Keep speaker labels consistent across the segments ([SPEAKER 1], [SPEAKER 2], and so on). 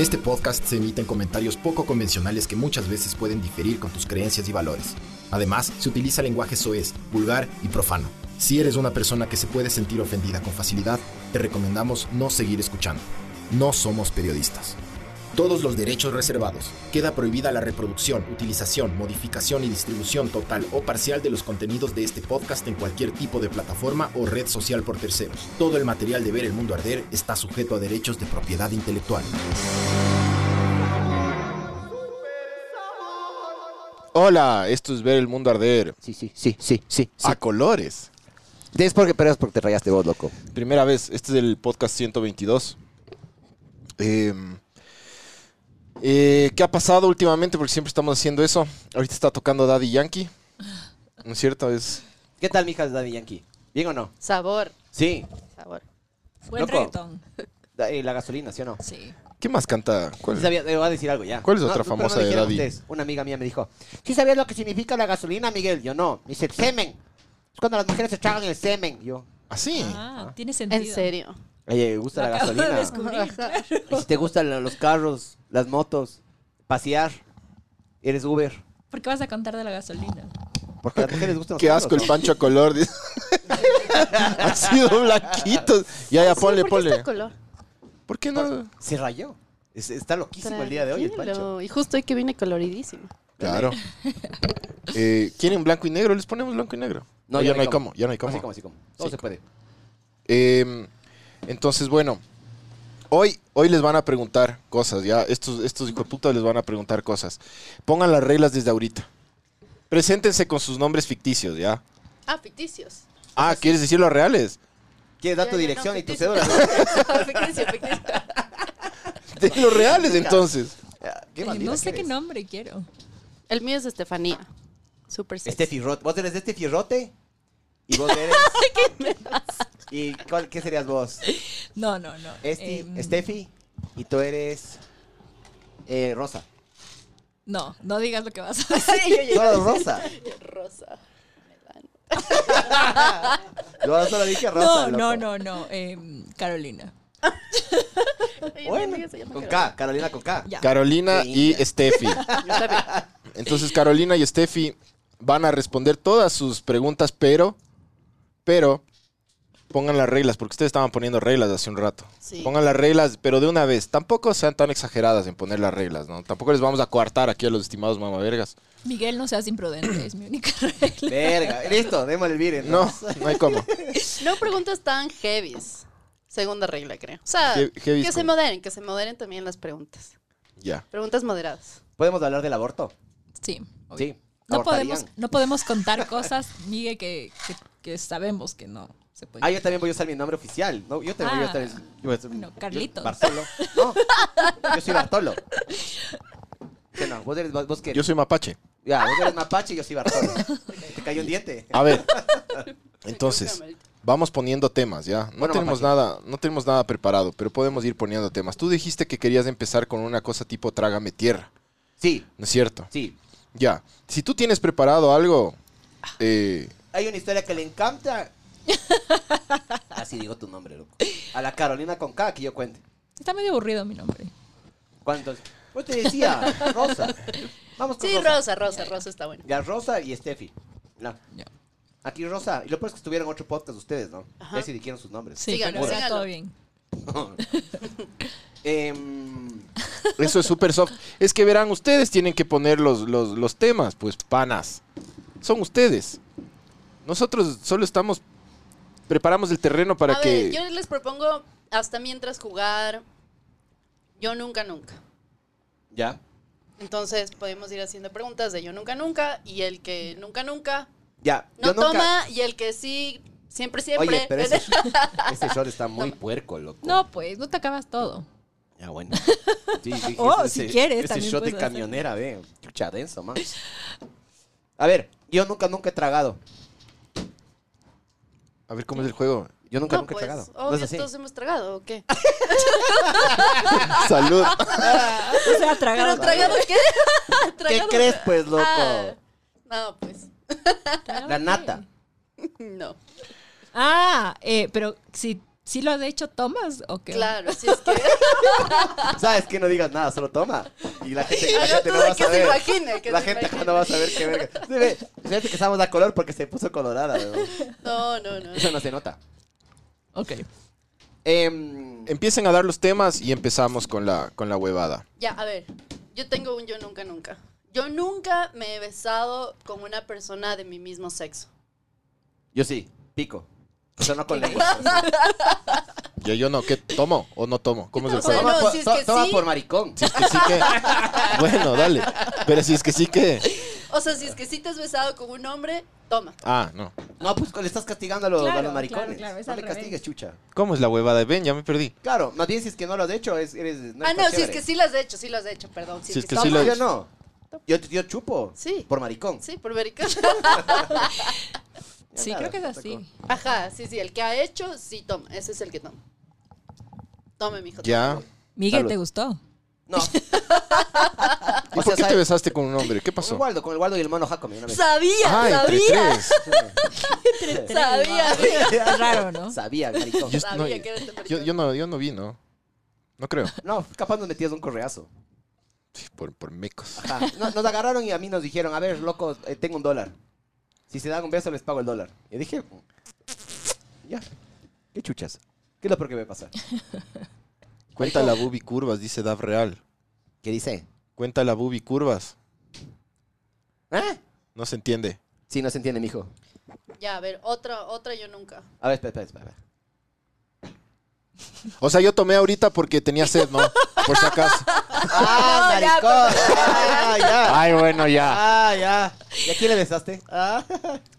[SPEAKER 1] este podcast se emiten comentarios poco convencionales que muchas veces pueden diferir con tus creencias y valores. Además, se utiliza lenguaje soez, vulgar y profano. Si eres una persona que se puede sentir ofendida con facilidad, te recomendamos no seguir escuchando. No somos periodistas. Todos los derechos reservados. Queda prohibida la reproducción, utilización, modificación y distribución total o parcial de los contenidos de este podcast en cualquier tipo de plataforma o red social por terceros. Todo el material de Ver el Mundo Arder está sujeto a derechos de propiedad intelectual.
[SPEAKER 2] Hola, esto es Ver el Mundo Arder.
[SPEAKER 3] Sí, sí, sí, sí, sí. sí.
[SPEAKER 2] A colores.
[SPEAKER 3] Es porque, pero es porque te rayaste vos, loco.
[SPEAKER 2] Primera vez, este es el podcast 122. Em, eh, ¿Qué ha pasado últimamente? Porque siempre estamos haciendo eso. Ahorita está tocando Daddy Yankee. ¿No es cierto? Es...
[SPEAKER 3] ¿Qué tal, mijas de Daddy Yankee? ¿Bien o no?
[SPEAKER 4] Sabor,
[SPEAKER 3] Sí.
[SPEAKER 4] sabor.
[SPEAKER 5] Buen
[SPEAKER 3] Loco.
[SPEAKER 5] reggaetón.
[SPEAKER 3] Da- eh, la gasolina, ¿sí o no?
[SPEAKER 5] Sí.
[SPEAKER 2] ¿Qué más canta? ¿Cuál?
[SPEAKER 3] Sí sabía, eh, voy a decir algo ya.
[SPEAKER 2] ¿Cuál es otra
[SPEAKER 3] pero
[SPEAKER 2] famosa de
[SPEAKER 3] dijeron
[SPEAKER 2] Daddy?
[SPEAKER 3] ustedes. Una amiga mía me dijo, ¿sí sabías lo que significa la gasolina, Miguel? Yo no. Me dice, semen. Es cuando las mujeres se tragan el semen. Yo,
[SPEAKER 2] ¿Así?
[SPEAKER 5] Ah, tiene sentido.
[SPEAKER 4] En serio.
[SPEAKER 3] a ella le gusta
[SPEAKER 5] Lo
[SPEAKER 3] la
[SPEAKER 5] acabo de
[SPEAKER 3] gasolina.
[SPEAKER 5] descubrir.
[SPEAKER 3] Y si te gustan lo- los carros, las motos, pasear, eres Uber.
[SPEAKER 5] ¿Por qué vas a contar de la gasolina?
[SPEAKER 3] Porque a las mujeres les gustan los
[SPEAKER 2] Qué
[SPEAKER 3] carros,
[SPEAKER 2] asco el
[SPEAKER 3] ¿no?
[SPEAKER 2] pancho a color. dice. ha sido blanquito. Ya, ya, ponle,
[SPEAKER 4] Sí, ¿por qué
[SPEAKER 2] ponle.
[SPEAKER 4] está color?
[SPEAKER 2] ¿Por qué no?
[SPEAKER 3] Se rayó. Es- está loquísimo el día de hoy el pancho.
[SPEAKER 4] Tranquilo. Y justo hoy que viene coloridísimo.
[SPEAKER 2] Claro. Eh, ¿Quieren blanco y negro? Les ponemos blanco y negro. No, ya no hay cómo. Ya no hay
[SPEAKER 3] Así
[SPEAKER 2] cómo.
[SPEAKER 3] como, así como. Todo
[SPEAKER 2] Sí,
[SPEAKER 3] se puede.
[SPEAKER 2] Eh, entonces, bueno, hoy, hoy les van a preguntar cosas, ya. Estos, estos hijueputas les van a preguntar cosas. Pongan las reglas desde ahorita. Preséntense con sus nombres ficticios, ya.
[SPEAKER 4] Ah, ficticios.
[SPEAKER 2] Ah, ¿quieres decir los reales?
[SPEAKER 3] ¿Quieres dar tu
[SPEAKER 4] Ya, ya, no,
[SPEAKER 3] dirección y tu
[SPEAKER 4] ficticio.
[SPEAKER 3] cédula?
[SPEAKER 4] ficticio, ficticio.
[SPEAKER 2] De los reales, entonces.
[SPEAKER 3] Ah, ¿Qué
[SPEAKER 5] Eh,
[SPEAKER 3] bandida
[SPEAKER 5] no sé
[SPEAKER 3] que
[SPEAKER 5] qué
[SPEAKER 3] eres?
[SPEAKER 5] nombre quiero.
[SPEAKER 4] El mío es Estefanía. Super sexy.
[SPEAKER 3] Este firrote. ¿Vos eres de este firrote? Y vos eres. ¿Y cuál, qué serías vos?
[SPEAKER 5] No, no, no.
[SPEAKER 3] Esti,
[SPEAKER 5] Em,
[SPEAKER 3] Steffi. Y tú eres. eh, Rosa.
[SPEAKER 5] No, no digas lo que vas a decir.
[SPEAKER 3] Tú eres Rosa.
[SPEAKER 4] Rosa.
[SPEAKER 3] Yo solo dije Rosa. loco.
[SPEAKER 5] No, no, no, no. em, Carolina.
[SPEAKER 3] Bueno, con K. Carolina con K.
[SPEAKER 5] Ya.
[SPEAKER 2] Carolina
[SPEAKER 3] Qué
[SPEAKER 2] y
[SPEAKER 3] india.
[SPEAKER 2] Steffi. Entonces, Carolina y Steffi van a responder todas sus preguntas, pero, pero, pongan las reglas, porque ustedes estaban poniendo reglas hace un rato.
[SPEAKER 4] Sí.
[SPEAKER 2] Pongan las reglas, pero de una vez. Tampoco sean tan exageradas en poner las reglas, ¿no? Tampoco les vamos a coartar aquí a los estimados mamavergas.
[SPEAKER 5] Miguel, no seas imprudente. Es mi única regla.
[SPEAKER 3] Verga. Listo, démosle el vire.
[SPEAKER 2] No, no hay cómo.
[SPEAKER 4] No preguntas tan heavies. Segunda regla, creo. O sea,
[SPEAKER 2] He- heavies
[SPEAKER 4] que se
[SPEAKER 2] como-
[SPEAKER 4] moderen, que se moderen también las preguntas.
[SPEAKER 2] Ya.
[SPEAKER 4] Preguntas moderadas.
[SPEAKER 3] ¿Podemos hablar del aborto?
[SPEAKER 5] Sí. obvio.
[SPEAKER 3] Sí.
[SPEAKER 5] No
[SPEAKER 3] ¿Abortarían?
[SPEAKER 5] podemos, no podemos contar cosas, Miguel, que, que, que sabemos que no se puede.
[SPEAKER 3] Ah, yo también voy a usar mi nombre oficial. No, yo también voy a usar.
[SPEAKER 5] Ah.
[SPEAKER 3] yo voy a usar-
[SPEAKER 5] Bueno,
[SPEAKER 3] yo-
[SPEAKER 5] Carlitos.
[SPEAKER 3] Bartolo. No, yo soy Bartolo. Que no, vos eres. ¿Vos, vos qué
[SPEAKER 2] Yo
[SPEAKER 3] eres?
[SPEAKER 2] soy mapache.
[SPEAKER 3] Ya, vos eres mapache y yo soy Bartolo. Te cayó un diente.
[SPEAKER 2] A ver. Entonces, vamos poniendo temas, ¿ya? No
[SPEAKER 3] Bueno,
[SPEAKER 2] tenemos
[SPEAKER 3] mapache.
[SPEAKER 2] nada, no tenemos nada preparado, pero podemos ir poniendo temas. Tú dijiste que querías empezar con una cosa tipo trágame tierra,
[SPEAKER 3] Sí,
[SPEAKER 2] ¿no es cierto?
[SPEAKER 3] sí.
[SPEAKER 2] Ya. Si tú tienes preparado algo, eh,
[SPEAKER 3] Hay una historia que le encanta. Así digo tu nombre, loco. A la Carolina con K que yo cuente.
[SPEAKER 5] Está medio aburrido mi nombre.
[SPEAKER 3] ¿Cuántos? Pues te decía, Rosa. Vamos con
[SPEAKER 4] Sí,
[SPEAKER 3] Rosa.
[SPEAKER 4] Rosa, Rosa, Rosa está buena.
[SPEAKER 3] Ya, Rosa y Steffi. No.
[SPEAKER 5] Ya.
[SPEAKER 3] Aquí Rosa. Y lo peor es que estuvieron en otro podcast ustedes, ¿no?
[SPEAKER 4] Ajá.
[SPEAKER 3] Ya se dijeron sus nombres.
[SPEAKER 5] Sí,
[SPEAKER 4] Síganlo,
[SPEAKER 5] pero está
[SPEAKER 4] síganlo.
[SPEAKER 5] todo bien.
[SPEAKER 3] Em,
[SPEAKER 2] eso es súper soft. Es que verán, ustedes tienen que poner los, los- los temas, pues panas. Son ustedes. Nosotros solo estamos, preparamos el terreno para
[SPEAKER 4] a
[SPEAKER 2] que...
[SPEAKER 4] ver, yo les propongo hasta mientras jugar. Yo nunca, nunca.
[SPEAKER 3] ya.
[SPEAKER 4] Entonces podemos ir haciendo preguntas de yo nunca, nunca y el que nunca, nunca
[SPEAKER 3] Ya.
[SPEAKER 4] no
[SPEAKER 3] yo nunca-
[SPEAKER 4] toma y el que sí, siempre, siempre.
[SPEAKER 3] Oye, pero ese, ese shot está muy puerco, loco.
[SPEAKER 5] No, pues, no te acabas todo.
[SPEAKER 3] Ya, bueno. Sí, dije,
[SPEAKER 5] Oh,
[SPEAKER 3] ese-
[SPEAKER 5] si quieres,
[SPEAKER 3] Ese
[SPEAKER 5] también
[SPEAKER 3] shot de
[SPEAKER 5] puedes hacer.
[SPEAKER 3] camionera, ve. Chucha, denso, man. A ver, yo nunca, nunca he tragado.
[SPEAKER 2] A ver cómo es el juego.
[SPEAKER 3] Yo nunca,
[SPEAKER 4] no,
[SPEAKER 3] nunca
[SPEAKER 4] pues,
[SPEAKER 3] he tragado.
[SPEAKER 4] obvio,
[SPEAKER 3] no es así.
[SPEAKER 4] todos hemos tragado, ¿o qué?
[SPEAKER 2] Salud.
[SPEAKER 5] O sea,
[SPEAKER 4] ¿Pero
[SPEAKER 5] tragado.
[SPEAKER 4] tragado qué?
[SPEAKER 3] ¿Qué
[SPEAKER 4] ¿Tragado?
[SPEAKER 3] crees, pues, loco?
[SPEAKER 4] Ah, no, pues,
[SPEAKER 5] tragado
[SPEAKER 3] La
[SPEAKER 5] qué?
[SPEAKER 3] nata.
[SPEAKER 4] no.
[SPEAKER 5] Ah, eh, pero si ¿Sí lo ha hecho Tomás o qué?
[SPEAKER 4] Claro, si es que.
[SPEAKER 3] ¿Sabes que No digas nada, solo toma. Y la gente,
[SPEAKER 4] Y
[SPEAKER 3] la
[SPEAKER 4] haga
[SPEAKER 3] gente no va
[SPEAKER 4] todo de
[SPEAKER 3] a
[SPEAKER 4] que se
[SPEAKER 3] saber.
[SPEAKER 4] imagine. Que
[SPEAKER 3] la
[SPEAKER 4] se
[SPEAKER 3] gente
[SPEAKER 4] imagine.
[SPEAKER 3] no va a saber qué verga. Se ve, se ve que estamos a color porque se puso colorada, weón.
[SPEAKER 4] No, no, no.
[SPEAKER 3] Eso no se nota.
[SPEAKER 5] Ok.
[SPEAKER 3] Em,
[SPEAKER 2] Empiecen a dar los temas y empezamos con la, con la huevada.
[SPEAKER 4] Ya, a ver. Yo tengo un yo nunca, nunca. Yo nunca me he besado con una persona de mi mismo sexo.
[SPEAKER 3] yo sí, pico. Eso no con lengua.
[SPEAKER 2] Yo, yo no, ¿qué tomo o Pues no tomo? ¿Cómo es el
[SPEAKER 4] O sea,
[SPEAKER 2] juego?
[SPEAKER 4] no,
[SPEAKER 3] por-
[SPEAKER 4] si es
[SPEAKER 3] to-
[SPEAKER 4] que
[SPEAKER 3] toma
[SPEAKER 4] sí.
[SPEAKER 3] por maricón.
[SPEAKER 2] Si es que sí que. Bueno, dale. Pero si es que sí que.
[SPEAKER 4] O sea, si es que sí te has besado con un hombre, toma.
[SPEAKER 2] Ah, no.
[SPEAKER 3] No, pues le estás castigando a los, a
[SPEAKER 5] Claro,
[SPEAKER 3] los maricones.
[SPEAKER 5] claro, claro, es
[SPEAKER 3] no
[SPEAKER 5] al
[SPEAKER 3] le
[SPEAKER 5] revés.
[SPEAKER 3] castigues, chucha.
[SPEAKER 2] ¿Cómo es la huevada? Ven, ya me perdí.
[SPEAKER 3] Claro, más bien si es que no lo has hecho, es, eres.
[SPEAKER 4] ah,
[SPEAKER 3] estás
[SPEAKER 4] no, si es
[SPEAKER 3] chévere.
[SPEAKER 4] que sí lo has hecho, sí lo has hecho, perdón. Si, es que,
[SPEAKER 2] sí
[SPEAKER 4] toma.
[SPEAKER 2] lo-
[SPEAKER 3] No, yo no. Yo, yo chupo.
[SPEAKER 4] Sí.
[SPEAKER 3] Por maricón.
[SPEAKER 4] Sí, por verica.
[SPEAKER 5] Sí,
[SPEAKER 3] Claro,
[SPEAKER 5] creo que es
[SPEAKER 3] está
[SPEAKER 5] así.
[SPEAKER 4] Ajá, sí, sí, el que ha hecho, sí toma. Ese es el que toma. Tome, mijo.
[SPEAKER 2] Ya.
[SPEAKER 5] Miguel,
[SPEAKER 3] Salud.
[SPEAKER 5] ¿te gustó?
[SPEAKER 3] No.
[SPEAKER 2] ¿Y por qué te besaste con un hombre? ¿Qué
[SPEAKER 3] Con
[SPEAKER 2] pasó?
[SPEAKER 3] el Waldo, con el Waldo y el mano Jacome. Una vez.
[SPEAKER 4] Sabía,
[SPEAKER 2] Ah, entre
[SPEAKER 4] sabía,
[SPEAKER 2] tres.
[SPEAKER 4] sabía,
[SPEAKER 5] Es raro, ¿no?
[SPEAKER 3] Sabía, maricón.
[SPEAKER 2] Yo,
[SPEAKER 4] Sabía
[SPEAKER 2] no,
[SPEAKER 4] que era este
[SPEAKER 2] yo, yo no, yo no vi, ¿no? No creo.
[SPEAKER 3] No, capaz nos metías un correazo.
[SPEAKER 2] Sí, por, por mecos.
[SPEAKER 3] Ajá. No, nos agarraron y a mí nos dijeron, a ver, loco, eh, tengo un dólar. Si se dan un beso, les pago el dólar. Y dije, ya, qué chuchas. ¿Qué es lo peor que me va a pasar?
[SPEAKER 2] Cuenta la bubi curvas, dice Dav Real.
[SPEAKER 3] ¿Qué dice?
[SPEAKER 2] Cuenta la bubi curvas.
[SPEAKER 3] ¿Eh?
[SPEAKER 2] No se entiende.
[SPEAKER 3] Sí, no se entiende, mijo.
[SPEAKER 4] Ya, a ver, otra, otra yo nunca.
[SPEAKER 3] A ver, espera, espera, espera. espera.
[SPEAKER 2] O sea, yo tomé ahorita porque tenía sed, ¿no? Por si acaso.
[SPEAKER 3] ¡Ah,
[SPEAKER 4] No, ya, pues.
[SPEAKER 3] maricón! ¡Ah, ya!
[SPEAKER 2] Ay, bueno, ya.
[SPEAKER 3] ¡Ah, ya! ¿Y a quién le besaste? Ah.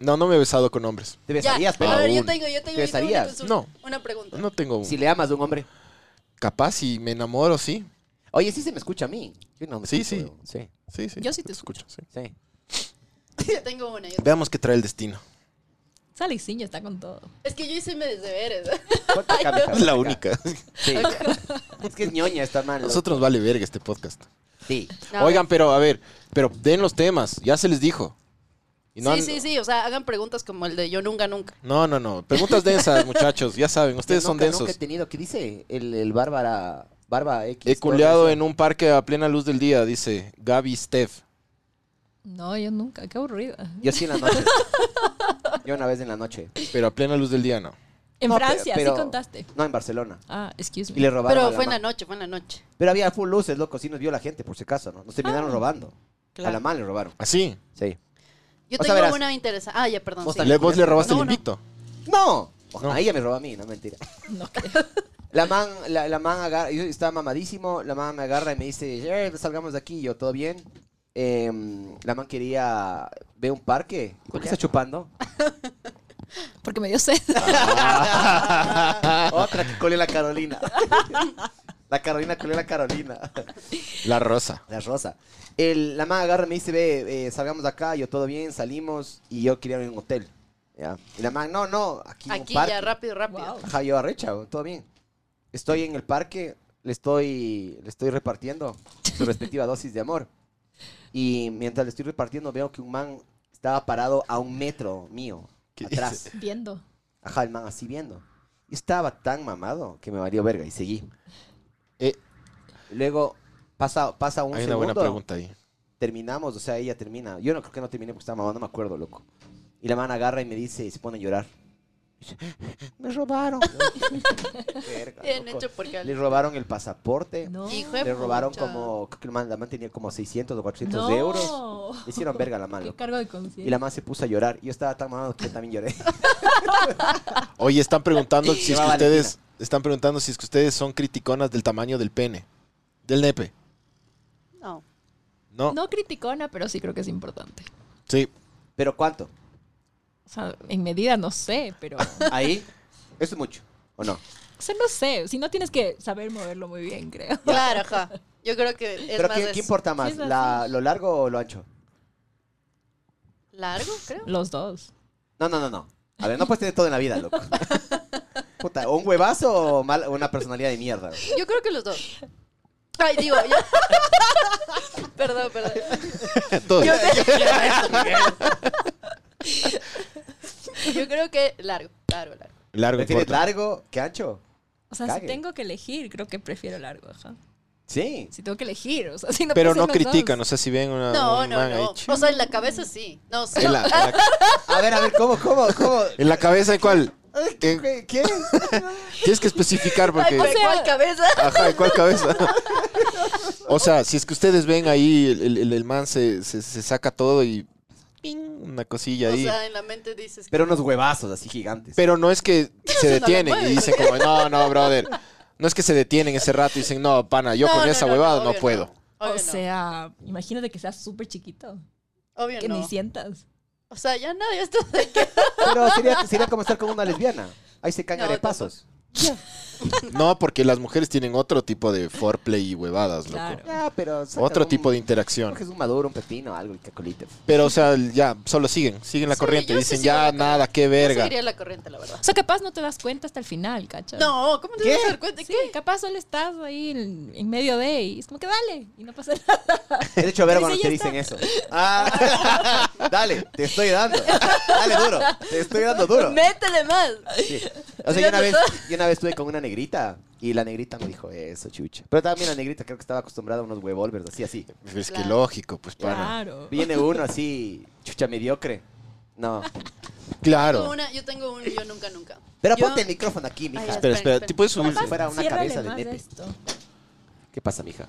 [SPEAKER 2] No, no me he besado con hombres.
[SPEAKER 3] ¿Te
[SPEAKER 4] Ya,
[SPEAKER 3] besarías,
[SPEAKER 4] a
[SPEAKER 3] pero
[SPEAKER 4] ver, yo
[SPEAKER 2] aún.
[SPEAKER 4] tengo,
[SPEAKER 3] ¿Te
[SPEAKER 4] yo tengo, yo tengo una,
[SPEAKER 3] besarías?
[SPEAKER 4] consulta,
[SPEAKER 2] No.
[SPEAKER 4] una pregunta.
[SPEAKER 2] No tengo.
[SPEAKER 3] si le amas a un hombre.
[SPEAKER 2] Capaz si me enamoro, sí.
[SPEAKER 3] Oye, sí se me escucha a mí. Yo no me
[SPEAKER 2] Sí,
[SPEAKER 3] escucho,
[SPEAKER 2] sí.
[SPEAKER 3] weón. Sí,
[SPEAKER 2] Sí, sí.
[SPEAKER 5] Yo sí te escucho.
[SPEAKER 2] sí.
[SPEAKER 3] sí.
[SPEAKER 4] Yo tengo una. yo-
[SPEAKER 2] Veamos qué trae el destino.
[SPEAKER 5] Saliciño está con todo.
[SPEAKER 4] Es que yo hice mis deberes.
[SPEAKER 3] Ponte acá, mija,
[SPEAKER 2] Es la
[SPEAKER 3] ponte acá.
[SPEAKER 2] única.
[SPEAKER 3] Sí. Es que es ñoña esta mal. loco.
[SPEAKER 2] Nosotros vale verga este podcast.
[SPEAKER 3] Sí.
[SPEAKER 4] A
[SPEAKER 2] Oigan, pero a ver, pero den los temas, ya se les dijo. Y no
[SPEAKER 4] sí,
[SPEAKER 2] han-
[SPEAKER 4] sí, sí, o sea, hagan preguntas como el de yo nunca, nunca.
[SPEAKER 2] No, no, no. Preguntas densas, muchachos, ya saben, ustedes
[SPEAKER 3] Yo
[SPEAKER 2] son
[SPEAKER 3] nunca,
[SPEAKER 2] densos.
[SPEAKER 3] Nunca he tenido, ¿qué dice el, el Bárbara, Barba X?
[SPEAKER 2] He culeado en un parque a plena luz del día, dice Gaby Steph.
[SPEAKER 5] No, yo nunca. Qué aburrida.
[SPEAKER 3] Yo sí en la noche. Yo una vez en la noche.
[SPEAKER 2] Pero a plena luz del día no.
[SPEAKER 5] En
[SPEAKER 3] No, pe-
[SPEAKER 5] Francia,
[SPEAKER 3] pero-
[SPEAKER 5] sí contaste.
[SPEAKER 3] No, en Barcelona.
[SPEAKER 5] Ah, excuse
[SPEAKER 3] Y
[SPEAKER 5] me.
[SPEAKER 3] le robaron a
[SPEAKER 4] Pero
[SPEAKER 3] la
[SPEAKER 4] fue en la
[SPEAKER 3] man.
[SPEAKER 4] noche, fue en la noche.
[SPEAKER 3] Pero había full luces, loco, sí nos vio la gente, por si acaso, ¿no? Nos terminaron robando. A la
[SPEAKER 4] Ah. claro.
[SPEAKER 3] man le robaron.
[SPEAKER 2] Así.
[SPEAKER 3] Sí.
[SPEAKER 4] Yo
[SPEAKER 3] O sea,
[SPEAKER 4] tengo
[SPEAKER 3] verás.
[SPEAKER 4] una interesante. Ah, ya, perdón.
[SPEAKER 3] Vos
[SPEAKER 4] sí.
[SPEAKER 3] también.
[SPEAKER 2] Le, vos le robaste
[SPEAKER 4] No,
[SPEAKER 2] el
[SPEAKER 4] no.
[SPEAKER 2] invicto.
[SPEAKER 3] ¡No!
[SPEAKER 2] No.
[SPEAKER 3] Ahí ella me robó a mí, no mentira.
[SPEAKER 5] No creo.
[SPEAKER 3] La man, la, la man agarra, yo estaba mamadísimo, la man me agarra y me dice, "Eh, salgamos de aquí, yo, ¿todo bien? Em, la man quería ver un parque. ¿Por qué está chupando?
[SPEAKER 5] Porque me dio sed.
[SPEAKER 3] Otra que colé la Carolina. La Carolina colé la Carolina.
[SPEAKER 2] La rosa.
[SPEAKER 3] La Rosa. El- la man agarra y me dice, ve, eh, salgamos de acá, yo todo bien, salimos y yo quería ir a un hotel. ¿ya? Y la man, no, no, aquí, hay un
[SPEAKER 4] Aquí
[SPEAKER 3] parque.
[SPEAKER 4] ya, rápido, rápido.
[SPEAKER 5] Wow.
[SPEAKER 3] Ajá, yo arrecha, weón, todo bien. Estoy en el parque, le estoy, le estoy repartiendo su respectiva dosis de amor. Y mientras le estoy repartiendo veo que un man estaba parado a un metro mío,
[SPEAKER 2] ¿Qué
[SPEAKER 3] atrás.
[SPEAKER 2] dices?
[SPEAKER 5] Viendo.
[SPEAKER 3] Ajá, el man así viendo. Y estaba tan mamado que me valió verga y seguí.
[SPEAKER 2] Eh,
[SPEAKER 3] Luego pasa, pasa un
[SPEAKER 2] hay una
[SPEAKER 3] segundo.
[SPEAKER 2] buena pregunta ahí.
[SPEAKER 3] Terminamos, o sea, ella termina. Yo no creo que no terminé porque estaba mamado, no me acuerdo, loco. Y la man agarra y me dice y se pone a llorar. Dice, Me robaron. Verga,
[SPEAKER 4] Bien
[SPEAKER 3] loco.
[SPEAKER 4] hecho porque
[SPEAKER 3] Le
[SPEAKER 4] al
[SPEAKER 3] robaron el pasaporte.
[SPEAKER 5] No.
[SPEAKER 4] hijo de
[SPEAKER 3] Le robaron
[SPEAKER 4] pucha.
[SPEAKER 3] como, creo que el man- la man tenía como 600 o 400
[SPEAKER 5] no.
[SPEAKER 3] de euros. Le hicieron verga a la
[SPEAKER 5] Qué
[SPEAKER 3] mano.
[SPEAKER 5] cargo de
[SPEAKER 3] Y la
[SPEAKER 5] conciencia.
[SPEAKER 3] man se puso a llorar. Yo estaba tan mamado que yo también lloré.
[SPEAKER 2] Oye, están preguntando si es que
[SPEAKER 3] Lleva
[SPEAKER 2] ustedes están preguntando si es que ustedes son criticonas del tamaño del pene, del nepe.
[SPEAKER 4] No.
[SPEAKER 2] No.
[SPEAKER 5] No criticona, pero sí creo que es importante.
[SPEAKER 2] Sí.
[SPEAKER 3] ¿Pero cuánto?
[SPEAKER 5] O sea, en medida no sé, pero... O
[SPEAKER 3] Ahí, eso es mucho. ¿O no?
[SPEAKER 5] sea, no sé. Si no tienes que saber moverlo muy bien, creo.
[SPEAKER 4] Claro, ajá. Yo creo que es
[SPEAKER 3] ¿Pero
[SPEAKER 4] más
[SPEAKER 3] qué,
[SPEAKER 4] de
[SPEAKER 3] qué importa más?
[SPEAKER 5] Sí, es
[SPEAKER 3] la- ¿Lo largo o lo ancho?
[SPEAKER 4] largo, creo.
[SPEAKER 5] Los dos.
[SPEAKER 3] No, no, no, no. A ver, no puedes tener todo en la vida, loco. Puta, o un huevazo o mal- o una personalidad de mierda. güey.
[SPEAKER 4] Yo creo que los dos. Ay, digo, yo. perdón, perdón.
[SPEAKER 2] Todo.
[SPEAKER 4] Yo, yo creo que largo, largo, largo.
[SPEAKER 2] Largo, y
[SPEAKER 3] ¿Prefieres
[SPEAKER 2] corto.
[SPEAKER 3] largo que ancho?
[SPEAKER 5] O sea,
[SPEAKER 3] Cague.
[SPEAKER 5] si tengo que elegir, creo que prefiero largo, ajá.
[SPEAKER 3] Sí.
[SPEAKER 5] Si tengo que elegir, o sea, si no
[SPEAKER 2] Pero
[SPEAKER 5] pasan
[SPEAKER 2] no
[SPEAKER 5] los dos.
[SPEAKER 2] critican, o sea, si ven
[SPEAKER 3] Ah,
[SPEAKER 2] una,
[SPEAKER 4] No,
[SPEAKER 2] un
[SPEAKER 4] no,
[SPEAKER 2] man ahí,
[SPEAKER 4] no.
[SPEAKER 2] ch-
[SPEAKER 4] O sea, en la cabeza sí. No, sí.
[SPEAKER 2] en, la, en, la,
[SPEAKER 3] A ver, a ver, ¿cómo, cómo, cómo?
[SPEAKER 2] en la cabeza, ¿en cuál?
[SPEAKER 3] Ay,
[SPEAKER 2] Eh,
[SPEAKER 3] ¿Qué? qué?
[SPEAKER 2] Tienes que especificar porque...
[SPEAKER 4] Ay, ¿cuál-
[SPEAKER 5] O sea-
[SPEAKER 4] cuál cabeza?
[SPEAKER 2] Ajá, ¿en cuál cabeza? O sea, si es que ustedes ven ahí, el, el- el- el man se, se- se saca todo y... ¡ping! Una cosilla
[SPEAKER 4] O
[SPEAKER 2] ahí.
[SPEAKER 4] sea, en la mente dices.
[SPEAKER 3] Pero unos huevazos así gigantes.
[SPEAKER 2] Pero no es que se
[SPEAKER 4] le
[SPEAKER 2] detienen y
[SPEAKER 4] mueve.
[SPEAKER 2] dicen como, no, no, brother. No es que se detienen ese rato y dicen, no, pana, yo
[SPEAKER 4] "No,
[SPEAKER 2] con
[SPEAKER 4] no,
[SPEAKER 2] esa
[SPEAKER 4] no,
[SPEAKER 2] huevada no,
[SPEAKER 4] obvio
[SPEAKER 2] puedo.
[SPEAKER 4] Obvio
[SPEAKER 5] O
[SPEAKER 4] no,
[SPEAKER 5] sea, imagínate que seas súper chiquito,
[SPEAKER 4] obvio
[SPEAKER 5] que
[SPEAKER 4] no.
[SPEAKER 5] ni sientas.
[SPEAKER 4] O sea, ya nadie está de que.
[SPEAKER 3] Pero sería, sería como estar con una lesbiana. Ahí se caen
[SPEAKER 4] No,
[SPEAKER 3] arepasos.
[SPEAKER 2] No, porque las mujeres tienen otro tipo de foreplay y huevadas, loco.
[SPEAKER 5] Claro.
[SPEAKER 3] Ya, pero saca
[SPEAKER 2] Otro
[SPEAKER 3] un-
[SPEAKER 2] tipo de interacción.
[SPEAKER 3] Coges un maduro, un pepino, algo, el cacolito.
[SPEAKER 2] Pero, o sea, ya, solo siguen, siguen la
[SPEAKER 4] Sí,
[SPEAKER 2] corriente.
[SPEAKER 4] yo sí
[SPEAKER 2] Dicen,
[SPEAKER 4] sigo la
[SPEAKER 2] ya,
[SPEAKER 4] corriente.
[SPEAKER 2] nada, qué
[SPEAKER 4] Yo
[SPEAKER 2] verga.
[SPEAKER 4] seguiría la corriente, la verdad.
[SPEAKER 5] O sea, capaz no te das cuenta hasta el final, ¿cachai?
[SPEAKER 4] No, ¿cómo te
[SPEAKER 3] ¿Qué?
[SPEAKER 4] vas a dar cuenta?
[SPEAKER 5] Sí,
[SPEAKER 4] ¿Qué?
[SPEAKER 5] capaz solo estás ahí en, en medio de y es como que dale y no pasa nada.
[SPEAKER 3] De hecho, a ver
[SPEAKER 5] Dice,
[SPEAKER 3] cuando
[SPEAKER 5] "Ya
[SPEAKER 3] te
[SPEAKER 5] está".
[SPEAKER 3] dicen eso. Ah, dale, te estoy dando. Dale duro, te estoy dando duro.
[SPEAKER 4] Métele más.
[SPEAKER 3] Sí. O sea, yo una, vez, yo una vez estuve con una negrita y la negrita me dijo eso, chucha. Pero también la negrita creo que estaba acostumbrada a unos huevolvers, así, así.
[SPEAKER 2] Es que
[SPEAKER 4] Claro.
[SPEAKER 2] lógico, pues, pana.
[SPEAKER 5] Claro.
[SPEAKER 3] Viene uno así, chucha mediocre. No.
[SPEAKER 4] Tengo
[SPEAKER 2] Claro.
[SPEAKER 4] una- yo tengo un yo nunca, nunca.
[SPEAKER 3] Pero
[SPEAKER 4] Yo-
[SPEAKER 3] ponte el micrófono aquí,
[SPEAKER 4] Ay,
[SPEAKER 3] mija.
[SPEAKER 2] Espera, espera, ¿te puedes subir?
[SPEAKER 3] Como si fuera una
[SPEAKER 5] Ciérrale
[SPEAKER 3] cabeza de
[SPEAKER 5] más
[SPEAKER 3] nepe.
[SPEAKER 5] esto.
[SPEAKER 3] ¿Qué pasa, mija?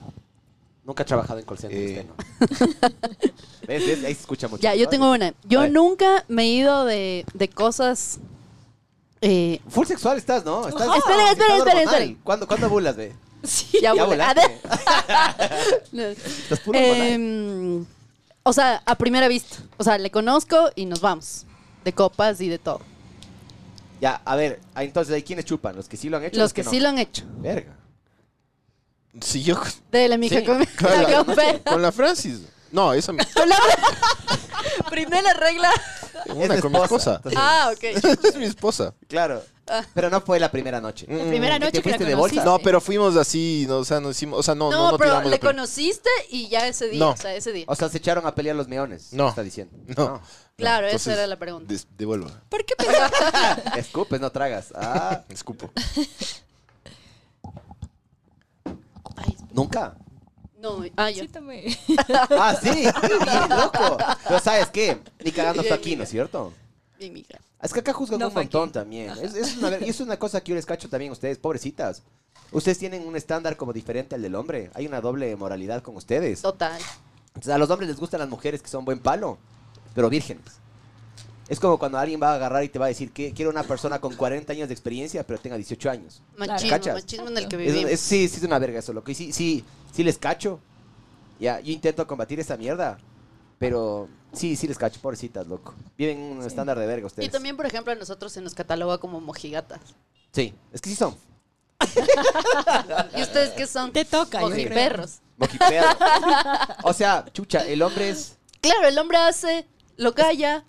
[SPEAKER 3] Nunca ha trabajado en call center
[SPEAKER 2] Eh.
[SPEAKER 3] usted, ¿no? ¿Ves? ¿Ves? Ahí se escucha mucho.
[SPEAKER 4] Ya, yo tengo una.
[SPEAKER 3] A
[SPEAKER 4] Yo
[SPEAKER 3] ver.
[SPEAKER 4] nunca me he ido de, de cosas. Eh,
[SPEAKER 3] Full sexual estás, ¿no? Estás,
[SPEAKER 4] Esperen,
[SPEAKER 3] estás
[SPEAKER 4] esperen, esperen,
[SPEAKER 3] hormonal.
[SPEAKER 4] esperen.
[SPEAKER 3] ¿Cuándo, ¿Cuándo bulas, ve?
[SPEAKER 5] Sí.
[SPEAKER 4] ya,
[SPEAKER 3] Ya
[SPEAKER 4] volé.
[SPEAKER 3] volaste.
[SPEAKER 4] Estás
[SPEAKER 3] puro hormonal.
[SPEAKER 4] Em, O sea, a primera vista. O sea, le conozco y nos vamos. De copas y de todo.
[SPEAKER 3] Ya, a ver, ah, entonces, ¿ahí quiénes chupan? ¿Los que sí lo han hecho? o
[SPEAKER 4] Los que
[SPEAKER 3] no?
[SPEAKER 4] sí lo han hecho.
[SPEAKER 3] Verga.
[SPEAKER 2] Sí, yo
[SPEAKER 4] De la mija
[SPEAKER 3] Sí,
[SPEAKER 4] con,
[SPEAKER 2] claro.
[SPEAKER 4] con fe.
[SPEAKER 2] con la Francis. No, esa me-
[SPEAKER 4] Primera regla.
[SPEAKER 3] Es
[SPEAKER 2] una
[SPEAKER 3] la
[SPEAKER 2] con mi
[SPEAKER 3] esposa,
[SPEAKER 2] esposa.
[SPEAKER 3] entonces-
[SPEAKER 4] Ah, ok.
[SPEAKER 2] Es mi esposa.
[SPEAKER 3] Claro. Pero no fue la primera noche.
[SPEAKER 2] Mm.
[SPEAKER 5] La primera
[SPEAKER 3] ¿Que te
[SPEAKER 5] noche que la
[SPEAKER 3] fuiste de bolsa?
[SPEAKER 5] conociste.
[SPEAKER 2] No, pero fuimos así, no, o sea, no hicimos, o sea, no, no,
[SPEAKER 4] No,
[SPEAKER 2] no
[SPEAKER 4] pero
[SPEAKER 2] tiramos la
[SPEAKER 4] le
[SPEAKER 2] prim-
[SPEAKER 4] conociste y ya ese día.
[SPEAKER 2] No.
[SPEAKER 4] O sea, ese día.
[SPEAKER 3] O sea, se echaron a pelear los meones.
[SPEAKER 2] No.
[SPEAKER 3] Está diciendo.
[SPEAKER 2] No.
[SPEAKER 4] Claro, esa
[SPEAKER 2] entonces,
[SPEAKER 4] era la pregunta.
[SPEAKER 2] des- Devuelvo,
[SPEAKER 5] ¿Por qué pensar?
[SPEAKER 3] No. Escupes, no tragas. Ah,
[SPEAKER 2] escupo.
[SPEAKER 4] Ay,
[SPEAKER 3] nunca.
[SPEAKER 4] no, ah, yo.
[SPEAKER 5] Sí, tome.
[SPEAKER 3] Ah, sí. Bien, loco. Pero ¿sabes qué? Ni cagando
[SPEAKER 4] Bien,
[SPEAKER 3] fue aquí, ¿no
[SPEAKER 4] mira.
[SPEAKER 3] es cierto?
[SPEAKER 4] Bien, mija.
[SPEAKER 3] Es que acá juzgan
[SPEAKER 5] No
[SPEAKER 3] un
[SPEAKER 5] fue
[SPEAKER 3] montón
[SPEAKER 5] aquí.
[SPEAKER 3] también. Es, es una, ver- y es una cosa que yo les cacho también a ustedes, pobrecitas. Ustedes tienen un estándar como diferente al del hombre. Hay una doble moralidad con ustedes.
[SPEAKER 4] Total.
[SPEAKER 3] Entonces, a los hombres les gustan las mujeres que son buen palo, pero vírgenes. Es como cuando alguien va a agarrar y te va a decir que quiero una persona con 40 años de experiencia, pero tenga 18 años.
[SPEAKER 4] Machismo,
[SPEAKER 3] ¿Cachas?
[SPEAKER 4] machismo en el que
[SPEAKER 3] Es-
[SPEAKER 4] vivimos.
[SPEAKER 3] es- sí, sí es una verga eso, loco. Y sí, sí, sí les cacho. Ya, yo intento combatir esa mierda, pero sí, sí les cacho, pobrecitas, loco. Viven un estándar de verga ustedes.
[SPEAKER 4] Y también, por ejemplo, a nosotros se nos cataloga como mojigatas.
[SPEAKER 3] Sí, es que sí son.
[SPEAKER 4] ¿Y ustedes qué son?
[SPEAKER 5] Te toca, yo creo.
[SPEAKER 4] Mojiperros.
[SPEAKER 3] Mojipedo. o sea, chucha, el hombre es...
[SPEAKER 4] Claro, el hombre hace, lo calla,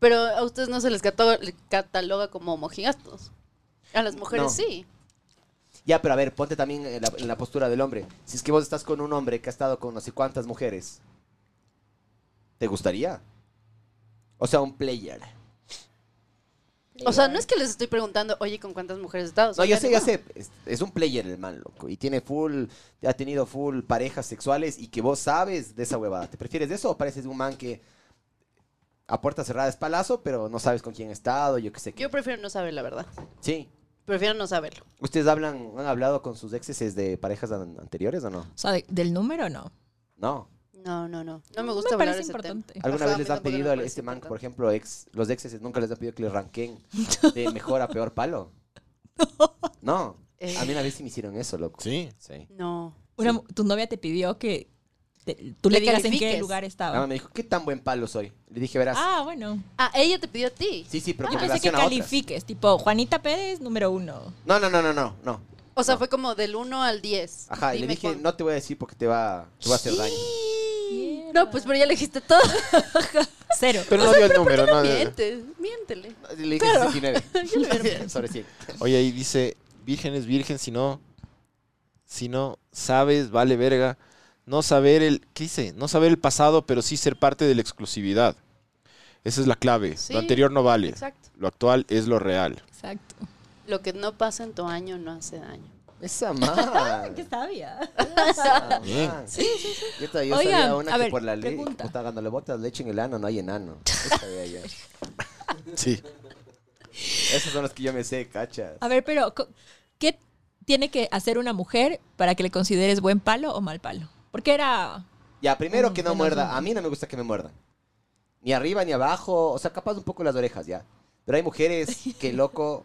[SPEAKER 4] pero a ustedes no se les cato- le cataloga como mojigatos. A las mujeres
[SPEAKER 3] No.
[SPEAKER 4] sí.
[SPEAKER 3] Ya, pero a ver, ponte también en la, en la postura del hombre. Si es que vos estás con un hombre que ha estado con no sé cuántas mujeres, ¿te gustaría? O sea, un player.
[SPEAKER 4] O sea, no es que les estoy preguntando, oye, ¿con cuántas mujeres estás?
[SPEAKER 3] No, yo sé, yo sé. Es, es un player el man, loco. Y tiene full, ha tenido full parejas sexuales y que vos sabes de esa huevada. ¿Te prefieres de eso o pareces un man que a puerta cerrada es palazo, pero no sabes con quién ha estado, yo qué sé qué?
[SPEAKER 4] Yo prefiero no saber, la verdad.
[SPEAKER 3] Sí.
[SPEAKER 4] Prefiero no saberlo.
[SPEAKER 3] ¿Ustedes hablan, han hablado con sus exes de parejas an- anteriores o no?
[SPEAKER 5] O sea, de- del número no.
[SPEAKER 3] No.
[SPEAKER 4] No, no, no. No me gusta
[SPEAKER 5] Me
[SPEAKER 4] hablar
[SPEAKER 5] parece
[SPEAKER 4] de ese tema.
[SPEAKER 5] importante.
[SPEAKER 3] ¿Alguna
[SPEAKER 4] Ajá,
[SPEAKER 3] vez
[SPEAKER 4] a mí
[SPEAKER 3] les han
[SPEAKER 4] tampoco me
[SPEAKER 3] pedido a
[SPEAKER 4] parece
[SPEAKER 3] este man, por
[SPEAKER 4] importante.
[SPEAKER 3] ejemplo, ex, los exes nunca les han pedido que les ranquen de mejor a peor palo? No.
[SPEAKER 4] Eh.
[SPEAKER 3] A mí una vez sí me hicieron eso, loco.
[SPEAKER 2] Sí.
[SPEAKER 3] Sí.
[SPEAKER 4] No.
[SPEAKER 5] Una mu- tu novia te pidió que te- tú
[SPEAKER 4] Le
[SPEAKER 5] le, digas en qué
[SPEAKER 4] califiques.
[SPEAKER 5] lugar
[SPEAKER 3] La mamá
[SPEAKER 5] estaba.
[SPEAKER 3] me dijo, ¿qué tan buen palo soy? Le dije, verás.
[SPEAKER 5] Ah, bueno.
[SPEAKER 4] Ah, ella te pidió a ti.
[SPEAKER 3] Sí, sí, pero
[SPEAKER 5] Yo
[SPEAKER 3] con
[SPEAKER 5] pensé que
[SPEAKER 3] relación a otras.
[SPEAKER 5] califiques, tipo Juanita Pérez, número uno.
[SPEAKER 3] No, no, no, no, no, no.
[SPEAKER 4] O sea,
[SPEAKER 3] No.
[SPEAKER 4] fue como del 1 al 10.
[SPEAKER 3] Ajá, y le
[SPEAKER 4] Dime
[SPEAKER 3] dije,
[SPEAKER 4] cuán-
[SPEAKER 3] no te voy a decir porque te va, te va a hacer daño.
[SPEAKER 4] No, pues pero ya le dijiste todo.
[SPEAKER 5] pues, Cero.
[SPEAKER 2] Pero no dio el número, no.
[SPEAKER 4] Mientes, miéntele.
[SPEAKER 3] Le dije 19. Sobre 100.
[SPEAKER 2] Oye, ahí dice, virgen es virgen, si no, si no sabes, vale verga. No saber el, ¿qué dice? No saber el pasado, pero sí ser parte de la exclusividad. Esa es la clave.
[SPEAKER 4] Sí,
[SPEAKER 2] lo anterior no vale.
[SPEAKER 4] Exacto.
[SPEAKER 2] Lo actual es lo real.
[SPEAKER 5] Exacto.
[SPEAKER 4] Lo que no pasa en tu año no hace daño.
[SPEAKER 3] Esa man.
[SPEAKER 5] Qué sabia.
[SPEAKER 3] Esa
[SPEAKER 2] Bien.
[SPEAKER 3] man. Yo todavía
[SPEAKER 5] Oigan,
[SPEAKER 3] sabía una
[SPEAKER 5] a
[SPEAKER 3] que
[SPEAKER 5] ver,
[SPEAKER 3] por la ley.
[SPEAKER 5] pregunta.
[SPEAKER 3] puta, cuando le botas leche en el ano no hay enano. Eso sabía yo.
[SPEAKER 2] Sí.
[SPEAKER 3] Esos son los que yo me sé, cachas.
[SPEAKER 5] A ver, pero co- ¿qué tiene que hacer una mujer para que le consideres buen palo o mal palo? Porque era
[SPEAKER 3] Ya, primero que no
[SPEAKER 5] Mm,
[SPEAKER 3] muerda.
[SPEAKER 5] menos
[SPEAKER 3] A mí no me gusta que me muerdan. Ni arriba ni abajo. O sea, capaz un poco las orejas, ya. Pero hay mujeres que, loco,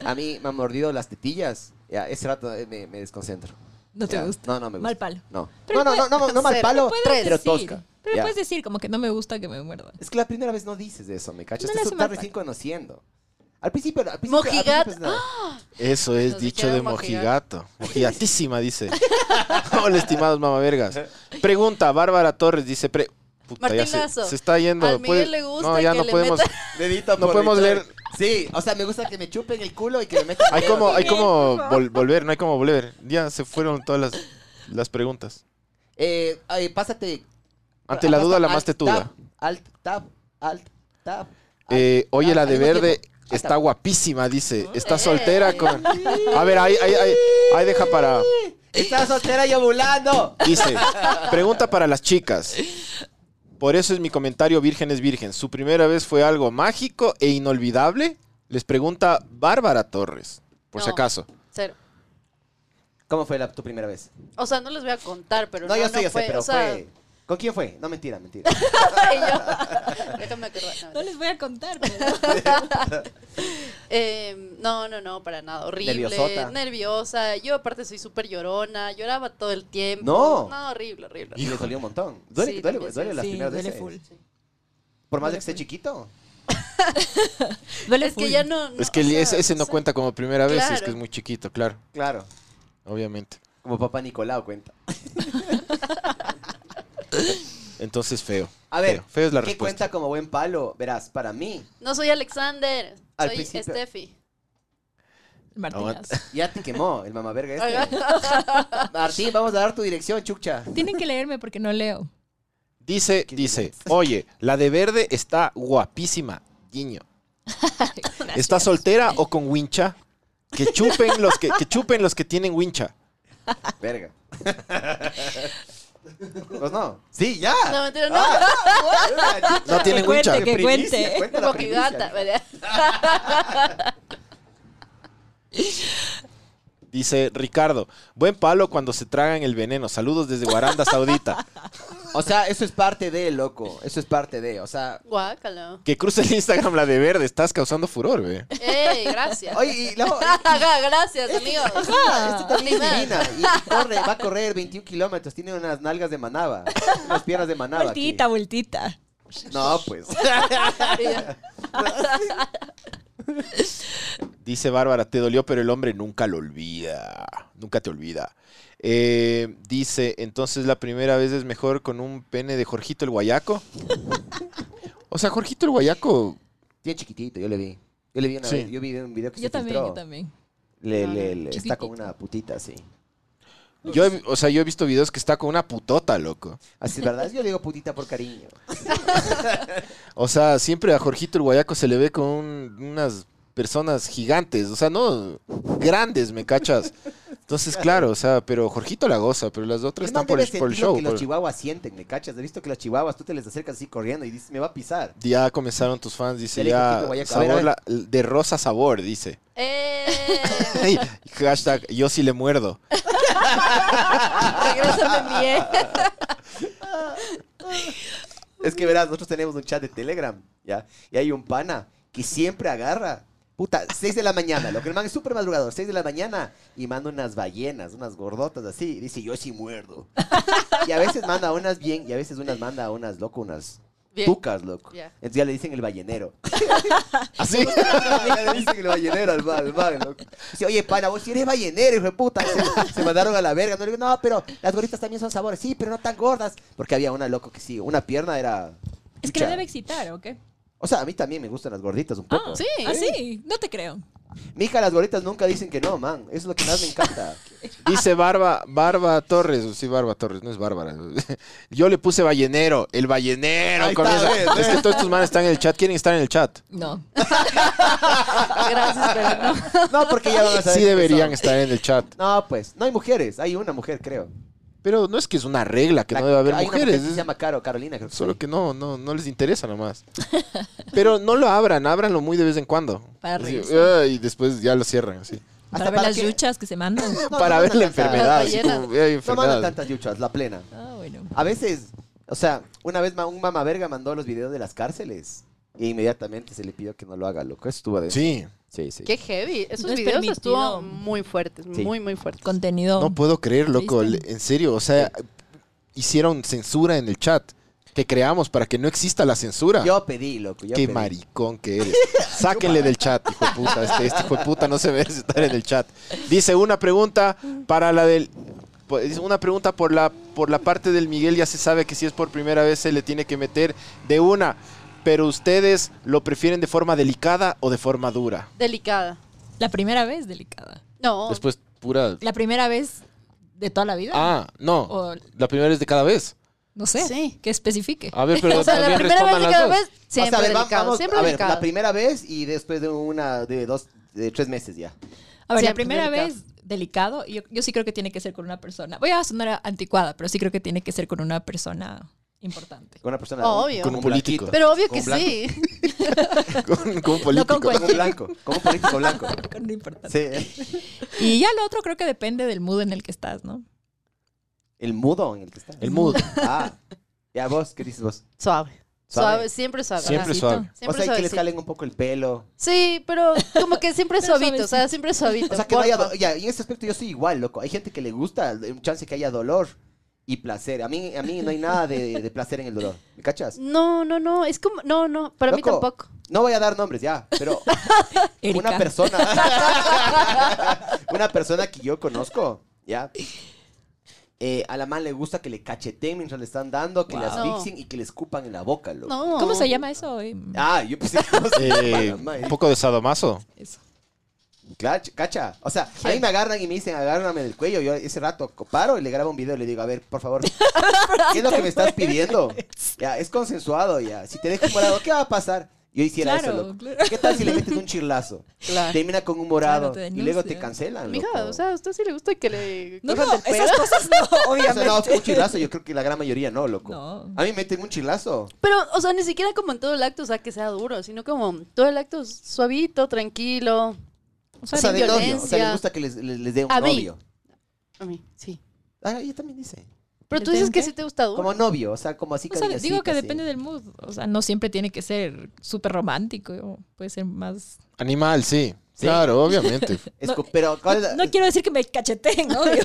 [SPEAKER 3] a mí me han mordido las tetillas. Ya, ese rato eh, me, me desconcentro.
[SPEAKER 5] no te
[SPEAKER 3] Ya.
[SPEAKER 5] gusta.
[SPEAKER 3] No, no me gusta.
[SPEAKER 5] Mal palo.
[SPEAKER 3] No.
[SPEAKER 5] Pero
[SPEAKER 3] no, no,
[SPEAKER 5] puede-
[SPEAKER 3] no, no, no mal
[SPEAKER 4] Cero.
[SPEAKER 3] palo,
[SPEAKER 5] Puedes
[SPEAKER 3] pero
[SPEAKER 5] decir,
[SPEAKER 3] tosca.
[SPEAKER 5] Pero
[SPEAKER 3] Ya.
[SPEAKER 5] puedes decir como que no me gusta que me muerdan.
[SPEAKER 3] Es que la primera vez no dices eso, ¿me cachas?
[SPEAKER 5] No
[SPEAKER 3] Te
[SPEAKER 5] le hace
[SPEAKER 3] estás
[SPEAKER 5] mal
[SPEAKER 3] recién conociendo. Al principio, al principio, al
[SPEAKER 4] Mojigat-
[SPEAKER 3] principio es nada.
[SPEAKER 2] Eso es
[SPEAKER 4] Nos
[SPEAKER 2] dicho de
[SPEAKER 4] dijeron mojigato.
[SPEAKER 2] mojigato. Mojigatísima, dice. Hola, estimados mamavergas. Pregunta, Bárbara Torres dice... pre- Puta, ya
[SPEAKER 4] Martín
[SPEAKER 2] se-
[SPEAKER 4] Lazo.
[SPEAKER 2] Se, está yendo.
[SPEAKER 4] Al Miguel
[SPEAKER 2] Puede-
[SPEAKER 4] le gusta
[SPEAKER 2] no, ya
[SPEAKER 4] que
[SPEAKER 2] no
[SPEAKER 4] le
[SPEAKER 2] podemos...
[SPEAKER 5] Ah.
[SPEAKER 3] Dedito
[SPEAKER 2] No
[SPEAKER 3] por
[SPEAKER 2] podemos
[SPEAKER 3] detrás.
[SPEAKER 2] leer.
[SPEAKER 3] Sí, o sea, me gusta que me chupen el culo y que me metan.
[SPEAKER 2] Hay
[SPEAKER 3] dedos.
[SPEAKER 2] como, hay como vol- volver, no hay como volver. Ya se fueron todas las, las preguntas.
[SPEAKER 3] Eh, ay, pásate.
[SPEAKER 2] Ante la duda, la más
[SPEAKER 3] tetuda.
[SPEAKER 2] tetuda.
[SPEAKER 3] Alt, tab, alt, tab. alt,
[SPEAKER 2] Eh, oye,
[SPEAKER 3] tab,
[SPEAKER 2] la de
[SPEAKER 3] al mismo
[SPEAKER 2] verde
[SPEAKER 3] tiempo. Ahí
[SPEAKER 2] está guapísima, dice. Está
[SPEAKER 4] Eh.
[SPEAKER 2] soltera con... A ver, ahí, ahí, ahí, ahí deja para...
[SPEAKER 3] Está soltera y ovulando.
[SPEAKER 2] Dice, pregunta para las chicas. Por eso es mi comentario Virgen es Virgen. ¿Su primera vez fue algo mágico e inolvidable? Les pregunta Bárbara Torres, por si
[SPEAKER 4] No.
[SPEAKER 2] acaso.
[SPEAKER 4] Cero.
[SPEAKER 3] ¿Cómo fue la- tu primera vez?
[SPEAKER 4] O sea, no les voy a contar, pero
[SPEAKER 3] No,
[SPEAKER 4] no,
[SPEAKER 3] yo
[SPEAKER 4] no
[SPEAKER 3] sé, yo
[SPEAKER 4] fue,
[SPEAKER 3] sé, pero
[SPEAKER 4] o sea,
[SPEAKER 3] fue. ¿Con quién fue? No, mentira, mentira.
[SPEAKER 4] fue yo. Déjame acordar. No,
[SPEAKER 5] No les voy a contar. pero-
[SPEAKER 4] Eh, no, no, no, para nada. Horrible.
[SPEAKER 3] Nerviosota.
[SPEAKER 4] Nerviosa. Yo aparte soy súper llorona. Lloraba todo el tiempo.
[SPEAKER 3] No.
[SPEAKER 4] No, horrible, horrible.
[SPEAKER 3] Y le dolió un montón. Duele,
[SPEAKER 4] Sí,
[SPEAKER 3] duele,
[SPEAKER 4] también,
[SPEAKER 3] duele
[SPEAKER 4] sí,
[SPEAKER 3] las
[SPEAKER 5] sí,
[SPEAKER 3] primeras
[SPEAKER 5] duele
[SPEAKER 3] veces.
[SPEAKER 5] full.
[SPEAKER 3] Por más de
[SPEAKER 5] Duele
[SPEAKER 3] que esté
[SPEAKER 5] full.
[SPEAKER 3] chiquito.
[SPEAKER 5] Duele
[SPEAKER 4] Es que
[SPEAKER 5] full.
[SPEAKER 4] ya no... no,
[SPEAKER 2] Es que
[SPEAKER 4] o sea,
[SPEAKER 2] ese, ese no
[SPEAKER 4] sí.
[SPEAKER 2] cuenta como primera vez, es
[SPEAKER 4] Claro.
[SPEAKER 2] que es muy chiquito, claro,
[SPEAKER 3] Claro.
[SPEAKER 2] obviamente.
[SPEAKER 3] Como papá Nicolau cuenta.
[SPEAKER 2] Entonces feo.
[SPEAKER 3] A ver,
[SPEAKER 2] feo, feo es la
[SPEAKER 3] ¿Qué
[SPEAKER 2] respuesta.
[SPEAKER 3] cuenta como buen palo? Verás, para mí,
[SPEAKER 4] No soy Alexander.
[SPEAKER 3] Al
[SPEAKER 4] soy
[SPEAKER 3] principio-
[SPEAKER 4] Steffi.
[SPEAKER 5] Martinazo.
[SPEAKER 3] ya te quemó el mamaverga este. Martín, vamos a dar tu dirección, chucha.
[SPEAKER 5] Tienen que leerme porque no leo.
[SPEAKER 2] Dice, dice, oye, la de verde está guapísima, guiño. ¿Está soltera o con wincha? Que chupen los que, que chupen los que tienen wincha.
[SPEAKER 3] Verga. Pues no. Sí, ya.
[SPEAKER 4] No, mentira, no.
[SPEAKER 3] ah,
[SPEAKER 2] No tienen
[SPEAKER 5] Que cuente,
[SPEAKER 2] wincha.
[SPEAKER 5] que
[SPEAKER 3] Primicia,
[SPEAKER 5] cuente.
[SPEAKER 3] cuenta la
[SPEAKER 4] Como que
[SPEAKER 3] primicia.
[SPEAKER 4] gata, ¿verdad?
[SPEAKER 2] Dice Ricardo, buen palo cuando se tragan el veneno. Saludos desde Guaranda Saudita.
[SPEAKER 3] O sea, eso es parte de, loco. Eso es parte de. O sea.
[SPEAKER 4] Guácalo.
[SPEAKER 2] Que cruce el Instagram la de verde, estás causando furor, ve.
[SPEAKER 4] Ey, gracias.
[SPEAKER 3] Oye, y la.
[SPEAKER 4] Ajá, gracias, amigo.
[SPEAKER 5] Ah,
[SPEAKER 3] Esto también es divina. Y, y corre, va a correr 21 kilómetros. Tiene unas nalgas de manaba. Unas piernas de manaba. aquí.
[SPEAKER 5] Vueltita, vueltita.
[SPEAKER 3] No, pues.
[SPEAKER 2] Dice Bárbara, te dolió, pero el hombre nunca lo olvida. Nunca te olvida. Eh, dice, entonces la primera vez es mejor con un pene de Jorgito el Guayaco. O sea, Jorgito el Guayaco.
[SPEAKER 3] Bien chiquitito, yo le vi. Yo le vi una
[SPEAKER 2] Sí.
[SPEAKER 3] vez- Yo vi un video que se
[SPEAKER 5] Yo también,
[SPEAKER 3] filtró.
[SPEAKER 5] yo también.
[SPEAKER 3] Le,
[SPEAKER 4] No,
[SPEAKER 3] le- le- está
[SPEAKER 5] Chiquitito.
[SPEAKER 3] con una putita así.
[SPEAKER 2] Yo he- o sea, yo he visto videos que está con una putota, loco.
[SPEAKER 3] Así es verdad. Yo le digo putita por cariño.
[SPEAKER 2] O sea, siempre a Jorgito el Guayaco se le ve con un- unas personas gigantes, o sea, no grandes, ¿me cachas? Entonces, claro, o sea, pero Jorgito la goza, pero las otras
[SPEAKER 3] Además,
[SPEAKER 2] están por el,
[SPEAKER 3] debe
[SPEAKER 2] por el
[SPEAKER 3] sentir lo
[SPEAKER 2] show.
[SPEAKER 3] que los
[SPEAKER 2] por-
[SPEAKER 3] chihuahuas sienten, ¿me cachas? He visto que los chihuahuas tú te les acercas así corriendo y dices, me va a pisar.
[SPEAKER 2] Ya comenzaron tus fans, dice
[SPEAKER 3] Dale,
[SPEAKER 2] ya
[SPEAKER 3] Jorgito Guayaco. A ver,
[SPEAKER 2] sabor
[SPEAKER 3] a ver.
[SPEAKER 2] la- de rosa sabor, dice.
[SPEAKER 4] Eh,
[SPEAKER 2] Hashtag yo sí le muerdo.
[SPEAKER 4] regrésame mi ex.
[SPEAKER 3] Es que verás, nosotros tenemos un chat de Telegram, ¿ya? Y hay un pana que siempre agarra. Puta, 6 de la mañana, lo que el man es súper madrugador, 6 de la mañana, y manda unas ballenas, unas gordotas así, y dice, yo sí muerdo. y a veces manda unas bien, y a veces unas manda unas, loco, unas
[SPEAKER 4] Bien.
[SPEAKER 3] tucas, loco.
[SPEAKER 4] Ya.
[SPEAKER 3] Entonces ya le dicen el ballenero.
[SPEAKER 2] ¿Así?
[SPEAKER 3] Ya le dicen el ballenero al man, al man, loco. Dice, oye, pana, vos si eres ballenero, hijo de puta. Se, se mandaron a la verga. No le digo, no, pero las gorditas también son sabores. Sí, pero no tan gordas. Porque había una, loco, que sí, una pierna era...
[SPEAKER 5] Es que le
[SPEAKER 3] chucha.
[SPEAKER 5] debe excitar, ¿o qué?
[SPEAKER 3] O sea, a mí también me gustan las gorditas un poco.
[SPEAKER 5] Ah,
[SPEAKER 4] Sí.
[SPEAKER 5] ¿Ah, sí? No te creo.
[SPEAKER 3] Mija, las gorditas nunca dicen que no, man. Eso es lo que más me encanta.
[SPEAKER 2] Dice Barba, Barba Torres, sí, Barba Torres, no es Bárbara. Yo le puse ballenero, el ballenero.
[SPEAKER 6] Ahí
[SPEAKER 2] con
[SPEAKER 6] está,
[SPEAKER 2] esa-
[SPEAKER 6] ¿ves?
[SPEAKER 2] Es que todos estos manes están en el chat, quieren estar en el chat.
[SPEAKER 5] No.
[SPEAKER 4] Gracias, pero no.
[SPEAKER 3] No, porque ya van a saber
[SPEAKER 2] Sí
[SPEAKER 3] que
[SPEAKER 2] deberían
[SPEAKER 3] son.
[SPEAKER 2] estar en el chat.
[SPEAKER 3] No, pues, no hay mujeres, hay una mujer, creo.
[SPEAKER 2] Pero no es que es una regla que
[SPEAKER 3] La-
[SPEAKER 2] no debe haber
[SPEAKER 3] hay una
[SPEAKER 2] mujeres.
[SPEAKER 3] mujer que
[SPEAKER 2] es-
[SPEAKER 3] se llama Caro, Carolina, creo que
[SPEAKER 2] Solo
[SPEAKER 3] sí.
[SPEAKER 2] que no, no, no les interesa nomás. Pero no lo abran, ábranlo muy de vez en cuando.
[SPEAKER 5] Para
[SPEAKER 2] Así,
[SPEAKER 5] reírse.
[SPEAKER 2] "Ah", y después ya lo cierran, así.
[SPEAKER 5] Para ver
[SPEAKER 3] para
[SPEAKER 5] las
[SPEAKER 3] que-
[SPEAKER 5] luchas que se mandan.
[SPEAKER 3] No,
[SPEAKER 2] para
[SPEAKER 3] no
[SPEAKER 2] ver
[SPEAKER 3] mandan
[SPEAKER 2] la
[SPEAKER 3] tantas-
[SPEAKER 2] enfermedad,
[SPEAKER 4] Las
[SPEAKER 2] así
[SPEAKER 4] ballenas.
[SPEAKER 2] como, "Ay,
[SPEAKER 3] No mandan
[SPEAKER 2] enfermedad".
[SPEAKER 3] tantas yuchas, la plena.
[SPEAKER 5] Ah, bueno.
[SPEAKER 3] A veces, o sea, una vez ma- un mamá verga mandó los videos de las cárceles. E inmediatamente se le pidió que no lo haga, loco. Eso estuvo de
[SPEAKER 2] Sí,
[SPEAKER 3] sí, sí.
[SPEAKER 4] Qué heavy. Esos
[SPEAKER 5] No es
[SPEAKER 4] videos
[SPEAKER 5] permitido.
[SPEAKER 4] estuvo muy fuertes,
[SPEAKER 3] Sí.
[SPEAKER 4] muy, muy fuertes.
[SPEAKER 5] Contenido.
[SPEAKER 2] no puedo creer, loco.
[SPEAKER 5] ¿Viste?
[SPEAKER 2] le- En serio, o sea, hicieron censura en el chat que creamos para que no exista la censura.
[SPEAKER 3] Yo pedí, loco. Yo
[SPEAKER 2] Qué
[SPEAKER 3] pedí.
[SPEAKER 2] maricón que eres. Sáquenle del chat, hijo de puta. Este, este hijo de puta no se merece estar en el chat. Dice una pregunta para la del. po- dice Una pregunta por la, por la parte del Miguel. Ya se sabe que si es por primera vez se le tiene que meter de una. Pero ustedes lo prefieren de forma delicada o de forma dura.
[SPEAKER 4] Delicada.
[SPEAKER 5] La primera vez delicada.
[SPEAKER 4] No,
[SPEAKER 2] Después, pura.
[SPEAKER 5] La primera vez de toda la vida.
[SPEAKER 2] Ah, no.
[SPEAKER 5] O-
[SPEAKER 2] La primera vez de cada vez.
[SPEAKER 5] no sé.
[SPEAKER 4] Sí.
[SPEAKER 5] Que especifique.
[SPEAKER 2] A ver, pero
[SPEAKER 4] o sea, la
[SPEAKER 2] también
[SPEAKER 4] primera vez
[SPEAKER 2] respondan
[SPEAKER 4] de
[SPEAKER 2] las
[SPEAKER 4] cada
[SPEAKER 2] dos.
[SPEAKER 4] vez, siempre
[SPEAKER 3] o sea, a ver, va-
[SPEAKER 4] delicado,
[SPEAKER 3] vamos-
[SPEAKER 4] siempre
[SPEAKER 3] a ver,
[SPEAKER 4] delicado.
[SPEAKER 3] la primera vez y después de una, de dos, de tres meses ya.
[SPEAKER 5] A ver, la
[SPEAKER 4] Siempre
[SPEAKER 5] primera
[SPEAKER 4] delicado.
[SPEAKER 5] vez delicado, yo, yo sí creo que tiene que ser con una persona. Voy a sonar anticuada, pero sí creo que tiene que ser con una persona importante.
[SPEAKER 3] Con una persona.
[SPEAKER 4] Obvio.
[SPEAKER 2] Con un político.
[SPEAKER 4] Pero obvio
[SPEAKER 3] Con
[SPEAKER 4] que
[SPEAKER 3] blanco.
[SPEAKER 4] sí.
[SPEAKER 2] Con, con un
[SPEAKER 5] No
[SPEAKER 2] político.
[SPEAKER 5] con
[SPEAKER 3] Como
[SPEAKER 5] cualquier.
[SPEAKER 3] blanco, como un político blanco.
[SPEAKER 5] Con un importante.
[SPEAKER 3] Sí.
[SPEAKER 5] Y ya lo otro creo que depende del mood en el que estás, ¿no?
[SPEAKER 3] El mudo en el que está.
[SPEAKER 2] El mood. eh,
[SPEAKER 3] Ah. Ya vos, ¿qué dices vos?
[SPEAKER 4] Suave.
[SPEAKER 3] Suave.
[SPEAKER 4] Suave, siempre suave.
[SPEAKER 2] Siempre
[SPEAKER 4] Ajá.
[SPEAKER 5] Bracito.
[SPEAKER 2] suave.
[SPEAKER 3] o sea,
[SPEAKER 4] Siempre
[SPEAKER 3] y que les
[SPEAKER 4] suavecito.
[SPEAKER 3] calen un poco el pelo.
[SPEAKER 4] Sí, pero como que siempre
[SPEAKER 5] Pero
[SPEAKER 4] suavito, o sea, siempre suavito.
[SPEAKER 3] O sea, que no haya
[SPEAKER 4] porfa.
[SPEAKER 3] do- ya, y en ese aspecto yo soy igual, loco. Hay gente que le gusta, eh, un chance que haya dolor y placer. A mí, a mí no hay nada de, de placer en el dolor. ¿Me cachas?
[SPEAKER 4] No, no, no, es como, no, no, para mí
[SPEAKER 3] Loco,
[SPEAKER 4] tampoco.
[SPEAKER 3] No voy a dar nombres ya, pero
[SPEAKER 5] Erika.
[SPEAKER 3] una persona. una persona que yo conozco, ya. eh, a la man le gusta que le cacheteen mientras le están dando, que le
[SPEAKER 5] Wow.
[SPEAKER 3] asfixien y que le escupan en la boca, loco.
[SPEAKER 4] No.
[SPEAKER 5] ¿Cómo se llama eso? Eh,
[SPEAKER 3] Ah, yo pensé que no se
[SPEAKER 2] Eh,
[SPEAKER 3] llamaba,
[SPEAKER 2] un poco de sadomaso.
[SPEAKER 5] Eso.
[SPEAKER 3] Clach- Cacha, o sea, ahí me agarran y me dicen, agárrame del cuello. Yo ese rato co- paro y le grabo un video y le digo, a ver, por favor, ¿qué es lo que me estás pidiendo? Ya, es consensuado ya. Si te dejo morado, ¿qué va a pasar? Yo hiciera eso,
[SPEAKER 5] Claro,
[SPEAKER 3] loco.
[SPEAKER 5] claro.
[SPEAKER 3] ¿Qué tal si le metes un chirlazo?
[SPEAKER 4] Claro.
[SPEAKER 3] Termina con un morado
[SPEAKER 5] Claro, te
[SPEAKER 3] y luego te
[SPEAKER 5] denuncian.
[SPEAKER 3] cancelan.
[SPEAKER 4] Mija,
[SPEAKER 3] loco.
[SPEAKER 4] o sea, a usted sí le gusta que le
[SPEAKER 5] No,
[SPEAKER 4] cojan
[SPEAKER 5] no,
[SPEAKER 4] del pelo?
[SPEAKER 5] esas cosas no,
[SPEAKER 3] O sea, no,
[SPEAKER 5] obviamente.
[SPEAKER 3] un chirlazo, yo creo que la gran mayoría no, loco.
[SPEAKER 5] No.
[SPEAKER 3] A mí me meten un chirlazo.
[SPEAKER 4] Pero, o sea, ni siquiera como en todo el acto, o sea, que sea duro, sino como todo el acto suavito, tranquilo. O
[SPEAKER 3] O
[SPEAKER 4] sea,
[SPEAKER 3] sea,
[SPEAKER 4] sin
[SPEAKER 3] de novio. O sea,
[SPEAKER 4] violencia.
[SPEAKER 3] les gusta que les, les, les dé un
[SPEAKER 4] A mí.
[SPEAKER 3] novio.
[SPEAKER 4] A mí, sí.
[SPEAKER 3] Ah, ella también dice.
[SPEAKER 4] Pero tú
[SPEAKER 5] ¿Te
[SPEAKER 4] dices que
[SPEAKER 5] entiende?
[SPEAKER 4] sí te gusta duro.
[SPEAKER 3] Como novio, o sea, como así
[SPEAKER 5] O sea, digo
[SPEAKER 3] cariñosito,
[SPEAKER 5] que
[SPEAKER 3] así.
[SPEAKER 5] depende del mood. O sea, no siempre tiene que ser súper romántico. o Puede ser más.
[SPEAKER 2] Animal, sí. Claro, obviamente.
[SPEAKER 3] Escu-
[SPEAKER 5] No,
[SPEAKER 3] pero, ¿cuál es la-
[SPEAKER 5] No quiero decir que me cacheteen, obvio.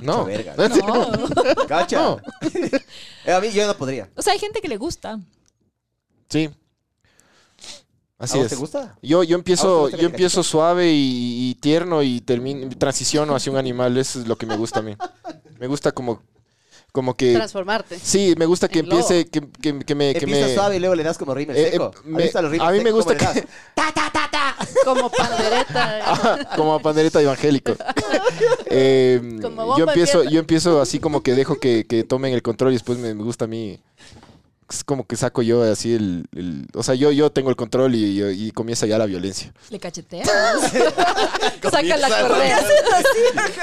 [SPEAKER 2] No.
[SPEAKER 3] verga.
[SPEAKER 2] No.
[SPEAKER 5] No.
[SPEAKER 3] Cacha.
[SPEAKER 2] No.
[SPEAKER 3] Eh, A mí yo no podría.
[SPEAKER 5] O sea, hay gente que le gusta.
[SPEAKER 2] Sí.
[SPEAKER 3] ¿A
[SPEAKER 2] Así
[SPEAKER 3] vos
[SPEAKER 2] es.
[SPEAKER 3] te gusta?
[SPEAKER 2] Yo, yo
[SPEAKER 3] ¿A vos te
[SPEAKER 2] empiezo,
[SPEAKER 3] gusta que
[SPEAKER 2] yo
[SPEAKER 3] te
[SPEAKER 2] empiezo suave y, y tierno y termino, transiciono hacia un animal. Eso es lo que me gusta a mí. Me gusta como, como que...
[SPEAKER 4] Transformarte.
[SPEAKER 2] Sí, me gusta que
[SPEAKER 4] en lobo.
[SPEAKER 2] empiece, que, que- Eh, que me... Que
[SPEAKER 3] Empiezas
[SPEAKER 2] me
[SPEAKER 3] suave y luego le das como rímel
[SPEAKER 2] Eh, eh,
[SPEAKER 3] seco. a, mí
[SPEAKER 2] me-
[SPEAKER 3] hasta los rímel
[SPEAKER 2] a mí me
[SPEAKER 3] secos,
[SPEAKER 2] gusta
[SPEAKER 3] ¿cómo le
[SPEAKER 2] que-
[SPEAKER 3] das?
[SPEAKER 4] Como pandereta.
[SPEAKER 2] Ah, como pandereta evangélico. Eh,
[SPEAKER 4] Como bomba
[SPEAKER 2] yo, empiezo,
[SPEAKER 4] tienda.
[SPEAKER 2] yo empiezo así como que dejo que, que tomen el control y después me, me gusta a mí. Es como que saco yo así el... el- o sea, yo, yo tengo el control y, y- y comienza ya la violencia.
[SPEAKER 5] Le cachetea.
[SPEAKER 4] Saca la correa.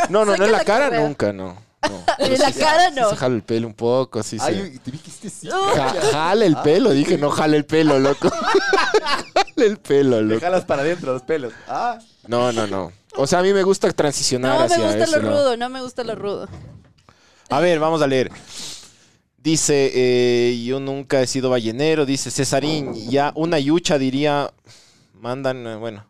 [SPEAKER 2] No, no, no en
[SPEAKER 4] Saca
[SPEAKER 2] la
[SPEAKER 4] la
[SPEAKER 2] cara
[SPEAKER 4] correa.
[SPEAKER 2] nunca, no. no. Pero
[SPEAKER 4] En la
[SPEAKER 2] sí se-
[SPEAKER 4] cara
[SPEAKER 2] sí
[SPEAKER 4] no.
[SPEAKER 2] se jala el pelo un poco, así se...
[SPEAKER 3] Ay, te vi que este sí.
[SPEAKER 2] Ja- jala el pelo, dije, no jala el pelo, loco. jala el pelo,
[SPEAKER 3] Le
[SPEAKER 2] loco.
[SPEAKER 3] jalas para adentro los pelos. Ah,
[SPEAKER 2] No, no, no. O sea, a mí me gusta transicionar
[SPEAKER 4] No me
[SPEAKER 2] hacia
[SPEAKER 4] gusta
[SPEAKER 2] eso,
[SPEAKER 4] lo
[SPEAKER 2] ¿no?
[SPEAKER 4] rudo, no me gusta lo rudo.
[SPEAKER 2] A ver, vamos a leer. Dice, eh, yo nunca he sido ballenero, dice Cesarín, ya una yucha diría, mandan, eh, bueno,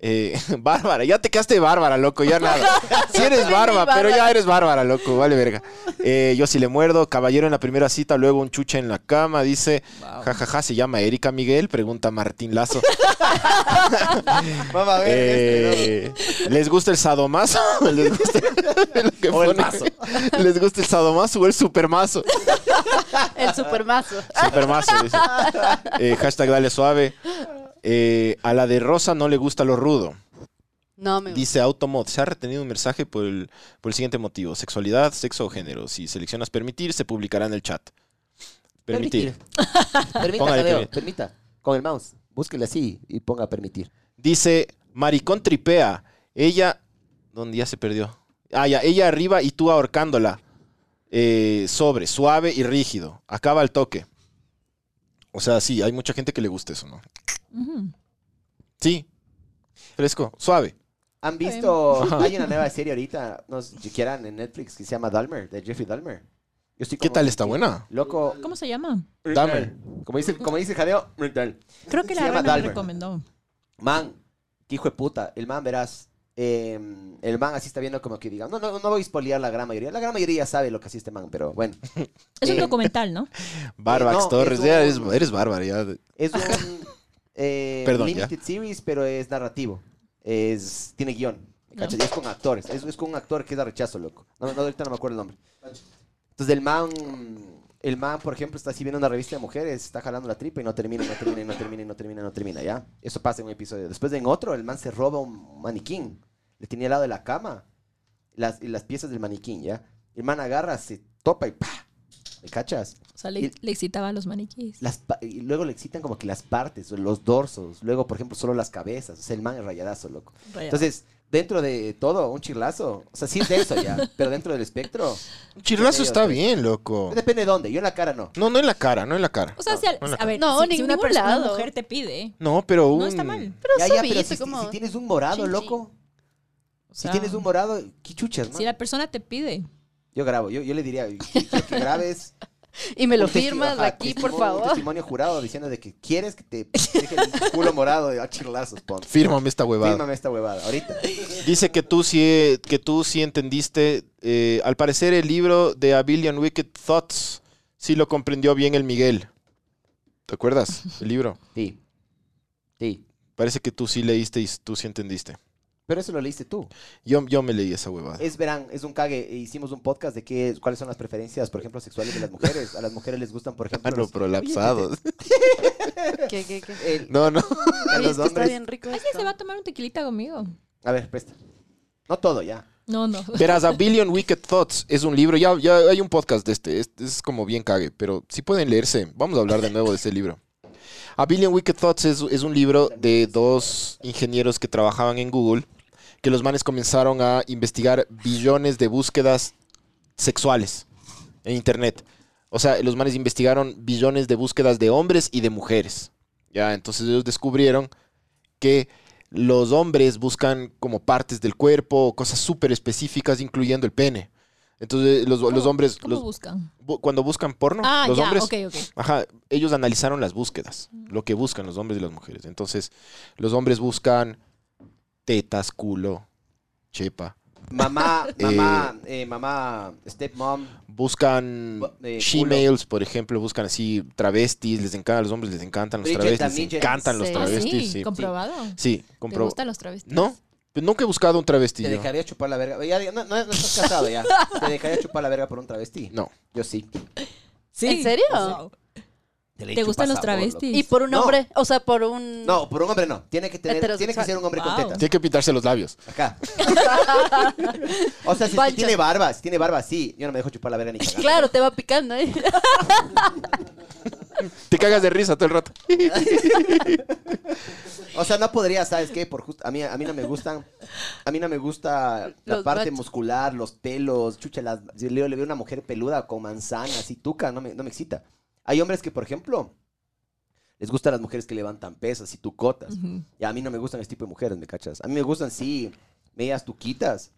[SPEAKER 2] eh, Bárbara, ya te quedaste bárbara, loco, ya nada. Si eres bárbara, pero ya eres bárbara, loco, vale verga. Eh, yo sí le muerdo, caballero en la primera cita, luego un chucha en la cama, dice, jajaja, se llama Erika Miguel, pregunta Martín Lazo.
[SPEAKER 3] mamá, a ver. este,
[SPEAKER 2] Eh, ¿Les gusta el sadomaso? ¿Les gusta lo que
[SPEAKER 3] O el
[SPEAKER 2] pone?
[SPEAKER 3] mazo.
[SPEAKER 2] ¿Les gusta el sadomaso o el supermazo?
[SPEAKER 4] El supermazo.
[SPEAKER 2] Supermazo, dice. Eh, hashtag dale suave. Eh, a la de Rosa no le gusta lo rudo.
[SPEAKER 4] No, me
[SPEAKER 2] Dice Automod, se ha retenido un mensaje por el, por el siguiente motivo, sexualidad, sexo o género. Si seleccionas permitir, se publicará en el chat. Permitir.
[SPEAKER 3] Permita,
[SPEAKER 2] Póngale
[SPEAKER 3] Tadeo,
[SPEAKER 2] permitir.
[SPEAKER 3] permita. Con el mouse. Búsquele así y ponga permitir.
[SPEAKER 2] Dice, maricón tripea, ella... ¿Dónde ya se perdió? Ah, ya, ella arriba y tú ahorcándola. Eh, sobre, suave y rígido. Acaba el toque. O sea, sí, hay mucha gente que le gusta eso, ¿no?
[SPEAKER 5] Ujú.
[SPEAKER 2] Sí. Fresco, suave.
[SPEAKER 3] ¿Han visto? Hay una nueva serie ahorita, no sé si quieran, en Netflix que se llama Dahmer, de Jeffrey Dahmer. Yo estoy
[SPEAKER 2] ¿Qué
[SPEAKER 3] como-
[SPEAKER 2] tal está buena?
[SPEAKER 3] Loco.
[SPEAKER 5] ¿Cómo se llama?
[SPEAKER 2] Dahmer.
[SPEAKER 3] Como dice, como dice Jadeo,
[SPEAKER 5] Creo
[SPEAKER 3] Se
[SPEAKER 5] que la
[SPEAKER 3] llama
[SPEAKER 5] Rana me
[SPEAKER 3] Dalmer.
[SPEAKER 5] recomendó.
[SPEAKER 3] Man, qué hijo de puta. El man, verás. eh, el man así está viendo como que diga. No, no, no voy a spoilear la gran mayoría. La gran mayoría ya sabe lo que hacía este man, pero bueno.
[SPEAKER 5] Es un
[SPEAKER 3] Eh,
[SPEAKER 5] documental, ¿no?
[SPEAKER 2] Barbax
[SPEAKER 3] no, es
[SPEAKER 2] Torres, ya eres,
[SPEAKER 3] un-
[SPEAKER 2] eres bárbara, ya.
[SPEAKER 3] Es un eh,
[SPEAKER 2] Perdón, ya.
[SPEAKER 3] limited series, pero es narrativo. Es, tiene guión. ¿me cachas? Y es con actores. Es, es con un actor que es de rechazo, loco. No, no, ahorita no me acuerdo el nombre. Entonces el man, el man, por ejemplo, está así viendo una revista de mujeres, está jalando la tripa y no termina, y no termina, y no termina, y no termina, y no termina, ¿ya? Eso pasa en un episodio. Después en otro, el man se roba un maniquín. Le tenía al lado de la cama las, las piezas del maniquín, ¿ya? El man agarra, se topa y ¡pa! ¿Me cachas?
[SPEAKER 5] O sea, le,
[SPEAKER 3] y-
[SPEAKER 5] le excitaba a los maniquíes.
[SPEAKER 3] las pa- y luego le excitan como que las partes, o los dorsos, luego, por ejemplo, solo las cabezas. O sea, el man es rayadazo, loco.
[SPEAKER 5] Rayado.
[SPEAKER 3] Entonces, dentro de todo, un chirlazo. O sea, sí es denso ya, pero dentro del espectro.
[SPEAKER 2] Chirlazo está
[SPEAKER 3] Dios,
[SPEAKER 2] bien, loco.
[SPEAKER 3] Depende de dónde, yo en la cara no.
[SPEAKER 2] No, no en la cara, no en la cara.
[SPEAKER 5] o sea, si, al-
[SPEAKER 2] no, no.
[SPEAKER 5] a ver,
[SPEAKER 4] No,
[SPEAKER 5] si,
[SPEAKER 4] ni
[SPEAKER 5] si una,
[SPEAKER 4] ningún
[SPEAKER 5] persona, una
[SPEAKER 4] lado.
[SPEAKER 5] mujer te pide,
[SPEAKER 2] No, pero un...
[SPEAKER 5] no está mal.
[SPEAKER 4] Pero
[SPEAKER 3] ya, ya, pero
[SPEAKER 4] suavito,
[SPEAKER 3] si, si-
[SPEAKER 4] como-
[SPEAKER 3] si tienes un morado,
[SPEAKER 4] Chin, chin.
[SPEAKER 3] loco.
[SPEAKER 5] O sea,
[SPEAKER 3] si tienes un morado, ¿qué chuchas, man?
[SPEAKER 5] si la persona te pide,
[SPEAKER 3] Yo grabo, yo, yo le diría que, que grabes.
[SPEAKER 4] Y me lo
[SPEAKER 3] un testi-
[SPEAKER 4] firmas
[SPEAKER 3] ajá,
[SPEAKER 4] aquí, por
[SPEAKER 3] testimonio- Un
[SPEAKER 4] favor.
[SPEAKER 3] testimonio jurado diciendo de que quieres que te deje el culo morado de a chirlazos, ponte.
[SPEAKER 2] Fírmame esta huevada.
[SPEAKER 3] Fírmame esta huevada, ahorita.
[SPEAKER 2] Dice que tú sí, que tú sí entendiste. eh, al parecer, el libro de A Billion Wicked Thoughts sí lo comprendió bien el Miguel. ¿Te acuerdas? El libro.
[SPEAKER 3] Sí. Sí.
[SPEAKER 2] Parece que tú sí leíste y tú sí entendiste.
[SPEAKER 3] Pero eso lo leíste tú.
[SPEAKER 2] Yo, yo me leí esa huevada.
[SPEAKER 3] Es verán, es un cague. e Hicimos un podcast de qué, cuáles son las preferencias, por ejemplo, sexuales de las mujeres. A las mujeres les gustan, por ejemplo.
[SPEAKER 2] Mano
[SPEAKER 3] los-
[SPEAKER 2] prolapsados.
[SPEAKER 4] ¿Qué, qué, qué?
[SPEAKER 3] el-
[SPEAKER 2] No, no.
[SPEAKER 3] a los
[SPEAKER 4] Oye, esto está
[SPEAKER 3] hombres-
[SPEAKER 4] bien rico.
[SPEAKER 5] alguien
[SPEAKER 4] esto.
[SPEAKER 5] se va a tomar un tequilita conmigo.
[SPEAKER 3] A ver, presta. No todo ya.
[SPEAKER 5] No, no.
[SPEAKER 2] Verás, A Billion Wicked Thoughts es un libro. Ya, ya hay un podcast de este. Es, es como bien cague, pero si pueden leerse. Vamos a hablar de nuevo de ese libro. A Billion Wicked Thoughts es, es un libro de dos ingenieros que trabajaban en Google, que los manes comenzaron a investigar billones de búsquedas sexuales en Internet. O sea, los manes investigaron billones de búsquedas de hombres y de mujeres. Ya, entonces ellos descubrieron que los hombres buscan como partes del cuerpo, cosas súper específicas, incluyendo el pene. Entonces, los, los
[SPEAKER 5] ¿Cómo-
[SPEAKER 2] hombres,
[SPEAKER 5] ¿Cómo
[SPEAKER 2] los-
[SPEAKER 5] buscan?
[SPEAKER 2] bu- cuando buscan porno,
[SPEAKER 5] Ah,
[SPEAKER 2] los
[SPEAKER 5] ya,
[SPEAKER 2] hombres,
[SPEAKER 5] ok, ok.
[SPEAKER 2] ajá, ellos analizaron las búsquedas, lo que buscan los hombres y las mujeres. Entonces, los hombres buscan tetas, culo, chepa.
[SPEAKER 3] Mamá, mamá, eh, mamá, stepmom. eh,
[SPEAKER 2] Buscan
[SPEAKER 3] Bu- eh,
[SPEAKER 2] she-males, por ejemplo, buscan así travestis, les encantan, a los hombres les encantan los
[SPEAKER 3] Bridget
[SPEAKER 2] travestis,
[SPEAKER 3] the
[SPEAKER 2] les
[SPEAKER 3] Midget.
[SPEAKER 2] encantan los
[SPEAKER 4] Sí.
[SPEAKER 5] Ah,
[SPEAKER 2] travestis.
[SPEAKER 5] sí,
[SPEAKER 2] sí,
[SPEAKER 5] comprobado.
[SPEAKER 2] Sí,
[SPEAKER 5] ¿Te
[SPEAKER 2] compro-
[SPEAKER 5] gustan los travestis?
[SPEAKER 2] No, pues nunca he buscado un travesti.
[SPEAKER 3] Te
[SPEAKER 2] yo.
[SPEAKER 3] dejaría chupar la verga. Ya, ya, no, no, no estás casado ya. Te dejaría chupar la verga por un travesti.
[SPEAKER 2] No.
[SPEAKER 3] Yo sí.
[SPEAKER 5] Sí.
[SPEAKER 4] ¿En serio?
[SPEAKER 5] Wow.
[SPEAKER 3] le
[SPEAKER 5] ¿Te
[SPEAKER 3] chupa
[SPEAKER 5] gustan los
[SPEAKER 3] sabor, loco.
[SPEAKER 5] travestis?
[SPEAKER 4] Y por un
[SPEAKER 3] No.
[SPEAKER 4] hombre, o sea, por un...
[SPEAKER 3] No, por un hombre no. Tiene que tener, tiene que
[SPEAKER 4] Heterosexual.
[SPEAKER 3] ser un hombre
[SPEAKER 5] Wow.
[SPEAKER 3] con tetas.
[SPEAKER 2] Tiene que pintarse los labios.
[SPEAKER 3] Acá. o sea, si es que
[SPEAKER 4] Pancho.
[SPEAKER 3] tiene barba, si tiene barba, sí. Yo no me dejo chupar la verga ni cagando.
[SPEAKER 4] Claro, te va picando, ¿eh?
[SPEAKER 2] Te cagas de risa todo el rato.
[SPEAKER 3] O sea, no podría, ¿sabes qué? Por justo, a mí a mí no me gustan. A mí no me gusta la
[SPEAKER 4] Los
[SPEAKER 3] parte
[SPEAKER 4] machos.
[SPEAKER 3] muscular, los pelos, chucha, las, yo le, le veo una mujer peluda con manzanas y tuca, no me, no me excita. Hay hombres que, por ejemplo, les gustan las mujeres que levantan pesas y tucotas.
[SPEAKER 5] Ujú.
[SPEAKER 3] Y a mí no me gustan ese tipo de mujeres, ¿me cachas? A mí me gustan, sí, medias tuquitas,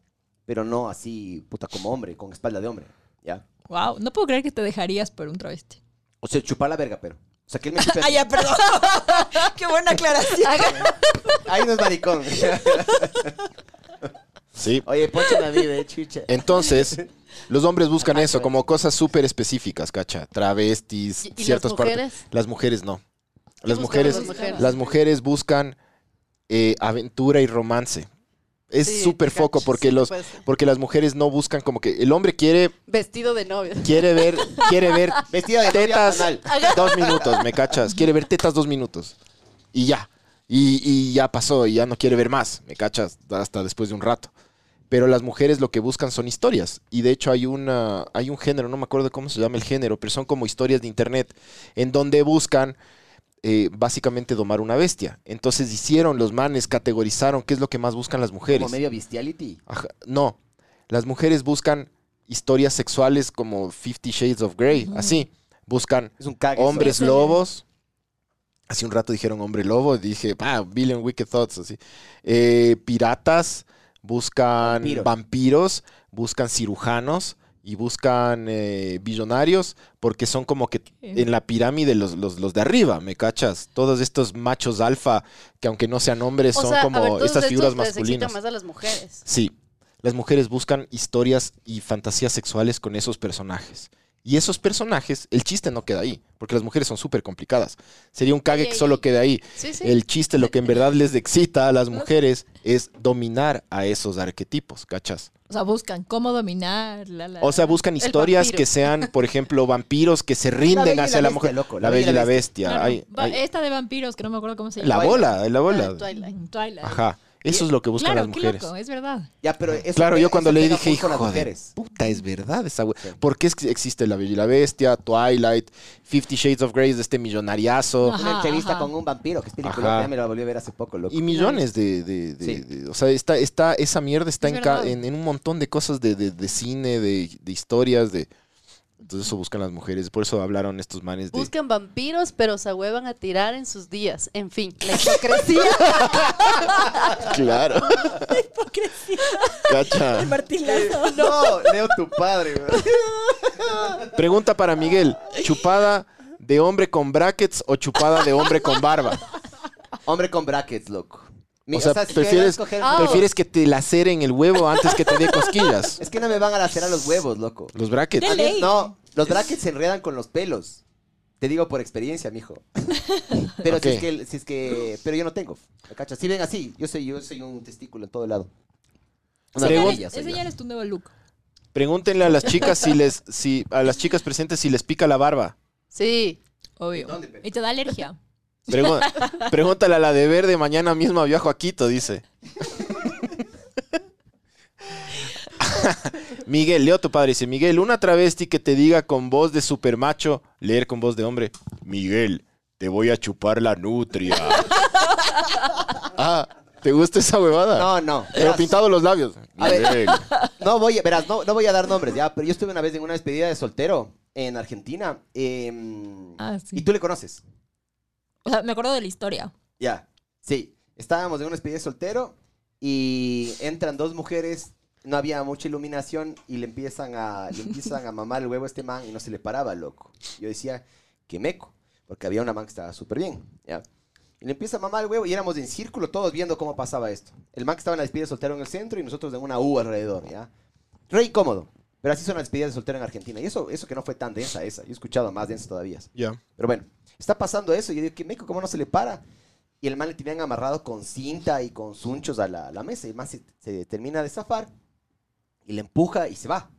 [SPEAKER 3] pero no así, puta, como hombre, con espalda de hombre, ¿ya?
[SPEAKER 5] Wow, no puedo creer que te dejarías por un travesti.
[SPEAKER 3] O sea, chupar la verga, pero. O sea, que él me chupe-
[SPEAKER 5] Ah, ya, perdón. Qué buena aclaración.
[SPEAKER 3] Ahí no es maricón.
[SPEAKER 2] Sí.
[SPEAKER 3] Oye, póchame a mí, de chucha.
[SPEAKER 2] Entonces, los hombres buscan eso como cosas súper específicas, cacha. Travestis,
[SPEAKER 4] ¿Y- y las
[SPEAKER 2] ciertas
[SPEAKER 4] mujeres?
[SPEAKER 2] Las mujeres no. Las
[SPEAKER 4] buscan
[SPEAKER 2] mujeres,
[SPEAKER 4] las mujeres?
[SPEAKER 2] las mujeres buscan eh, aventura y romance. Es
[SPEAKER 4] Sí,
[SPEAKER 2] súper
[SPEAKER 4] te cacho,
[SPEAKER 2] foco porque
[SPEAKER 4] sí,
[SPEAKER 2] los
[SPEAKER 4] pues.
[SPEAKER 2] porque las mujeres no buscan como que el hombre quiere
[SPEAKER 4] Vestido de novio.
[SPEAKER 2] quiere ver quiere ver
[SPEAKER 3] Vestida de novia
[SPEAKER 2] tetas
[SPEAKER 3] anal.
[SPEAKER 2] dos minutos, me cachas. Quiere ver tetas dos minutos y ya. Y, y ya pasó y ya no quiere ver más, ¿me cachas? Hasta después de un rato. Pero las mujeres lo que buscan son historias. Y de hecho hay, una, hay un género, no me acuerdo cómo se llama el género, pero son como historias de internet en donde buscan eh, básicamente domar una bestia. Entonces hicieron los manes, categorizaron qué es lo que más buscan las mujeres.
[SPEAKER 3] Como medio bestiality.
[SPEAKER 2] Ajá, No, las mujeres buscan historias sexuales como Fifty Shades of Grey,
[SPEAKER 5] Ujú.
[SPEAKER 2] así. Buscan
[SPEAKER 3] Es un cague.
[SPEAKER 2] hombres
[SPEAKER 5] sí.
[SPEAKER 2] lobos. Hace un rato dijeron hombre lobo, dije, ah, Billion Wicked Thoughts, así. Eh, piratas, buscan
[SPEAKER 3] Vampiros.
[SPEAKER 2] vampiros. buscan cirujanos y buscan eh, billonarios, porque son como que en la pirámide los, los, los de arriba, ¿me cachas? Todos estos machos alfa, que aunque no sean hombres,
[SPEAKER 4] O
[SPEAKER 2] son
[SPEAKER 4] sea, a ver,
[SPEAKER 2] como
[SPEAKER 4] todos
[SPEAKER 2] estas figuras
[SPEAKER 4] estos les excita
[SPEAKER 2] masculinas.
[SPEAKER 4] más a las mujeres.
[SPEAKER 2] Sí, las mujeres buscan historias y fantasías sexuales con esos personajes. Y esos personajes, el chiste no queda ahí, porque las mujeres son súper complicadas. Sería un cague
[SPEAKER 4] Ay,
[SPEAKER 2] que
[SPEAKER 4] ay,
[SPEAKER 2] solo
[SPEAKER 4] ay.
[SPEAKER 2] quede ahí.
[SPEAKER 4] Sí, sí.
[SPEAKER 2] El chiste, lo que en verdad les excita a las mujeres es dominar a esos arquetipos, ¿cachas?
[SPEAKER 5] O sea, buscan cómo dominar. la, la,
[SPEAKER 2] O sea,
[SPEAKER 5] la.
[SPEAKER 2] buscan
[SPEAKER 4] El
[SPEAKER 2] historias
[SPEAKER 4] vampiro.
[SPEAKER 2] que sean, por ejemplo, vampiros que se rinden hacia la, mujer. la bella y la bestia.
[SPEAKER 5] Claro,
[SPEAKER 2] ay,
[SPEAKER 5] va- eh,
[SPEAKER 2] ay.
[SPEAKER 5] Esta de vampiros, que no me acuerdo cómo se
[SPEAKER 2] La
[SPEAKER 5] llama.
[SPEAKER 3] Twilight.
[SPEAKER 2] bola, la
[SPEAKER 4] Ah,
[SPEAKER 2] bola.
[SPEAKER 4] Twilight.
[SPEAKER 5] Mm, Twilight.
[SPEAKER 2] Ajá. Eso es lo que buscan
[SPEAKER 5] claro,
[SPEAKER 2] las
[SPEAKER 5] qué
[SPEAKER 2] mujeres.
[SPEAKER 5] loco, es verdad.
[SPEAKER 3] Ya, pero eso
[SPEAKER 2] Claro,
[SPEAKER 3] pega-
[SPEAKER 2] yo cuando
[SPEAKER 3] eso
[SPEAKER 2] leí
[SPEAKER 3] pega
[SPEAKER 2] dije,
[SPEAKER 3] full con las
[SPEAKER 2] hijo de
[SPEAKER 3] mujeres.
[SPEAKER 2] puta, es verdad esa wea.
[SPEAKER 3] Sí.
[SPEAKER 2] ¿Por qué es que existe La Bella y la Bestia, Twilight, Fifty Shades of Grey de este millonariazo?
[SPEAKER 5] Ajá,
[SPEAKER 3] Una entrevista
[SPEAKER 5] ajá.
[SPEAKER 3] con un vampiro, que es
[SPEAKER 2] Ajá.
[SPEAKER 3] película, ya me la volví a ver hace poco, loco.
[SPEAKER 2] Y millones de... de- de-
[SPEAKER 3] Sí.
[SPEAKER 2] de- o sea, está, está, esa mierda está
[SPEAKER 5] Es
[SPEAKER 2] en, ca-
[SPEAKER 5] verdad.
[SPEAKER 2] en- en un montón de cosas de, de- de cine, de, de historias, de... Entonces eso buscan las mujeres, por eso hablaron estos manes de...
[SPEAKER 4] Buscan vampiros, pero se huevan a tirar en sus días. En fin, la hipocresía.
[SPEAKER 2] Claro,
[SPEAKER 5] Hipocresía.
[SPEAKER 2] cacha.
[SPEAKER 5] Martilazo.
[SPEAKER 3] No, Leo, tu padre, bro.
[SPEAKER 2] Pregunta para Miguel, ¿chupada de hombre con brackets o chupada de hombre con barba?
[SPEAKER 3] Hombre con brackets, loco. Mi-
[SPEAKER 2] O sea,
[SPEAKER 3] si
[SPEAKER 2] prefieres-
[SPEAKER 3] quieres escoger-
[SPEAKER 4] Ah, bueno.
[SPEAKER 2] ¿Prefieres que te laceren el huevo antes que te dé cosquillas?
[SPEAKER 3] Es que no me van a lacerar los huevos, loco.
[SPEAKER 2] Los brackets.
[SPEAKER 5] De
[SPEAKER 3] A mí-
[SPEAKER 5] ley.
[SPEAKER 3] No, los brackets se enredan con los pelos. Te digo por experiencia, mijo. Pero
[SPEAKER 2] Ok.
[SPEAKER 3] si, es que, si es que... Pero yo no tengo. ¿me cachas? Si ven así, yo soy, yo soy un testículo en todo lado. Una
[SPEAKER 2] Pregun-
[SPEAKER 3] perilla soy yo.
[SPEAKER 5] Enseñales tu nuevo look.
[SPEAKER 2] Pregúntenle a las chicas si les, si, a las chicas presentes si les pica la barba.
[SPEAKER 4] Sí.
[SPEAKER 5] Obvio.
[SPEAKER 3] ¿Dónde, pe?
[SPEAKER 5] Y te da alergia.
[SPEAKER 2] Pregú- pregúntale a la de verde, mañana mismo viajo a Quito, dice. Miguel, leo tu padre, dice Miguel, una travesti que te diga con voz de supermacho, leer con voz de hombre, Miguel, te voy a chupar la nutria. ah, ¿te gusta esa huevada?
[SPEAKER 3] No, no.
[SPEAKER 2] Pero pintado los labios.
[SPEAKER 3] A ver.
[SPEAKER 2] Miguel.
[SPEAKER 3] No voy, verás, no, no voy a dar nombres, ya, pero yo estuve una vez en una despedida de soltero en Argentina. em,
[SPEAKER 5] Ah, sí.
[SPEAKER 3] Y tú le conoces,
[SPEAKER 5] O sea, me acuerdo de la historia.
[SPEAKER 3] ya. Sí, estábamos en una despedida de soltero y entran dos mujeres, no había mucha iluminación y le empiezan a, le empiezan a mamar el huevo a este man y no se le paraba, loco. Yo decía, que meco, porque había una man que estaba súper bien, ya. Y le empieza a mamar el huevo y éramos en círculo todos viendo cómo pasaba esto. El man que estaba en la despedida de soltero en el centro y nosotros en una U alrededor, ¿ya? Re incómodo. Pero así son las despedidas de soltero en Argentina. Y eso, eso que no fue tan densa esa. Yo he escuchado más densas todavía.
[SPEAKER 2] Ya.
[SPEAKER 3] Pero bueno, está pasando eso. Y yo digo, ¿qué meco? ¿Cómo no se le para? Y el man le tenían amarrado con cinta y con sunchos a la, a la mesa. Y el man se, se termina de zafar y le empuja y se va.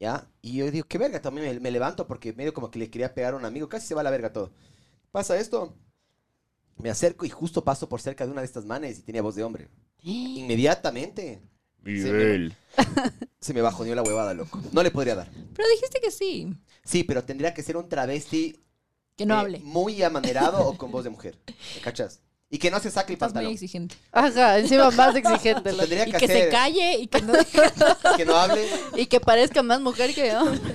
[SPEAKER 3] ¿Ya? Y yo digo, qué verga, también me, me levanto porque medio como que le quería pegar a un amigo. Casi se va a la verga todo. Pasa esto, me acerco y justo paso por cerca de una de estas manes y tenía voz de hombre. Inmediatamente
[SPEAKER 2] Miguel.
[SPEAKER 3] se me bajoneó la huevada, loco. No le podría dar.
[SPEAKER 5] Pero dijiste que sí.
[SPEAKER 3] Sí, pero tendría que ser un travesti
[SPEAKER 5] Que no
[SPEAKER 3] eh,
[SPEAKER 5] hable.
[SPEAKER 3] Muy amanerado o con voz de mujer. ¿Me cachas? Y que no se saque el
[SPEAKER 5] Estás muy
[SPEAKER 3] pantalón.
[SPEAKER 5] exigente.
[SPEAKER 4] Ajá, encima más exigente. la-
[SPEAKER 3] Tendría
[SPEAKER 5] Y
[SPEAKER 3] que,
[SPEAKER 5] que se
[SPEAKER 3] hacer
[SPEAKER 5] calle y que no.
[SPEAKER 3] que no hable
[SPEAKER 4] Y que parezca más mujer que hombre.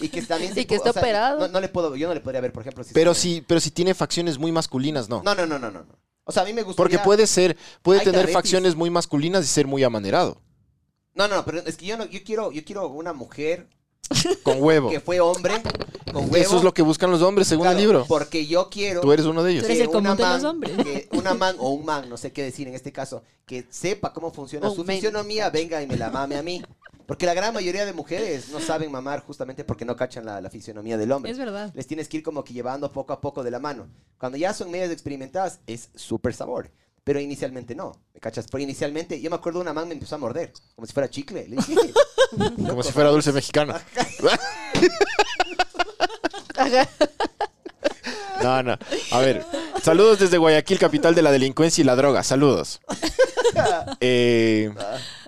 [SPEAKER 3] y que también se-
[SPEAKER 4] Y que esté operado.
[SPEAKER 3] No, no le puedo, yo no le podría ver, por ejemplo, si
[SPEAKER 2] Pero
[SPEAKER 3] se-
[SPEAKER 2] si, pero si tiene facciones muy masculinas, no.
[SPEAKER 3] No, no, no, no, no. no. O sea, a mí me gusta
[SPEAKER 2] Porque puede ser, puede
[SPEAKER 3] Hay
[SPEAKER 2] tener
[SPEAKER 3] diabetes.
[SPEAKER 2] facciones muy masculinas y ser muy amanerado.
[SPEAKER 3] No, no, no, pero es que yo no yo quiero yo quiero una mujer
[SPEAKER 2] Con huevo.
[SPEAKER 3] que fue hombre con huevo.
[SPEAKER 2] Eso es lo que buscan los hombres, según
[SPEAKER 3] Claro,
[SPEAKER 2] el libro.
[SPEAKER 3] Porque yo quiero
[SPEAKER 2] Tú eres uno de
[SPEAKER 3] que
[SPEAKER 2] ellos.
[SPEAKER 5] Tú eres el
[SPEAKER 3] una
[SPEAKER 5] común de los
[SPEAKER 3] man-
[SPEAKER 5] hombres.
[SPEAKER 3] que una man o un man, no sé qué decir en este caso, que sepa cómo funciona
[SPEAKER 4] Un
[SPEAKER 3] su
[SPEAKER 4] men.
[SPEAKER 3] fisionomía, venga y me la mame a mí. Porque la gran mayoría de mujeres no saben mamar justamente porque no cachan la, la fisionomía del hombre.
[SPEAKER 5] Es verdad.
[SPEAKER 3] Les tienes que ir como que llevando poco a poco de la mano. Cuando ya son medias experimentadas, es súper sabor. Pero inicialmente no, ¿me cachas? Porque inicialmente, yo me acuerdo una man me empezó a morder, como si fuera chicle. Le dije,
[SPEAKER 2] Como si fuera dulce mexicano.
[SPEAKER 4] Ajá.
[SPEAKER 2] No, no. A ver, saludos desde Guayaquil, capital de la delincuencia y la droga. Saludos. Eh,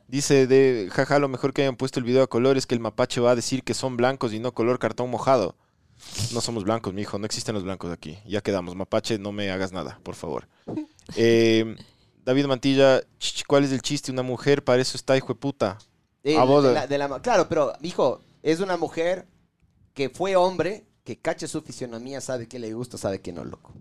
[SPEAKER 2] dice de jaja, lo mejor que hayan puesto el video a color es que el mapache va a decir que son blancos y no color cartón mojado. No somos blancos, mijo, no existen los blancos aquí. Ya quedamos. Mapache, no me hagas nada, por favor. Eh, David Mantilla, ch, ch, ¿cuál es el chiste? Una mujer, para eso está, hijo de puta.
[SPEAKER 3] De-
[SPEAKER 2] A vos,
[SPEAKER 3] de
[SPEAKER 2] eh.
[SPEAKER 3] la- de la ma- claro, pero, hijo, es una mujer que fue hombre, que cacha su fisionomía, sabe qué le gusta, sabe qué no, loco.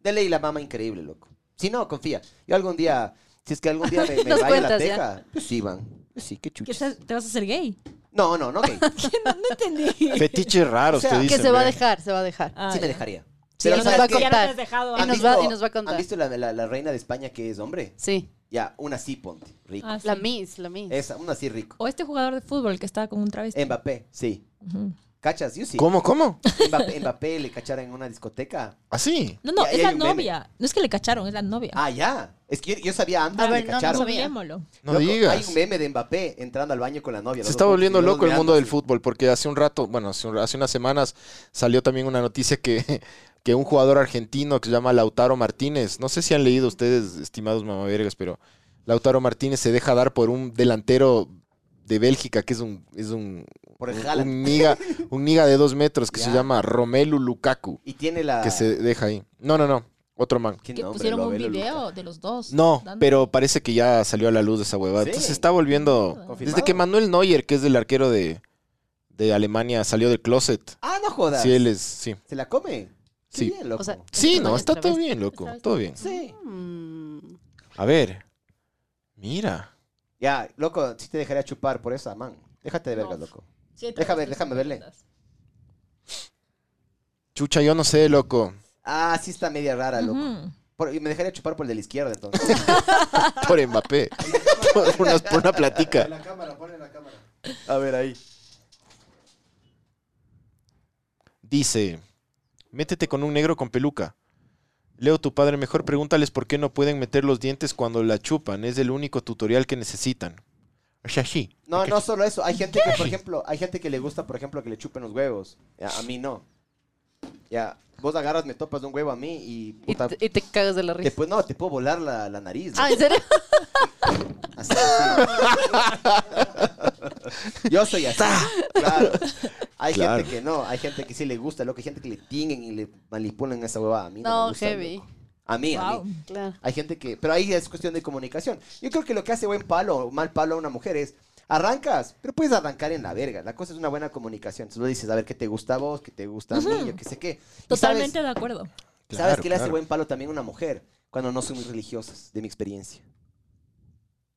[SPEAKER 3] De ley la mama increíble, loco. Si no, confía. Yo algún día, si es que algún día me, me
[SPEAKER 4] Nos
[SPEAKER 3] raya la
[SPEAKER 4] cuentas, ya.
[SPEAKER 3] teja, pues sí, van. Pues Sí, qué
[SPEAKER 5] ¿Qué
[SPEAKER 3] chuches.
[SPEAKER 5] estás- ¿Te vas a hacer gay?
[SPEAKER 3] No, no, no, gay.
[SPEAKER 5] no, no entendí.
[SPEAKER 2] Fetiches raros,
[SPEAKER 3] O sea,
[SPEAKER 2] te
[SPEAKER 4] Que
[SPEAKER 2] dicen. ¿eh?
[SPEAKER 4] se va a
[SPEAKER 2] ve.
[SPEAKER 4] dejar, se va a dejar.
[SPEAKER 5] Ah,
[SPEAKER 3] Sí me
[SPEAKER 5] ya.
[SPEAKER 3] dejaría.
[SPEAKER 4] Sí,
[SPEAKER 3] Pero
[SPEAKER 4] nos
[SPEAKER 3] ¿sabes
[SPEAKER 4] va a
[SPEAKER 3] qué? Ah,
[SPEAKER 5] Ya no te
[SPEAKER 4] contar.
[SPEAKER 5] has dejado
[SPEAKER 4] Y
[SPEAKER 3] ¿Han
[SPEAKER 5] antes.
[SPEAKER 4] nos va-
[SPEAKER 3] visto-
[SPEAKER 4] y nos va a contar.
[SPEAKER 3] ¿Han visto la, la- la reina de España que es hombre?
[SPEAKER 4] Sí.
[SPEAKER 3] Ya, una sí, ponte. Rico.
[SPEAKER 5] Ah, sí.
[SPEAKER 4] La Miss, la
[SPEAKER 2] Eh,
[SPEAKER 4] Miss.
[SPEAKER 3] Esa, una sí, rico.
[SPEAKER 5] O este jugador de fútbol que estaba con un
[SPEAKER 4] Este.
[SPEAKER 5] travesti.
[SPEAKER 3] Mbappé, sí.
[SPEAKER 5] Ujú.
[SPEAKER 3] ¿Cachas? Yo sí.
[SPEAKER 2] ¿Cómo, cómo?
[SPEAKER 3] Mbappé, Mbappé le cachara en una discoteca.
[SPEAKER 2] Así.
[SPEAKER 5] No, no,
[SPEAKER 3] Y ahí
[SPEAKER 5] es la
[SPEAKER 3] hay un meme.
[SPEAKER 5] novia. No es que le cacharon, es la novia.
[SPEAKER 3] Ah, ya. Es que yo, yo sabía antes
[SPEAKER 4] A
[SPEAKER 3] que
[SPEAKER 4] ver,
[SPEAKER 3] le
[SPEAKER 4] no, no
[SPEAKER 3] cacharon.
[SPEAKER 4] sabía.
[SPEAKER 5] Sabíamos.
[SPEAKER 2] No
[SPEAKER 3] Loco,
[SPEAKER 2] digas.
[SPEAKER 3] Hay un meme de Mbappé entrando al baño con la novia.
[SPEAKER 2] Se
[SPEAKER 3] los
[SPEAKER 2] está
[SPEAKER 3] dos
[SPEAKER 2] volviendo
[SPEAKER 3] juntos,
[SPEAKER 2] loco el
[SPEAKER 3] mirando
[SPEAKER 2] mundo del
[SPEAKER 3] así.
[SPEAKER 2] fútbol porque hace un rato, bueno, hace, un- hace unas semanas salió también una noticia que, que un jugador argentino que se llama Lautaro Martínez, no sé si han leído ustedes, estimados mamavergas, pero Lautaro Martínez se deja dar por un delantero de Bélgica que es un es un,
[SPEAKER 3] Por el
[SPEAKER 2] un-
[SPEAKER 3] Haaland.
[SPEAKER 2] un niga, un niga de dos metros que se
[SPEAKER 3] Ya.
[SPEAKER 2] llama Romelu Lukaku,
[SPEAKER 3] Y tiene la.
[SPEAKER 2] que se deja ahí. No, no, no, otro man.
[SPEAKER 3] ¿Qué
[SPEAKER 5] Que
[SPEAKER 3] nombre,
[SPEAKER 5] pusieron un
[SPEAKER 3] Lovelo
[SPEAKER 5] video
[SPEAKER 3] Luca?
[SPEAKER 5] de los dos.
[SPEAKER 2] No,
[SPEAKER 5] dando-
[SPEAKER 2] pero parece que ya salió a la luz de esa huevada.
[SPEAKER 3] Sí.
[SPEAKER 2] Entonces se está volviendo.
[SPEAKER 3] Confirmado.
[SPEAKER 2] Desde que Manuel Neuer, que es el arquero de, de Alemania, salió del closet.
[SPEAKER 3] Ah, no jodas.
[SPEAKER 2] Sí, él es. Sí.
[SPEAKER 3] Se la come. Qué
[SPEAKER 2] Sí.
[SPEAKER 3] bien, loco.
[SPEAKER 4] O sea,
[SPEAKER 2] Sí,
[SPEAKER 4] este
[SPEAKER 2] no,
[SPEAKER 4] baño
[SPEAKER 2] está todo
[SPEAKER 4] travesti.
[SPEAKER 2] bien, loco.
[SPEAKER 4] Está bien.
[SPEAKER 2] Todo bien.
[SPEAKER 3] sí.
[SPEAKER 4] Mm.
[SPEAKER 2] A ver. Mira.
[SPEAKER 3] Ya, loco, sí te dejaría chupar por esa, man. Déjate de vergas,
[SPEAKER 5] No.
[SPEAKER 3] loco.
[SPEAKER 5] Sí,
[SPEAKER 3] Déjame-
[SPEAKER 5] travestis
[SPEAKER 3] déjame verle.
[SPEAKER 2] Chucha, yo no sé, loco.
[SPEAKER 3] Ah, sí está media rara, loco.
[SPEAKER 5] Ujú.
[SPEAKER 3] Por- y me dejaría chupar por el de la izquierda, entonces.
[SPEAKER 2] Por Mbappé. por, una, por una platica.
[SPEAKER 6] La cámara, ponle la cámara.
[SPEAKER 3] A ver ahí.
[SPEAKER 2] Dice: Métete con un negro con peluca. Leo, tu padre, mejor pregúntales por qué no pueden meter los dientes cuando la chupan. Es el único tutorial que necesitan. O sea, sí.
[SPEAKER 3] No, no solo eso. Hay gente que, por ejemplo, hay gente que le gusta, por ejemplo, que le chupen los huevos. Ya, a mí no. Ya, vos agarras, me topas de un huevo a mí y
[SPEAKER 4] Y,
[SPEAKER 3] puta,
[SPEAKER 4] te, y te cagas de la
[SPEAKER 3] te
[SPEAKER 4] risa.
[SPEAKER 3] pu- no, te puedo volar la, la nariz. ¿no?
[SPEAKER 4] Ah, ¿en serio?
[SPEAKER 3] Así, así. Yo soy así.
[SPEAKER 4] Ah.
[SPEAKER 3] Claro. Hay
[SPEAKER 2] Claro.
[SPEAKER 3] gente que no, hay gente que sí le gusta, loco, hay gente que le tienen y le manipulan esa huevada. A mí no, me
[SPEAKER 4] No,
[SPEAKER 3] gusta,
[SPEAKER 4] heavy.
[SPEAKER 3] loco. A mí, a
[SPEAKER 5] Wow.
[SPEAKER 3] mí.
[SPEAKER 4] Claro.
[SPEAKER 3] Hay gente que. Pero ahí es cuestión de comunicación. Yo creo que lo que hace buen palo o mal palo a una mujer es. Arrancas, pero puedes arrancar en la verga. La cosa es una buena comunicación. Entonces le dices, a ver, ¿qué te gusta a vos? ¿Qué te gusta a mí? Yo qué sé qué. Y
[SPEAKER 5] Totalmente
[SPEAKER 3] ¿Sabes,
[SPEAKER 5] de acuerdo.
[SPEAKER 3] ¿sabes
[SPEAKER 2] Claro,
[SPEAKER 3] qué le hace
[SPEAKER 2] claro.
[SPEAKER 3] buen palo también a una mujer? Cuando no son muy religiosas, de mi experiencia.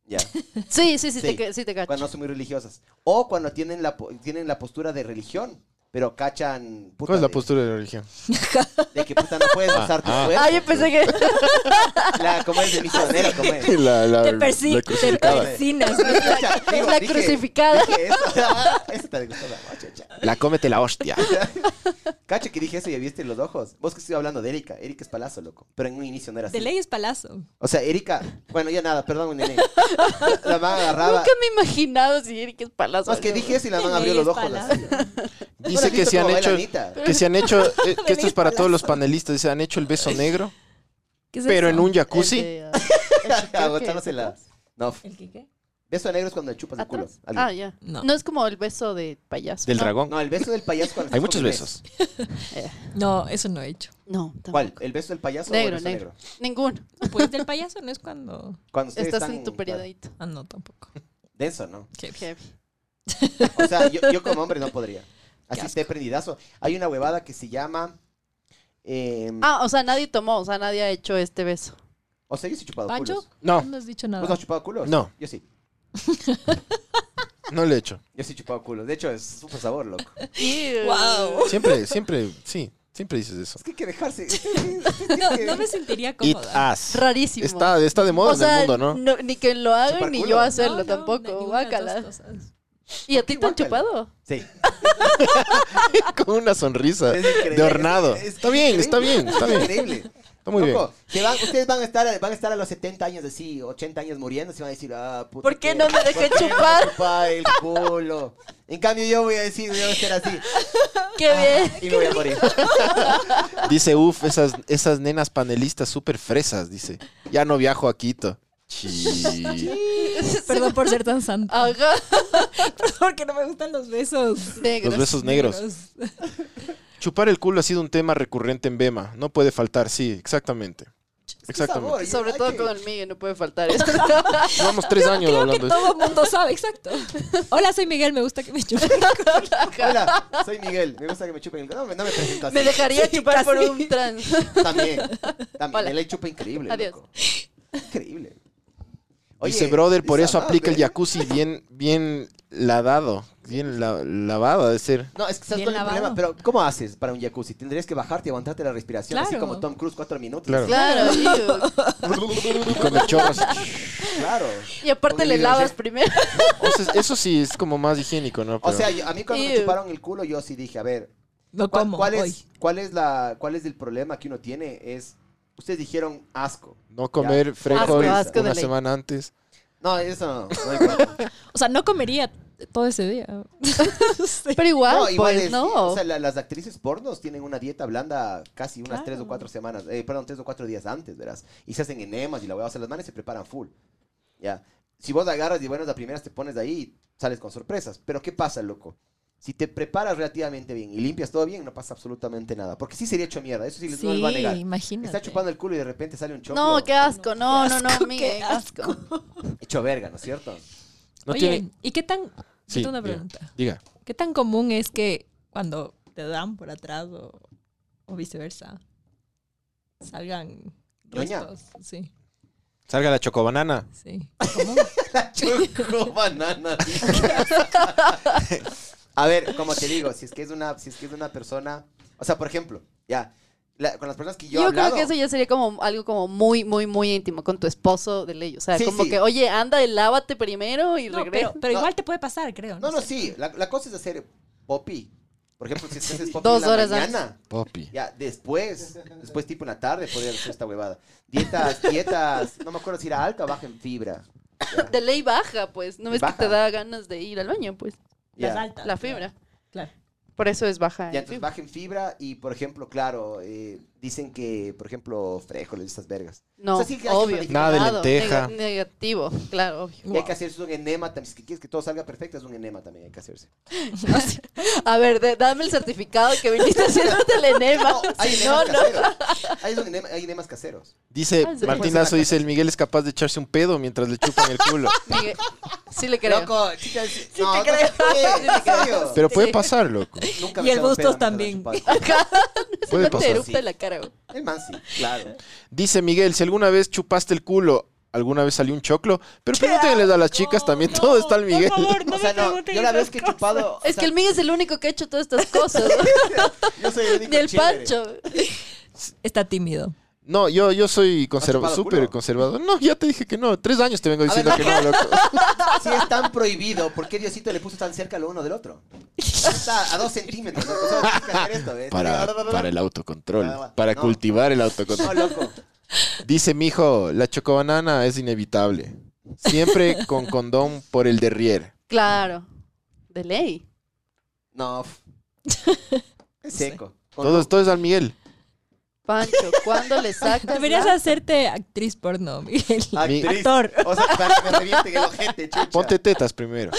[SPEAKER 3] Ya.
[SPEAKER 4] Sí, sí, sí,
[SPEAKER 3] Sí.
[SPEAKER 4] Te, ca- sí te cacho.
[SPEAKER 3] cuando no son muy religiosas. O cuando tienen la, po- tienen la postura de religión, pero cachan. puta,
[SPEAKER 2] ¿Cuál es la
[SPEAKER 3] de-
[SPEAKER 2] postura de la religión?
[SPEAKER 3] De que puta no puedes usar tu
[SPEAKER 2] ah.
[SPEAKER 3] cuerpo.
[SPEAKER 4] Ah, yo pensé que...
[SPEAKER 3] La, como es de misionera, como es.
[SPEAKER 2] La, la-
[SPEAKER 5] Te,
[SPEAKER 2] la
[SPEAKER 5] persi te
[SPEAKER 2] crucificada.
[SPEAKER 5] persinas.
[SPEAKER 3] Chacha, digo,
[SPEAKER 4] la
[SPEAKER 3] dije-
[SPEAKER 4] crucificada.
[SPEAKER 3] dije eso. Ah, eso te gustó, la chacha.
[SPEAKER 2] La cómete la hostia.
[SPEAKER 3] Cacha que dije eso y viste los ojos. Vos que estoy hablando de Erika. Erika es palazo, loco. Pero en un inicio no era así.
[SPEAKER 5] De ley es palazo.
[SPEAKER 3] O sea, Erika. Bueno, ya nada, perdón, nene. La man agarraba.
[SPEAKER 4] Nunca me he imaginado si Eric es palazo.
[SPEAKER 3] Más que dije eso y la man
[SPEAKER 5] De
[SPEAKER 3] abrió
[SPEAKER 5] ley
[SPEAKER 3] los
[SPEAKER 5] es
[SPEAKER 3] ojos.
[SPEAKER 5] palazo.
[SPEAKER 3] así.
[SPEAKER 2] Dice
[SPEAKER 3] ¿No
[SPEAKER 2] que
[SPEAKER 3] has
[SPEAKER 2] se
[SPEAKER 3] visto
[SPEAKER 2] han
[SPEAKER 3] cómo
[SPEAKER 2] hecho.
[SPEAKER 3] baila Anita?
[SPEAKER 2] Que se han hecho. eh, que esto es para
[SPEAKER 5] Palazo.
[SPEAKER 2] todos los panelistas. Dice, han hecho el beso negro,
[SPEAKER 5] ¿Qué es
[SPEAKER 2] pero en
[SPEAKER 5] eso?
[SPEAKER 2] un jacuzzi.
[SPEAKER 4] El ah,
[SPEAKER 3] Agotándose la. No,
[SPEAKER 5] ¿El qué qué?
[SPEAKER 3] beso negro es cuando le chupas el culo.
[SPEAKER 4] ¿Atrás?
[SPEAKER 3] Algo.
[SPEAKER 4] Ah, ya.
[SPEAKER 5] No.
[SPEAKER 4] No. es como el beso de payaso.
[SPEAKER 2] Del
[SPEAKER 4] No.
[SPEAKER 2] dragón.
[SPEAKER 3] No, el beso del payaso. cuando
[SPEAKER 2] Hay muchos
[SPEAKER 3] estás con el
[SPEAKER 2] besos.
[SPEAKER 5] No, eso no he hecho.
[SPEAKER 4] No,
[SPEAKER 3] beso.
[SPEAKER 4] tampoco.
[SPEAKER 3] ¿Cuál? ¿El beso del payaso o
[SPEAKER 4] Negro,
[SPEAKER 3] el beso negro?
[SPEAKER 4] negro. Ninguno.
[SPEAKER 5] Pues del payaso no es cuando.
[SPEAKER 3] Cuando ustedes
[SPEAKER 4] Estás
[SPEAKER 3] están,
[SPEAKER 4] en tu periodito.
[SPEAKER 5] Ah, no, tampoco.
[SPEAKER 3] claro, denso, ¿no?
[SPEAKER 5] Qué bien.
[SPEAKER 4] Heavy.
[SPEAKER 3] O sea, yo, yo como hombre no podría. Así
[SPEAKER 5] asco.
[SPEAKER 3] esté prendidazo. Hay una huevada que se llama. eh,
[SPEAKER 4] Ah, o sea, nadie tomó, o sea, nadie ha hecho este beso.
[SPEAKER 3] O sea, yo sí he chupado
[SPEAKER 5] ¿Pancho?
[SPEAKER 3] culos.
[SPEAKER 5] No.
[SPEAKER 2] No,
[SPEAKER 5] has dicho nada.
[SPEAKER 3] ¿Vos no has chupado culos?
[SPEAKER 2] No.
[SPEAKER 3] Yo sí.
[SPEAKER 2] no le he hecho.
[SPEAKER 3] Yo sí he chupado culos. De hecho, es súper sabor, loco.
[SPEAKER 5] Wow.
[SPEAKER 2] Siempre, siempre, sí. Siempre dices eso.
[SPEAKER 3] Es que hay que dejarse. Este,
[SPEAKER 5] No, no me sentiría
[SPEAKER 2] It
[SPEAKER 5] cómoda.
[SPEAKER 2] as.
[SPEAKER 4] Rarísimo.
[SPEAKER 2] Está, está de moda
[SPEAKER 4] o sea,
[SPEAKER 2] en el mundo, ¿no?
[SPEAKER 4] Ni que lo hagan
[SPEAKER 3] Chupar
[SPEAKER 4] ni
[SPEAKER 3] culo.
[SPEAKER 4] yo
[SPEAKER 5] No,
[SPEAKER 4] hacerlo
[SPEAKER 5] no, de
[SPEAKER 4] tampoco.
[SPEAKER 5] ninguna de las dos
[SPEAKER 4] Guácala.
[SPEAKER 5] cosas.
[SPEAKER 4] ¿Y a ti te han
[SPEAKER 3] guácala?
[SPEAKER 4] chupado?
[SPEAKER 3] Sí.
[SPEAKER 2] Con una sonrisa
[SPEAKER 3] Es increíble.
[SPEAKER 2] de hornado.
[SPEAKER 3] Es- es
[SPEAKER 2] Está bien, está
[SPEAKER 3] increíble.
[SPEAKER 2] bien, está bien.
[SPEAKER 3] Increíble.
[SPEAKER 2] Está muy bien.
[SPEAKER 3] Loco, se van- ustedes van a, estar, van a estar a los 70 años así, 80 años muriendo, se van a decir, ah, puta,
[SPEAKER 4] ¿Por qué no me dejé
[SPEAKER 3] ¿por qué no me
[SPEAKER 4] chupar?
[SPEAKER 3] chupaba el culo. En cambio yo voy a decir, voy a ser así
[SPEAKER 5] Qué bien.
[SPEAKER 3] y me voy a morir.
[SPEAKER 2] Dice, uff, esas, esas nenas panelistas súper fresas, dice. Ya no viajo a Quito. Chi.
[SPEAKER 5] Perdón por ser tan santo.
[SPEAKER 4] Ajá.
[SPEAKER 5] Ah, Porque no me gustan los besos.
[SPEAKER 4] Negros.
[SPEAKER 2] Los besos negros. Chupar el culo ha sido un tema recurrente en Bema. No puede faltar, sí, exactamente. Exactamente.
[SPEAKER 3] sabor.
[SPEAKER 4] Sobre
[SPEAKER 3] Ay,
[SPEAKER 4] todo
[SPEAKER 3] qué-
[SPEAKER 4] con el Miguel, no puede faltar eso.
[SPEAKER 2] Llevamos tres años
[SPEAKER 5] Creo que
[SPEAKER 2] hablando de esto.
[SPEAKER 5] todo el mundo sabe, exacto. Hola, soy Miguel, me gusta que me chupen.
[SPEAKER 3] Hola, soy Miguel, me gusta que me chupen el culo. No, me- no me presento así.
[SPEAKER 4] me dejaría
[SPEAKER 5] Sí,
[SPEAKER 4] chupar por
[SPEAKER 5] casi.
[SPEAKER 4] un trans.
[SPEAKER 3] También, también.
[SPEAKER 4] Hola.
[SPEAKER 3] Él le chupa increíble,
[SPEAKER 4] Adiós.
[SPEAKER 3] loco. Increíble.
[SPEAKER 2] Dice, brother, por
[SPEAKER 3] dice,
[SPEAKER 2] eso
[SPEAKER 3] ah,
[SPEAKER 2] aplica el
[SPEAKER 3] ve.
[SPEAKER 2] jacuzzi bien, bien lavado. Bien la- lavado, ha de ser.
[SPEAKER 3] No, es que sabes
[SPEAKER 5] Bien
[SPEAKER 3] cuál es el
[SPEAKER 5] lavado.
[SPEAKER 3] problema, pero ¿cómo haces para un jacuzzi? Tendrías que bajarte y aguantarte la respiración, así
[SPEAKER 5] Claro.
[SPEAKER 3] como Tom Cruise, cuatro minutos.
[SPEAKER 2] Claro.
[SPEAKER 4] Claro, iu.
[SPEAKER 2] Y con el chorro así.
[SPEAKER 3] Claro.
[SPEAKER 4] Y aparte
[SPEAKER 3] Con
[SPEAKER 4] le
[SPEAKER 3] el-
[SPEAKER 4] lavas primero.
[SPEAKER 2] O sea, eso sí es como más higiénico, ¿no?
[SPEAKER 3] O
[SPEAKER 2] Pero-
[SPEAKER 3] sea, yo- a mí cuando me
[SPEAKER 4] Ew.
[SPEAKER 3] chuparon el culo, yo sí dije, a ver,
[SPEAKER 5] No
[SPEAKER 3] ¿cuál,
[SPEAKER 5] como
[SPEAKER 3] cuál
[SPEAKER 5] hoy.
[SPEAKER 3] es, cuál, es la, ¿cuál es el problema que uno tiene? Es, ustedes dijeron asco.
[SPEAKER 2] no comer
[SPEAKER 4] Asco,
[SPEAKER 2] frijol
[SPEAKER 4] asco de
[SPEAKER 2] una
[SPEAKER 4] ley.
[SPEAKER 2] semana antes.
[SPEAKER 3] No, eso no. no, igual.
[SPEAKER 5] O sea, no comería todo ese día.
[SPEAKER 4] Pero igual,
[SPEAKER 3] No, igual
[SPEAKER 4] pues
[SPEAKER 3] es-
[SPEAKER 4] no.
[SPEAKER 3] O sea, la- las actrices pornos tienen una dieta blanda casi unas tres o
[SPEAKER 5] Claro.
[SPEAKER 3] cuatro semanas, eh, perdón, tres o cuatro días antes, verás. Y se hacen enemas y la voy a hacer las manos y se preparan full. Ya. Si vos agarras y bueno, las primeras te pones ahí y sales con sorpresas. Pero ¿qué pasa, loco? Si te preparas relativamente bien y limpias todo bien, no pasa absolutamente nada. Porque sí sería hecho mierda, eso sí les no les va a negar.
[SPEAKER 5] imagínate.
[SPEAKER 3] Está chupando el culo y de repente sale un choclo
[SPEAKER 4] no, qué asco, no,
[SPEAKER 5] Qué
[SPEAKER 4] no,
[SPEAKER 5] asco,
[SPEAKER 4] no, Miguel,
[SPEAKER 5] qué
[SPEAKER 4] qué asco.
[SPEAKER 3] hecho verga, ¿no es cierto?
[SPEAKER 2] No
[SPEAKER 5] Oye,
[SPEAKER 2] tiene...
[SPEAKER 5] ¿y qué tan... yo
[SPEAKER 2] Sí,
[SPEAKER 5] tengo una
[SPEAKER 2] diga,
[SPEAKER 5] pregunta.
[SPEAKER 2] Diga.
[SPEAKER 5] ¿Qué tan común es que cuando te dan por atrás o, o viceversa salgan
[SPEAKER 3] Ñoña.
[SPEAKER 5] restos? Sí,
[SPEAKER 2] Salga la chocobanana.
[SPEAKER 5] sí.
[SPEAKER 3] Choco banana. A ver, como te digo, si es que es una, si es que es una persona, o sea, por ejemplo, ya, la- con las personas que yo,
[SPEAKER 4] Yo,
[SPEAKER 3] he
[SPEAKER 4] creo
[SPEAKER 3] hablado,
[SPEAKER 4] que eso ya sería como algo como muy, muy, muy íntimo con tu esposo de ley. O sea,
[SPEAKER 3] Sí,
[SPEAKER 4] como
[SPEAKER 3] sí.
[SPEAKER 4] que, oye, anda y lávate primero y
[SPEAKER 5] No,
[SPEAKER 4] regresa.
[SPEAKER 5] pero, pero
[SPEAKER 3] No.
[SPEAKER 5] igual te puede pasar, creo.
[SPEAKER 3] no, no,
[SPEAKER 5] sé.
[SPEAKER 3] sí, la, la cosa es hacer popi. Por ejemplo, si es que haces popi
[SPEAKER 4] Dos
[SPEAKER 3] en la
[SPEAKER 4] horas
[SPEAKER 3] mañana,
[SPEAKER 2] Popi.
[SPEAKER 3] ya, después, después tipo en la tarde podría hacer esta huevada. Dietas, dietas, no me acuerdo si era alta o baja en fibra. Ya,
[SPEAKER 4] De ley baja, pues. No ves
[SPEAKER 3] Baja.
[SPEAKER 4] que te da ganas de ir al baño, pues.
[SPEAKER 5] Las
[SPEAKER 3] ya.
[SPEAKER 5] altas.
[SPEAKER 4] La fibra.
[SPEAKER 5] Claro.
[SPEAKER 4] Por eso es baja. ¿eh?
[SPEAKER 3] Ya,
[SPEAKER 4] en
[SPEAKER 3] entonces
[SPEAKER 4] fibra.
[SPEAKER 3] bajen fibra y, por ejemplo, claro, eh, dicen que, por ejemplo, frijoles, estas vergas.
[SPEAKER 4] No,
[SPEAKER 3] O sea, sí que hay que
[SPEAKER 4] obvio.
[SPEAKER 3] modificar.
[SPEAKER 2] Nada de
[SPEAKER 4] Claro,
[SPEAKER 2] lenteja.
[SPEAKER 4] neg- negativo, claro, obvio.
[SPEAKER 3] Y hay que hacerse un enema también. Si es que quieres que todo salga perfecto, es un enema también hay que hacerse.
[SPEAKER 4] A ver, de- dame el certificado que viniste haciéndote el enema.
[SPEAKER 3] No, hay
[SPEAKER 4] Si
[SPEAKER 3] enemas
[SPEAKER 4] no, no.
[SPEAKER 3] caseros. Hay, un enema- hay enemas caseros.
[SPEAKER 2] Dice
[SPEAKER 4] Ah, sí.
[SPEAKER 2] Martín Lazo, dice, el Miguel es capaz de echarse un pedo mientras le chupan el culo.
[SPEAKER 4] Miguel, sí le creo.
[SPEAKER 3] Loco, chicas.
[SPEAKER 4] te creo.
[SPEAKER 3] sé qué,
[SPEAKER 4] Sí te creo.
[SPEAKER 3] ¿en serio?
[SPEAKER 2] Pero puede pasar, loco.
[SPEAKER 3] Nunca
[SPEAKER 5] Y
[SPEAKER 3] me
[SPEAKER 5] el
[SPEAKER 3] he dado
[SPEAKER 5] Bustos
[SPEAKER 3] pena, me
[SPEAKER 5] también.
[SPEAKER 3] he dado chupada.
[SPEAKER 2] Puede
[SPEAKER 4] no te
[SPEAKER 2] pasar.
[SPEAKER 4] erupte la cara. güey.
[SPEAKER 3] El man sí, claro.
[SPEAKER 2] Dice Miguel, si alguna vez chupaste el culo, alguna vez salió un choclo, pero pregúntenles a las chicas también, todo está el Miguel.
[SPEAKER 3] o sea, no, yo la vez que he chupado. o
[SPEAKER 4] Es
[SPEAKER 3] sea,
[SPEAKER 4] que el Miguel es el único que ha hecho todas estas cosas.
[SPEAKER 3] Yo soy el único
[SPEAKER 4] Ni el
[SPEAKER 3] chévere.
[SPEAKER 4] Pancho.
[SPEAKER 5] Está tímido.
[SPEAKER 2] No, yo, yo soy conserva-
[SPEAKER 3] chupado
[SPEAKER 2] súper
[SPEAKER 3] culo?
[SPEAKER 2] conservador. No, ya te dije que no, tres años te vengo
[SPEAKER 3] ver,
[SPEAKER 2] diciendo
[SPEAKER 3] no.
[SPEAKER 2] que no, loco.
[SPEAKER 3] Si es tan prohibido, ¿por qué Diosito le puso tan cerca lo uno del otro? Está a dos centímetros. ¿no? O sea, tienes que hacer esto, ¿ves?
[SPEAKER 2] Para, para el autocontrol,
[SPEAKER 3] No.
[SPEAKER 2] para cultivar el
[SPEAKER 3] No,
[SPEAKER 2] autocontrol.
[SPEAKER 3] loco.
[SPEAKER 2] Dice mi hijo, la chocobanana es inevitable. Siempre con condón por el derrier.
[SPEAKER 4] Claro. De ley.
[SPEAKER 3] No. f- Es seco.
[SPEAKER 2] Todo, todo es al Miguel.
[SPEAKER 4] Pancho, ¿cuándo le sacas?
[SPEAKER 5] Deberías
[SPEAKER 4] la-
[SPEAKER 5] hacerte actriz porno, Miguel.
[SPEAKER 3] Actriz.
[SPEAKER 5] Actor.
[SPEAKER 3] O sea, para que me revienten el ojete, chucha.
[SPEAKER 2] Ponte tetas primero.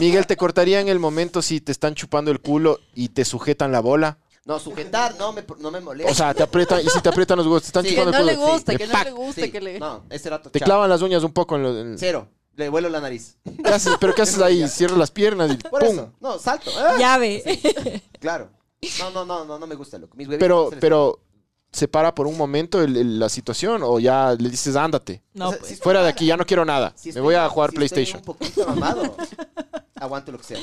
[SPEAKER 2] Miguel, ¿te cortaría en el momento si te están chupando el culo y te sujetan la bola?
[SPEAKER 3] No, sujetar no me, no me molesta.
[SPEAKER 2] O sea, te aprietan, y si te aprietan los huevos, te están
[SPEAKER 3] Sí,
[SPEAKER 4] Que
[SPEAKER 2] chupando
[SPEAKER 4] no
[SPEAKER 2] el
[SPEAKER 4] le
[SPEAKER 2] culo.
[SPEAKER 4] gusta,
[SPEAKER 2] Sí.
[SPEAKER 4] que no
[SPEAKER 2] Pac,
[SPEAKER 4] le gusta
[SPEAKER 3] Sí,
[SPEAKER 4] que le...
[SPEAKER 3] No, ese rato.
[SPEAKER 2] Te
[SPEAKER 3] chao.
[SPEAKER 2] clavan las uñas un poco en los...
[SPEAKER 3] Cero. Le vuelo la nariz.
[SPEAKER 2] ¿Pero qué haces ahí? Cierras las piernas y
[SPEAKER 3] Por
[SPEAKER 2] ¡pum!
[SPEAKER 3] eso. No, salto. Ah,
[SPEAKER 5] Llave.
[SPEAKER 3] Claro. No, no, no, no, no me gusta, loco. Mis huevitos no
[SPEAKER 2] Pero,
[SPEAKER 3] se les-
[SPEAKER 2] pero, ¿se para por un momento el- el- la situación o ya le dices, ándate?
[SPEAKER 5] No,
[SPEAKER 3] O sea,
[SPEAKER 5] pues.
[SPEAKER 3] sí,
[SPEAKER 2] Fuera de aquí, ya no quiero nada.
[SPEAKER 3] Si
[SPEAKER 2] Me
[SPEAKER 3] estoy-
[SPEAKER 2] voy a jugar
[SPEAKER 3] si
[SPEAKER 2] PlayStation.
[SPEAKER 3] Estoy un poquito mamado. Aguanto lo que sea.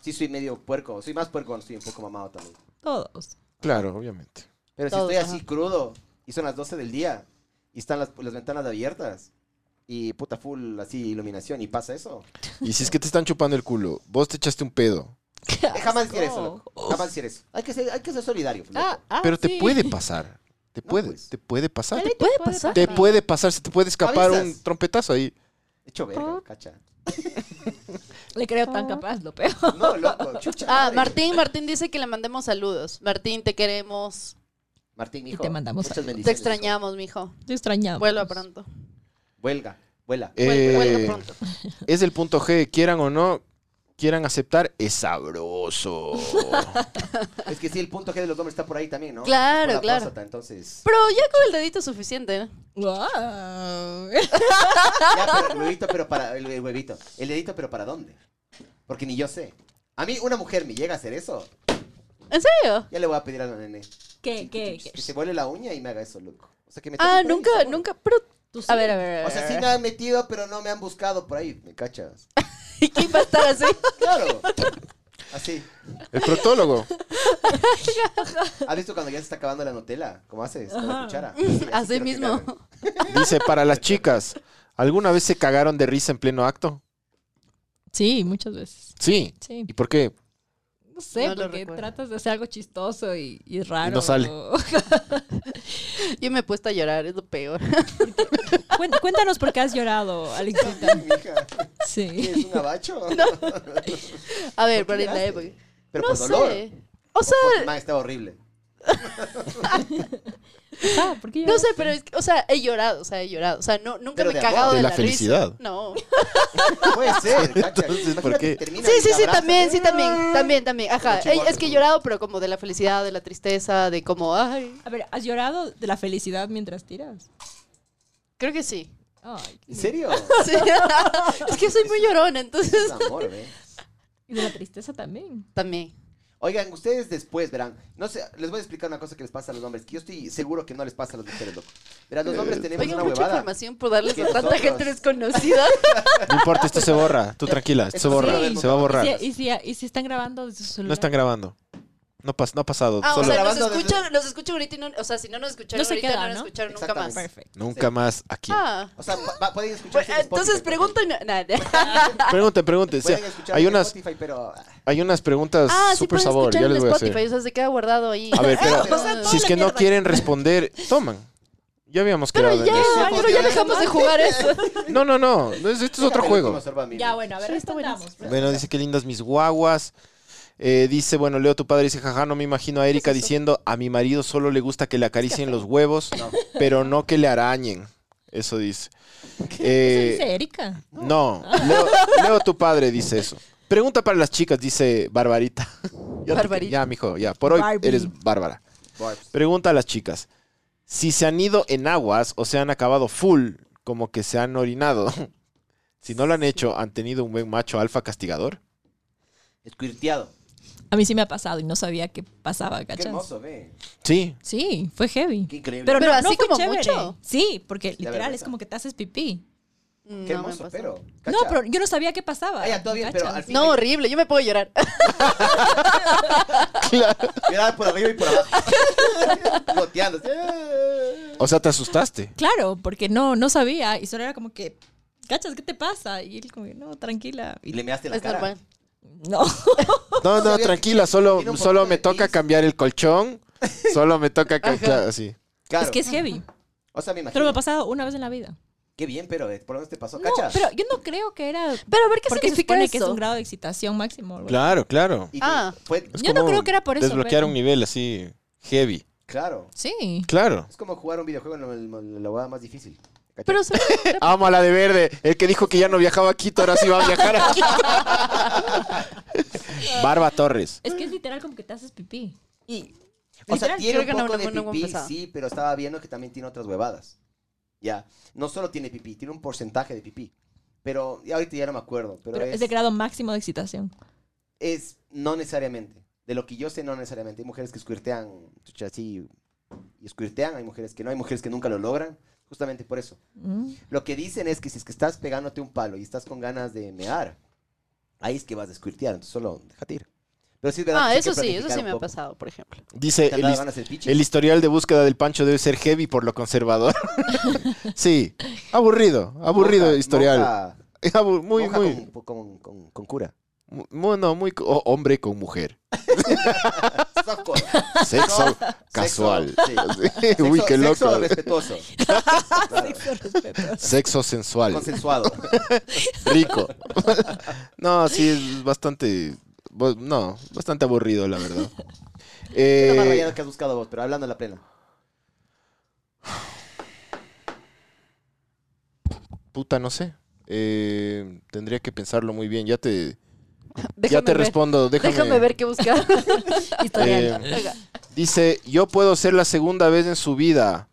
[SPEAKER 3] Sí, soy medio puerco. Soy más puerco cuando estoy un poco mamado también.
[SPEAKER 5] Todos.
[SPEAKER 2] Claro, obviamente.
[SPEAKER 3] Pero si
[SPEAKER 4] Todos,
[SPEAKER 3] estoy así
[SPEAKER 4] ajá.
[SPEAKER 3] crudo y son las 12 del día y están las, las ventanas abiertas y puta full así iluminación y pasa eso.
[SPEAKER 2] Y si es que te están chupando el culo, vos te echaste un pedo,
[SPEAKER 3] Eh, jamás hiciera eso, loco. Jamás hiciera eso. Hay que ser, hay que ser solidario. loco.
[SPEAKER 5] Ah, ah,
[SPEAKER 2] pero te
[SPEAKER 5] sí.
[SPEAKER 2] puede pasar. Te
[SPEAKER 3] No,
[SPEAKER 2] puede,
[SPEAKER 3] pues.
[SPEAKER 2] te puede pasar.
[SPEAKER 5] Dale,
[SPEAKER 2] Te,
[SPEAKER 5] te puede pasar.
[SPEAKER 2] te puede pasar, se te puede escapar
[SPEAKER 3] Avisas.
[SPEAKER 2] un trompetazo ahí.
[SPEAKER 3] Hecho verga, cacha.
[SPEAKER 5] Le creo tan capaz, lo peor.
[SPEAKER 3] No, loco, chucha.
[SPEAKER 4] Ah,
[SPEAKER 3] madre.
[SPEAKER 4] Martín, Martín dice que le mandemos saludos. Martín, te queremos.
[SPEAKER 3] Martín,
[SPEAKER 5] Y
[SPEAKER 3] hijo.
[SPEAKER 5] te mandamos
[SPEAKER 3] muchas
[SPEAKER 5] saludos.
[SPEAKER 3] bendiciones,
[SPEAKER 4] Te extrañamos, mijo.
[SPEAKER 5] Te extrañaba.
[SPEAKER 4] Vuelva
[SPEAKER 3] pues.
[SPEAKER 4] pronto.
[SPEAKER 3] hijo. Huelga, vuela.
[SPEAKER 4] Vuel-
[SPEAKER 2] Eh,
[SPEAKER 4] Vuelva pronto.
[SPEAKER 2] es el punto G, quieran o no, quieran aceptar, es sabroso.
[SPEAKER 3] Es que sí, el punto G de los hombres está por ahí también, ¿no?
[SPEAKER 4] Claro,
[SPEAKER 3] Por la
[SPEAKER 4] claro.
[SPEAKER 3] próstata, entonces.
[SPEAKER 4] Pero ya con el dedito es suficiente. ¿eh?
[SPEAKER 5] Wow.
[SPEAKER 3] Ya, pero el huevito, pero para. El hue- huevito. El dedito, pero para dónde. Porque ni yo sé. A mí, una mujer me llega a hacer eso.
[SPEAKER 4] ¿En serio?
[SPEAKER 3] Ya le voy a pedir a la nene.
[SPEAKER 5] ¿Qué, qué, qué?
[SPEAKER 3] Que se vuele la uña y me haga eso, loco. O sea, que me
[SPEAKER 4] Ah,
[SPEAKER 3] toque por ahí,
[SPEAKER 4] nunca,
[SPEAKER 3] seguro.
[SPEAKER 4] nunca. Pero,
[SPEAKER 5] Tú sí.
[SPEAKER 4] a ver, a ver. a
[SPEAKER 3] O sea, sí
[SPEAKER 4] ver.
[SPEAKER 3] me han metido, pero no me han buscado por ahí. ¿Me cachas?
[SPEAKER 4] ¿Y quién va a estar así?
[SPEAKER 3] Claro. Así.
[SPEAKER 2] El protólogo.
[SPEAKER 3] ¿Has visto cuando ya se está acabando la Nutella? ¿Cómo haces? Con la cuchara.
[SPEAKER 4] Así
[SPEAKER 3] quiero que
[SPEAKER 4] mismo.
[SPEAKER 3] me hagan.
[SPEAKER 2] Dice, para las chicas, ¿alguna vez se cagaron de risa en pleno acto?
[SPEAKER 5] Sí, muchas veces.
[SPEAKER 2] Sí.
[SPEAKER 5] Sí.
[SPEAKER 2] ¿Y por qué?
[SPEAKER 5] No sé,
[SPEAKER 4] No lo
[SPEAKER 5] porque
[SPEAKER 4] recuerdo.
[SPEAKER 5] tratas de hacer algo chistoso y, y raro.
[SPEAKER 2] sale.
[SPEAKER 4] Yo me he puesto a llorar, es lo peor.
[SPEAKER 5] Cuen- Cuéntanos por qué has llorado, Alexita.
[SPEAKER 3] Mija, ¿qué
[SPEAKER 5] Sí.
[SPEAKER 3] ¿Es un abacho?
[SPEAKER 4] A ver,
[SPEAKER 3] ¿Por
[SPEAKER 4] para
[SPEAKER 3] qué
[SPEAKER 4] la
[SPEAKER 3] lloraste?
[SPEAKER 4] época.
[SPEAKER 3] Pero
[SPEAKER 4] No
[SPEAKER 3] por dolor.
[SPEAKER 4] sé. O sea,
[SPEAKER 3] Porque, man, estaba horrible.
[SPEAKER 5] Ah, ¿por qué
[SPEAKER 4] no
[SPEAKER 5] lloras?
[SPEAKER 4] sé, pero es que, o sea, he llorado, o sea, he llorado. O sea, no, nunca
[SPEAKER 3] Pero
[SPEAKER 4] me he
[SPEAKER 3] de amor.
[SPEAKER 4] cagado de,
[SPEAKER 2] De la
[SPEAKER 4] la,
[SPEAKER 2] felicidad.
[SPEAKER 4] Risa. No.
[SPEAKER 3] Puede ser, cacha.
[SPEAKER 2] Entonces, ¿por
[SPEAKER 3] Imagínate,
[SPEAKER 2] qué?
[SPEAKER 3] termina
[SPEAKER 4] Sí,
[SPEAKER 3] y
[SPEAKER 4] sí,
[SPEAKER 3] te
[SPEAKER 4] sí,
[SPEAKER 3] abraza.
[SPEAKER 4] también, sí, también, también, también. Ajá.
[SPEAKER 3] Como chihuahua.
[SPEAKER 4] Es que he llorado, pero como de la felicidad, de la tristeza, de como, ay.
[SPEAKER 5] A ver, ¿has llorado de la felicidad mientras tiras?
[SPEAKER 4] Creo que sí.
[SPEAKER 5] Ay, qué
[SPEAKER 3] ¿En serio?
[SPEAKER 4] Sí. es que soy muy llorona, entonces.
[SPEAKER 3] Es amor, ¿eh? ¿ve?
[SPEAKER 5] Y de la tristeza también.
[SPEAKER 4] También.
[SPEAKER 3] Oigan, ustedes después verán. No sé, les voy a explicar una cosa que les pasa a los hombres, que yo estoy seguro que no les pasa a las mujeres, loco. Verán, los hombres tenemos
[SPEAKER 4] Eh, Oigan,
[SPEAKER 3] una
[SPEAKER 4] mucha
[SPEAKER 3] huevada.
[SPEAKER 4] información por darles
[SPEAKER 3] Que
[SPEAKER 4] a tanta
[SPEAKER 3] nosotros-
[SPEAKER 4] gente desconocida.
[SPEAKER 2] No importa, esto se borra. Tú tranquila, esto se borra.
[SPEAKER 5] Sí.
[SPEAKER 2] Se va a borrar.
[SPEAKER 5] ¿Y si, y si- y si están grabando desde su celular?
[SPEAKER 2] No están grabando. No, pas- no ha pasado.
[SPEAKER 4] Ah, o
[SPEAKER 2] Solo
[SPEAKER 4] sea, nos
[SPEAKER 3] grabando
[SPEAKER 4] escuchan, nos escuchan ahorita y no, o sea, si no nos escucharon
[SPEAKER 5] No se
[SPEAKER 4] ahorita,
[SPEAKER 5] queda,
[SPEAKER 4] no nos
[SPEAKER 5] ¿no?
[SPEAKER 4] escucharon nunca más.
[SPEAKER 3] Exactamente.
[SPEAKER 5] Perfecto.
[SPEAKER 2] nunca más aquí.
[SPEAKER 4] Ah.
[SPEAKER 3] O sea, pa- pa- pueden escuchar.
[SPEAKER 4] Bueno, Pues, entonces preguntan nada.
[SPEAKER 2] Pregunten, pregunten. sí,
[SPEAKER 3] Pueden escuchar
[SPEAKER 2] hay,
[SPEAKER 3] en
[SPEAKER 2] unas,
[SPEAKER 3] Spotify, pero ah,
[SPEAKER 2] hay unas preguntas
[SPEAKER 4] Ah, sí
[SPEAKER 2] súper
[SPEAKER 4] pueden
[SPEAKER 2] sabor.
[SPEAKER 4] escuchar
[SPEAKER 2] Ya
[SPEAKER 4] en
[SPEAKER 2] les voy a hacer.
[SPEAKER 4] Spotify, o sea, se queda guardado ahí.
[SPEAKER 2] A ver, pero
[SPEAKER 3] O sea,
[SPEAKER 5] toda
[SPEAKER 2] si es
[SPEAKER 5] la
[SPEAKER 2] que no
[SPEAKER 5] mierda.
[SPEAKER 2] quieren responder, toman. Ya habíamos
[SPEAKER 4] Pero
[SPEAKER 2] quedado en
[SPEAKER 4] ya,
[SPEAKER 2] eso.
[SPEAKER 3] eso.
[SPEAKER 4] pero ya dejamos de jugar eso.
[SPEAKER 2] No, no, no. no, es- Esto es otro
[SPEAKER 3] déjame
[SPEAKER 2] juego.
[SPEAKER 3] que me absorba a mí,
[SPEAKER 5] Ya,
[SPEAKER 3] ¿no?
[SPEAKER 5] bueno, a ver,
[SPEAKER 4] Sí, está
[SPEAKER 5] respondamos.
[SPEAKER 2] Bueno, dice que lindas mis guaguas. Eh, dice, bueno, Leo, tu padre dice, jaja, no me imagino a Erika diciendo, a mi marido solo le gusta que le acaricien los huevos,
[SPEAKER 3] No.
[SPEAKER 2] pero no que le arañen. Eso dice.
[SPEAKER 5] Eso
[SPEAKER 2] Eh,
[SPEAKER 5] dice Ah. Erika.
[SPEAKER 2] no, Leo, Leo, tu padre dice eso. Pregunta para las chicas, dice Barbarita. Ya, te-
[SPEAKER 4] Barbarita.
[SPEAKER 2] Ya, mijo, ya. Por hoy
[SPEAKER 5] Barbie.
[SPEAKER 2] eres Bárbara.
[SPEAKER 3] Barbs.
[SPEAKER 2] Pregunta a las chicas. Si se han ido en aguas o se han acabado full, como que se han orinado. Si no lo han hecho, ¿han tenido un buen macho alfa castigador?
[SPEAKER 3] Escuirteado.
[SPEAKER 5] A mí sí me ha pasado y no sabía qué pasaba,
[SPEAKER 3] Qué
[SPEAKER 5] ¿cachas?
[SPEAKER 3] hermoso, ve.
[SPEAKER 2] Sí,
[SPEAKER 5] Sí, fue heavy.
[SPEAKER 3] Qué increíble.
[SPEAKER 5] Pero,
[SPEAKER 4] Pero
[SPEAKER 5] no,
[SPEAKER 4] así
[SPEAKER 5] no fue
[SPEAKER 4] como
[SPEAKER 5] chévere.
[SPEAKER 4] mucho.
[SPEAKER 5] Sí, porque literal es
[SPEAKER 3] vergüenza.
[SPEAKER 5] como que te haces pipí.
[SPEAKER 3] Qué
[SPEAKER 4] No, me
[SPEAKER 3] hermoso,
[SPEAKER 4] pasó.
[SPEAKER 3] pero.
[SPEAKER 5] No,
[SPEAKER 3] cacha.
[SPEAKER 5] pero yo no sabía qué pasaba.
[SPEAKER 3] Ah, ya, todo bien, pero
[SPEAKER 5] ¿cachas?
[SPEAKER 3] al fin-
[SPEAKER 4] No, horrible, yo me puedo llorar.
[SPEAKER 3] Mira, por arriba y por abajo. Goteando. así, "Ah".
[SPEAKER 2] O sea, te asustaste.
[SPEAKER 5] Claro, porque no, no sabía y solo era como que, ¿cachas? ¿Qué te pasa? Y él como que, no, tranquila.
[SPEAKER 3] Y
[SPEAKER 5] Y
[SPEAKER 3] le measte la
[SPEAKER 4] Es
[SPEAKER 3] cara.
[SPEAKER 4] normal.
[SPEAKER 5] no.
[SPEAKER 2] No, no,
[SPEAKER 3] Sabía
[SPEAKER 2] tranquila, solo,
[SPEAKER 3] tiene un
[SPEAKER 2] solo
[SPEAKER 3] poquito
[SPEAKER 2] me
[SPEAKER 3] de
[SPEAKER 2] toca
[SPEAKER 3] pis.
[SPEAKER 2] cambiar el colchón. Solo me toca cambiar así.
[SPEAKER 3] Claro.
[SPEAKER 5] Es que es heavy.
[SPEAKER 3] O sea, me
[SPEAKER 5] Pero me
[SPEAKER 3] imagino.
[SPEAKER 5] ha pasado una vez en la vida.
[SPEAKER 3] Qué bien, pero eh, por lo menos te pasó,
[SPEAKER 5] No,
[SPEAKER 3] cacha.
[SPEAKER 5] pero yo no creo que era...
[SPEAKER 4] Pero a ver qué
[SPEAKER 5] Porque se
[SPEAKER 4] significa
[SPEAKER 5] supone
[SPEAKER 4] eso.
[SPEAKER 5] que es un grado de excitación máximo. güey.
[SPEAKER 2] Claro, claro.
[SPEAKER 3] Y
[SPEAKER 4] Ah.
[SPEAKER 3] fue-
[SPEAKER 2] Es
[SPEAKER 5] Yo no
[SPEAKER 2] como
[SPEAKER 5] creo que era por eso,
[SPEAKER 2] Desbloquear
[SPEAKER 5] pero-
[SPEAKER 2] un nivel así heavy.
[SPEAKER 3] claro.
[SPEAKER 5] Sí.
[SPEAKER 2] Claro.
[SPEAKER 3] Es como jugar un videojuego en la- en la- la hueá más difícil. ¿Cacha?
[SPEAKER 4] Pero se-
[SPEAKER 2] Amo a la de verde. El que dijo que ya no viajaba a Quito, ahora sí va a viajar a Quito. Barba Torres.
[SPEAKER 5] Es que es literal como que te haces pipí.
[SPEAKER 3] Y- o sea,
[SPEAKER 4] Literal,
[SPEAKER 3] tiene un
[SPEAKER 4] creo que no-
[SPEAKER 3] poco
[SPEAKER 4] no-
[SPEAKER 3] de
[SPEAKER 4] no hemos
[SPEAKER 3] pipí,
[SPEAKER 4] empezado.
[SPEAKER 3] sí, pero estaba viendo que también tiene otras huevadas. Ya. No solo tiene pipí, tiene un porcentaje de pipí. Pero y ahorita ya no me acuerdo. Pero,
[SPEAKER 5] Pero
[SPEAKER 3] es,
[SPEAKER 5] es de grado máximo de excitación.
[SPEAKER 3] es no necesariamente. De lo que yo sé, no necesariamente. Hay mujeres que squirtean, chucha, así, y squirtean. Hay mujeres que no, hay mujeres que nunca lo logran. Justamente por eso.
[SPEAKER 5] Mm.
[SPEAKER 3] Lo que dicen es que si es que estás pegándote un palo y estás con ganas de mear, ahí es que vas a squirtear. Entonces solo déjate ir. Pero sí es verdad
[SPEAKER 4] Ah,
[SPEAKER 3] que hay
[SPEAKER 4] eso
[SPEAKER 3] que
[SPEAKER 4] sí, eso
[SPEAKER 3] planificar
[SPEAKER 4] sí
[SPEAKER 3] un
[SPEAKER 4] me ha
[SPEAKER 3] poco.
[SPEAKER 4] pasado, por ejemplo.
[SPEAKER 2] Dice
[SPEAKER 3] ¿Te han
[SPEAKER 2] el,
[SPEAKER 3] dado
[SPEAKER 2] his-
[SPEAKER 3] ganas del pichi?
[SPEAKER 2] el historial de búsqueda del Pancho debe ser heavy por lo conservador. sí. Aburrido. Aburrido
[SPEAKER 3] Moja,
[SPEAKER 2] historial.
[SPEAKER 3] moja-
[SPEAKER 2] Abu- muy,
[SPEAKER 3] Moja
[SPEAKER 2] muy.
[SPEAKER 3] Con, con- con- con cura.
[SPEAKER 2] Mu- No, muy co- o- hombre con mujer.
[SPEAKER 3] Soco.
[SPEAKER 2] Sexo casual. Sí. Uy,
[SPEAKER 3] Sexo-
[SPEAKER 2] qué
[SPEAKER 3] Sexo
[SPEAKER 2] loco.
[SPEAKER 3] respetuoso,
[SPEAKER 5] Sexo respetuoso.
[SPEAKER 2] Sexo sensual.
[SPEAKER 3] consensuado.
[SPEAKER 2] Rico. No, sí, es bastante. bo- No, bastante aburrido, la verdad.
[SPEAKER 3] ¿Qué es lo más
[SPEAKER 2] Eh,
[SPEAKER 3] rayado que has buscado vos? Pero hablando a la plena.
[SPEAKER 2] puta, no sé. Eh, tendría que pensarlo muy bien. Ya te, ya
[SPEAKER 4] Déjame
[SPEAKER 2] te
[SPEAKER 4] ver.
[SPEAKER 2] respondo. Déjame,
[SPEAKER 4] Déjame ver qué buscar.
[SPEAKER 5] Historial.
[SPEAKER 2] Eh, Dice, yo puedo ser la segunda vez en su vida.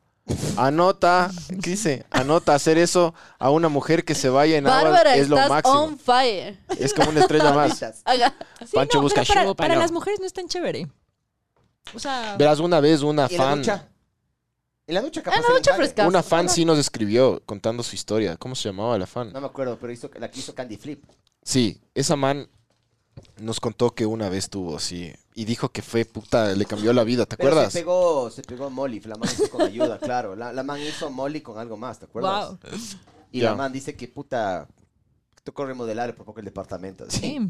[SPEAKER 2] Anota, ¿qué dice? Anota hacer eso a una mujer que se vaya en agua
[SPEAKER 4] Bárbara,
[SPEAKER 2] es lo
[SPEAKER 4] estás
[SPEAKER 2] máximo.
[SPEAKER 4] on fire.
[SPEAKER 2] Es como una estrella más.
[SPEAKER 3] Malditas.
[SPEAKER 4] Haga.
[SPEAKER 5] Sí,
[SPEAKER 2] Pancho
[SPEAKER 5] no,
[SPEAKER 2] busca
[SPEAKER 5] pero para,
[SPEAKER 2] chupa,
[SPEAKER 5] para
[SPEAKER 2] no.
[SPEAKER 5] las mujeres no es tan chévere. O sea,
[SPEAKER 2] Verás, una vez una
[SPEAKER 3] ¿Y en la
[SPEAKER 2] fan,
[SPEAKER 3] ducha? En la ducha capaz.
[SPEAKER 4] Ah, En la
[SPEAKER 3] se le
[SPEAKER 4] ducha
[SPEAKER 3] sale.
[SPEAKER 4] fresca.
[SPEAKER 2] una fan sí nos escribió contando su historia. ¿Cómo se llamaba la fan?
[SPEAKER 3] No me acuerdo, pero hizo, la que hizo Candy Flip.
[SPEAKER 2] Sí, esa man nos contó que una vez tuvo así y dijo que fue puta, le cambió la vida, ¿te
[SPEAKER 3] Pero
[SPEAKER 2] acuerdas?
[SPEAKER 3] se pegó, se pegó Molly. La man hizo con ayuda, claro. La, la man hizo Molly con algo más, ¿te acuerdas?
[SPEAKER 5] wow.
[SPEAKER 3] Y
[SPEAKER 2] Ya.
[SPEAKER 3] la man dice que puta. Tocó remodelar por poco el departamento. así.
[SPEAKER 5] Sí.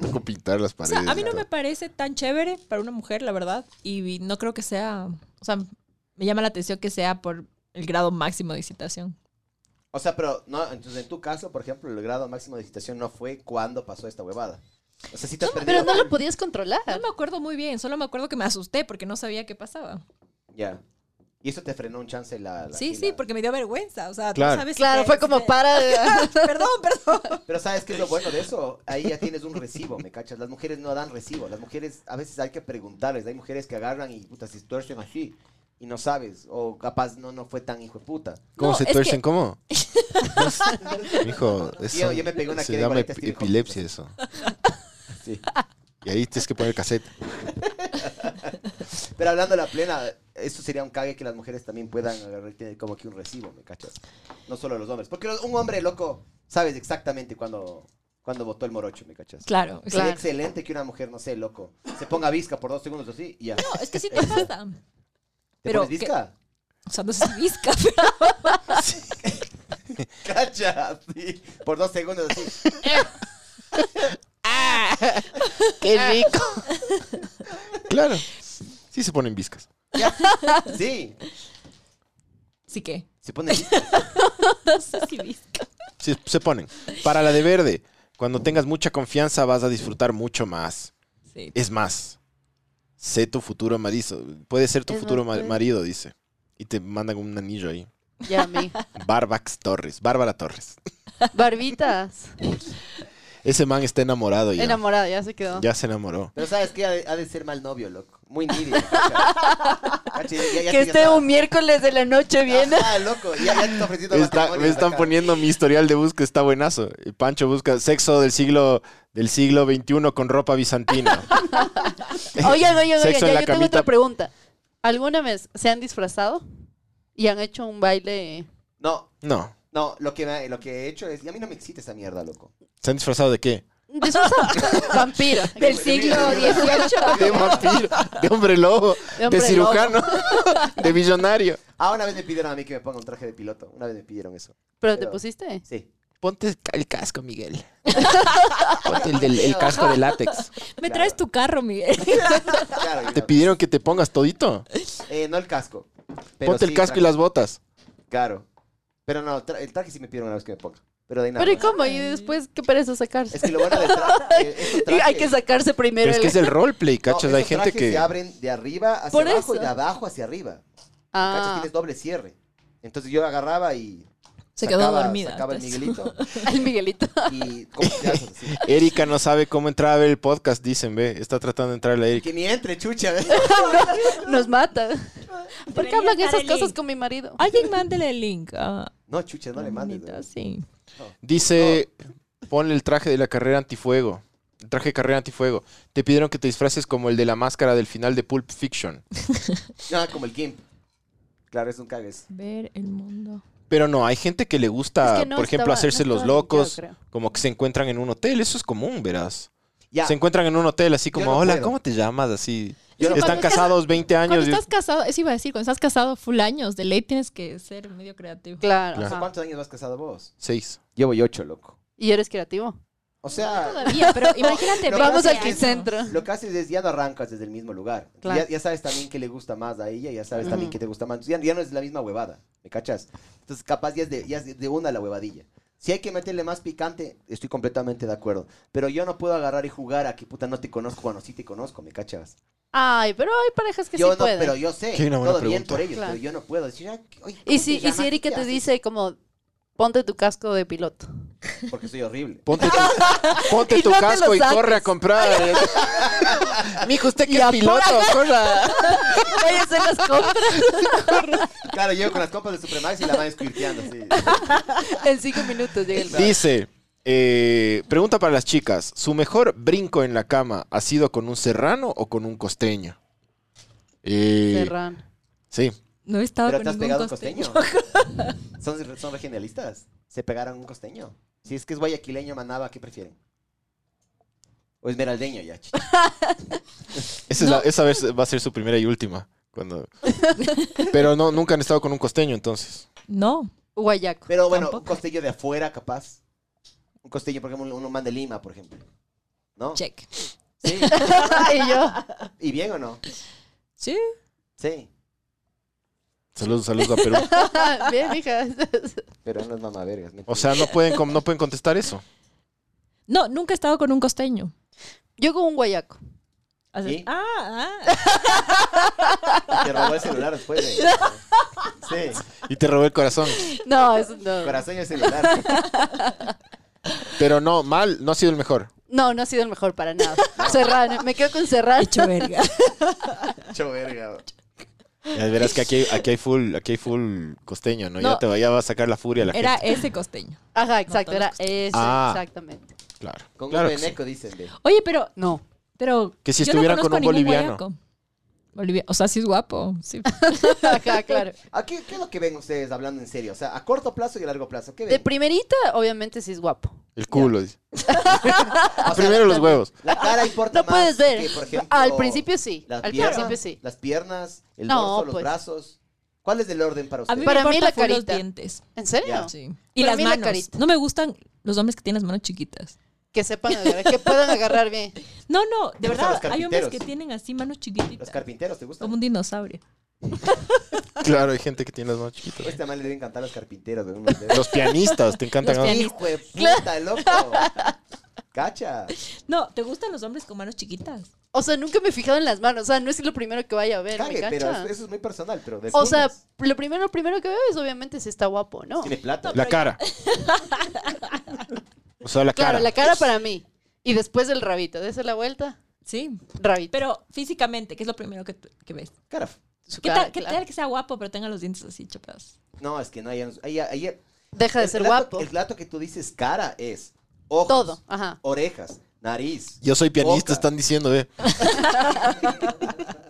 [SPEAKER 2] Tocó pintar las
[SPEAKER 5] O
[SPEAKER 2] paredes.
[SPEAKER 5] sea, a mí
[SPEAKER 2] y
[SPEAKER 5] no
[SPEAKER 2] todo.
[SPEAKER 5] me parece tan chévere para una mujer, la verdad. Y no creo que sea. O sea, me llama la atención que sea por el grado máximo de excitación.
[SPEAKER 3] O sea, pero no, entonces en tu caso, por ejemplo, el grado máximo de excitación no fue cuando pasó esta huevada. O sea, sí te has
[SPEAKER 4] Pero
[SPEAKER 3] perdido.
[SPEAKER 4] no lo podías controlar.
[SPEAKER 5] No me acuerdo muy bien, solo me acuerdo que me asusté porque no sabía qué pasaba.
[SPEAKER 3] Ya. Y eso te frenó un chance la. la-
[SPEAKER 5] Sí,
[SPEAKER 3] y
[SPEAKER 5] sí,
[SPEAKER 3] la-
[SPEAKER 5] porque me dio vergüenza. O sea,
[SPEAKER 2] Claro.
[SPEAKER 5] tú sabes. si
[SPEAKER 4] Claro,
[SPEAKER 5] te-
[SPEAKER 4] fue
[SPEAKER 5] si
[SPEAKER 4] como
[SPEAKER 5] te-
[SPEAKER 4] para.
[SPEAKER 5] Perdón, perdón.
[SPEAKER 3] Pero ¿sabes qué es lo bueno de eso? Ahí ya tienes un recibo, ¿me cachas? Las mujeres no dan recibo. Las mujeres, a veces hay que preguntarles. Hay mujeres que agarran y puta, se tuercen así. Y no sabes. O capaz no, no fue tan hijo de puta.
[SPEAKER 2] ¿Cómo
[SPEAKER 5] No,
[SPEAKER 2] se
[SPEAKER 5] es
[SPEAKER 2] tuercen?
[SPEAKER 5] que-
[SPEAKER 2] ¿Cómo? Hijo, eso
[SPEAKER 3] yo me pegué una
[SPEAKER 2] se
[SPEAKER 3] que de
[SPEAKER 2] llama
[SPEAKER 3] 40
[SPEAKER 2] ep-
[SPEAKER 3] estilo, hijo.
[SPEAKER 2] epilepsia eso.
[SPEAKER 3] Sí.
[SPEAKER 2] Y ahí tienes que poner cassette.
[SPEAKER 3] Pero hablando de la plena, eso sería un cague que las mujeres también puedan agarrar y tener como que un recibo, ¿me cachas? No solo los hombres. Porque los- un hombre loco sabes exactamente cuando, cuando votó el morocho, ¿me cachas?
[SPEAKER 5] Claro,
[SPEAKER 3] Sería
[SPEAKER 4] Claro.
[SPEAKER 3] excelente que una mujer, no sé, loco, se ponga visca por dos segundos así y ya. ¿Te
[SPEAKER 5] No, es que sí te pasa. pero
[SPEAKER 3] pones
[SPEAKER 5] que-
[SPEAKER 3] visca?
[SPEAKER 5] O sea, no sé si visca,
[SPEAKER 3] ¡Cacha! sí, por dos segundos así.
[SPEAKER 2] ¡Qué
[SPEAKER 4] Ah,
[SPEAKER 2] rico! claro. Sí se ponen viscas.
[SPEAKER 3] Ya. Sí,
[SPEAKER 5] Sí que.
[SPEAKER 3] se pone visca.
[SPEAKER 5] No sé si visca.
[SPEAKER 2] Sí, se ponen. Para la de verde, cuando tengas mucha confianza vas a disfrutar mucho más.
[SPEAKER 5] Sí.
[SPEAKER 2] Es más, sé tu futuro marido. Puede ser tu
[SPEAKER 4] Es
[SPEAKER 2] futuro ma-
[SPEAKER 4] más, puede-
[SPEAKER 2] marido, dice. Y te mandan un anillo ahí.
[SPEAKER 4] Ya, mija.
[SPEAKER 2] Barbax Torres. Bárbara Torres.
[SPEAKER 4] Barbitas.
[SPEAKER 2] Ese man está enamorado ya.
[SPEAKER 4] Enamorada, ya se quedó.
[SPEAKER 2] Ya se enamoró.
[SPEAKER 3] Pero sabes que ha de, ha de ser mal novio, loco. Muy nidio. Cacha, Cacha, ya- ya- ya
[SPEAKER 4] Que
[SPEAKER 3] te-
[SPEAKER 4] esté un miércoles de la noche bien.
[SPEAKER 3] Ah, loco, ya, ya te está ofreciendo
[SPEAKER 2] Está-
[SPEAKER 3] matrimonio,
[SPEAKER 2] me están
[SPEAKER 3] cacha.
[SPEAKER 2] poniendo mi historial de busca, está buenazo. Y Pancho busca sexo del siglo del siglo XXI con ropa bizantina.
[SPEAKER 4] Oigan, oigan, oigan,
[SPEAKER 2] Sexo en la
[SPEAKER 4] ya yo tengo
[SPEAKER 2] camita.
[SPEAKER 4] otra pregunta. ¿Alguna vez se han disfrazado y han hecho un baile?
[SPEAKER 3] No,
[SPEAKER 2] No.
[SPEAKER 3] no, lo que, me- lo que he hecho es... Y a mí no me excita esa mierda, loco.
[SPEAKER 2] ¿Se han disfrazado de qué?
[SPEAKER 4] Disfrazado. Vampiro.
[SPEAKER 5] Del siglo XVIII.
[SPEAKER 2] De vampiro, de hombre lobo,
[SPEAKER 4] De
[SPEAKER 2] de,
[SPEAKER 4] hombre
[SPEAKER 2] cirujano, de millonario.
[SPEAKER 3] Ah, una vez me pidieron a mí que me ponga un traje de piloto. Una vez me pidieron eso.
[SPEAKER 4] ¿Pero te pusiste?
[SPEAKER 3] Sí.
[SPEAKER 2] Ponte el casco, Miguel. Ponte el, del- el casco de látex.
[SPEAKER 5] Me traes tu carro, Miguel.
[SPEAKER 3] Claro, y
[SPEAKER 2] ¿Te
[SPEAKER 3] no-
[SPEAKER 2] pidieron que te pongas todito?
[SPEAKER 3] eh, no el casco. pero
[SPEAKER 2] Ponte el
[SPEAKER 3] sí
[SPEAKER 2] casco y
[SPEAKER 3] traje.
[SPEAKER 2] las botas.
[SPEAKER 3] Claro. Pero no, tra- el traje sí me pidieron una vez que me ponga. Pero de ahí nada
[SPEAKER 4] Pero ¿y
[SPEAKER 3] más.
[SPEAKER 4] cómo? ¿Y después qué pereza sacarse?
[SPEAKER 3] Es que lo bueno del traje... eh, estos
[SPEAKER 4] Y Hay que
[SPEAKER 3] trajes-
[SPEAKER 4] sacarse primero
[SPEAKER 2] Pero es que
[SPEAKER 4] el-
[SPEAKER 2] es el roleplay,
[SPEAKER 3] no,
[SPEAKER 2] ¿cachas?
[SPEAKER 3] esos
[SPEAKER 2] Hay gente
[SPEAKER 3] trajes
[SPEAKER 2] que...
[SPEAKER 3] se abren de arriba hacia
[SPEAKER 4] Por
[SPEAKER 3] abajo y
[SPEAKER 4] eso.
[SPEAKER 3] de abajo hacia arriba. ¿Cachas?
[SPEAKER 4] Ah,
[SPEAKER 3] Tienes doble cierre. Entonces yo agarraba y...
[SPEAKER 5] Se quedó
[SPEAKER 3] sacaba-
[SPEAKER 5] dormida. pues.
[SPEAKER 3] Sacaba el
[SPEAKER 5] entonces.
[SPEAKER 3] Miguelito
[SPEAKER 4] el Miguelito.
[SPEAKER 3] y... ¿Cómo te haces así?
[SPEAKER 2] Erika no sabe cómo entrar a ver el podcast, dicen, ve. Está tratando de entrar la Erika.
[SPEAKER 3] Que ni entre, chucha.
[SPEAKER 4] Nos mata. ¿Por qué
[SPEAKER 5] Debería
[SPEAKER 4] hablan
[SPEAKER 5] estar
[SPEAKER 4] esas
[SPEAKER 5] el
[SPEAKER 4] cosas
[SPEAKER 5] link.
[SPEAKER 4] con mi marido?
[SPEAKER 5] Alguien mándele el link. Ah,
[SPEAKER 3] No, chucha, no le mandes.
[SPEAKER 5] bonito,
[SPEAKER 3] güey.
[SPEAKER 5] sí.
[SPEAKER 2] Dice, ponle el traje de la carrera antifuego. El traje de carrera antifuego. Te pidieron que te disfraces como el de la máscara del final de Pulp Fiction.
[SPEAKER 3] Ah, como el Gimp. Claro, es un cagues.
[SPEAKER 5] Ver el mundo.
[SPEAKER 2] Pero no, hay gente que le gusta,
[SPEAKER 4] Es que no
[SPEAKER 2] por ejemplo,
[SPEAKER 4] estaba-
[SPEAKER 2] hacerse
[SPEAKER 4] no
[SPEAKER 2] los
[SPEAKER 4] estaba linkeado,
[SPEAKER 2] locos,
[SPEAKER 4] creo.
[SPEAKER 2] como que se encuentran en un hotel. Eso es común, verás.
[SPEAKER 3] Ya,
[SPEAKER 2] Se encuentran en un hotel así como,
[SPEAKER 3] no
[SPEAKER 2] hola,
[SPEAKER 3] puedo".
[SPEAKER 2] ¿cómo te llamas? Así.
[SPEAKER 3] Yo no
[SPEAKER 2] Están
[SPEAKER 5] puedo.
[SPEAKER 2] casados 20
[SPEAKER 5] Cuando
[SPEAKER 2] años. y-
[SPEAKER 5] estás casado, eso iba a decir, cuando estás casado full años, de ley tienes que ser medio creativo.
[SPEAKER 4] Claro.
[SPEAKER 2] Claro.
[SPEAKER 4] ajá.
[SPEAKER 3] ¿cuántos años vas casado vos?
[SPEAKER 2] Seis.
[SPEAKER 3] Llevo yo ocho, loco.
[SPEAKER 4] ¿Y eres creativo?
[SPEAKER 3] O sea,
[SPEAKER 6] Todavía, pero imagínate.
[SPEAKER 3] No,
[SPEAKER 4] Vamos
[SPEAKER 6] 20
[SPEAKER 4] al
[SPEAKER 6] años.
[SPEAKER 4] centro.
[SPEAKER 3] lo que haces es ya no arrancas desde el mismo lugar.
[SPEAKER 6] Claro.
[SPEAKER 3] Ya, ya sabes también qué le gusta más a ella, ya sabes también
[SPEAKER 4] Ujú.
[SPEAKER 3] qué te gusta más. Ya, ya no es la misma huevada, ¿me cachas? Entonces, capaz ya es, de, ya es de una la huevadilla. Si hay que meterle más picante, estoy completamente de acuerdo. Pero yo no puedo agarrar y jugar a que puta no te conozco cuando sí te conozco, ¿me cachas?
[SPEAKER 4] Ay, pero hay parejas que
[SPEAKER 3] yo
[SPEAKER 4] sí
[SPEAKER 3] no,
[SPEAKER 4] pueden.
[SPEAKER 3] pero yo sé.
[SPEAKER 2] Qué una
[SPEAKER 3] Todo
[SPEAKER 2] buena
[SPEAKER 3] bien
[SPEAKER 2] pregunta.
[SPEAKER 3] por ellos,
[SPEAKER 4] Claro.
[SPEAKER 3] pero yo no puedo decir, ah, ¿qué- oye, ¿cómo
[SPEAKER 4] Y si, y
[SPEAKER 3] llamas?
[SPEAKER 4] si Erika
[SPEAKER 3] ¿Qué
[SPEAKER 4] te
[SPEAKER 3] haces?
[SPEAKER 4] dice como, ponte tu casco de piloto.
[SPEAKER 3] Porque soy horrible.
[SPEAKER 2] Ponte tu, ponte
[SPEAKER 4] Y
[SPEAKER 2] tu
[SPEAKER 4] no te lo
[SPEAKER 2] casco y
[SPEAKER 4] saques.
[SPEAKER 2] corre a comprar. ¿eh? Mijo, usted que es piloto, corra.
[SPEAKER 4] Váyanse las compras
[SPEAKER 3] Claro, llego con las copas de Supremax y la van esquirteando, sí.
[SPEAKER 4] en cinco minutos. Llega el
[SPEAKER 2] Dice, eh, pregunta para las chicas. ¿Su mejor brinco en la cama ha sido con un serrano o con un costeño? Eh,
[SPEAKER 4] Ferran.
[SPEAKER 2] sí.
[SPEAKER 5] No he estado
[SPEAKER 3] ¿Pero
[SPEAKER 5] con
[SPEAKER 3] te has
[SPEAKER 5] ningún
[SPEAKER 3] pegado un
[SPEAKER 5] costeño.
[SPEAKER 3] costeño? ¿Son, son regionalistas? ¿Se pegaron un costeño? Si es que es guayaquileño, manaba, ¿qué prefieren? O esmeraldeño ya, chichi.
[SPEAKER 2] Esa, es la- esa vez va a ser su primera y última. Cuando... Pero no, nunca han estado con un costeño, entonces.
[SPEAKER 5] No.
[SPEAKER 4] Guayaco.
[SPEAKER 3] Pero bueno, un
[SPEAKER 5] Tampoco.
[SPEAKER 3] costeño de afuera, capaz. Un costeño, por ejemplo, uno más de Lima, por ejemplo. ¿No?
[SPEAKER 5] Check.
[SPEAKER 3] Sí.
[SPEAKER 4] y yo.
[SPEAKER 3] ¿Y bien o no?
[SPEAKER 5] Sí.
[SPEAKER 3] Sí.
[SPEAKER 2] Saludos, saludos a Perú.
[SPEAKER 4] Bien, mija.
[SPEAKER 3] Pero no es mamavergas. mentira.
[SPEAKER 2] O sea, no pueden, com- no pueden contestar eso.
[SPEAKER 5] No, nunca he estado con un costeño.
[SPEAKER 4] Yo con un guayaco.
[SPEAKER 5] O sea,
[SPEAKER 3] ¿Y?
[SPEAKER 5] Ah, ah.
[SPEAKER 3] Te robó el celular después de... Sí,
[SPEAKER 2] Y te robé el corazón.
[SPEAKER 4] No, eso no.
[SPEAKER 3] corazón y el celular.
[SPEAKER 2] Pero no, mal, no ha sido el mejor.
[SPEAKER 4] No, no ha sido el mejor para nada. Serrano. Me quedo con Serrano.
[SPEAKER 5] Hecho verga.
[SPEAKER 3] Hecho verga.
[SPEAKER 2] Ya verás que aquí, hay- aquí hay full, aquí hay full costeño, ¿no? Ya
[SPEAKER 5] No.
[SPEAKER 2] te va, ya va a sacar la furia la
[SPEAKER 5] Era
[SPEAKER 2] gente.
[SPEAKER 5] ese costeño.
[SPEAKER 4] Ajá, exacto.
[SPEAKER 5] No,
[SPEAKER 4] Era ese,
[SPEAKER 2] Ah.
[SPEAKER 4] exactamente.
[SPEAKER 2] Claro.
[SPEAKER 3] Con
[SPEAKER 2] claro
[SPEAKER 3] un
[SPEAKER 2] que sí.
[SPEAKER 3] peneco, dicen. ve.
[SPEAKER 5] Oye, pero.
[SPEAKER 4] No.
[SPEAKER 5] pero
[SPEAKER 2] Que si
[SPEAKER 5] yo
[SPEAKER 2] estuviera
[SPEAKER 5] conozco
[SPEAKER 2] con un
[SPEAKER 5] ningún
[SPEAKER 2] boliviano.
[SPEAKER 5] guayaco. Bolivia- O sea, sí es guapo. Sí.
[SPEAKER 4] Ajá, claro.
[SPEAKER 3] ¿A qué, qué es lo que ven ustedes hablando en serio? O sea, a corto plazo y a largo plazo. ¿Qué
[SPEAKER 4] De
[SPEAKER 3] ven?
[SPEAKER 4] primerita, obviamente sí es guapo.
[SPEAKER 2] El culo. dice. Primero los huevos.
[SPEAKER 3] La cara importa
[SPEAKER 4] Ah, No
[SPEAKER 3] más
[SPEAKER 4] puedes ver.
[SPEAKER 3] que, por ejemplo,
[SPEAKER 4] Al principio sí.
[SPEAKER 3] las
[SPEAKER 4] Al
[SPEAKER 3] piernas,
[SPEAKER 4] principio sí.
[SPEAKER 3] Las piernas, el
[SPEAKER 4] No,
[SPEAKER 3] dorso, los
[SPEAKER 4] pues.
[SPEAKER 3] brazos. ¿Cuál es el orden para
[SPEAKER 5] A mí
[SPEAKER 3] ustedes?
[SPEAKER 4] Para
[SPEAKER 5] me
[SPEAKER 4] mí
[SPEAKER 5] importa
[SPEAKER 4] la
[SPEAKER 5] full los
[SPEAKER 4] carita.
[SPEAKER 5] dientes.
[SPEAKER 4] ¿En serio?
[SPEAKER 3] Ya.
[SPEAKER 5] Sí. Y
[SPEAKER 4] Para
[SPEAKER 5] las
[SPEAKER 4] mí la
[SPEAKER 5] manos.
[SPEAKER 4] carita.
[SPEAKER 5] no me gustan los hombres que tienen las manos chiquitas.
[SPEAKER 4] Que sepan agarrar, que puedan agarrar bien.
[SPEAKER 5] No, no, de
[SPEAKER 3] ¿Te gustan
[SPEAKER 5] verdad,
[SPEAKER 3] los
[SPEAKER 5] hay hombres que
[SPEAKER 3] carpinteros?
[SPEAKER 5] tienen así manos
[SPEAKER 3] ¿Los
[SPEAKER 5] chiquititas.
[SPEAKER 3] carpinteros te
[SPEAKER 5] Como
[SPEAKER 3] gustan?
[SPEAKER 5] un dinosaurio.
[SPEAKER 2] Claro, hay gente que tiene las manos chiquitas.
[SPEAKER 3] Este mal le deben encantar a los carpinteros. güey, unos dedos.
[SPEAKER 2] Los pianistas, te encantan.
[SPEAKER 5] Los
[SPEAKER 2] ¿no?
[SPEAKER 5] pianistas.
[SPEAKER 3] ¡Hijo de puta, loco! ¡Cacha!
[SPEAKER 5] No, ¿te gustan los hombres con manos chiquitas?
[SPEAKER 4] O sea, nunca me he fijado en las manos. O sea, no es lo primero que vaya a ver,
[SPEAKER 3] Cague,
[SPEAKER 4] ¿me
[SPEAKER 3] pero
[SPEAKER 4] cacha?
[SPEAKER 3] eso eso es muy personal. Pero
[SPEAKER 4] O sea,
[SPEAKER 3] decimos,
[SPEAKER 4] lo primero, lo primero que veo es obviamente si está guapo, ¿no?
[SPEAKER 3] tiene plata.
[SPEAKER 2] La cara. O sea, la
[SPEAKER 4] Claro,
[SPEAKER 2] cara.
[SPEAKER 4] la cara para mí. Y después el rabito. Dese la vuelta,
[SPEAKER 5] Sí.
[SPEAKER 4] rabito.
[SPEAKER 5] Pero físicamente, ¿qué es lo primero que, tú- que ves?
[SPEAKER 3] Cara.
[SPEAKER 4] Su
[SPEAKER 5] ¿Qué,
[SPEAKER 4] cara,
[SPEAKER 5] tal, qué
[SPEAKER 4] claro.
[SPEAKER 5] tal que sea guapo, pero tenga los dientes así chapados?
[SPEAKER 3] No, es que no, hay... ahí- ahí-
[SPEAKER 4] Deja de
[SPEAKER 3] el
[SPEAKER 4] ser
[SPEAKER 3] dato-
[SPEAKER 4] guapo.
[SPEAKER 3] El dato que tú dices cara es ojos,
[SPEAKER 4] Todo, ajá.
[SPEAKER 3] orejas, nariz.
[SPEAKER 2] Yo soy pianista,
[SPEAKER 3] Boca.
[SPEAKER 2] están diciendo, eh.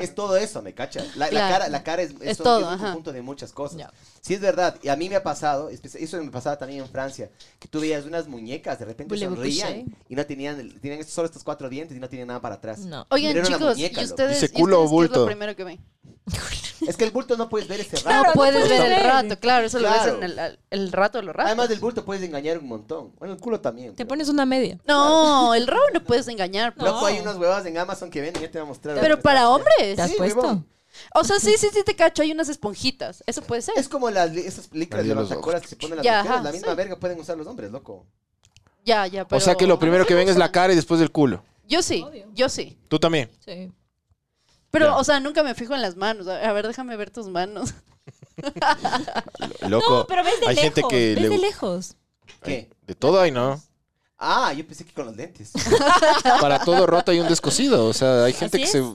[SPEAKER 3] Es todo eso, ¿me cachas? La, la
[SPEAKER 4] Claro.
[SPEAKER 3] cara, la cara es, es
[SPEAKER 4] Es
[SPEAKER 3] un-
[SPEAKER 4] todo,
[SPEAKER 3] es un
[SPEAKER 4] ajá.
[SPEAKER 3] conjunto de muchas cosas.
[SPEAKER 5] Ya.
[SPEAKER 3] Sí, es verdad. Y a mí me ha pasado, espe- eso me pasaba también en Francia, que tú veías unas muñecas, de repente
[SPEAKER 5] Voulez-vous
[SPEAKER 3] sonrían
[SPEAKER 5] coucher?
[SPEAKER 3] y no tenían, tenían solo estos cuatro dientes y no tenían nada para atrás.
[SPEAKER 5] No.
[SPEAKER 4] Oigan,
[SPEAKER 3] Era una
[SPEAKER 4] chicos,
[SPEAKER 3] muñeca,
[SPEAKER 4] ¿y
[SPEAKER 3] loco.
[SPEAKER 4] ustedes,
[SPEAKER 2] Dice
[SPEAKER 4] y
[SPEAKER 2] culo o
[SPEAKER 4] ustedes qué es
[SPEAKER 2] bulto.
[SPEAKER 4] lo primero que ven?
[SPEAKER 3] Es que el bulto no puedes ver ese pues.
[SPEAKER 4] No
[SPEAKER 3] rato.
[SPEAKER 5] Claro, no
[SPEAKER 4] puedes
[SPEAKER 5] puedes
[SPEAKER 4] ver el
[SPEAKER 5] ver.
[SPEAKER 4] rato, claro. Eso
[SPEAKER 3] Claro.
[SPEAKER 4] lo ves en el, al- el rato de los ratos.
[SPEAKER 3] Además del bulto puedes engañar un montón. Bueno, el culo también.
[SPEAKER 5] Te
[SPEAKER 3] pero-
[SPEAKER 5] pones una media.
[SPEAKER 4] No, el rabo no puedes engañar.
[SPEAKER 5] No.
[SPEAKER 4] pero-
[SPEAKER 3] Loco, hay unas huevas en Amazon que venden, ya te voy a mostrar.
[SPEAKER 4] Pero para hombres.
[SPEAKER 5] ¿Te has
[SPEAKER 3] Sí,
[SPEAKER 5] puesto?
[SPEAKER 3] huevón.
[SPEAKER 4] O sea, sí, sí, sí te cacho. Hay unas esponjitas. Eso puede ser.
[SPEAKER 3] Es como las, li- esas licras
[SPEAKER 2] Nadie
[SPEAKER 3] de
[SPEAKER 2] los
[SPEAKER 3] las tacoras que se ponen las
[SPEAKER 4] Ya,
[SPEAKER 3] mujeres.
[SPEAKER 4] ajá,
[SPEAKER 3] la misma
[SPEAKER 4] sí.
[SPEAKER 3] verga pueden usar los hombres, loco.
[SPEAKER 4] Ya, ya, pero...
[SPEAKER 2] O sea que lo primero que ven es la cara y después el culo.
[SPEAKER 4] Yo sí,
[SPEAKER 5] Obvio.
[SPEAKER 4] yo sí.
[SPEAKER 2] Tú también.
[SPEAKER 5] Sí.
[SPEAKER 4] Pero,
[SPEAKER 2] Ya.
[SPEAKER 4] o sea, nunca me fijo en las manos. A ver, déjame ver tus manos.
[SPEAKER 2] Loco.
[SPEAKER 5] No, pero ves de
[SPEAKER 2] hay
[SPEAKER 5] lejos.
[SPEAKER 2] gente que
[SPEAKER 5] ves
[SPEAKER 2] le
[SPEAKER 5] de
[SPEAKER 2] gu-
[SPEAKER 5] lejos.
[SPEAKER 3] ¿Qué?
[SPEAKER 2] De todo hay, ¿no?
[SPEAKER 3] Ah, yo pensé que con los lentes.
[SPEAKER 2] Para todo roto hay un descosido. O sea, hay gente
[SPEAKER 5] Así
[SPEAKER 2] que
[SPEAKER 5] es.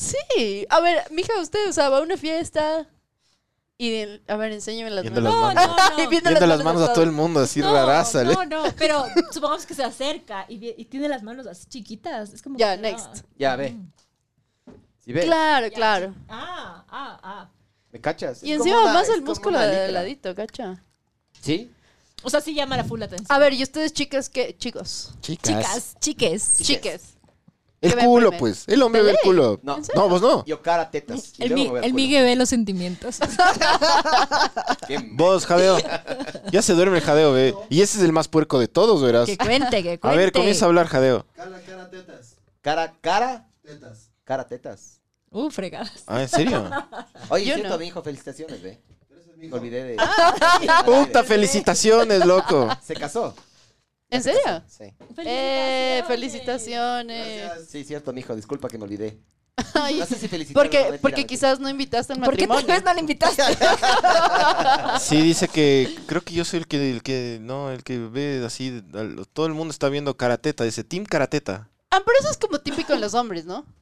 [SPEAKER 2] se.
[SPEAKER 4] Sí. A ver, mija, usted, o sea, va a una fiesta y... de- A ver, enséñeme las
[SPEAKER 2] Viendo
[SPEAKER 4] manos.
[SPEAKER 5] No, no,
[SPEAKER 2] manos.
[SPEAKER 5] no.
[SPEAKER 4] Y viendo
[SPEAKER 2] Tiende las
[SPEAKER 4] manos
[SPEAKER 2] manos a todo el mundo, así
[SPEAKER 5] no,
[SPEAKER 2] raraza, ¿le?
[SPEAKER 5] no, no, pero supongamos que se acerca y, vi- y tiene las manos así chiquitas. Es como
[SPEAKER 4] Ya,
[SPEAKER 5] que no.
[SPEAKER 4] next.
[SPEAKER 3] Ya, ve. ¿Sí ves?
[SPEAKER 4] Claro, claro.
[SPEAKER 5] Ah, ah, ah.
[SPEAKER 3] ¿Me cachas?
[SPEAKER 4] Y
[SPEAKER 3] Es como
[SPEAKER 4] encima
[SPEAKER 3] una-
[SPEAKER 4] más
[SPEAKER 3] es
[SPEAKER 4] el
[SPEAKER 3] como
[SPEAKER 4] músculo
[SPEAKER 3] una
[SPEAKER 4] de
[SPEAKER 3] licra.
[SPEAKER 4] ladito, cacha.
[SPEAKER 3] ¿Sí?
[SPEAKER 5] O sea, sí llama la full atención.
[SPEAKER 4] A ver, ¿y ustedes Ah, chicas qué? Chicos.
[SPEAKER 2] Chicas.
[SPEAKER 5] Chicas, chiques.
[SPEAKER 4] Chiques.
[SPEAKER 2] El
[SPEAKER 4] ¿Qué ven
[SPEAKER 2] culo,
[SPEAKER 4] primero?
[SPEAKER 2] pues. El hombre ve el culo.
[SPEAKER 3] No. ¿En
[SPEAKER 2] no, vos no.
[SPEAKER 3] Yo cara tetas. y
[SPEAKER 5] El,
[SPEAKER 3] luego
[SPEAKER 5] Mi-
[SPEAKER 3] me voy al
[SPEAKER 5] el
[SPEAKER 3] culo.
[SPEAKER 5] Migue ve los sentimientos.
[SPEAKER 3] Qué
[SPEAKER 2] Vos, jadeo. Ya se duerme el jadeo, ve. Y ese es el más puerco de todos, verás.
[SPEAKER 5] que cuente, que cuente.
[SPEAKER 2] A ver, comienza a hablar, jadeo.
[SPEAKER 6] Carla, cara, tetas.
[SPEAKER 3] Cara, cara,
[SPEAKER 6] Tetas.
[SPEAKER 3] cara tetas.
[SPEAKER 5] Uh, fregadas.
[SPEAKER 2] Ah, ¿en serio?
[SPEAKER 3] Oye,
[SPEAKER 4] Yo
[SPEAKER 3] siento
[SPEAKER 4] no. Ah.
[SPEAKER 3] a mi hijo, felicitaciones, ve.
[SPEAKER 6] Gracias,
[SPEAKER 3] Me
[SPEAKER 6] mijo.
[SPEAKER 3] olvidé de.
[SPEAKER 2] Puta, felicitaciones, loco.
[SPEAKER 3] Se casó.
[SPEAKER 4] ¿En serio?
[SPEAKER 3] Sí.
[SPEAKER 4] Eh, felicitaciones.
[SPEAKER 6] Gracias.
[SPEAKER 3] Sí, cierto, mijo, disculpa que me olvidé.
[SPEAKER 4] Ay,
[SPEAKER 3] No sé si felicitaciones. no,
[SPEAKER 4] porque
[SPEAKER 3] mentira,
[SPEAKER 4] porque
[SPEAKER 3] mentira.
[SPEAKER 4] quizás no invitaste al
[SPEAKER 5] ¿Por qué tal
[SPEAKER 4] matrimonio.
[SPEAKER 5] vez no le invitaste?
[SPEAKER 2] Sí, dice que creo que yo soy el que, el que no, el que ve así. al- Todo el mundo está viendo karateta. Dice Team Karateta.
[SPEAKER 4] Ah, pero eso es como típico en los hombres, ¿no?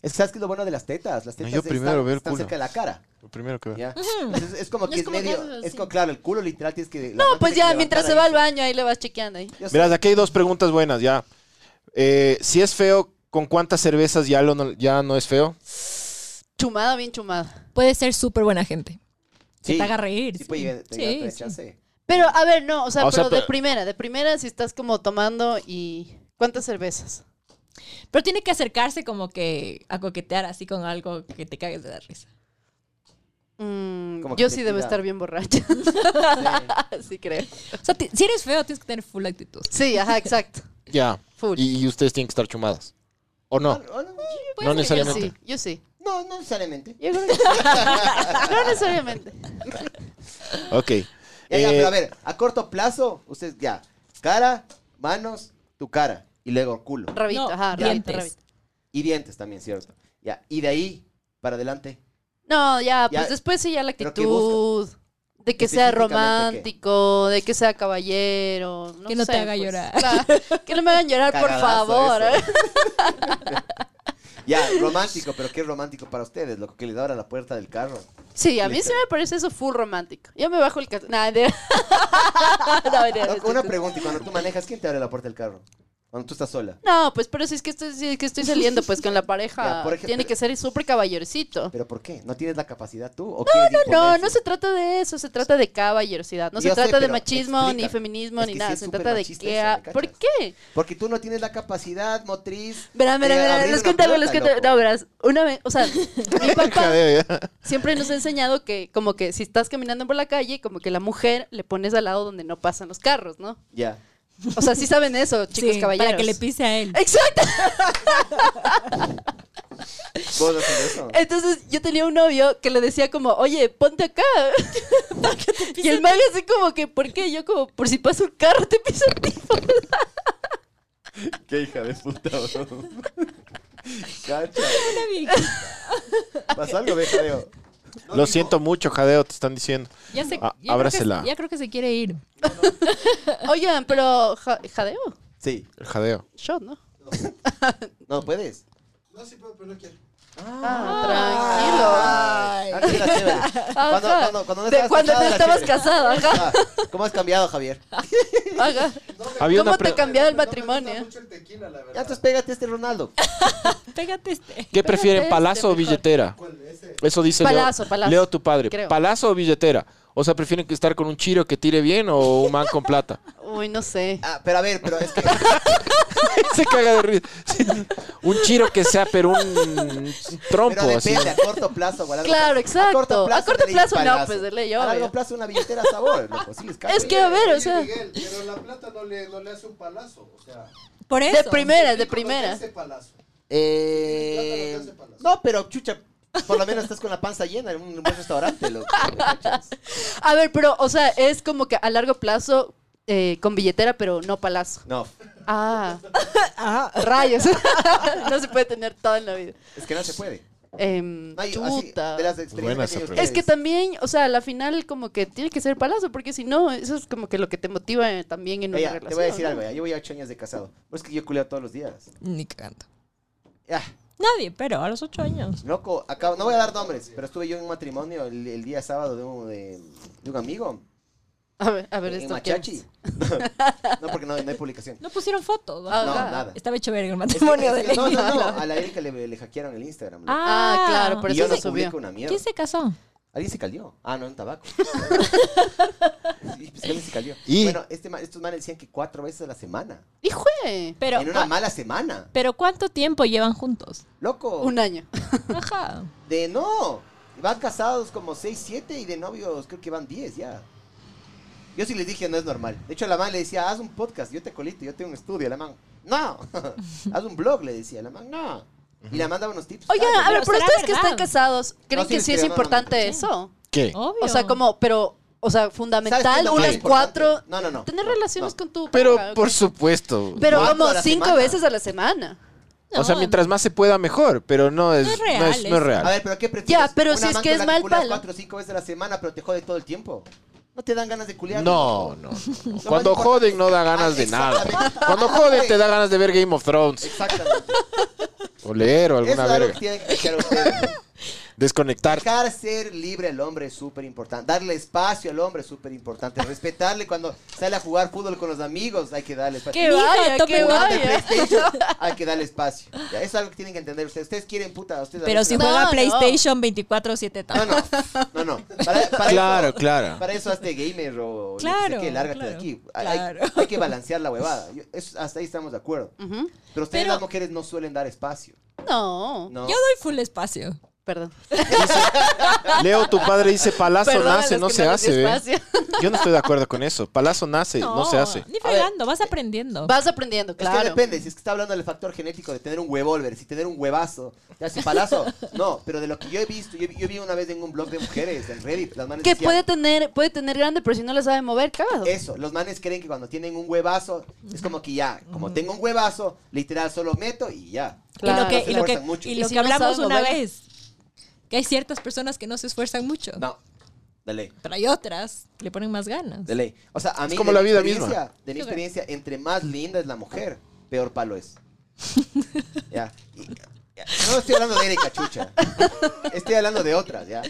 [SPEAKER 3] Es que sabes que es lo bueno de las tetas. Las tetas
[SPEAKER 2] yo
[SPEAKER 3] están-
[SPEAKER 2] primero veo el
[SPEAKER 3] están
[SPEAKER 2] culo.
[SPEAKER 3] cerca de la cara.
[SPEAKER 2] Lo primero que veo.
[SPEAKER 3] ¿ya? Entonces, es como
[SPEAKER 4] No,
[SPEAKER 3] que
[SPEAKER 4] es
[SPEAKER 3] es
[SPEAKER 4] como que
[SPEAKER 3] medio.
[SPEAKER 4] haces
[SPEAKER 3] Es
[SPEAKER 4] así.
[SPEAKER 3] como, claro, el culo literal tienes que.
[SPEAKER 4] No, pues ya, mientras se va al baño, ahí le vas chequeando ahí.
[SPEAKER 2] Verás, aquí hay dos preguntas buenas, ya. Eh, si es feo, ¿con cuántas cervezas ya, lo no, ya no es feo?
[SPEAKER 4] Chumada, bien chumada.
[SPEAKER 5] Puede ser súper buena gente.
[SPEAKER 3] Sí.
[SPEAKER 5] Que te haga reír.
[SPEAKER 3] Sí, puede llegar- te
[SPEAKER 5] Sí,
[SPEAKER 3] llegar a tener
[SPEAKER 5] sí.
[SPEAKER 3] chance.
[SPEAKER 4] Pero, a ver, no, o sea,
[SPEAKER 2] O sea,
[SPEAKER 4] pero de
[SPEAKER 2] pero-
[SPEAKER 4] primera, de primera si estás como tomando y... ¿Cuántas cervezas?
[SPEAKER 5] Pero tiene que acercarse como que a coquetear así con algo que te cagues de la risa.
[SPEAKER 4] Mm,
[SPEAKER 3] Como que
[SPEAKER 4] yo
[SPEAKER 3] te
[SPEAKER 4] sí debo
[SPEAKER 3] pida-
[SPEAKER 4] estar bien borracha, sí creo.
[SPEAKER 5] O sea, ti- si eres feo, tienes que tener full actitud.
[SPEAKER 4] Sí, ajá, exacto.
[SPEAKER 2] Ya.
[SPEAKER 4] Full.
[SPEAKER 2] Y, y ustedes tienen que estar chumadas. ¿O no?
[SPEAKER 3] Ah, no,
[SPEAKER 2] No
[SPEAKER 4] Yo
[SPEAKER 2] necesariamente.
[SPEAKER 4] sí, yo sí.
[SPEAKER 3] No, no necesariamente.
[SPEAKER 4] Yo creo que sí. no necesariamente.
[SPEAKER 2] Ok.
[SPEAKER 3] Ya, ya,
[SPEAKER 2] Eh,
[SPEAKER 3] pero a ver, a corto plazo, ustedes ya. Cara, manos, tu cara. Y luego culo.
[SPEAKER 4] Rabito,
[SPEAKER 5] No,
[SPEAKER 4] ajá, rabito,
[SPEAKER 5] dientes.
[SPEAKER 4] rabito.
[SPEAKER 3] Y dientes también, ¿cierto? Ya. Y de ahí para adelante.
[SPEAKER 4] No, ya, pues
[SPEAKER 3] Ya.
[SPEAKER 4] después sí ya la
[SPEAKER 3] ¿Pero qué buscas?
[SPEAKER 4] actitud. De que sea
[SPEAKER 3] Específicamente, ¿qué?
[SPEAKER 4] romántico, de que sea caballero.
[SPEAKER 5] Que no te
[SPEAKER 4] sé,
[SPEAKER 5] haga
[SPEAKER 4] pues,
[SPEAKER 5] llorar.
[SPEAKER 4] claro, que no me hagan llorar, por
[SPEAKER 3] Cagadazo
[SPEAKER 4] favor.
[SPEAKER 3] eso. Ya, romántico, pero qué romántico para ustedes, lo que les abra la puerta del carro.
[SPEAKER 4] Sí, a mí sí me parece eso full romántico. Yo me bajo el cat... Nah, de... No, mentira,
[SPEAKER 3] No,
[SPEAKER 4] no,
[SPEAKER 3] una pregunta, y cuando tú manejas, ¿quién te abre la puerta del carro? Cuando tú estás sola.
[SPEAKER 4] No, pues, pero si es que estoy, si es que estoy saliendo pues con la pareja,
[SPEAKER 3] Ya, por ejemplo-
[SPEAKER 4] tiene que ser súper caballercito.
[SPEAKER 3] ¿Pero por qué? ¿No tienes la capacidad tú? ¿O no,
[SPEAKER 4] No, no se trata de eso, se trata de caballerosidad. No
[SPEAKER 3] Yo
[SPEAKER 4] se
[SPEAKER 3] sé,
[SPEAKER 4] trata de
[SPEAKER 3] pero
[SPEAKER 4] machismo, ni
[SPEAKER 3] explica.
[SPEAKER 4] feminismo,
[SPEAKER 3] Es
[SPEAKER 4] ni
[SPEAKER 3] que sí
[SPEAKER 4] nada.
[SPEAKER 3] es
[SPEAKER 4] se
[SPEAKER 3] súper
[SPEAKER 4] trata de
[SPEAKER 3] machista
[SPEAKER 4] que...
[SPEAKER 3] eso,
[SPEAKER 4] a-
[SPEAKER 3] ¿me cachas?
[SPEAKER 4] ¿Por qué?
[SPEAKER 3] Porque tú no tienes la capacidad motriz.
[SPEAKER 4] Verán, verán,
[SPEAKER 3] de
[SPEAKER 4] verán,
[SPEAKER 3] abrir
[SPEAKER 4] les
[SPEAKER 3] una
[SPEAKER 4] cuento algo, les
[SPEAKER 3] Eh, puerta,
[SPEAKER 4] cuento.
[SPEAKER 3] loco.
[SPEAKER 4] No, verás, una vez, o sea, mi papá
[SPEAKER 2] Jadeo, ya.
[SPEAKER 4] siempre nos ha enseñado que como que si estás caminando por la calle, como que la mujer le pones al lado donde no pasan los carros, ¿no?
[SPEAKER 3] Ya.
[SPEAKER 4] O sea, sí saben eso,
[SPEAKER 5] Sí,
[SPEAKER 4] chicos caballeros.
[SPEAKER 5] Para que le pise a él.
[SPEAKER 4] Exacto.
[SPEAKER 3] ¿Vos haces eso?
[SPEAKER 4] Entonces yo tenía un novio que le decía como, oye, ponte acá. y el man así como que, ¿por qué? Yo como, por si pasa un carro, te piso a ti.
[SPEAKER 3] Qué hija de puta, bro. Cacha. ¿Pasó algo, ve, Jadeo?
[SPEAKER 2] Lo siento mucho, Jadeo, te están diciendo.
[SPEAKER 5] Ya,
[SPEAKER 2] Ah,
[SPEAKER 5] se, ya, creo que,
[SPEAKER 2] ábrasela.
[SPEAKER 5] ya creo que se quiere ir.
[SPEAKER 4] Oigan, pero ja- jadeo,
[SPEAKER 3] Sí.
[SPEAKER 2] El jadeo.
[SPEAKER 4] shot, ¿no?
[SPEAKER 3] ¿No puedes?
[SPEAKER 6] No, sí puedo, pero no quiero.
[SPEAKER 4] Ah,
[SPEAKER 3] Ah, qué era chévere. Cuando,
[SPEAKER 4] Ajá.
[SPEAKER 3] cuando, cuando no
[SPEAKER 4] De
[SPEAKER 3] estabas
[SPEAKER 4] cuando
[SPEAKER 3] casado,
[SPEAKER 4] no
[SPEAKER 3] era
[SPEAKER 4] estabas
[SPEAKER 3] chévere.
[SPEAKER 4] casado, ajá,
[SPEAKER 3] Ah, ¿Cómo has cambiado, Javier?
[SPEAKER 4] ajá.
[SPEAKER 2] Había
[SPEAKER 4] ¿Cómo
[SPEAKER 2] una
[SPEAKER 4] te
[SPEAKER 2] pre-
[SPEAKER 4] cambiado el
[SPEAKER 6] No me
[SPEAKER 4] matrimonio?
[SPEAKER 6] gusta mucho el tequila, la
[SPEAKER 3] Ya, entonces
[SPEAKER 6] verdad.
[SPEAKER 3] pégate este Ronaldo.
[SPEAKER 5] Pégate este.
[SPEAKER 2] ¿Qué prefieren,
[SPEAKER 4] Espérate,
[SPEAKER 2] palazo o
[SPEAKER 4] este, mejor.
[SPEAKER 2] billetera?
[SPEAKER 6] ¿Cuál? Ese.
[SPEAKER 2] Eso dice
[SPEAKER 4] Palazo,
[SPEAKER 2] Leo,
[SPEAKER 4] palazo,
[SPEAKER 2] Leo, tu padre.
[SPEAKER 4] creo.
[SPEAKER 2] ¿Palazo o billetera? O sea, ¿prefieren que estar con un chiro que tire bien o un man con plata?
[SPEAKER 4] Uy, no sé.
[SPEAKER 3] Ah, pero a ver, pero es que...
[SPEAKER 2] Se caga de risa. Sí. Un chiro que sea, pero un, un trompo,
[SPEAKER 3] Pero
[SPEAKER 2] así.
[SPEAKER 3] depende, a corto plazo o a largo
[SPEAKER 4] Claro,
[SPEAKER 3] plazo. A
[SPEAKER 4] exacto.
[SPEAKER 3] corto plazo,
[SPEAKER 4] A corto
[SPEAKER 3] te
[SPEAKER 4] plazo,
[SPEAKER 3] di
[SPEAKER 4] no,
[SPEAKER 3] palazo.
[SPEAKER 4] pues, de ley,
[SPEAKER 3] A
[SPEAKER 4] obvio.
[SPEAKER 3] largo plazo una billetera a sabor, loco, sí, les cago.
[SPEAKER 4] Es que, a ver, o
[SPEAKER 6] Oye,
[SPEAKER 4] sea,
[SPEAKER 6] Miguel, pero la plata no le, no le hace un palazo. O sea.
[SPEAKER 5] Por eso.
[SPEAKER 4] de primera, de
[SPEAKER 6] no
[SPEAKER 4] primera.
[SPEAKER 6] te hace palazo.
[SPEAKER 3] Eh,
[SPEAKER 6] Plátano te hace palazo.
[SPEAKER 3] no, pero chucha, por lo menos estás con la panza llena en un buen restaurante, loco. ¿me cachas?
[SPEAKER 4] A ver, pero, o sea, es como que a largo plazo eh, con billetera, pero no palazo.
[SPEAKER 3] No,
[SPEAKER 4] Ah, rayos. no se puede tener todo en la vida.
[SPEAKER 3] es que no se puede.
[SPEAKER 4] Em,
[SPEAKER 3] No hay- así,
[SPEAKER 4] chuta.
[SPEAKER 3] de las experiencias
[SPEAKER 2] Buena
[SPEAKER 3] que tienen
[SPEAKER 2] esa
[SPEAKER 4] Es
[SPEAKER 3] ustedes.
[SPEAKER 4] que también, o sea, a la final como que tiene que ser palazo, porque si no, eso es como que lo que te motiva eh, también en una
[SPEAKER 3] Oye,
[SPEAKER 4] relación.
[SPEAKER 3] te voy a decir
[SPEAKER 4] ¿no?
[SPEAKER 3] algo, eh. ya, yo voy a ocho años de casado. Pero es que yo culeo todos los días.
[SPEAKER 5] Ni cagando.
[SPEAKER 3] Ya,
[SPEAKER 5] Nadie, pero a los ocho años.
[SPEAKER 3] loco, acabo, no voy a dar nombres, pero estuve yo en un matrimonio el, el día sábado de un, de- de un amigo.
[SPEAKER 4] A ver, a ver,
[SPEAKER 3] en
[SPEAKER 4] esto. ¿qué
[SPEAKER 3] Machachi.
[SPEAKER 4] es?
[SPEAKER 3] no, porque no, no hay publicación.
[SPEAKER 5] No pusieron fotos. ¿no?
[SPEAKER 4] Ah,
[SPEAKER 3] No,
[SPEAKER 4] Ajá.
[SPEAKER 3] nada.
[SPEAKER 5] Estaba hecho verga el
[SPEAKER 3] Es que-
[SPEAKER 5] matrimonio
[SPEAKER 3] es
[SPEAKER 5] de
[SPEAKER 3] que
[SPEAKER 5] Ley.
[SPEAKER 3] No, no, no. A la Erika le, le hackearon el Instagram. loco.
[SPEAKER 4] Ah, claro,
[SPEAKER 3] y
[SPEAKER 4] por
[SPEAKER 3] yo
[SPEAKER 4] eso
[SPEAKER 3] no
[SPEAKER 4] se subió.
[SPEAKER 3] publico una mierda.
[SPEAKER 5] ¿Quién se casó?
[SPEAKER 3] Alguien se calió. Ah, no, en tabaco. sí, pues alguien se calió.
[SPEAKER 2] Y-
[SPEAKER 3] Bueno, este, ma- estos manes decían que cuatro veces a la semana.
[SPEAKER 4] ¡Hijo! de-
[SPEAKER 5] Pero,
[SPEAKER 3] en una
[SPEAKER 5] cua-
[SPEAKER 3] mala semana.
[SPEAKER 5] pero ¿cuánto tiempo llevan juntos?
[SPEAKER 3] Loco.
[SPEAKER 4] Un año.
[SPEAKER 5] Ajá.
[SPEAKER 3] De no. Van casados como 6, 7 y de novios creo que van 10 ya. Yo sí les dije, no es normal. De hecho, a la man le decía, haz un podcast, yo te colito, yo tengo un estudio. La man, no. haz un blog, le decía. La man, no. Y la man daba unos tips.
[SPEAKER 4] Oigan,
[SPEAKER 3] Ah,
[SPEAKER 4] a ver,
[SPEAKER 5] pero
[SPEAKER 4] pero
[SPEAKER 5] será
[SPEAKER 4] ustedes que
[SPEAKER 5] verdad.
[SPEAKER 4] están casados, ¿creen
[SPEAKER 3] sí,
[SPEAKER 4] que
[SPEAKER 3] sí,
[SPEAKER 4] sí es
[SPEAKER 3] no, no, no.
[SPEAKER 4] importante
[SPEAKER 5] Sí.
[SPEAKER 4] eso?
[SPEAKER 2] ¿Qué?
[SPEAKER 5] Obvio.
[SPEAKER 4] O sea, como, pero, o sea,
[SPEAKER 3] ¿Sabes qué es
[SPEAKER 4] fundamental,
[SPEAKER 3] lo más
[SPEAKER 4] unas
[SPEAKER 3] importante?
[SPEAKER 4] cuatro.
[SPEAKER 3] No, no, no.
[SPEAKER 4] Tener
[SPEAKER 3] No,
[SPEAKER 4] relaciones
[SPEAKER 3] no.
[SPEAKER 4] con tu
[SPEAKER 2] Pero
[SPEAKER 4] pareja,
[SPEAKER 2] por
[SPEAKER 4] ok.
[SPEAKER 2] supuesto.
[SPEAKER 4] Pero
[SPEAKER 3] Cuatro
[SPEAKER 4] como
[SPEAKER 3] a la
[SPEAKER 4] cinco
[SPEAKER 3] semana.
[SPEAKER 4] veces a la semana.
[SPEAKER 2] o sea,
[SPEAKER 5] No,
[SPEAKER 2] mientras más se pueda, mejor. Pero no es,
[SPEAKER 5] No es
[SPEAKER 2] no es- no es
[SPEAKER 5] real eso.
[SPEAKER 2] real.
[SPEAKER 3] A ver, pero ¿qué prefieres?
[SPEAKER 4] Ya, pero
[SPEAKER 3] Una
[SPEAKER 4] si es
[SPEAKER 3] man
[SPEAKER 4] que es
[SPEAKER 3] la
[SPEAKER 4] mal
[SPEAKER 3] culas
[SPEAKER 4] palo.
[SPEAKER 3] cuatro o cinco veces a la semana, pero te jode todo el tiempo. No te dan ganas de culiar.
[SPEAKER 2] No,
[SPEAKER 3] loco.
[SPEAKER 2] no.
[SPEAKER 3] Lo más
[SPEAKER 2] Cuando
[SPEAKER 3] importante-
[SPEAKER 2] joden no da ganas
[SPEAKER 3] Ah,
[SPEAKER 2] de nada.
[SPEAKER 3] exactamente.
[SPEAKER 2] Cuando joden te da ganas de ver Game of Thrones.
[SPEAKER 3] Exactamente.
[SPEAKER 2] O leer o
[SPEAKER 3] Eso es
[SPEAKER 2] alguna
[SPEAKER 3] algo que
[SPEAKER 2] verga.
[SPEAKER 3] tienen que escuchar ustedes.
[SPEAKER 2] Desconectar.
[SPEAKER 3] Dejar ser libre al hombre es súper importante. Darle espacio al hombre es súper importante. Respetarle cuando sale a jugar fútbol con los amigos, hay que darle espacio.
[SPEAKER 4] Que
[SPEAKER 5] Mija,
[SPEAKER 4] vaya, ¿eh?
[SPEAKER 5] tome
[SPEAKER 4] que
[SPEAKER 5] nota.
[SPEAKER 3] Jugando
[SPEAKER 4] vaya.
[SPEAKER 3] PlayStation, hay que darle espacio. Ya, eso es algo que tienen que entender ustedes. Ustedes quieren puta. Ustedes
[SPEAKER 5] Pero si
[SPEAKER 4] No,
[SPEAKER 5] juega
[SPEAKER 4] no.
[SPEAKER 5] PlayStation 24-7
[SPEAKER 3] No,
[SPEAKER 5] también.
[SPEAKER 3] no, no, no. Para, para
[SPEAKER 2] Claro,
[SPEAKER 3] eso,
[SPEAKER 2] claro.
[SPEAKER 3] Para eso hazte gamer o
[SPEAKER 5] Claro,
[SPEAKER 3] claro, que lárgate de
[SPEAKER 5] claro,
[SPEAKER 3] aquí. Hay, hay-
[SPEAKER 5] claro.
[SPEAKER 3] hay que balancear la huevada. Yo- eso- hasta ahí estamos de acuerdo.
[SPEAKER 4] Ujú.
[SPEAKER 3] Pero ustedes
[SPEAKER 5] Pero-
[SPEAKER 3] las mujeres no suelen dar espacio.
[SPEAKER 4] No,
[SPEAKER 3] No.
[SPEAKER 5] Yo doy full espacio.
[SPEAKER 4] perdón.
[SPEAKER 2] Leo, tu padre dice, palazo
[SPEAKER 4] Perdón a
[SPEAKER 2] nace,
[SPEAKER 4] los
[SPEAKER 2] no
[SPEAKER 4] que
[SPEAKER 2] se
[SPEAKER 4] les
[SPEAKER 2] hace, ve.
[SPEAKER 4] espacio.
[SPEAKER 2] Yo no estoy de acuerdo con eso. Palazo nace, no, se hace.
[SPEAKER 5] Ni fregando,
[SPEAKER 3] eh,
[SPEAKER 5] vas aprendiendo.
[SPEAKER 4] Vas aprendiendo,
[SPEAKER 3] Es
[SPEAKER 4] claro.
[SPEAKER 3] que depende, si es que está hablando del factor genético de tener un huevólver, si tener un huevazo, ya si palazo, no, pero de lo que yo he visto, yo, yo vi una vez en un blog de mujeres, en Reddit, las manes
[SPEAKER 4] que
[SPEAKER 3] decían,
[SPEAKER 4] puede tener, puede tener grande, pero si no la sabe mover, cagado.
[SPEAKER 3] eso, los manes creen que cuando tienen un huevazo, es como que ya, como tengo un huevazo, literal solo meto y ya.
[SPEAKER 4] Claro.
[SPEAKER 5] y lo que,
[SPEAKER 3] No se esfuerzan mucho.
[SPEAKER 5] y lo que, y
[SPEAKER 4] Y
[SPEAKER 5] lo
[SPEAKER 4] si
[SPEAKER 5] que
[SPEAKER 4] no
[SPEAKER 5] hablamos
[SPEAKER 4] saben
[SPEAKER 5] una
[SPEAKER 4] mover.
[SPEAKER 5] vez, que hay ciertas personas que no se esfuerzan mucho,
[SPEAKER 3] No, de ley,
[SPEAKER 5] pero hay otras que le ponen más ganas.
[SPEAKER 3] de ley. O sea, a mí
[SPEAKER 2] como
[SPEAKER 3] de
[SPEAKER 2] la
[SPEAKER 3] mi
[SPEAKER 2] vida misma.
[SPEAKER 3] experiencia- De mi
[SPEAKER 5] Yo creo.
[SPEAKER 3] experiencia, entre más linda es la mujer, peor palo es. ya. y- ya. No estoy hablando de Erika Chucha. Estoy hablando de otras, ya.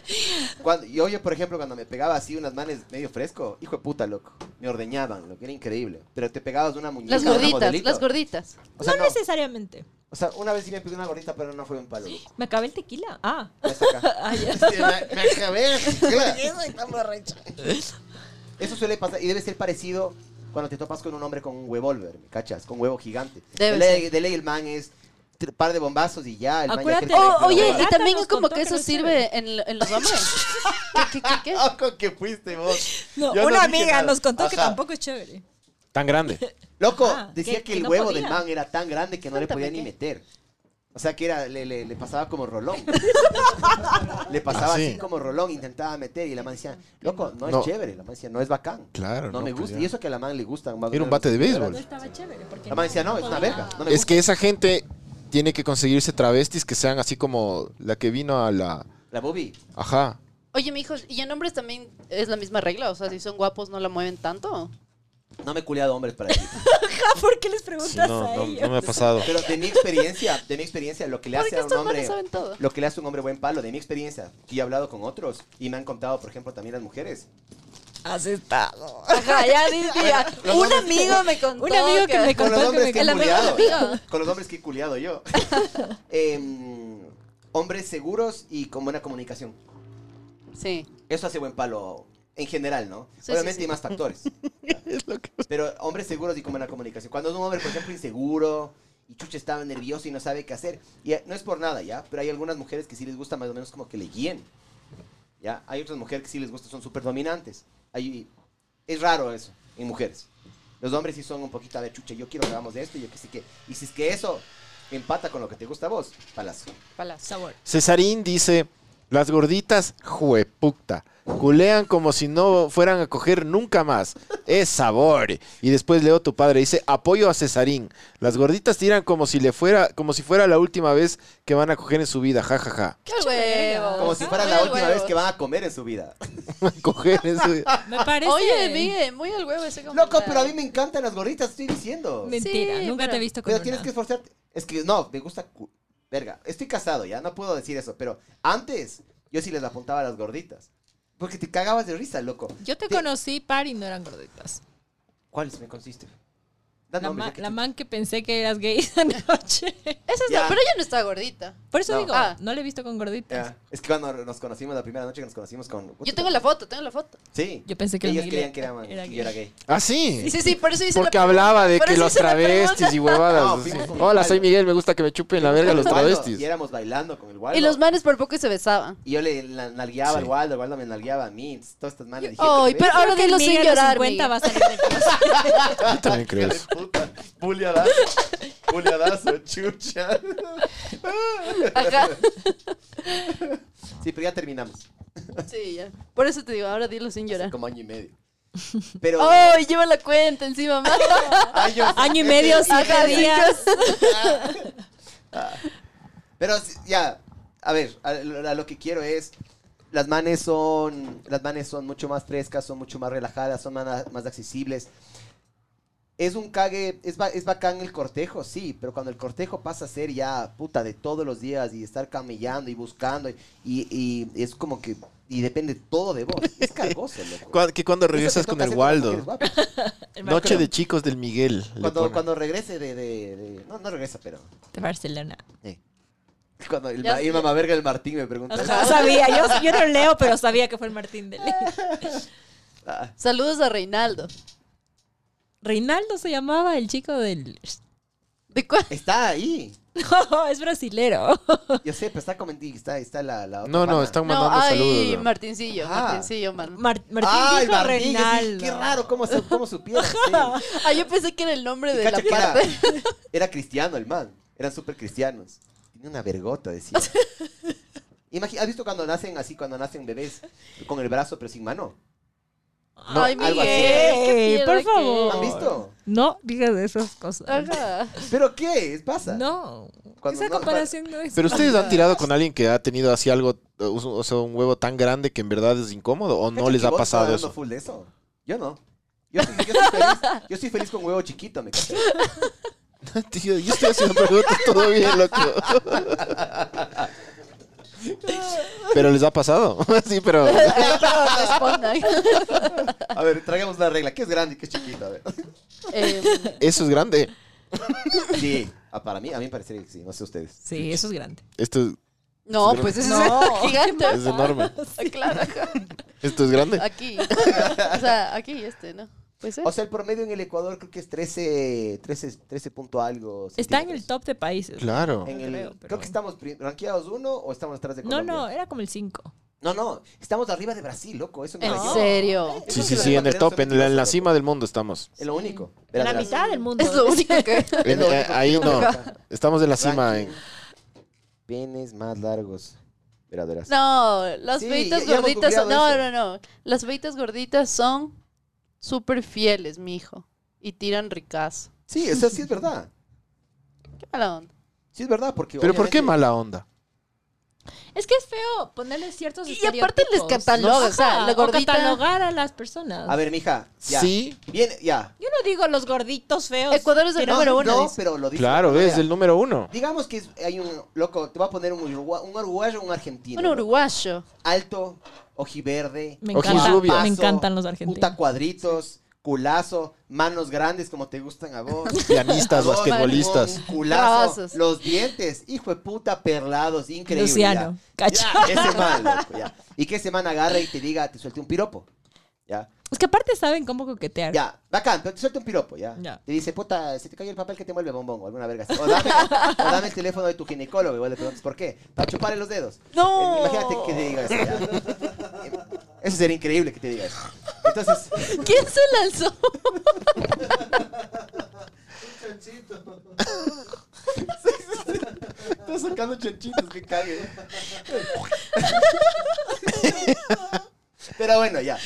[SPEAKER 3] Cuando, yo, yo, por ejemplo, cuando me pegaba así unas manes medio fresco, hijo de puta, loco. Me ordeñaban, lo que era increíble. Pero te pegabas una muñeca.
[SPEAKER 4] Las
[SPEAKER 3] una
[SPEAKER 4] gorditas,
[SPEAKER 3] modelito.
[SPEAKER 4] las gorditas.
[SPEAKER 3] O sea,
[SPEAKER 5] no,
[SPEAKER 3] no.
[SPEAKER 5] necesariamente.
[SPEAKER 3] O sea, una vez sí me pegué una gordita, pero no fue un palo, loco.
[SPEAKER 5] Me acabé el tequila. Ah,
[SPEAKER 3] Ya está acá.
[SPEAKER 5] ah, ya.
[SPEAKER 3] Sí, me- me acabé, claro. Eso suele pasar y debe ser parecido cuando te topas con un hombre con un huevolver, ¿me cachas? Con huevo gigante.
[SPEAKER 4] Debe
[SPEAKER 3] de, ley, de ley el man es tr- par de bombazos y ya. El man ya
[SPEAKER 5] Acuérdate-
[SPEAKER 3] cree
[SPEAKER 5] Oh,
[SPEAKER 3] que es
[SPEAKER 4] O-
[SPEAKER 3] una
[SPEAKER 4] oye,
[SPEAKER 3] huevada.
[SPEAKER 4] y también
[SPEAKER 5] nos
[SPEAKER 4] como
[SPEAKER 5] contó
[SPEAKER 4] que
[SPEAKER 5] que
[SPEAKER 4] eso
[SPEAKER 5] no es
[SPEAKER 4] sirve en, en los hombres. ¿Qué, qué, qué, qué?
[SPEAKER 3] Ah, con que fuiste vos.
[SPEAKER 5] No,
[SPEAKER 3] Yo no
[SPEAKER 5] una
[SPEAKER 3] dije
[SPEAKER 5] amiga
[SPEAKER 3] nada.
[SPEAKER 5] nos contó que
[SPEAKER 3] Ajá.
[SPEAKER 5] tampoco es chévere.
[SPEAKER 2] Tan grande.
[SPEAKER 3] Loco,
[SPEAKER 4] Ah,
[SPEAKER 5] Ajá,
[SPEAKER 3] decía
[SPEAKER 5] que-
[SPEAKER 3] que,
[SPEAKER 5] que
[SPEAKER 3] el
[SPEAKER 5] no
[SPEAKER 3] huevo
[SPEAKER 5] podía.
[SPEAKER 3] del man era tan grande que no le
[SPEAKER 5] Cuéntame,
[SPEAKER 3] podía ni
[SPEAKER 5] ¿qué?
[SPEAKER 3] meter. O sea que era, le, le- le pasaba como rolón. le pasaba
[SPEAKER 2] Ah, sí.
[SPEAKER 3] así como rolón, intentaba meter y la man decía, loco, no,
[SPEAKER 2] No.
[SPEAKER 3] es chévere. La man decía, no es bacán.
[SPEAKER 2] Claro,
[SPEAKER 3] No,
[SPEAKER 2] no,
[SPEAKER 3] me
[SPEAKER 2] pues
[SPEAKER 3] gusta.
[SPEAKER 2] ya.
[SPEAKER 3] Y eso que a la man le gusta. más o
[SPEAKER 2] Era un
[SPEAKER 3] menos
[SPEAKER 2] bate de
[SPEAKER 5] No
[SPEAKER 2] béisbol.
[SPEAKER 5] estaba chévere. Porque
[SPEAKER 3] La man decía, no, es una
[SPEAKER 5] podía.
[SPEAKER 3] verga. No me
[SPEAKER 2] Es
[SPEAKER 3] gusta.
[SPEAKER 2] que esa gente tiene que conseguirse travestis que sean así como la que vino a la...
[SPEAKER 3] La Bobby.
[SPEAKER 2] Ajá.
[SPEAKER 4] Oye, mijos, ¿y en hombres también es la misma regla? O sea, si son guapos, ¿no la mueven tanto?
[SPEAKER 3] No me he culiado hombres para ti.
[SPEAKER 5] Ah, ¿Por qué les preguntas a
[SPEAKER 2] no,
[SPEAKER 5] ellos?
[SPEAKER 2] me ha pasado.
[SPEAKER 3] Pero de mi experiencia, de mi experiencia, lo que le
[SPEAKER 4] ¿Por
[SPEAKER 3] hace
[SPEAKER 4] qué
[SPEAKER 3] a un
[SPEAKER 4] estos manes
[SPEAKER 3] hombre,
[SPEAKER 4] saben todo?
[SPEAKER 3] lo que le hace a un hombre buen palo, de mi experiencia, que yo he hablado con otros y me han contado, por ejemplo, también las mujeres.
[SPEAKER 5] Has estado.
[SPEAKER 4] Ajá, ya, di- di- ya.
[SPEAKER 3] los
[SPEAKER 4] un
[SPEAKER 3] hombres-
[SPEAKER 4] amigo me contó.
[SPEAKER 5] Un amigo que
[SPEAKER 3] Con los
[SPEAKER 5] me contó que
[SPEAKER 3] hombres
[SPEAKER 5] me
[SPEAKER 3] que he
[SPEAKER 4] El amigo del
[SPEAKER 3] culiado.
[SPEAKER 4] amigo.
[SPEAKER 3] Con los hombres que he culiado yo. Em, hombres seguros y con buena comunicación.
[SPEAKER 4] Sí.
[SPEAKER 3] Eso hace buen palo en general, ¿no?
[SPEAKER 4] Sí,
[SPEAKER 3] Obviamente
[SPEAKER 4] sí, sí.
[SPEAKER 3] hay más factores. Pero hombres seguros y con buena comunicación. Cuando es un hombre, por ejemplo, inseguro y chucha está nervioso y no sabe qué hacer, y eh, no es por nada, ¿ya? Pero hay algunas mujeres que sí les gusta más o menos como que le guíen. ¿Ya? Hay otras mujeres que sí les gusta, son súper dominantes. Hay- es raro eso en mujeres. Los hombres sí son un poquito, a ver, chucha, yo quiero que hagamos de esto, yo que sí que... Y si es que eso empata con lo que te gusta a vos, palazo.
[SPEAKER 4] Palazo.
[SPEAKER 5] Sabor.
[SPEAKER 2] Cesarín dice, las gorditas, jueputa, culean como si no fueran a coger nunca más. Es sabor. Y después leo tu padre, dice, apoyo a Cesarín. Las gorditas tiran como si le fuera, como si fuera la última vez que van a coger en su vida, jajaja.
[SPEAKER 4] ¡Qué huevo!
[SPEAKER 3] Como si fuera
[SPEAKER 4] Muy
[SPEAKER 3] la
[SPEAKER 4] al
[SPEAKER 3] última
[SPEAKER 4] huevo.
[SPEAKER 3] vez que van a comer en su vida.
[SPEAKER 2] coger en su vida.
[SPEAKER 5] Me parece.
[SPEAKER 4] Oye, bien, muy al huevo ese
[SPEAKER 3] Loco,
[SPEAKER 4] comentario.
[SPEAKER 3] pero a mí me encantan las gorditas, estoy diciendo.
[SPEAKER 5] Mentira,
[SPEAKER 4] Sí,
[SPEAKER 5] nunca
[SPEAKER 4] pero-
[SPEAKER 5] te he visto con
[SPEAKER 3] Pero tienes
[SPEAKER 5] una.
[SPEAKER 3] que esforzarte. Es que no, me gusta. cu- Verga, estoy casado ya, no puedo decir eso. Pero antes, yo sí les apuntaba a las gorditas. Porque te cagabas de risa, loco.
[SPEAKER 5] Yo te
[SPEAKER 3] Te-
[SPEAKER 5] conocí par y no eran gorditas.
[SPEAKER 3] ¿Cuáles me consiste? Da
[SPEAKER 5] La,
[SPEAKER 3] nombres,
[SPEAKER 5] ma-
[SPEAKER 3] ya que
[SPEAKER 5] la
[SPEAKER 3] chucha.
[SPEAKER 5] man que pensé que eras gay esa noche.
[SPEAKER 4] Esa es
[SPEAKER 3] Ya.
[SPEAKER 4] la, pero ella no está gordita.
[SPEAKER 5] Por eso
[SPEAKER 3] No.
[SPEAKER 5] digo,
[SPEAKER 4] Ah.
[SPEAKER 5] no le he visto con gorditas.
[SPEAKER 3] Ya. Ah, Es que cuando nos conocimos, la primera noche que nos conocimos con...
[SPEAKER 4] Yo tengo la foto, tengo la foto.
[SPEAKER 3] Sí.
[SPEAKER 5] Yo pensé que
[SPEAKER 3] Ellos
[SPEAKER 5] la
[SPEAKER 3] creían
[SPEAKER 5] Miguel
[SPEAKER 3] que era, man,
[SPEAKER 5] era
[SPEAKER 3] que
[SPEAKER 5] gay.
[SPEAKER 3] yo era gay.
[SPEAKER 2] Ah, sí.
[SPEAKER 4] Sí, sí, sí, por eso hice la
[SPEAKER 2] Porque
[SPEAKER 4] pregunta.
[SPEAKER 2] hablaba de
[SPEAKER 4] Por
[SPEAKER 2] que
[SPEAKER 4] eso
[SPEAKER 2] los
[SPEAKER 4] hice la
[SPEAKER 2] travestis y
[SPEAKER 4] pregunta.
[SPEAKER 2] huevadas.
[SPEAKER 3] No,
[SPEAKER 2] así.
[SPEAKER 3] fuimos con
[SPEAKER 2] Hola,
[SPEAKER 3] mi
[SPEAKER 2] soy
[SPEAKER 3] Waldo.
[SPEAKER 2] Miguel, me gusta que me chupen la verga los
[SPEAKER 3] Waldo,
[SPEAKER 2] travestis.
[SPEAKER 3] Y éramos bailando con el Waldo.
[SPEAKER 4] Y los manes por poco se besaban.
[SPEAKER 3] Y yo le la- nalgueaba
[SPEAKER 2] Sí.
[SPEAKER 3] al Waldo, el Waldo me nalgueaba a mí. entonces, Todas estas manes. dije,
[SPEAKER 4] Ay,
[SPEAKER 3] ¿qué
[SPEAKER 4] pero
[SPEAKER 5] Creo
[SPEAKER 4] ahora
[SPEAKER 5] que el
[SPEAKER 4] dilo sin
[SPEAKER 5] Miguel a los
[SPEAKER 4] llorar,
[SPEAKER 5] 50
[SPEAKER 4] Miguel.
[SPEAKER 5] va a salir de aquí.
[SPEAKER 2] Yo también creo
[SPEAKER 3] ves?
[SPEAKER 2] eso.
[SPEAKER 3] Puta, buleadazo. Buleadazo, chucha.
[SPEAKER 4] Ajá.
[SPEAKER 3] Sí, pero ya terminamos.
[SPEAKER 4] Sí, ya. Por eso te digo, ahora dilo sin
[SPEAKER 3] Hace
[SPEAKER 4] llorar.
[SPEAKER 3] como año y medio. Pero.
[SPEAKER 4] Ay, lleva la cuenta encima, más.
[SPEAKER 3] ay, yo-
[SPEAKER 5] Año y medio,
[SPEAKER 4] Ajá,
[SPEAKER 5] siete días.
[SPEAKER 3] Ah. Pero sí, ya, a ver, a, lo- a lo que quiero es, las manes son, las manes son mucho más frescas, son mucho más relajadas, son mana- más accesibles. Es un cague, es, ba- es bacán el cortejo, sí, pero cuando el cortejo pasa a ser ya puta de todos los días y estar camellando y buscando y, y- y es como que, y depende todo de vos, es cargoso, loco.
[SPEAKER 2] Cua- Que cuando
[SPEAKER 3] Eso te
[SPEAKER 2] regresas
[SPEAKER 3] toca
[SPEAKER 2] con el
[SPEAKER 3] hacer cuando
[SPEAKER 2] Waldo.
[SPEAKER 3] eres guapo.
[SPEAKER 5] Hermano,
[SPEAKER 2] Noche de chicos del Miguel. le
[SPEAKER 3] Cuando,
[SPEAKER 2] ponen.
[SPEAKER 3] cuando regrese de, de- de- no, no regresa, pero eh.
[SPEAKER 5] De Barcelona.
[SPEAKER 3] cuando el,
[SPEAKER 4] Ya
[SPEAKER 3] ma-
[SPEAKER 4] sé.
[SPEAKER 3] el mamá verga del Martín me pregunta eso.
[SPEAKER 5] Ajá, sabía, yo, yo no leo, pero sabía que fue el Martín de Ley.
[SPEAKER 3] Ah.
[SPEAKER 4] Saludos a Reinaldo.
[SPEAKER 5] Reinaldo se llamaba el chico del...
[SPEAKER 4] ¿De cuál?
[SPEAKER 3] Está ahí.
[SPEAKER 5] No, es brasilero.
[SPEAKER 3] Yo sé, pero está comentando. Está, está la, la otra
[SPEAKER 2] No, no,
[SPEAKER 3] pana.
[SPEAKER 2] están
[SPEAKER 4] No,
[SPEAKER 2] mandando
[SPEAKER 4] ay,
[SPEAKER 2] saludos. bro.
[SPEAKER 4] Martincillo,
[SPEAKER 3] Ajá.
[SPEAKER 4] Martincillo, man.
[SPEAKER 5] Mar- Martín
[SPEAKER 3] Ah, el
[SPEAKER 5] dijo
[SPEAKER 3] Martín, yo dije,
[SPEAKER 5] Reinaldo.
[SPEAKER 3] Qué raro, cómo, se, cómo supieron. sí.
[SPEAKER 4] Ah, yo pensé que era el nombre
[SPEAKER 3] Y
[SPEAKER 4] de la
[SPEAKER 3] cacha que era,
[SPEAKER 4] parte.
[SPEAKER 3] era cristiano el man. Eran súper cristianos. Tiene una vergota, decía. Imagi- ¿Has visto cuando nacen así, cuando nacen bebés? Con el brazo, pero sin mano.
[SPEAKER 4] Ay,
[SPEAKER 3] algo así.
[SPEAKER 4] Miguel, qué
[SPEAKER 5] Ey, por
[SPEAKER 4] mierda
[SPEAKER 5] favor.
[SPEAKER 4] que-
[SPEAKER 3] ¿Han visto?
[SPEAKER 5] No digas esas cosas.
[SPEAKER 4] Ajá.
[SPEAKER 3] ¿Pero qué? ¿Pasa?
[SPEAKER 5] No.
[SPEAKER 3] Cuando
[SPEAKER 5] Esa
[SPEAKER 3] no-
[SPEAKER 5] comparación no es...
[SPEAKER 2] Pero ustedes han tirado con alguien que ha tenido así algo, o sea, un huevo tan grande que en verdad es incómodo o no
[SPEAKER 3] Cacha
[SPEAKER 2] les
[SPEAKER 3] que
[SPEAKER 2] ha
[SPEAKER 3] vos
[SPEAKER 2] pasado
[SPEAKER 3] estabas hablando
[SPEAKER 2] eso.
[SPEAKER 3] full de eso? Yo no. Yo, soy- yo soy feliz, yo soy feliz con huevo chiquito, me cachas?
[SPEAKER 2] Tío, yo estoy haciendo preguntas todo bien, loco. Pero les ha pasado. Sí, pero
[SPEAKER 4] Pero respondan.
[SPEAKER 3] A ver, traigamos una regla. ¿Qué es grande y qué es chiquito? A ver.
[SPEAKER 4] Em,
[SPEAKER 2] eso es grande.
[SPEAKER 3] Sí, ah, para mí, a mí me parecería que sí, no sé ustedes.
[SPEAKER 5] Sí, eso es grande.
[SPEAKER 2] Esto es,
[SPEAKER 4] no, pues ese
[SPEAKER 5] No.
[SPEAKER 4] es gigante.
[SPEAKER 2] es enorme.
[SPEAKER 4] Ah, Claro, ajá.
[SPEAKER 2] Esto es grande.
[SPEAKER 4] aquí. O sea, aquí este, ¿no? Pues eh.
[SPEAKER 3] O sea, el promedio en el Ecuador creo que es 13, 13, 13 punto algo.
[SPEAKER 5] Está en el
[SPEAKER 3] centímetros.
[SPEAKER 5] top de países.
[SPEAKER 2] Claro.
[SPEAKER 3] En
[SPEAKER 5] No
[SPEAKER 3] el-
[SPEAKER 5] creo,
[SPEAKER 3] creo,
[SPEAKER 5] pero-
[SPEAKER 3] que estamos pri- ranqueados uno o estamos atrás de
[SPEAKER 5] No,
[SPEAKER 3] Colombia.
[SPEAKER 5] no, era como el 5.
[SPEAKER 3] No, no, estamos arriba de Brasil, loco. Eso me
[SPEAKER 4] ¿En
[SPEAKER 3] rayó.
[SPEAKER 4] serio?
[SPEAKER 2] Sí, sí, sí, en el top, en la, en la cima del mundo estamos.
[SPEAKER 3] Es lo único. Verás,
[SPEAKER 5] En la
[SPEAKER 3] verás.
[SPEAKER 5] mitad Ah, del mundo.
[SPEAKER 4] Es lo único que.
[SPEAKER 2] En- eh, ahí no. Estamos en la cima. eh.
[SPEAKER 3] Ranking,
[SPEAKER 2] en-
[SPEAKER 3] Penes más largos. Verás, verás.
[SPEAKER 4] No, las
[SPEAKER 3] Sí,
[SPEAKER 4] beitas
[SPEAKER 3] ya- ya hemos
[SPEAKER 4] gorditas. son- No,
[SPEAKER 3] googleado
[SPEAKER 4] no, no. Las beitas gorditas son súper fieles, mijo. Y tiran ricazo.
[SPEAKER 3] Sí, o sea, sí es verdad.
[SPEAKER 4] Qué mala onda.
[SPEAKER 3] Sí es verdad, porque.
[SPEAKER 2] Pero ¿por qué
[SPEAKER 3] obviamente-
[SPEAKER 2] mala onda?
[SPEAKER 5] Es que es feo ponerle ciertos
[SPEAKER 4] Y aparte les
[SPEAKER 5] estereotipos.
[SPEAKER 4] cataloga, o sea,
[SPEAKER 5] Ajá,
[SPEAKER 4] la gordita-
[SPEAKER 5] catalogar a las personas.
[SPEAKER 3] A ver, mija, ya.
[SPEAKER 2] Sí,
[SPEAKER 3] Bien, ya.
[SPEAKER 5] Yo no digo los gorditos feos.
[SPEAKER 4] Ecuador es el
[SPEAKER 5] pero-
[SPEAKER 4] número
[SPEAKER 3] no,
[SPEAKER 4] uno.
[SPEAKER 3] no,
[SPEAKER 4] dice.
[SPEAKER 3] pero lo dice.
[SPEAKER 2] claro, es
[SPEAKER 3] Vea.
[SPEAKER 2] el número uno.
[SPEAKER 3] Digamos que es- hay un loco, te voy a poner un, urugua- un uruguayo o un argentino.
[SPEAKER 4] Un
[SPEAKER 3] ¿no?
[SPEAKER 4] uruguayo.
[SPEAKER 3] Alto, ojiverde,
[SPEAKER 5] Me
[SPEAKER 2] Ojos
[SPEAKER 5] encanta,
[SPEAKER 2] rubios.
[SPEAKER 5] me
[SPEAKER 3] paso,
[SPEAKER 5] encantan los
[SPEAKER 3] puta
[SPEAKER 5] argentinos.
[SPEAKER 3] cuadritos, culazo, manos grandes como te gustan a vos.
[SPEAKER 2] Pianistas,
[SPEAKER 3] Dos,
[SPEAKER 2] basquetbolistas.
[SPEAKER 3] un culazo,
[SPEAKER 4] Bravazos.
[SPEAKER 3] los dientes, hijo de puta, perlados, increíble.
[SPEAKER 5] Luciano,
[SPEAKER 3] ya.
[SPEAKER 5] cacha.
[SPEAKER 3] Ya, ese man, loco, ya. Y que ese man agarre y te diga, te suelte un piropo. Ya,
[SPEAKER 5] Es que aparte saben cómo coquetear.
[SPEAKER 3] ya, bacán, pero te suelte un piropo, ya.
[SPEAKER 5] Ya.
[SPEAKER 3] Te dice, puta, se te cayó el papel que te mueve bombón o alguna verga. así. O dame, o dame el teléfono de tu ginecólogo, igual le preguntas por qué. Para chuparle los dedos.
[SPEAKER 4] No.
[SPEAKER 3] Eh, Imagínate que te diga eso. ya. Eh, Eso sería increíble que te diga eso. Entonces,
[SPEAKER 4] ¿Quién se lanzó?
[SPEAKER 3] estás sacando chanchitos, que cague. Pero bueno, ya.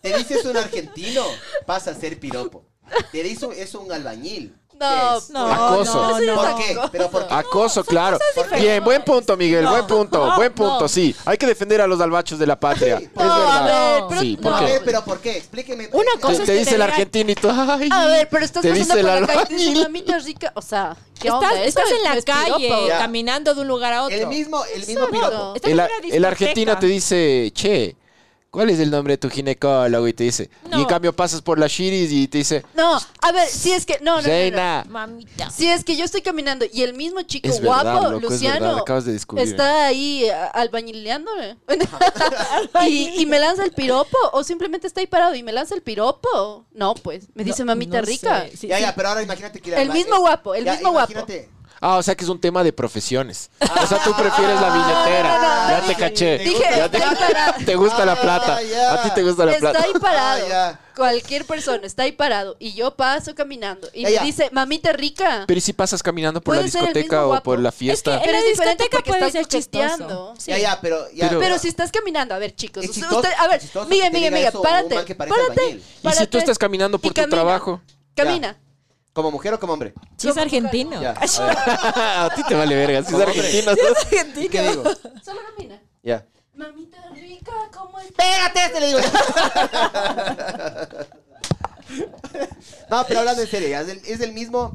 [SPEAKER 3] Te dice es un argentino, pasa a ser piropo. Te dice es un albañil.
[SPEAKER 4] No,
[SPEAKER 3] ¿Qué es?
[SPEAKER 5] No,
[SPEAKER 2] Acoso.
[SPEAKER 5] no, no.
[SPEAKER 3] ¿Por qué? ¿Pero por qué?
[SPEAKER 2] Acoso, claro.
[SPEAKER 5] diferentes.
[SPEAKER 2] Bien, buen punto, Miguel,
[SPEAKER 5] No.
[SPEAKER 2] buen punto,
[SPEAKER 5] No,
[SPEAKER 2] buen punto,
[SPEAKER 5] no.
[SPEAKER 2] sí. Hay que defender a los albachos de la patria.
[SPEAKER 3] Sí,
[SPEAKER 2] es
[SPEAKER 3] no,
[SPEAKER 4] a
[SPEAKER 2] verdad.
[SPEAKER 4] ver, pero- pues,
[SPEAKER 2] sí, ¿por
[SPEAKER 3] A
[SPEAKER 2] qué?
[SPEAKER 3] ver, pero ¿por qué? Explíqueme.
[SPEAKER 5] Una
[SPEAKER 3] Eh,
[SPEAKER 5] cosa-
[SPEAKER 2] te,
[SPEAKER 5] es
[SPEAKER 2] te
[SPEAKER 5] que
[SPEAKER 2] dice
[SPEAKER 5] te
[SPEAKER 2] el
[SPEAKER 5] digan-
[SPEAKER 2] argentino y tú, ay,
[SPEAKER 4] A ver, pero estás
[SPEAKER 2] te
[SPEAKER 4] pasando
[SPEAKER 2] dice
[SPEAKER 4] por
[SPEAKER 2] el
[SPEAKER 4] la calle y te dicen,
[SPEAKER 2] albañil.
[SPEAKER 4] mamita rica. O sea, ¿qué
[SPEAKER 5] Estás,
[SPEAKER 4] onda? Eso
[SPEAKER 5] estás
[SPEAKER 4] es-
[SPEAKER 5] en la
[SPEAKER 4] no es piropo.
[SPEAKER 5] calle,
[SPEAKER 3] Ya.
[SPEAKER 5] caminando de un lugar a otro.
[SPEAKER 3] El mismo, el mismo
[SPEAKER 4] Exacto.
[SPEAKER 3] piropo.
[SPEAKER 5] Estás
[SPEAKER 2] el, a-
[SPEAKER 5] en una
[SPEAKER 2] el argentino
[SPEAKER 5] discoteca.
[SPEAKER 2] te dice, che, ¿cuál es el nombre de tu ginecólogo? Y te dice. Y en
[SPEAKER 5] No.
[SPEAKER 2] cambio pasas por la shiris y te dice,
[SPEAKER 4] No, a ver, si es que. No, no, no, no.
[SPEAKER 2] Reina.
[SPEAKER 5] Mamita.
[SPEAKER 4] Si es que yo estoy caminando y el mismo chico
[SPEAKER 2] Es
[SPEAKER 4] guapo,
[SPEAKER 2] verdad, loco, es verdad,
[SPEAKER 4] Luciano,
[SPEAKER 2] acabas de descubrir.
[SPEAKER 4] está ahí a- albañileándome. y, y me lanza el piropo. O simplemente está ahí parado y me lanza el piropo. No, pues. Me dice
[SPEAKER 5] No-
[SPEAKER 4] mamita
[SPEAKER 5] no sé,
[SPEAKER 4] rica.
[SPEAKER 5] sí,
[SPEAKER 3] ya,
[SPEAKER 5] sí.
[SPEAKER 3] ya, pero ahora imagínate que... la-
[SPEAKER 4] El
[SPEAKER 3] la-
[SPEAKER 4] mismo
[SPEAKER 3] eh,
[SPEAKER 4] guapo, el
[SPEAKER 3] ya,
[SPEAKER 4] mismo guapo.
[SPEAKER 3] imagínate.
[SPEAKER 2] Ah, o sea que es un tema de profesiones. O sea, tú prefieres la billetera.
[SPEAKER 4] Ah, no, no,
[SPEAKER 2] ya
[SPEAKER 4] no,
[SPEAKER 2] te
[SPEAKER 4] dije-
[SPEAKER 2] caché.
[SPEAKER 4] dije,
[SPEAKER 2] Ya te,
[SPEAKER 4] está parado.
[SPEAKER 2] te gusta la
[SPEAKER 6] Ah,
[SPEAKER 2] plata.
[SPEAKER 6] ya.
[SPEAKER 2] A ti te gusta la
[SPEAKER 4] Está
[SPEAKER 2] plata.
[SPEAKER 4] Pues ahí parado.
[SPEAKER 6] Ah, ya.
[SPEAKER 4] Cualquier persona está ahí parado y yo paso caminando y
[SPEAKER 3] Ya,
[SPEAKER 4] me
[SPEAKER 3] ya.
[SPEAKER 4] dice, mamita rica.
[SPEAKER 2] Pero ¿y si pasas caminando por la
[SPEAKER 4] Puede ser el
[SPEAKER 2] discoteca
[SPEAKER 4] mismo
[SPEAKER 2] o
[SPEAKER 4] guapo.
[SPEAKER 2] por la
[SPEAKER 4] Es que
[SPEAKER 2] fiesta.
[SPEAKER 4] Pero es diferente
[SPEAKER 5] discoteca
[SPEAKER 4] porque
[SPEAKER 5] puede
[SPEAKER 4] estás
[SPEAKER 5] ser chistoso.
[SPEAKER 4] coqueteando.
[SPEAKER 5] Sí.
[SPEAKER 3] Ya, ya, pero... Ya,
[SPEAKER 2] Pero-
[SPEAKER 4] Pero si estás caminando, a ver chicos,
[SPEAKER 3] Es
[SPEAKER 4] usted-
[SPEAKER 3] chistoso-
[SPEAKER 4] usted- a ver,
[SPEAKER 3] es chistoso que
[SPEAKER 4] Miguel,
[SPEAKER 3] te
[SPEAKER 4] Miguel,
[SPEAKER 3] diga
[SPEAKER 4] Miguel,
[SPEAKER 3] eso un
[SPEAKER 4] párate,
[SPEAKER 3] man que parece
[SPEAKER 4] párate,
[SPEAKER 3] albañil.
[SPEAKER 2] ¿Y si tú
[SPEAKER 4] párate.
[SPEAKER 2] estás caminando
[SPEAKER 4] Y
[SPEAKER 2] por tu
[SPEAKER 4] camina.
[SPEAKER 2] trabajo?
[SPEAKER 4] Camina.
[SPEAKER 3] ¿Como mujer o como hombre?
[SPEAKER 5] Sí, es argentino.
[SPEAKER 3] Ya.
[SPEAKER 5] Ay,
[SPEAKER 3] a ver,
[SPEAKER 2] Ah, a ti te vale verga, si es
[SPEAKER 3] Hombre.
[SPEAKER 2] argentino.
[SPEAKER 5] argentino.
[SPEAKER 3] ¿Qué digo?
[SPEAKER 4] Solo camina.
[SPEAKER 3] Ya.
[SPEAKER 4] Mamita rica, ¿cómo estás?
[SPEAKER 3] ¡Pégate este! Le digo. no, pero hablando en serio, ya, es, el, es el mismo...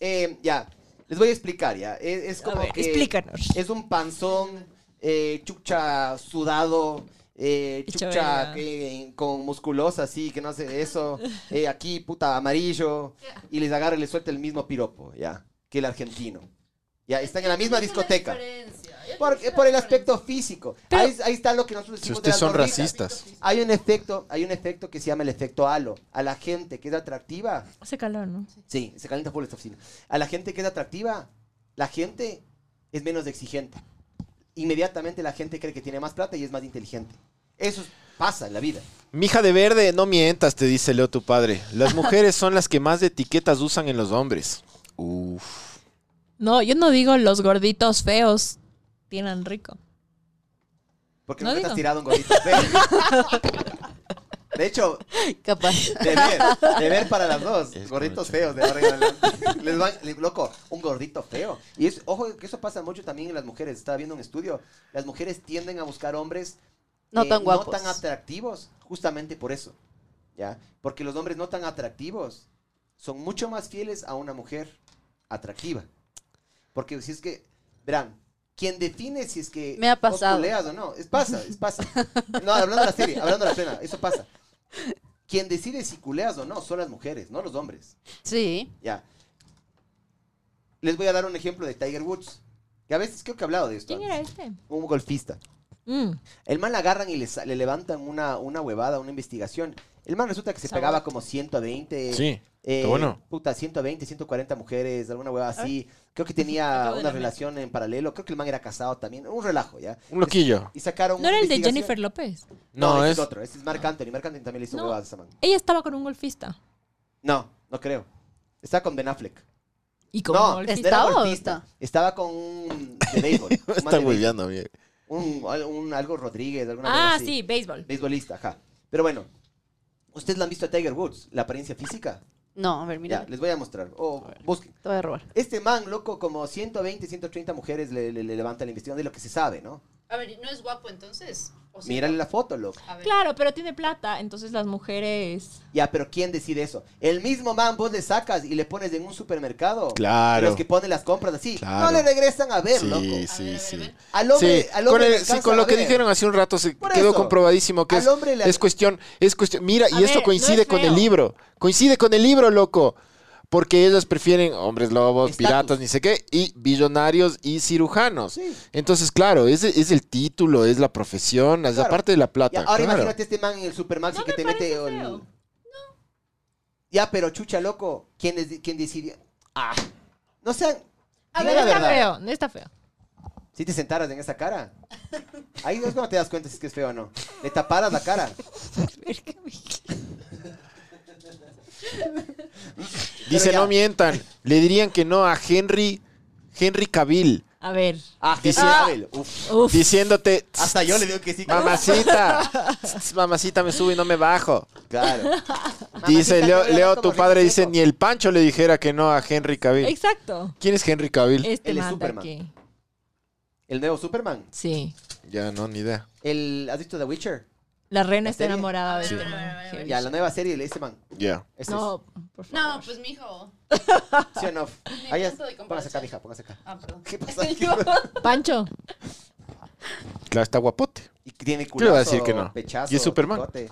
[SPEAKER 3] eh, ya, les voy a explicar, ya. Es, es
[SPEAKER 5] A
[SPEAKER 3] como
[SPEAKER 5] ver,
[SPEAKER 3] que...
[SPEAKER 5] explícanos.
[SPEAKER 3] Es un panzón, eh, chucha sudado, eh,
[SPEAKER 5] Hecho
[SPEAKER 3] chucha
[SPEAKER 5] verga.
[SPEAKER 3] que- con musculosa, así, que no hace eso. eh, aquí, puta, amarillo. Y les agarra y les suelta el mismo piropo, ya, que el argentino. Ya, están en la misma discoteca. Por, eh, por el aspecto físico. Ahí, ahí está lo que nosotros
[SPEAKER 2] Si
[SPEAKER 3] decimos de
[SPEAKER 2] ustedes
[SPEAKER 3] las
[SPEAKER 2] son
[SPEAKER 3] gorditas.
[SPEAKER 2] racistas.
[SPEAKER 3] Hay un efecto, hay un efecto que se llama el efecto halo. A la gente que es atractiva,
[SPEAKER 5] Hace calor, ¿no?
[SPEAKER 3] sí, se calienta por esta oficina. A la gente que es atractiva, la gente es menos exigente. Inmediatamente la gente cree que tiene más plata y es más inteligente. Eso es- pasa en la vida.
[SPEAKER 2] Mija de verde, no mientas, te dice Leo tu padre. Las mujeres son las que más etiquetas usan en los hombres. Uf.
[SPEAKER 5] No, yo no digo los gorditos feos tienen rico.
[SPEAKER 3] Porque
[SPEAKER 5] No
[SPEAKER 3] nunca te has
[SPEAKER 5] digo.
[SPEAKER 3] tirado un gordito. feo. De hecho,
[SPEAKER 4] Capaz.
[SPEAKER 3] Deber, deber para las dos.
[SPEAKER 2] Es
[SPEAKER 3] gorditos
[SPEAKER 2] correcto.
[SPEAKER 3] feos de ahora en adelante. Les van- le- loco, un gordito feo. Y es, ojo, que eso pasa mucho también en las mujeres. Estaba viendo un estudio. Las mujeres tienden a buscar hombres
[SPEAKER 4] No
[SPEAKER 3] eh,
[SPEAKER 4] tan guapos.
[SPEAKER 3] no tan atractivos, justamente por eso. ¿Ya? Porque los hombres no tan atractivos son mucho más fieles a una mujer atractiva. Porque si es que, verán, quien define si es que
[SPEAKER 4] Me ha pasado.
[SPEAKER 3] costuleas o no, es pasa, es pasa. No, hablando de la serie, hablando de la plena, eso pasa. Quien decide si culeas o no son las mujeres, no los hombres.
[SPEAKER 4] Sí.
[SPEAKER 3] Ya. Les voy a dar un ejemplo de Tiger Woods, que a veces creo que he hablado de esto.
[SPEAKER 5] ¿Quién era este?
[SPEAKER 3] Un golfista.
[SPEAKER 5] Mm,
[SPEAKER 3] El man la agarran y le, sa- le levantan una, una huevada, una investigación. El man resulta que se
[SPEAKER 5] Sabor.
[SPEAKER 3] pegaba como 120.
[SPEAKER 2] Sí.
[SPEAKER 3] eh,
[SPEAKER 2] está bueno.
[SPEAKER 3] Puta, 120, 140 mujeres, alguna huevada así. Creo que tenía
[SPEAKER 5] Acabo de
[SPEAKER 3] una
[SPEAKER 5] la-
[SPEAKER 3] relación en paralelo. Creo que el man era casado también. Un relajo, ¿ya?
[SPEAKER 2] Un loquillo.
[SPEAKER 3] Y sacaron
[SPEAKER 5] ¿No era el de
[SPEAKER 3] investigación.
[SPEAKER 5] Jennifer López?
[SPEAKER 2] No,
[SPEAKER 3] ese
[SPEAKER 2] es.
[SPEAKER 3] otro. Ese es Mark Anthony. Mark Anthony también le hizo
[SPEAKER 5] No.
[SPEAKER 3] huevadas a ese man.
[SPEAKER 5] Ella estaba con un golfista.
[SPEAKER 3] No, no creo. Está con Ben Affleck.
[SPEAKER 5] Y con un
[SPEAKER 3] no,
[SPEAKER 5] golfista.
[SPEAKER 3] no era
[SPEAKER 4] ¿Estaba o
[SPEAKER 3] golfista.
[SPEAKER 4] está?
[SPEAKER 3] Estaba con un de béisbol. un man
[SPEAKER 2] Está
[SPEAKER 3] de
[SPEAKER 2] muy
[SPEAKER 3] béisbol.
[SPEAKER 2] bien, amigo.
[SPEAKER 3] Un, un algo Rodríguez, alguna huevada
[SPEAKER 5] Ah,
[SPEAKER 3] así.
[SPEAKER 5] sí, béisbol.
[SPEAKER 3] Beisbolista, ajá. Pero bueno, ustedes la han visto a Tiger Woods, la apariencia física.
[SPEAKER 4] No, a ver, mira.
[SPEAKER 3] Ya, les voy a mostrar. O busquen.
[SPEAKER 4] Te voy a robar.
[SPEAKER 3] Este man, loco, como 120, 130 mujeres le, le- le levanta la investigación de lo que se sabe, ¿no?
[SPEAKER 4] A ver, ¿no es guapo entonces?
[SPEAKER 3] Mírale la foto, loco.
[SPEAKER 5] Claro, pero tiene plata, entonces las mujeres...
[SPEAKER 3] Ya, pero ¿quién decide eso? El mismo man vos le sacas y le pones en un supermercado.
[SPEAKER 2] Claro.
[SPEAKER 3] de Los que ponen las compras así.
[SPEAKER 2] Claro.
[SPEAKER 3] No le regresan a ver,
[SPEAKER 2] Sí,
[SPEAKER 3] loco.
[SPEAKER 2] sí, sí.
[SPEAKER 3] Al hombre,
[SPEAKER 2] sí,
[SPEAKER 3] al
[SPEAKER 2] con,
[SPEAKER 3] hombre
[SPEAKER 2] el-
[SPEAKER 3] le
[SPEAKER 2] sí,
[SPEAKER 3] alcanza
[SPEAKER 2] con
[SPEAKER 3] a
[SPEAKER 2] lo que
[SPEAKER 3] ver.
[SPEAKER 2] dijeron hace un rato se
[SPEAKER 3] Por
[SPEAKER 2] quedó
[SPEAKER 3] eso,
[SPEAKER 2] comprobadísimo que
[SPEAKER 3] al
[SPEAKER 2] es,
[SPEAKER 3] hombre le-
[SPEAKER 2] es cuestión, es cuestión. Mira, y
[SPEAKER 5] A
[SPEAKER 2] esto
[SPEAKER 5] ver, no
[SPEAKER 2] coincide
[SPEAKER 5] es
[SPEAKER 2] con el
[SPEAKER 5] feo.
[SPEAKER 2] libro, coincide con el libro, loco, porque ellos prefieren hombres lobos,
[SPEAKER 3] Estatus.
[SPEAKER 2] piratas, ni sé qué, y billonarios y cirujanos.
[SPEAKER 3] Sí.
[SPEAKER 2] Entonces, claro, es, es el título, es la profesión, es la
[SPEAKER 3] Claro.
[SPEAKER 2] parte de la plata.
[SPEAKER 3] Ya, ahora
[SPEAKER 2] claro.
[SPEAKER 3] imagínate este man en el Supermax
[SPEAKER 5] No
[SPEAKER 3] y que
[SPEAKER 5] me
[SPEAKER 3] te mete
[SPEAKER 5] parece
[SPEAKER 3] el-
[SPEAKER 5] feo.
[SPEAKER 3] Ya, pero chucha, loco, ¿quién, es- quién decidió? Ah. No sean...
[SPEAKER 5] A
[SPEAKER 3] digan
[SPEAKER 5] ver,
[SPEAKER 3] la
[SPEAKER 5] no está
[SPEAKER 3] verdad.
[SPEAKER 5] feo, no está feo.
[SPEAKER 3] Si te sentaras en esa cara. Ahí es cuando te das cuenta si es que es feo o no. Le taparas la cara.
[SPEAKER 2] Dice,
[SPEAKER 3] Pero ya.
[SPEAKER 2] no mientan, le dirían que no a Henry, Henry Cavill,
[SPEAKER 5] A ver.
[SPEAKER 3] Ah, que
[SPEAKER 2] Dice-
[SPEAKER 3] sí, Abel. Uf.
[SPEAKER 5] Uf.
[SPEAKER 2] diciéndote,
[SPEAKER 3] Hasta yo le digo que sí. que-
[SPEAKER 2] mamacita, mamacita me subo y no me bajo.
[SPEAKER 3] Claro.
[SPEAKER 2] Dice
[SPEAKER 3] Mamacita,
[SPEAKER 2] Leo,
[SPEAKER 3] te veo
[SPEAKER 2] Leo
[SPEAKER 3] como
[SPEAKER 2] tu padre dice,
[SPEAKER 3] reflejo.
[SPEAKER 2] ni el Pancho le dijera que no a Henry Cavill.
[SPEAKER 5] Exacto.
[SPEAKER 2] ¿Quién es Henry Cavill?
[SPEAKER 5] Este
[SPEAKER 3] Él es
[SPEAKER 5] man de
[SPEAKER 3] Superman.
[SPEAKER 5] aquí.
[SPEAKER 3] El nuevo Superman.
[SPEAKER 5] Sí.
[SPEAKER 2] Ya, no, ni idea.
[SPEAKER 3] El, ¿Has visto The Witcher?
[SPEAKER 5] La reina
[SPEAKER 3] ¿La
[SPEAKER 5] está
[SPEAKER 3] serie?
[SPEAKER 5] enamorada de
[SPEAKER 4] Sí.
[SPEAKER 5] este man. Heavy
[SPEAKER 3] Ya, la nueva serie de este man.
[SPEAKER 2] Ya.
[SPEAKER 5] shit.
[SPEAKER 3] Ese es.
[SPEAKER 5] No, por favor.
[SPEAKER 4] No, pues mijo.
[SPEAKER 3] ¿Sí o no?
[SPEAKER 4] Ni
[SPEAKER 3] Ahí es.
[SPEAKER 4] punto de
[SPEAKER 3] Póngase acá,
[SPEAKER 4] comparación.
[SPEAKER 3] mija, póngase acá.
[SPEAKER 4] Ah, perdón.
[SPEAKER 3] ¿Qué pasa?
[SPEAKER 5] Pancho.
[SPEAKER 2] Claro, está guapote.
[SPEAKER 3] Y que tiene
[SPEAKER 2] le
[SPEAKER 3] culazo,
[SPEAKER 2] va a decir que no?
[SPEAKER 3] pechazo,
[SPEAKER 2] Y es Superman.
[SPEAKER 3] bigote.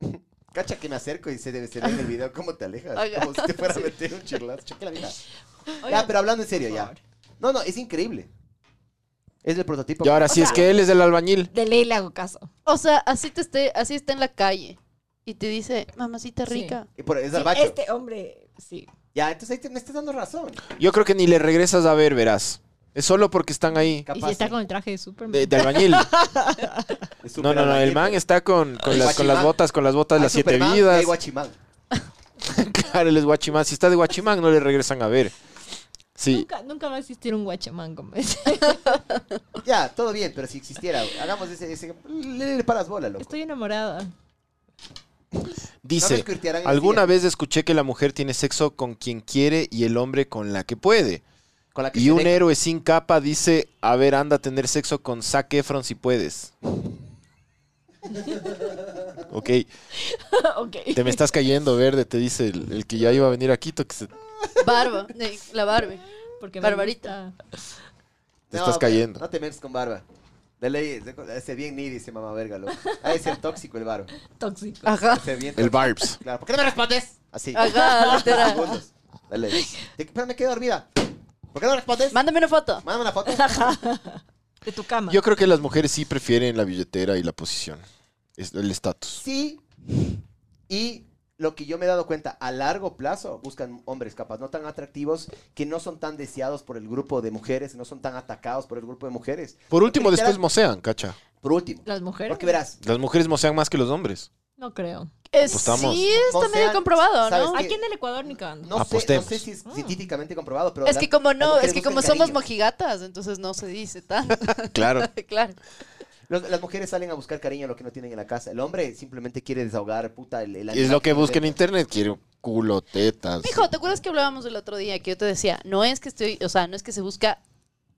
[SPEAKER 3] Cacha que me acerco y se, debe- se ve en el video cómo te alejas.
[SPEAKER 4] Oiga,
[SPEAKER 3] como si te fuera a
[SPEAKER 4] sí.
[SPEAKER 3] meter un chirlazo. Choque la vida.
[SPEAKER 4] Oigan,
[SPEAKER 3] Ya, pero hablando en serio,
[SPEAKER 5] Por
[SPEAKER 3] ya.
[SPEAKER 5] favor.
[SPEAKER 3] No, no, es increíble. Es el prototipo.
[SPEAKER 2] Y ahora sí
[SPEAKER 5] sea-
[SPEAKER 2] es que él es el albañil.
[SPEAKER 5] De ley le hago caso.
[SPEAKER 4] O sea, así te esté, así está en la calle y te dice, mamacita
[SPEAKER 5] Sí.
[SPEAKER 4] rica.
[SPEAKER 3] Y por- es
[SPEAKER 5] Sí,
[SPEAKER 3] barbacho.
[SPEAKER 5] este hombre, sí.
[SPEAKER 3] Ya, entonces ahí te- me estás dando razón.
[SPEAKER 2] Yo creo que ni le regresas a ver, verás. Es solo porque están ahí.
[SPEAKER 3] Capaz.
[SPEAKER 5] y si está con el traje de Superman.
[SPEAKER 2] De, de albañil.
[SPEAKER 3] es
[SPEAKER 2] No, no, no. El
[SPEAKER 3] superalbañil.
[SPEAKER 2] man está con, con
[SPEAKER 3] Ay,
[SPEAKER 2] las, con las
[SPEAKER 3] guachimán.
[SPEAKER 2] botas, con las botas,
[SPEAKER 3] Hay
[SPEAKER 2] las siete
[SPEAKER 3] Superman y
[SPEAKER 2] vidas.
[SPEAKER 3] hay Guachimán.
[SPEAKER 2] Claro, él es guachimán. Si está de guachimán, no le regresan a ver. Sí.
[SPEAKER 5] Nunca, nunca va a existir un guachamán como ese.
[SPEAKER 3] Ya, todo bien, pero si existiera, hagamos ese. ese le, le paras bola, loco.
[SPEAKER 5] Estoy enamorada.
[SPEAKER 2] Dice,
[SPEAKER 3] squirtearán en el
[SPEAKER 2] alguna
[SPEAKER 3] día".
[SPEAKER 2] vez escuché que la mujer tiene sexo con quien quiere y el hombre con la que puede.
[SPEAKER 3] Con la que
[SPEAKER 2] Y
[SPEAKER 3] se
[SPEAKER 2] un E,
[SPEAKER 3] deja.
[SPEAKER 2] héroe sin capa dice, a ver, anda a tener sexo con Zac Efron si puedes. ok,
[SPEAKER 5] ok.
[SPEAKER 2] te me estás cayendo, verde, te dice el, el que ya iba a venir a Quito, que se- te
[SPEAKER 4] Barba, de- la Barbie.
[SPEAKER 5] Porque
[SPEAKER 4] Barbarita.
[SPEAKER 5] gusta.
[SPEAKER 3] No,
[SPEAKER 2] estás
[SPEAKER 3] pero
[SPEAKER 2] cayendo.
[SPEAKER 3] No te metes con barba. De ley, de- ese bien ni dice mamá verga, loco. Ha de ser tóxico el varo.
[SPEAKER 5] Tóxico.
[SPEAKER 4] Ajá,
[SPEAKER 3] Ese bien
[SPEAKER 2] El
[SPEAKER 3] tóxico.
[SPEAKER 2] Barbs.
[SPEAKER 3] Claro, ¿por qué no me respondes? Así.
[SPEAKER 4] ajá, literal.
[SPEAKER 3] Segundos. De ley. Te- Pero me quedé dormida. ¿Por qué no me respondes?
[SPEAKER 4] Mándame una foto.
[SPEAKER 3] Mándame una foto.
[SPEAKER 5] De tu cama.
[SPEAKER 2] Yo creo que las mujeres sí prefieren la billetera y la posición, es el estatus.
[SPEAKER 3] Sí. Y lo que yo me he dado cuenta, a largo plazo buscan hombres capaz no tan atractivos, que no son tan deseados por el grupo de mujeres, no son tan atacados por el grupo de mujeres.
[SPEAKER 2] Por último,
[SPEAKER 3] Porque
[SPEAKER 2] después
[SPEAKER 3] literal-
[SPEAKER 2] mocean, cacha.
[SPEAKER 3] Por último.
[SPEAKER 5] Las mujeres.
[SPEAKER 3] Porque verás,
[SPEAKER 2] Las mujeres mocean más que los hombres.
[SPEAKER 5] No creo.
[SPEAKER 4] Eh,
[SPEAKER 2] Pues estamos-
[SPEAKER 4] sí, está
[SPEAKER 3] O sea,
[SPEAKER 4] medio comprobado, ¿no?
[SPEAKER 3] ¿sabes qué?
[SPEAKER 5] Aquí en el Ecuador ni cagando.
[SPEAKER 3] no sé, no
[SPEAKER 2] Apostemos.
[SPEAKER 3] sé si es científicamente comprobado, pero...
[SPEAKER 4] Ah. Es
[SPEAKER 3] la-
[SPEAKER 4] que como
[SPEAKER 3] las
[SPEAKER 4] no,
[SPEAKER 3] mujeres
[SPEAKER 4] es que
[SPEAKER 3] buscan
[SPEAKER 4] como somos
[SPEAKER 3] cariño.
[SPEAKER 4] mojigatas, entonces no se dice tan
[SPEAKER 2] Claro.
[SPEAKER 4] claro.
[SPEAKER 2] Pues
[SPEAKER 3] Los- las mujeres salen a buscar cariño lo que no tienen en la casa. El hombre simplemente quiere desahogar, puta, el, el
[SPEAKER 2] Es lo que
[SPEAKER 3] animal
[SPEAKER 2] busca en internet, quiero culo, tetas.
[SPEAKER 4] Mijo, ¿te acuerdas que hablábamos el otro día que yo te decía, no es que estoy, o sea, no es que se busca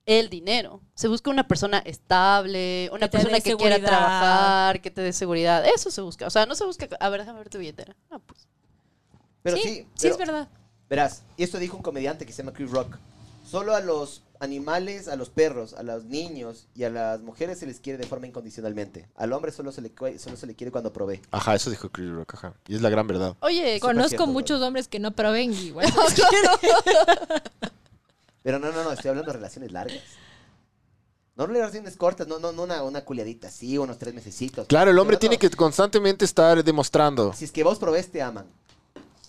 [SPEAKER 4] el dinero, se busca una persona estable, una
[SPEAKER 5] Que te
[SPEAKER 4] persona
[SPEAKER 5] dé
[SPEAKER 4] que quiera
[SPEAKER 5] seguridad.
[SPEAKER 4] trabajar, que te dé seguridad, eso se busca, o sea, no se busca, a ver, déjame ver tu billetera. No, pues.
[SPEAKER 3] Pero sí,
[SPEAKER 5] sí,
[SPEAKER 3] pero-
[SPEAKER 5] es verdad.
[SPEAKER 3] Verás, y esto dijo un comediante que se llama Chris Rock. Solo a los animales, a los perros, a los niños y a las mujeres se les quiere de forma incondicionalmente. Al hombre solo se le, cu- solo se le quiere cuando provee.
[SPEAKER 2] Ajá, eso dijo Chris Rock, ajá. Y es la gran verdad.
[SPEAKER 4] Oye,
[SPEAKER 3] Con-
[SPEAKER 5] Conozco
[SPEAKER 3] cierto,
[SPEAKER 5] muchos hombres que no proveen igual.
[SPEAKER 3] Pero no, no, no, estoy hablando de relaciones largas. No relaciones cortas, no, no, no una, una culiadita así, unos tres mesecitos.
[SPEAKER 2] Claro, el hombre
[SPEAKER 3] Pero
[SPEAKER 2] tiene
[SPEAKER 3] no,
[SPEAKER 2] que constantemente estar demostrando.
[SPEAKER 3] Si es que vos provees, te aman.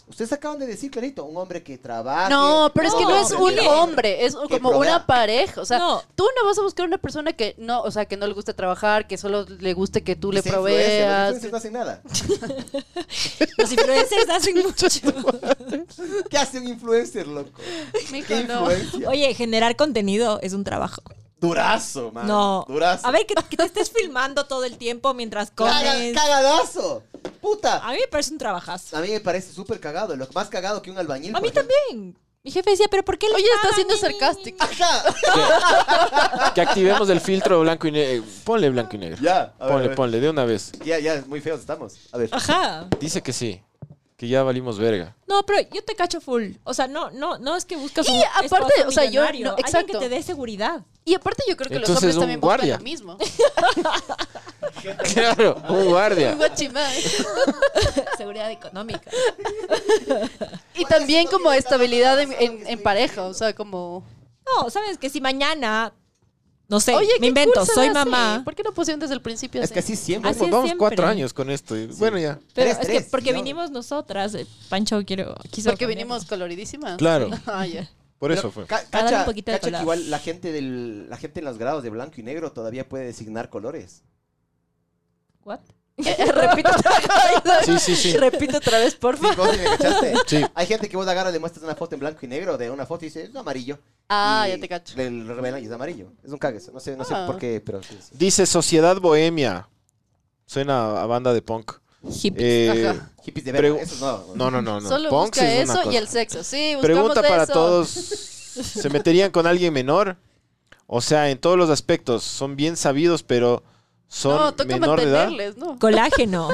[SPEAKER 3] Ustedes acaban de decir, clarito, un hombre que trabaja.
[SPEAKER 4] no, pero es que no,
[SPEAKER 5] No,
[SPEAKER 4] es
[SPEAKER 5] pero
[SPEAKER 4] un
[SPEAKER 5] que-
[SPEAKER 4] hombre, es como
[SPEAKER 3] provea.
[SPEAKER 4] una pareja, o sea,
[SPEAKER 5] No.
[SPEAKER 4] tú no vas a buscar una persona que no, o sea, que no le guste trabajar, que solo le guste que tú le
[SPEAKER 3] Los
[SPEAKER 4] proveas.
[SPEAKER 3] influencers no hacen nada.
[SPEAKER 5] Los influencers hacen mucho.
[SPEAKER 3] ¿Qué hace un influencer, loco?
[SPEAKER 4] Mijo,
[SPEAKER 3] ¿Qué
[SPEAKER 4] no.
[SPEAKER 3] influencia?
[SPEAKER 5] Oye, generar contenido es un trabajo.
[SPEAKER 3] Durazo, man.
[SPEAKER 5] no.
[SPEAKER 3] Durazo.
[SPEAKER 5] A ver, que, que te estés filmando todo el tiempo mientras
[SPEAKER 3] Caga-
[SPEAKER 5] comes.
[SPEAKER 3] cagadazo. Puta.
[SPEAKER 5] A mí me parece un trabajazo.
[SPEAKER 3] A mí me parece súper cagado. Lo más cagado que un albañil.
[SPEAKER 5] A mí
[SPEAKER 3] por ejemplo.
[SPEAKER 5] también. Mi jefe decía, pero ¿por qué le
[SPEAKER 4] Oye, está
[SPEAKER 5] pagan?
[SPEAKER 4] siendo sarcástico.
[SPEAKER 3] Ajá.
[SPEAKER 2] Que activemos el filtro blanco y negro. Ponle blanco y negro.
[SPEAKER 3] Ya. a ver, a
[SPEAKER 2] Ponle,
[SPEAKER 3] ver.
[SPEAKER 2] ponle, de una vez.
[SPEAKER 3] Ya, ya, muy feos estamos. A ver.
[SPEAKER 5] Ajá.
[SPEAKER 2] Dice que sí. Que ya valimos verga.
[SPEAKER 5] No, pero yo te cacho full. O sea, no, no, no es que buscas
[SPEAKER 4] Y
[SPEAKER 5] un
[SPEAKER 4] aparte,
[SPEAKER 5] esposo
[SPEAKER 4] o sea, yo-
[SPEAKER 5] millonario,
[SPEAKER 4] no,
[SPEAKER 5] alguien que
[SPEAKER 4] exacto.
[SPEAKER 5] te dé seguridad.
[SPEAKER 4] Y aparte yo creo que los
[SPEAKER 2] Entonces,
[SPEAKER 4] hombres
[SPEAKER 2] un
[SPEAKER 4] también buscan
[SPEAKER 2] guardia.
[SPEAKER 4] lo mismo.
[SPEAKER 2] Claro, un guardia.
[SPEAKER 4] Un guachimán.
[SPEAKER 5] seguridad económica.
[SPEAKER 4] Y también como estabilidad en, en- en pareja, o sea, como...
[SPEAKER 5] No, sabes que si mañana, no sé,
[SPEAKER 4] Oye,
[SPEAKER 5] me
[SPEAKER 4] qué
[SPEAKER 5] invento,
[SPEAKER 4] cool se
[SPEAKER 5] soy
[SPEAKER 4] ve así.
[SPEAKER 5] mamá.
[SPEAKER 4] ¿Por qué no pusieron desde el principio
[SPEAKER 3] Es
[SPEAKER 4] así?
[SPEAKER 3] que así siempre.
[SPEAKER 5] Así
[SPEAKER 2] Vamos,
[SPEAKER 5] es
[SPEAKER 2] vamos
[SPEAKER 5] siempre.
[SPEAKER 2] cuatro años con esto. y- Bueno, ya.
[SPEAKER 5] Pero
[SPEAKER 3] Tres,
[SPEAKER 5] es
[SPEAKER 3] tres,
[SPEAKER 5] que porque
[SPEAKER 3] no.
[SPEAKER 5] vinimos nosotras, eh, Pancho quiero, quiso
[SPEAKER 4] Porque
[SPEAKER 5] cambiarlo.
[SPEAKER 4] vinimos coloridísimas.
[SPEAKER 2] Claro,
[SPEAKER 4] Ah, ya.
[SPEAKER 2] por eso
[SPEAKER 3] Pero
[SPEAKER 2] fue.
[SPEAKER 3] ca-
[SPEAKER 5] Para darle
[SPEAKER 3] cacha,
[SPEAKER 5] un poquito de
[SPEAKER 3] cacha que
[SPEAKER 5] color.
[SPEAKER 3] igual la gente, del, la gente en los grados de blanco y negro todavía puede designar colores.
[SPEAKER 5] What?
[SPEAKER 4] Eh, repito,
[SPEAKER 2] Sí, sí, sí.
[SPEAKER 5] Repito otra vez, por
[SPEAKER 3] Sí, vos sí me cachaste?
[SPEAKER 2] Sí.
[SPEAKER 3] Hay gente que vos agarras, le muestras una foto en blanco y negro de una foto y dice, es amarillo.
[SPEAKER 4] Ah,
[SPEAKER 3] Y
[SPEAKER 4] ya te cacho.
[SPEAKER 3] Le le revelan y es amarillo. Es un cague eso. No sé, no sé
[SPEAKER 4] Ah.
[SPEAKER 3] por qué, pero sí, sí.
[SPEAKER 2] Dice Sociedad Bohemia. Suena a banda de punk.
[SPEAKER 5] Hippie.
[SPEAKER 2] Eh,
[SPEAKER 4] Ajá.
[SPEAKER 3] Hippies de verga,
[SPEAKER 2] Pregu-
[SPEAKER 3] esos no.
[SPEAKER 2] no, no, no, no.
[SPEAKER 4] Solo
[SPEAKER 2] Punks
[SPEAKER 4] busca
[SPEAKER 2] es una
[SPEAKER 4] eso y
[SPEAKER 2] cosa.
[SPEAKER 4] el sexo. Sí, buscamos
[SPEAKER 2] Pregunta para
[SPEAKER 4] eso.
[SPEAKER 2] todos. ¿Se meterían con alguien menor? O sea, en todos los aspectos son bien sabidos, pero son
[SPEAKER 4] no, toca
[SPEAKER 2] menor de edad.
[SPEAKER 4] mantenerles, ¿no?
[SPEAKER 5] Colágeno.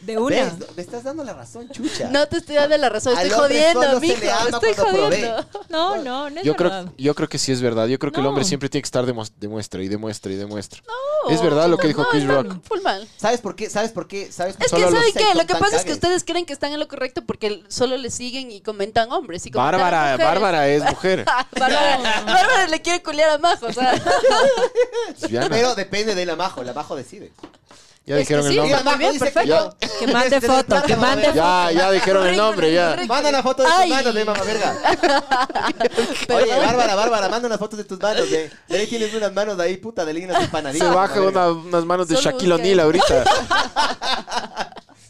[SPEAKER 5] De una.
[SPEAKER 3] ¿Ves? Me estás dando la razón, chucha.
[SPEAKER 4] No te estoy dando la razón,
[SPEAKER 3] Al
[SPEAKER 4] estoy
[SPEAKER 3] hombre
[SPEAKER 4] jodiendo,
[SPEAKER 3] solo se
[SPEAKER 4] mijo,
[SPEAKER 3] le ama
[SPEAKER 4] estoy
[SPEAKER 3] cuando provee.
[SPEAKER 4] jodiendo.
[SPEAKER 5] No, no, no es
[SPEAKER 2] Yo
[SPEAKER 5] verdad.
[SPEAKER 2] creo, yo creo que sí es verdad. Yo creo que el hombre
[SPEAKER 5] No.
[SPEAKER 2] siempre tiene que estar demos- de muestra y demuestra y demuestra. Es verdad lo que dijo
[SPEAKER 4] No,
[SPEAKER 2] Chris
[SPEAKER 4] están
[SPEAKER 2] Rock.
[SPEAKER 4] Full mal.
[SPEAKER 3] ¿Sabes por qué? ¿Sabes por qué? ¿Sabes por
[SPEAKER 4] Es
[SPEAKER 3] qué?
[SPEAKER 4] que,
[SPEAKER 2] Solo los
[SPEAKER 4] ¿saben qué?
[SPEAKER 3] Son
[SPEAKER 4] Lo que
[SPEAKER 3] tan
[SPEAKER 4] pasa es que
[SPEAKER 3] cagues.
[SPEAKER 4] ustedes creen que están en lo correcto porque solo le siguen y comentan hombres. Y comentan
[SPEAKER 2] Bárbara,
[SPEAKER 4] mujeres. Ah,
[SPEAKER 2] Bárbara es mujer.
[SPEAKER 4] Bárbara, Bárbara le quiere culiar a Majo, o sea.
[SPEAKER 2] Lesbiana.
[SPEAKER 3] Pero depende del amajo, el amajo decide.
[SPEAKER 2] ya
[SPEAKER 4] es que
[SPEAKER 2] dijeron
[SPEAKER 4] sí,
[SPEAKER 2] el nombre.
[SPEAKER 4] Muy bien,
[SPEAKER 3] Dice
[SPEAKER 4] perfecto.
[SPEAKER 3] yo-
[SPEAKER 5] Que mande
[SPEAKER 3] Este,
[SPEAKER 5] foto,
[SPEAKER 3] plata,
[SPEAKER 5] que
[SPEAKER 3] mamá
[SPEAKER 5] mande
[SPEAKER 2] Ya,
[SPEAKER 3] verga.
[SPEAKER 2] ya dijeron el nombre, ya.
[SPEAKER 3] Manda una foto de tus
[SPEAKER 4] Ay.
[SPEAKER 3] manos, de mamá verga. Oye,
[SPEAKER 4] Perdón.
[SPEAKER 3] Bárbara, Bárbara, manda unas fotos de tus manos, de. De ahí tienes unas manos ahí, puta, de líneas de panadilla.
[SPEAKER 2] Se baja
[SPEAKER 3] mamá verga.
[SPEAKER 2] una- unas manos de
[SPEAKER 4] Solo
[SPEAKER 2] Shaquille
[SPEAKER 4] busca
[SPEAKER 2] O'Neal
[SPEAKER 4] eso.
[SPEAKER 2] ahorita.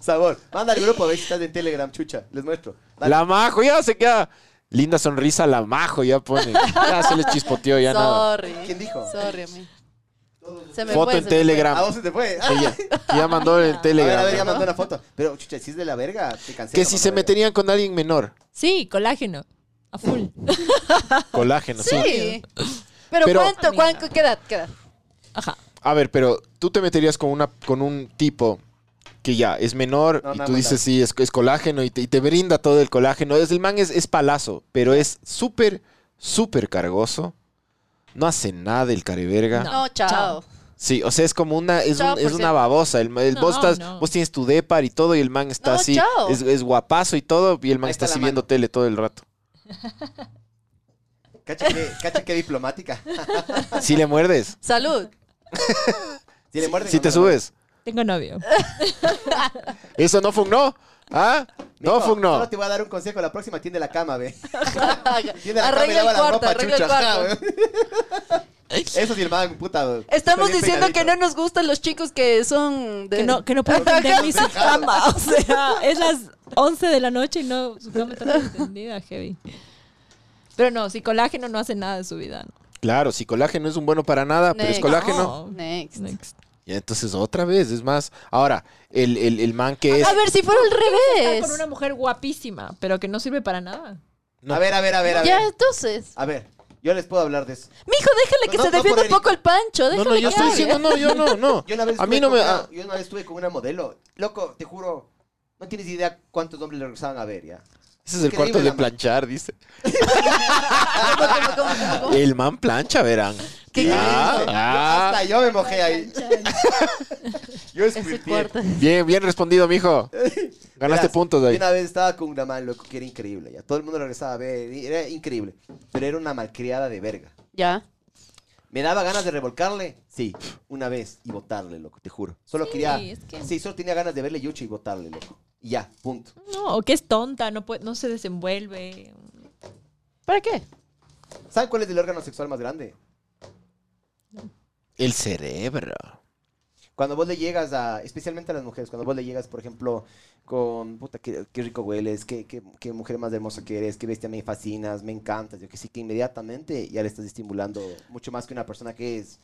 [SPEAKER 3] Sabor. Manda al grupo, a ver si estás en Telegram, chucha. Les muestro. Dale.
[SPEAKER 2] La majo, ya se queda. Linda sonrisa, la majo, ya pone. Ya se le chispoteó, ya nada.
[SPEAKER 4] Sorry.
[SPEAKER 3] ¿Quién dijo?
[SPEAKER 4] Sorry, a mí. Se me
[SPEAKER 2] Foto
[SPEAKER 4] fue,
[SPEAKER 2] en
[SPEAKER 4] se me fue.
[SPEAKER 2] Telegram.
[SPEAKER 3] A vos se te fue. Ah,
[SPEAKER 2] Ella, que ya mandó en el
[SPEAKER 3] a ver, a ver, ya
[SPEAKER 2] Telegram.
[SPEAKER 3] mandó una foto. Pero, chucha, si es de la verga, te cancelo.
[SPEAKER 2] Que si
[SPEAKER 3] mamá
[SPEAKER 2] se
[SPEAKER 3] verga.
[SPEAKER 2] meterían con alguien menor.
[SPEAKER 5] Sí, colágeno. A full.
[SPEAKER 2] Colágeno, sí.
[SPEAKER 4] Sí. Pero,
[SPEAKER 2] Pero-
[SPEAKER 4] ¿cuánto, cuánto? ¿Qué edad? ¿Qué edad?
[SPEAKER 5] Ajá.
[SPEAKER 2] A ver, pero tú te meterías con una con un tipo que ya es menor
[SPEAKER 3] No,
[SPEAKER 2] y
[SPEAKER 3] no,
[SPEAKER 2] tú
[SPEAKER 3] no,
[SPEAKER 2] dices
[SPEAKER 3] no.
[SPEAKER 2] sí, es, es colágeno y te, y te brinda todo el colágeno. Es, el man es, es palazo, pero es súper, súper cargoso. No hace nada el careverga.
[SPEAKER 5] No.
[SPEAKER 4] No, chao.
[SPEAKER 5] Chao.
[SPEAKER 2] Sí, o sea, es como una, es, un-
[SPEAKER 4] Chao,
[SPEAKER 2] es
[SPEAKER 4] por
[SPEAKER 2] una
[SPEAKER 4] ser-
[SPEAKER 2] babosa. El, ma- el-
[SPEAKER 5] No,
[SPEAKER 2] vos, estás-
[SPEAKER 5] no.
[SPEAKER 2] vos tienes tu depar y todo y el man está
[SPEAKER 4] No,
[SPEAKER 2] así,
[SPEAKER 4] chao.
[SPEAKER 2] es, es guapazo y todo y el man
[SPEAKER 3] Ahí
[SPEAKER 2] está,
[SPEAKER 3] está
[SPEAKER 2] así
[SPEAKER 3] la
[SPEAKER 2] viendo
[SPEAKER 3] mano.
[SPEAKER 2] tele todo el rato.
[SPEAKER 3] Cacha que, cacha que diplomática.
[SPEAKER 2] Si le muerdes,
[SPEAKER 4] Salud.
[SPEAKER 3] Si le muerden,
[SPEAKER 2] si
[SPEAKER 3] no
[SPEAKER 2] te
[SPEAKER 3] me lo muerden.
[SPEAKER 2] subes.
[SPEAKER 5] Tengo novio.
[SPEAKER 2] Eso no fue un no, ¿ah? No
[SPEAKER 3] Mijo,
[SPEAKER 2] fue un no.
[SPEAKER 3] Solo te voy a dar un consejo. La próxima tiende la cama, ve. Tiende la cama y
[SPEAKER 4] arregla
[SPEAKER 3] lava
[SPEAKER 4] el
[SPEAKER 3] la
[SPEAKER 4] cuarto,
[SPEAKER 3] ropa,
[SPEAKER 4] arregla el
[SPEAKER 3] chucha. Ah,
[SPEAKER 4] cuarto.
[SPEAKER 3] Eso sí, el man, puta. güey.
[SPEAKER 4] Estamos
[SPEAKER 3] Está bien
[SPEAKER 4] diciendo que no
[SPEAKER 3] peinadito.
[SPEAKER 4] nos gustan los chicos que son de...
[SPEAKER 5] Que no, que no puedo tender ni su cama. O sea, Ah, es las 11 de la noche y no, su cama está medio tendida, heavy. Pero no, si colágeno no hace nada de su vida. ¿no?
[SPEAKER 2] Claro, si colágeno es un bueno para nada, pero es
[SPEAKER 4] Next.
[SPEAKER 2] colágeno.
[SPEAKER 5] No.
[SPEAKER 4] Next.
[SPEAKER 5] Next.
[SPEAKER 2] Y entonces otra vez, es más. Ahora, el, el, el man que es.
[SPEAKER 4] A ver, si fuera al
[SPEAKER 5] Estar
[SPEAKER 4] revés.
[SPEAKER 5] con una mujer guapísima, pero que no sirve para nada.
[SPEAKER 2] No.
[SPEAKER 3] A ver, a ver, a ver, a ver.
[SPEAKER 4] Ya, entonces.
[SPEAKER 3] A ver, yo les puedo hablar de eso.
[SPEAKER 4] Mijo, déjale que
[SPEAKER 3] No,
[SPEAKER 4] se
[SPEAKER 3] no,
[SPEAKER 4] defienda
[SPEAKER 3] por
[SPEAKER 4] un poco el pancho.
[SPEAKER 2] no,
[SPEAKER 4] Déjale
[SPEAKER 2] no, yo
[SPEAKER 4] que
[SPEAKER 2] estoy
[SPEAKER 4] hable.
[SPEAKER 2] diciendo, no, yo no, no.
[SPEAKER 3] Yo una vez
[SPEAKER 2] A mí
[SPEAKER 3] estuve
[SPEAKER 2] no me.
[SPEAKER 3] con una-
[SPEAKER 2] ah,
[SPEAKER 3] yo una vez estuve con una modelo. Loco, te juro, no tienes idea cuántos hombres le regresaban a ver, ya.
[SPEAKER 2] ese es el
[SPEAKER 3] Increíble
[SPEAKER 2] cuarto de
[SPEAKER 3] la man.
[SPEAKER 2] planchar, dice.
[SPEAKER 4] ¿Cómo, cómo, cómo, cómo, cómo?
[SPEAKER 2] El man plancha, verán.
[SPEAKER 4] Oh. ¿Qué
[SPEAKER 2] Ah,
[SPEAKER 3] Yo-
[SPEAKER 2] ah.
[SPEAKER 3] Hasta yo me mojé ahí. Yo
[SPEAKER 4] Ese
[SPEAKER 3] escuché.
[SPEAKER 4] cuarto.
[SPEAKER 2] Bien, bien respondido, mijo. Ganaste puntos ahí.
[SPEAKER 3] Una vez estaba con una man, loco, que era increíble, ya. Todo el mundo le regresaba a ver, y era increíble. Pero era una malcriada de verga.
[SPEAKER 4] Ya.
[SPEAKER 3] ¿Me daba ganas de revolcarle? Sí, una vez y votarle, loco, te juro. Solo
[SPEAKER 5] Sí,
[SPEAKER 3] quería.
[SPEAKER 5] es que-
[SPEAKER 3] Sí, solo tenía ganas de verle yucho y votarle, loco. Y ya, punto.
[SPEAKER 5] No, o que es tonta, no, puede, no se desenvuelve.
[SPEAKER 4] ¿Para qué?
[SPEAKER 3] ¿Saben cuál es el órgano sexual más grande?
[SPEAKER 2] El cerebro.
[SPEAKER 3] Cuando vos le llegas a, especialmente a las mujeres, cuando vos le llegas, por ejemplo, con, puta, qué, qué rico hueles, qué, qué- qué mujer más hermosa que eres, qué bestia me fascinas, me encantas, yo que sí, que inmediatamente ya le estás estimulando mucho más que una persona que es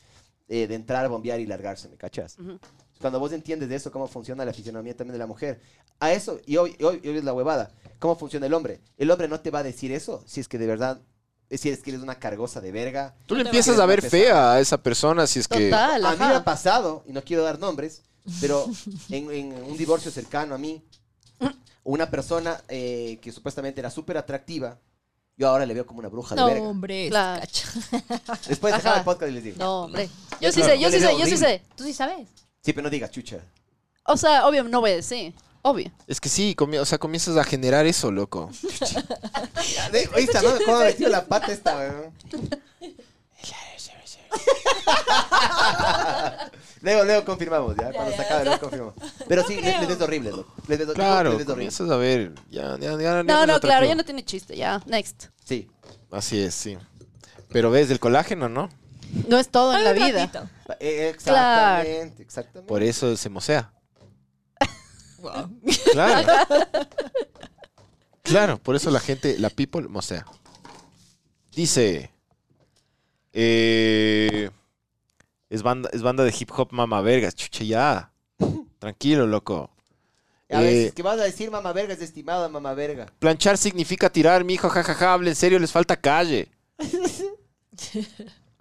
[SPEAKER 3] eh, de entrar, bombear y largarse, ¿me cachas?
[SPEAKER 4] Ujú.
[SPEAKER 3] Cuando vos entiendes de eso, cómo funciona la fisionomía también de la mujer, a eso, y hoy, hoy, hoy es la huevada, cómo funciona el hombre. El hombre no te va a decir eso si es que de verdad, si es que eres una cargosa de verga,
[SPEAKER 2] Tú le
[SPEAKER 5] No te
[SPEAKER 2] empiezas a ver
[SPEAKER 3] bajes.
[SPEAKER 2] fea a esa persona si es que.
[SPEAKER 4] Total,
[SPEAKER 3] a mí me ha
[SPEAKER 4] ajá.
[SPEAKER 3] pasado, y no quiero dar nombres, pero en, en un divorcio cercano a mí, una persona eh, que supuestamente era súper atractiva, yo ahora le veo como una bruja
[SPEAKER 5] No,
[SPEAKER 3] de verga.
[SPEAKER 5] hombre, es
[SPEAKER 4] Claro.
[SPEAKER 5] cacha.
[SPEAKER 3] Después
[SPEAKER 4] Ajá.
[SPEAKER 3] dejaba el podcast y les digo.
[SPEAKER 4] No, hombre. Yo sí
[SPEAKER 3] Claro,
[SPEAKER 4] sé, yo
[SPEAKER 3] yo le
[SPEAKER 4] sí
[SPEAKER 3] veo
[SPEAKER 4] sé, yo sí
[SPEAKER 3] horrible.
[SPEAKER 4] sé. Tú sí sabes.
[SPEAKER 3] Sí, pero no digas chucha.
[SPEAKER 4] O sea, obvio, no voy a decir. Obvio.
[SPEAKER 2] Es que sí, comi- o sea, comienzas a generar eso, loco.
[SPEAKER 3] Ya, de- Oíste, ¿no? ¿Cómo ha metido la pata esta, weón? Luego, luego confirmamos, ya. Cuando se acabe, luego confirmamos. Pero sí, les, les es horrible, loco. Les es,
[SPEAKER 2] Claro,
[SPEAKER 3] les es horrible.
[SPEAKER 2] comienzas a ver. Ya, ya, ya- ya
[SPEAKER 4] No, no,
[SPEAKER 2] es
[SPEAKER 4] claro, ya
[SPEAKER 2] atractivo.
[SPEAKER 4] no tiene chiste, ya. Next.
[SPEAKER 3] Sí.
[SPEAKER 2] Así es, sí. Pero ves, el colágeno, ¿no?
[SPEAKER 4] No es todo en
[SPEAKER 5] Ay,
[SPEAKER 4] la
[SPEAKER 5] un
[SPEAKER 4] vida.
[SPEAKER 5] ratito.
[SPEAKER 3] Eh, Exactamente, exactamente.
[SPEAKER 2] Por eso se mosea.
[SPEAKER 5] Wow.
[SPEAKER 2] Claro. claro, por eso la gente, la people mosea. Dice. eh, es, banda, es banda de hip hop mama vergas. Chucha, ya. Tranquilo, loco.
[SPEAKER 3] A veces,
[SPEAKER 2] Eh,
[SPEAKER 3] ¿qué vas a decir, mamá verga? Es estimada, mamá verga.
[SPEAKER 2] Planchar significa tirar, mijo, jajaja, hable en serio, les falta calle.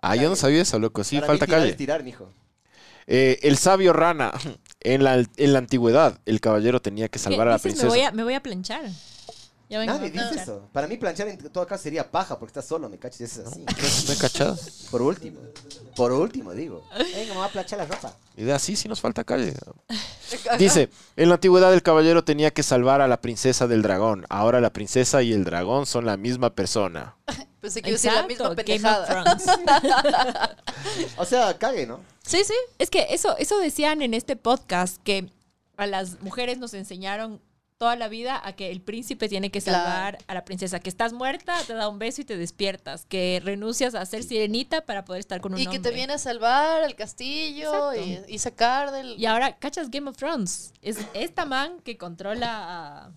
[SPEAKER 2] Ah, yo no sabía eso, loco, sí,
[SPEAKER 3] Para mí
[SPEAKER 2] falta
[SPEAKER 3] tirar
[SPEAKER 2] calle.
[SPEAKER 3] es tirar, mijo.
[SPEAKER 2] Eh, el sabio rana. En la, en la antigüedad, el caballero tenía que salvar a la
[SPEAKER 5] Dices,
[SPEAKER 2] princesa.
[SPEAKER 5] Me voy a, me voy a planchar. Ya vengo,
[SPEAKER 3] Nadie
[SPEAKER 5] me voy a
[SPEAKER 3] dice
[SPEAKER 5] planchar.
[SPEAKER 3] eso. Para mí planchar en todo caso sería paja porque estás solo, me cachas, es así.
[SPEAKER 2] No he cachado.
[SPEAKER 3] Por último. Por último, digo. Venga, me voy a planchar la ropa.
[SPEAKER 2] Y de así sí nos falta calle. Dice, en la antigüedad el caballero tenía que salvar a la princesa del dragón. Ahora la princesa y el dragón son la misma persona.
[SPEAKER 4] Pensé que iba a decir la misma
[SPEAKER 5] Exacto, Game of
[SPEAKER 4] pendejada.
[SPEAKER 5] Thrones.
[SPEAKER 3] O sea, cague, ¿no?
[SPEAKER 4] Sí, sí.
[SPEAKER 5] es que eso, eso decían en este podcast que a las mujeres nos enseñaron toda la vida a que el príncipe tiene que
[SPEAKER 4] Claro.
[SPEAKER 5] salvar a la princesa, que estás muerta, te da un beso y te despiertas, que renuncias a ser sirenita para poder estar con un
[SPEAKER 4] Y que te
[SPEAKER 5] hombre.
[SPEAKER 4] viene a salvar al castillo y, y sacar del...
[SPEAKER 5] Y ahora, ¿cachas Game of Thrones? Es esta man que controla a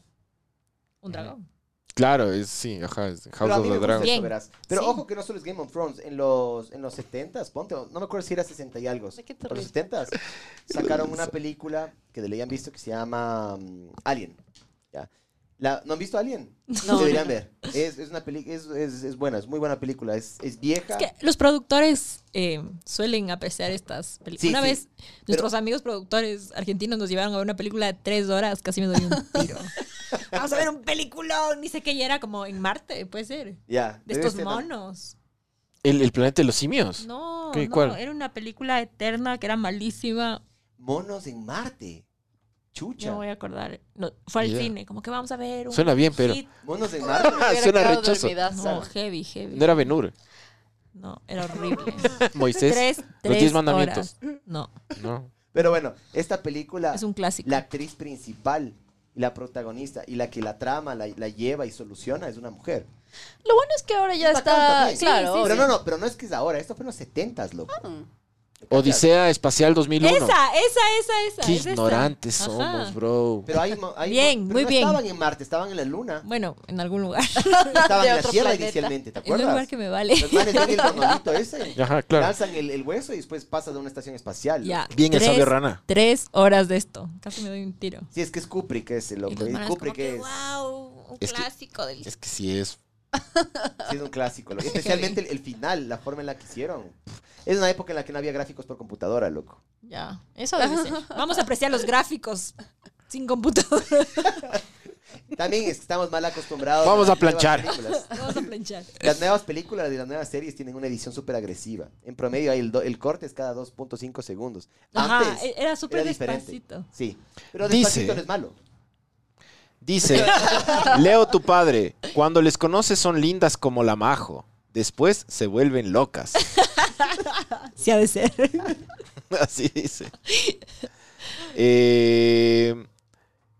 [SPEAKER 5] un dragón.
[SPEAKER 2] Claro, es, sí, ajá, es House
[SPEAKER 3] Pero a
[SPEAKER 2] of
[SPEAKER 3] mí me
[SPEAKER 2] the
[SPEAKER 3] gusta
[SPEAKER 2] Dragon.
[SPEAKER 5] Bien.
[SPEAKER 3] eso, verás. Pero
[SPEAKER 5] Sí.
[SPEAKER 3] ojo que no solo es Game of Thrones. En los, en los 70s, ponte, no me acuerdo si era 60 y algo.
[SPEAKER 4] ¿De qué te
[SPEAKER 3] Por los
[SPEAKER 4] ríes?
[SPEAKER 3] 70s sacaron una película que le habían visto que se llama mm, Alien. ¿ya? La- ¿No han visto Alien?
[SPEAKER 4] No.
[SPEAKER 3] Deberían ver. Es, es una peli es, es- es buena, es muy buena película. Es, es vieja.
[SPEAKER 5] Es que los productores eh, suelen apreciar estas películas.
[SPEAKER 3] Sí,
[SPEAKER 5] una
[SPEAKER 3] sí.
[SPEAKER 5] vez nuestros amigos productores argentinos nos llevaron a ver una película de tres horas, casi me doy un tiro. Vamos a ver un peliculón, ni sé qué, y era como en Marte, puede ser.
[SPEAKER 3] Ya,
[SPEAKER 5] De
[SPEAKER 3] debe
[SPEAKER 5] estos
[SPEAKER 3] ser, ¿no?
[SPEAKER 5] monos.
[SPEAKER 2] ¿El, el planeta de los simios?
[SPEAKER 5] No,
[SPEAKER 2] ¿Qué,
[SPEAKER 5] no,
[SPEAKER 2] cuál?
[SPEAKER 5] era una película eterna que era malísima.
[SPEAKER 3] Monos en Marte. Chucha.
[SPEAKER 5] No voy a acordar. No, fue al
[SPEAKER 2] Ni idea.
[SPEAKER 5] cine, como que vamos a ver un
[SPEAKER 2] Suena bien, pero-
[SPEAKER 5] hit.
[SPEAKER 3] Monos en Marte.
[SPEAKER 4] Hubiera
[SPEAKER 2] Ah, Suena
[SPEAKER 4] quedado
[SPEAKER 2] rechoso.
[SPEAKER 4] dormidaza.
[SPEAKER 5] No, heavy, heavy.
[SPEAKER 2] No era Benur,
[SPEAKER 5] No, era horrible.
[SPEAKER 2] Moisés.
[SPEAKER 5] tres,
[SPEAKER 2] los
[SPEAKER 5] tres
[SPEAKER 2] diez mandamientos. Ah.
[SPEAKER 5] horas. No,
[SPEAKER 2] No.
[SPEAKER 3] Pero bueno, esta película,
[SPEAKER 5] es un clásico.
[SPEAKER 3] la actriz principal y la protagonista y la que la trama, la, la lleva y soluciona es una mujer.
[SPEAKER 4] Lo bueno es que ahora ya
[SPEAKER 3] Es bacán
[SPEAKER 4] está...
[SPEAKER 3] también. Pero
[SPEAKER 4] claro.
[SPEAKER 3] no,
[SPEAKER 4] obvio.
[SPEAKER 3] no, pero no es que es ahora, esto fue en los 70s, loco.
[SPEAKER 5] Ah.
[SPEAKER 2] Odisea Espacial 2001.
[SPEAKER 5] Esa, esa, esa, esa.
[SPEAKER 2] Qué
[SPEAKER 5] es esa.
[SPEAKER 2] ignorantes
[SPEAKER 5] Ajá.
[SPEAKER 2] somos, bro.
[SPEAKER 3] Pero hay, mo- hay mo-
[SPEAKER 5] Bien,
[SPEAKER 3] pero
[SPEAKER 5] muy
[SPEAKER 3] no
[SPEAKER 5] bien.
[SPEAKER 3] estaban en Marte, estaban en la Luna.
[SPEAKER 5] Bueno, en algún lugar.
[SPEAKER 3] Estaban
[SPEAKER 4] De
[SPEAKER 3] en la
[SPEAKER 4] otro
[SPEAKER 3] Tierra
[SPEAKER 4] planeta.
[SPEAKER 3] inicialmente, ¿te
[SPEAKER 5] en un lugar
[SPEAKER 3] acuerdas?
[SPEAKER 5] que me vale.
[SPEAKER 3] Los manes ven el hormonito ese,
[SPEAKER 2] Ajá, claro.
[SPEAKER 3] lanzan el, el hueso y después pasa de una estación espacial.
[SPEAKER 5] Ya.
[SPEAKER 2] Bien, el
[SPEAKER 5] tres-
[SPEAKER 2] sabio rana.
[SPEAKER 5] Tres horas de esto. Casi me doy un tiro.
[SPEAKER 3] Sí, es que es Kubrick ese,
[SPEAKER 5] Y
[SPEAKER 3] loco.
[SPEAKER 5] los
[SPEAKER 3] y
[SPEAKER 5] manes
[SPEAKER 3] Kubrick
[SPEAKER 5] como que,
[SPEAKER 3] es,
[SPEAKER 5] wow, un
[SPEAKER 2] Es que-
[SPEAKER 5] clásico del...
[SPEAKER 2] Es que sí es.
[SPEAKER 3] sí, es un clásico. loco. Especialmente el, el final, la forma en la que hicieron. Es una época en la que no había gráficos por computadora, loco.
[SPEAKER 5] Ya, eso debe ser. Vamos a apreciar los gráficos sin computadora.
[SPEAKER 3] También es que estamos mal acostumbrados.
[SPEAKER 2] Vamos
[SPEAKER 3] las
[SPEAKER 2] a planchar.
[SPEAKER 3] nuevas películas.
[SPEAKER 5] Vamos a planchar.
[SPEAKER 3] Las nuevas películas y las nuevas series tienen una edición súper agresiva. En promedio, hay el, do- el corte es cada 2.5 segundos.
[SPEAKER 5] Ajá,
[SPEAKER 3] Antes,
[SPEAKER 5] e- era súper
[SPEAKER 3] era diferente.
[SPEAKER 5] despacito.
[SPEAKER 3] Sí. Pero
[SPEAKER 2] Dice-
[SPEAKER 3] despacito no es malo.
[SPEAKER 2] Dice, Leo tu padre, cuando les conoces son lindas como la majo. Después se vuelven locas.
[SPEAKER 5] Sí ha de ser.
[SPEAKER 2] Así dice. Eh,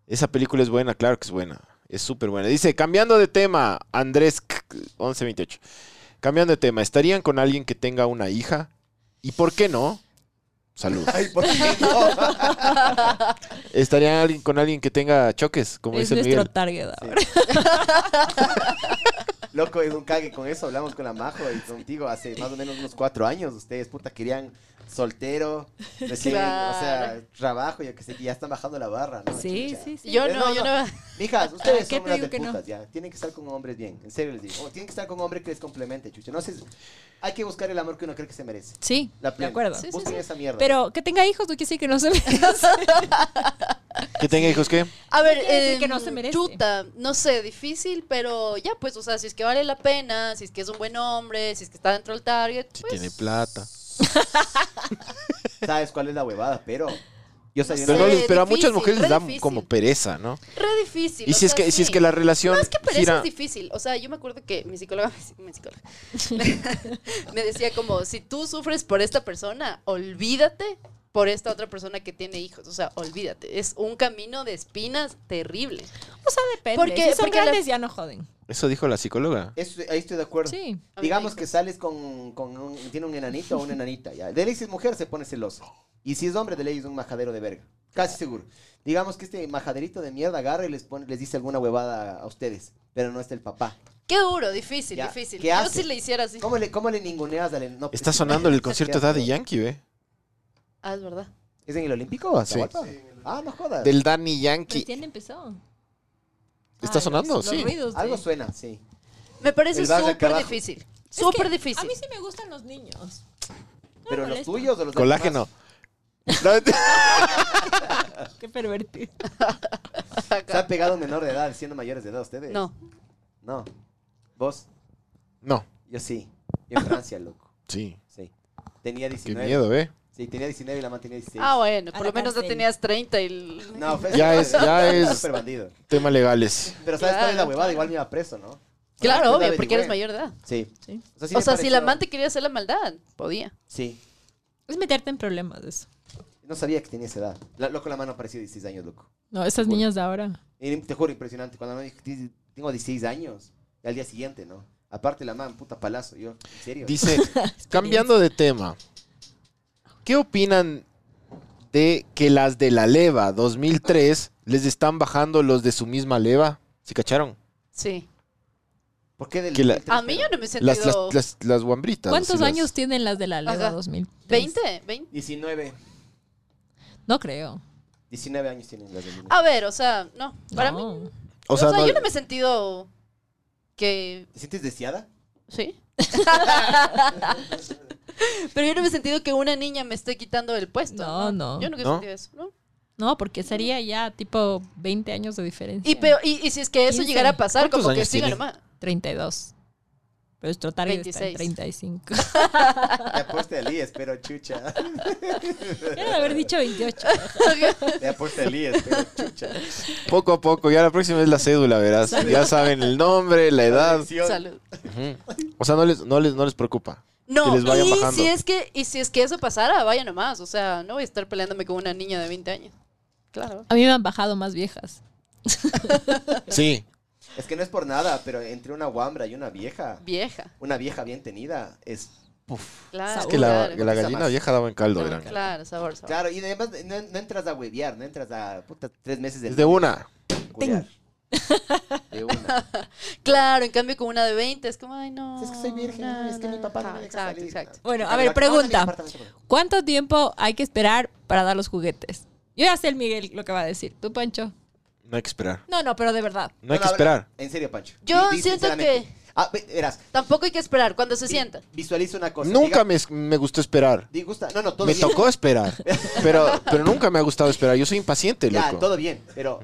[SPEAKER 2] esa película es buena, claro que es buena. Es súper buena. Dice, cambiando de tema, Andrés K- 1128. Cambiando de tema, ¿estarían con alguien que tenga una hija? ¿Y por qué no? Salud.
[SPEAKER 3] Ay, ¿por qué no?
[SPEAKER 2] ¿Estarían alguien- con alguien que tenga choques? Como
[SPEAKER 5] Es
[SPEAKER 2] dice
[SPEAKER 5] nuestro
[SPEAKER 2] Miguel.
[SPEAKER 5] target ahora.
[SPEAKER 3] Loco, es un cague con eso. Hablamos con la Majo y contigo hace más o menos unos cuatro años. Ustedes, puta, querían soltero, recién, o sea,
[SPEAKER 4] Claro.
[SPEAKER 3] trabajo, yo que sé, que ya están bajando la barra, ¿no?
[SPEAKER 5] Sí,
[SPEAKER 3] Chucha.
[SPEAKER 5] sí, sí.
[SPEAKER 4] Yo
[SPEAKER 3] Eh,
[SPEAKER 4] no,
[SPEAKER 3] no,
[SPEAKER 4] yo
[SPEAKER 3] no.
[SPEAKER 4] no.
[SPEAKER 3] Mijas,
[SPEAKER 5] ¿Qué
[SPEAKER 3] ustedes
[SPEAKER 5] te
[SPEAKER 3] son unas
[SPEAKER 5] digo
[SPEAKER 3] de
[SPEAKER 5] que no?
[SPEAKER 3] putas, ya. Tienen que estar con hombres bien, en serio les digo. O tienen que estar con hombres que les complemente, chucha. No sé, hay que buscar el amor que uno cree que se merece.
[SPEAKER 5] Sí,
[SPEAKER 3] La
[SPEAKER 5] de
[SPEAKER 3] plena.
[SPEAKER 5] acuerdo.
[SPEAKER 4] Sí, sí,
[SPEAKER 3] Busquen
[SPEAKER 4] sí.
[SPEAKER 3] esa mierda.
[SPEAKER 5] Pero que tenga hijos no quiere decir que no se merece.
[SPEAKER 2] ¿Que tenga hijos qué?
[SPEAKER 4] A ver,
[SPEAKER 5] quiere decir que no
[SPEAKER 4] em,
[SPEAKER 5] se merece.
[SPEAKER 4] chuta, no sé, difícil, pero ya pues, o sea, si es que vale la pena, si es que es un buen hombre, si es que está dentro del target,
[SPEAKER 2] Si
[SPEAKER 4] pues,
[SPEAKER 2] tiene plata.
[SPEAKER 3] ¿Sabes cuál es la huevada? Pero yo sabía
[SPEAKER 2] Pero, no
[SPEAKER 3] una-
[SPEAKER 2] les- pero a muchas
[SPEAKER 4] difícil,
[SPEAKER 2] mujeres les
[SPEAKER 4] re
[SPEAKER 2] da
[SPEAKER 4] difícil.
[SPEAKER 2] como pereza, ¿no?
[SPEAKER 4] re difícil.
[SPEAKER 2] Y
[SPEAKER 4] o
[SPEAKER 2] si es
[SPEAKER 4] sea,
[SPEAKER 2] que, si es
[SPEAKER 4] sí.
[SPEAKER 2] que la relación
[SPEAKER 4] No, es que pereza
[SPEAKER 2] gira-
[SPEAKER 4] es difícil. O sea, yo me acuerdo que mi psicóloga, mi psicóloga me, decía como, si tú sufres por esta persona, olvídate por esta otra persona que tiene hijos. O sea, olvídate. Es un camino de espinas terrible.
[SPEAKER 5] O sea, depende.
[SPEAKER 4] Porque-
[SPEAKER 5] si son
[SPEAKER 4] porque la-
[SPEAKER 5] grandes ya no joden.
[SPEAKER 2] Eso dijo la psicóloga.
[SPEAKER 3] Eso- ahí estoy de acuerdo.
[SPEAKER 5] Sí.
[SPEAKER 4] A mí me
[SPEAKER 3] Digamos
[SPEAKER 4] dijo.
[SPEAKER 3] que sales con, con un, tiene un enanito o una enanita. Ya. De ley, si es mujer, se pone celosa. Y si es hombre, de ley es un majadero de verga. Casi seguro. Digamos que este majaderito de mierda agarra y les, pone, les dice alguna huevada a ustedes. Pero no está el papá.
[SPEAKER 4] Qué duro, difícil,
[SPEAKER 3] Ya,
[SPEAKER 4] difícil.
[SPEAKER 3] ¿qué
[SPEAKER 4] Yo
[SPEAKER 3] haces?
[SPEAKER 4] si le hiciera así.
[SPEAKER 3] ¿Cómo le, cómo le ninguneas al no,
[SPEAKER 2] Está
[SPEAKER 3] pues,
[SPEAKER 2] sonando el
[SPEAKER 3] qué
[SPEAKER 2] concierto de
[SPEAKER 3] asco.
[SPEAKER 2] Daddy Yankee, ¿ve?
[SPEAKER 4] Ah, es verdad.
[SPEAKER 3] ¿Es en el Olímpico? o
[SPEAKER 2] Sí.
[SPEAKER 3] Atahualpa? Ah, no jodas.
[SPEAKER 2] Del Danny Yankee.
[SPEAKER 5] Recién empezó. Ah,
[SPEAKER 2] ¿Está sonando?
[SPEAKER 5] Los, los
[SPEAKER 2] Sí.
[SPEAKER 5] ruidos de-
[SPEAKER 3] Algo suena, sí.
[SPEAKER 4] Me parece
[SPEAKER 3] El vaso acá
[SPEAKER 4] súper
[SPEAKER 3] abajo.
[SPEAKER 4] difícil.
[SPEAKER 5] Es que
[SPEAKER 4] Súper difícil.
[SPEAKER 5] A mí sí me gustan los niños.
[SPEAKER 3] Pero los
[SPEAKER 5] molesta.
[SPEAKER 3] tuyos o los de los
[SPEAKER 2] Colágeno.
[SPEAKER 3] demás?
[SPEAKER 2] No, mentira.
[SPEAKER 5] Qué pervertido.
[SPEAKER 3] ¿Se ha pegado un menor de edad siendo mayores de edad ustedes?
[SPEAKER 4] No.
[SPEAKER 3] No. ¿Vos?
[SPEAKER 2] No,
[SPEAKER 3] Yo sí. Yo en Francia, loco.
[SPEAKER 2] sí.
[SPEAKER 3] Sí. Tenía
[SPEAKER 2] Qué
[SPEAKER 3] 19.
[SPEAKER 2] miedo, ¿eh?
[SPEAKER 3] Sí, tenía 19 y la man tenía 16.
[SPEAKER 4] Ah, bueno,
[SPEAKER 5] A
[SPEAKER 4] por
[SPEAKER 5] la
[SPEAKER 4] lo menos no
[SPEAKER 5] cárcel.
[SPEAKER 4] tenías 30 y... el-
[SPEAKER 3] No, fue-
[SPEAKER 2] Ya es- ya es-
[SPEAKER 3] Súper bandido.
[SPEAKER 2] Temas legales.
[SPEAKER 3] Pero sabes cuál es la
[SPEAKER 4] Claro,
[SPEAKER 3] huevada, igual me iba preso, ¿no?
[SPEAKER 4] Claro,
[SPEAKER 3] Yo
[SPEAKER 4] obvio,
[SPEAKER 3] la
[SPEAKER 4] porque eres
[SPEAKER 3] averigüé.
[SPEAKER 4] mayor de edad.
[SPEAKER 3] Sí. sí
[SPEAKER 5] Sí.
[SPEAKER 4] o
[SPEAKER 3] me
[SPEAKER 4] sea, si el
[SPEAKER 3] pareció-
[SPEAKER 4] amante quería hacer la maldad, podía.
[SPEAKER 3] Sí.
[SPEAKER 5] Es meterte en problemas eso.
[SPEAKER 3] No sabía que tenía esa edad. La, loco, la mano parecía 16 años, loco.
[SPEAKER 5] No, esas
[SPEAKER 3] Bueno.
[SPEAKER 5] niñas de ahora.
[SPEAKER 3] Y te juro, impresionante. Cuando me dijo, "Ti- tengo 16 años, y al día siguiente, ¿no? Aparte la man, puta palazo. Yo, ¿en serio?
[SPEAKER 2] Dice, cambiando de tema, ¿qué opinan de que las de la leva 2003 les están bajando los de su misma leva? ¿Sí cacharon?
[SPEAKER 4] Sí.
[SPEAKER 3] ¿Por qué del
[SPEAKER 2] que la-
[SPEAKER 3] 2003,
[SPEAKER 4] A mí yo no me he sentido...
[SPEAKER 2] Las, las, las, las guambritas.
[SPEAKER 5] ¿Cuántos
[SPEAKER 2] sí, las-
[SPEAKER 5] años tienen las de la Leva
[SPEAKER 4] Ajá.
[SPEAKER 5] 2000?
[SPEAKER 4] ¿20? ¿20?
[SPEAKER 3] 19.
[SPEAKER 5] No creo.
[SPEAKER 3] 19 años tienen las niñas.
[SPEAKER 4] A ver, o sea, no. Para mí...
[SPEAKER 5] No.
[SPEAKER 2] O sea, no-
[SPEAKER 4] yo no me he sentido que...
[SPEAKER 3] ¿Te sientes deseada?
[SPEAKER 4] ¿Sí? Pero yo no me he sentido que una niña me esté quitando el puesto.
[SPEAKER 5] No, no.
[SPEAKER 4] Yo nunca he
[SPEAKER 2] ¿No?
[SPEAKER 4] sentido eso, ¿no?
[SPEAKER 5] No, porque sería ya tipo 20 años de diferencia.
[SPEAKER 4] Y, peor- y, y si es que eso
[SPEAKER 5] 15.
[SPEAKER 4] llegara a pasar,
[SPEAKER 2] ¿Cuántos
[SPEAKER 4] como que
[SPEAKER 2] años
[SPEAKER 4] siga
[SPEAKER 2] tiene?
[SPEAKER 4] nomás.
[SPEAKER 5] 32. Pero nuestro target está en
[SPEAKER 4] 26.
[SPEAKER 5] 35.
[SPEAKER 3] Te apuesta el IES, pero chucha.
[SPEAKER 5] Quiero haber dicho 28.
[SPEAKER 3] Te apuesta el IES, pero chucha.
[SPEAKER 2] poco a poco, ya la próxima es la cédula, verás. Ya saben el nombre, la edad.
[SPEAKER 3] Adicción.
[SPEAKER 4] Salud.
[SPEAKER 2] Ujú. O sea, no les, no les, no les preocupa.
[SPEAKER 4] No,
[SPEAKER 2] Que les vayan
[SPEAKER 4] y
[SPEAKER 2] bajando.
[SPEAKER 4] si es que, y si es que eso pasara, vaya nomás. O sea, no voy a estar peleándome con una niña de 20 años. Claro.
[SPEAKER 5] A mí me han bajado más viejas.
[SPEAKER 2] Sí,
[SPEAKER 3] Es que no es por nada, pero entre una guambra y una vieja,
[SPEAKER 4] Vieja.
[SPEAKER 3] una vieja bien tenida, es...
[SPEAKER 4] Claro.
[SPEAKER 5] Es
[SPEAKER 2] que la,
[SPEAKER 4] claro.
[SPEAKER 2] que la gallina
[SPEAKER 3] más.
[SPEAKER 2] vieja daba en caldo,
[SPEAKER 4] Claro,
[SPEAKER 2] verán.
[SPEAKER 4] claro, sabor, sabor.
[SPEAKER 3] Claro, y además no, no entras a huevear, no entras a puta tres meses de...
[SPEAKER 2] Es de una.
[SPEAKER 3] culiar. De una.
[SPEAKER 4] Claro, en cambio con una de 20 es como, ay no.
[SPEAKER 3] Es que soy virgen,
[SPEAKER 4] no,
[SPEAKER 3] es que mi papá no me
[SPEAKER 4] Ajá,
[SPEAKER 3] deja
[SPEAKER 4] exacto,
[SPEAKER 3] salir.
[SPEAKER 4] Exacto.
[SPEAKER 5] Bueno, a
[SPEAKER 3] Dame
[SPEAKER 5] ver,
[SPEAKER 3] la- dame mi
[SPEAKER 5] pregunta.
[SPEAKER 3] apartamento, por favor.
[SPEAKER 5] ¿Cuánto tiempo hay que esperar para dar los juguetes? Yo ya sé el Miguel lo que va a decir. ¿Tú, Pancho?
[SPEAKER 2] No hay que esperar.
[SPEAKER 5] No, no, pero de verdad.
[SPEAKER 2] No hay que
[SPEAKER 3] No, no, habla-
[SPEAKER 2] esperar.
[SPEAKER 3] En serio, Pancho.
[SPEAKER 4] Yo
[SPEAKER 3] Di- di
[SPEAKER 4] siento
[SPEAKER 3] sinceramente. Ah, ve- verás.
[SPEAKER 4] Tampoco hay que esperar cuando se
[SPEAKER 3] vi-
[SPEAKER 4] sienta.
[SPEAKER 3] Visualiza una cosa.
[SPEAKER 2] Nunca
[SPEAKER 3] pues, diga-
[SPEAKER 2] me, me gustó esperar.
[SPEAKER 3] di- gusta- No, no, todo
[SPEAKER 2] Me
[SPEAKER 3] bien.
[SPEAKER 2] tocó esperar. Pero, pero nunca me ha gustado esperar. Yo soy impaciente,
[SPEAKER 3] Ya,
[SPEAKER 2] loco.
[SPEAKER 3] todo bien, pero...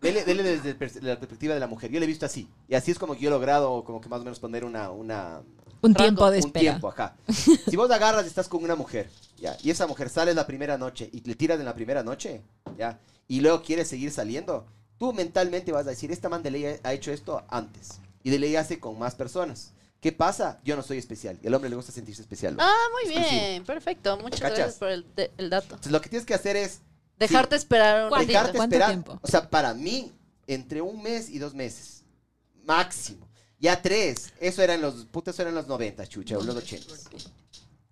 [SPEAKER 3] Dele, dele desde pers- la perspectiva de la mujer. Yo le he visto así. Y así es como que yo he logrado como que más o menos poner una... una
[SPEAKER 5] Un
[SPEAKER 4] Rango,
[SPEAKER 5] tiempo de
[SPEAKER 3] un
[SPEAKER 5] espera.
[SPEAKER 3] tiempo, ajá. Si vos agarras y estás con una mujer, ya, y esa mujer sale la primera noche y le tiras en la primera noche, ya, y luego quieres seguir saliendo, tú mentalmente vas a decir, esta man de ley ha hecho esto antes, y de ley hace con más personas. ¿Qué pasa? Yo no soy especial, y al hombre le gusta sentirse especial. ¿no?
[SPEAKER 4] Ah, muy
[SPEAKER 3] Exclusivo.
[SPEAKER 4] bien, perfecto. Muchas
[SPEAKER 3] ¿Cachas?
[SPEAKER 4] gracias por el, de- el dato.
[SPEAKER 3] Entonces, lo que tienes que hacer es
[SPEAKER 4] Dejarte esperar un ratito.
[SPEAKER 3] dejarte
[SPEAKER 5] ¿Cuánto
[SPEAKER 3] esperar.
[SPEAKER 5] tiempo?
[SPEAKER 3] O sea, para mí, entre un mes y dos meses, máximo. Ya tres, eso eran los, puta, eso eran los 90, chucha, o los 80.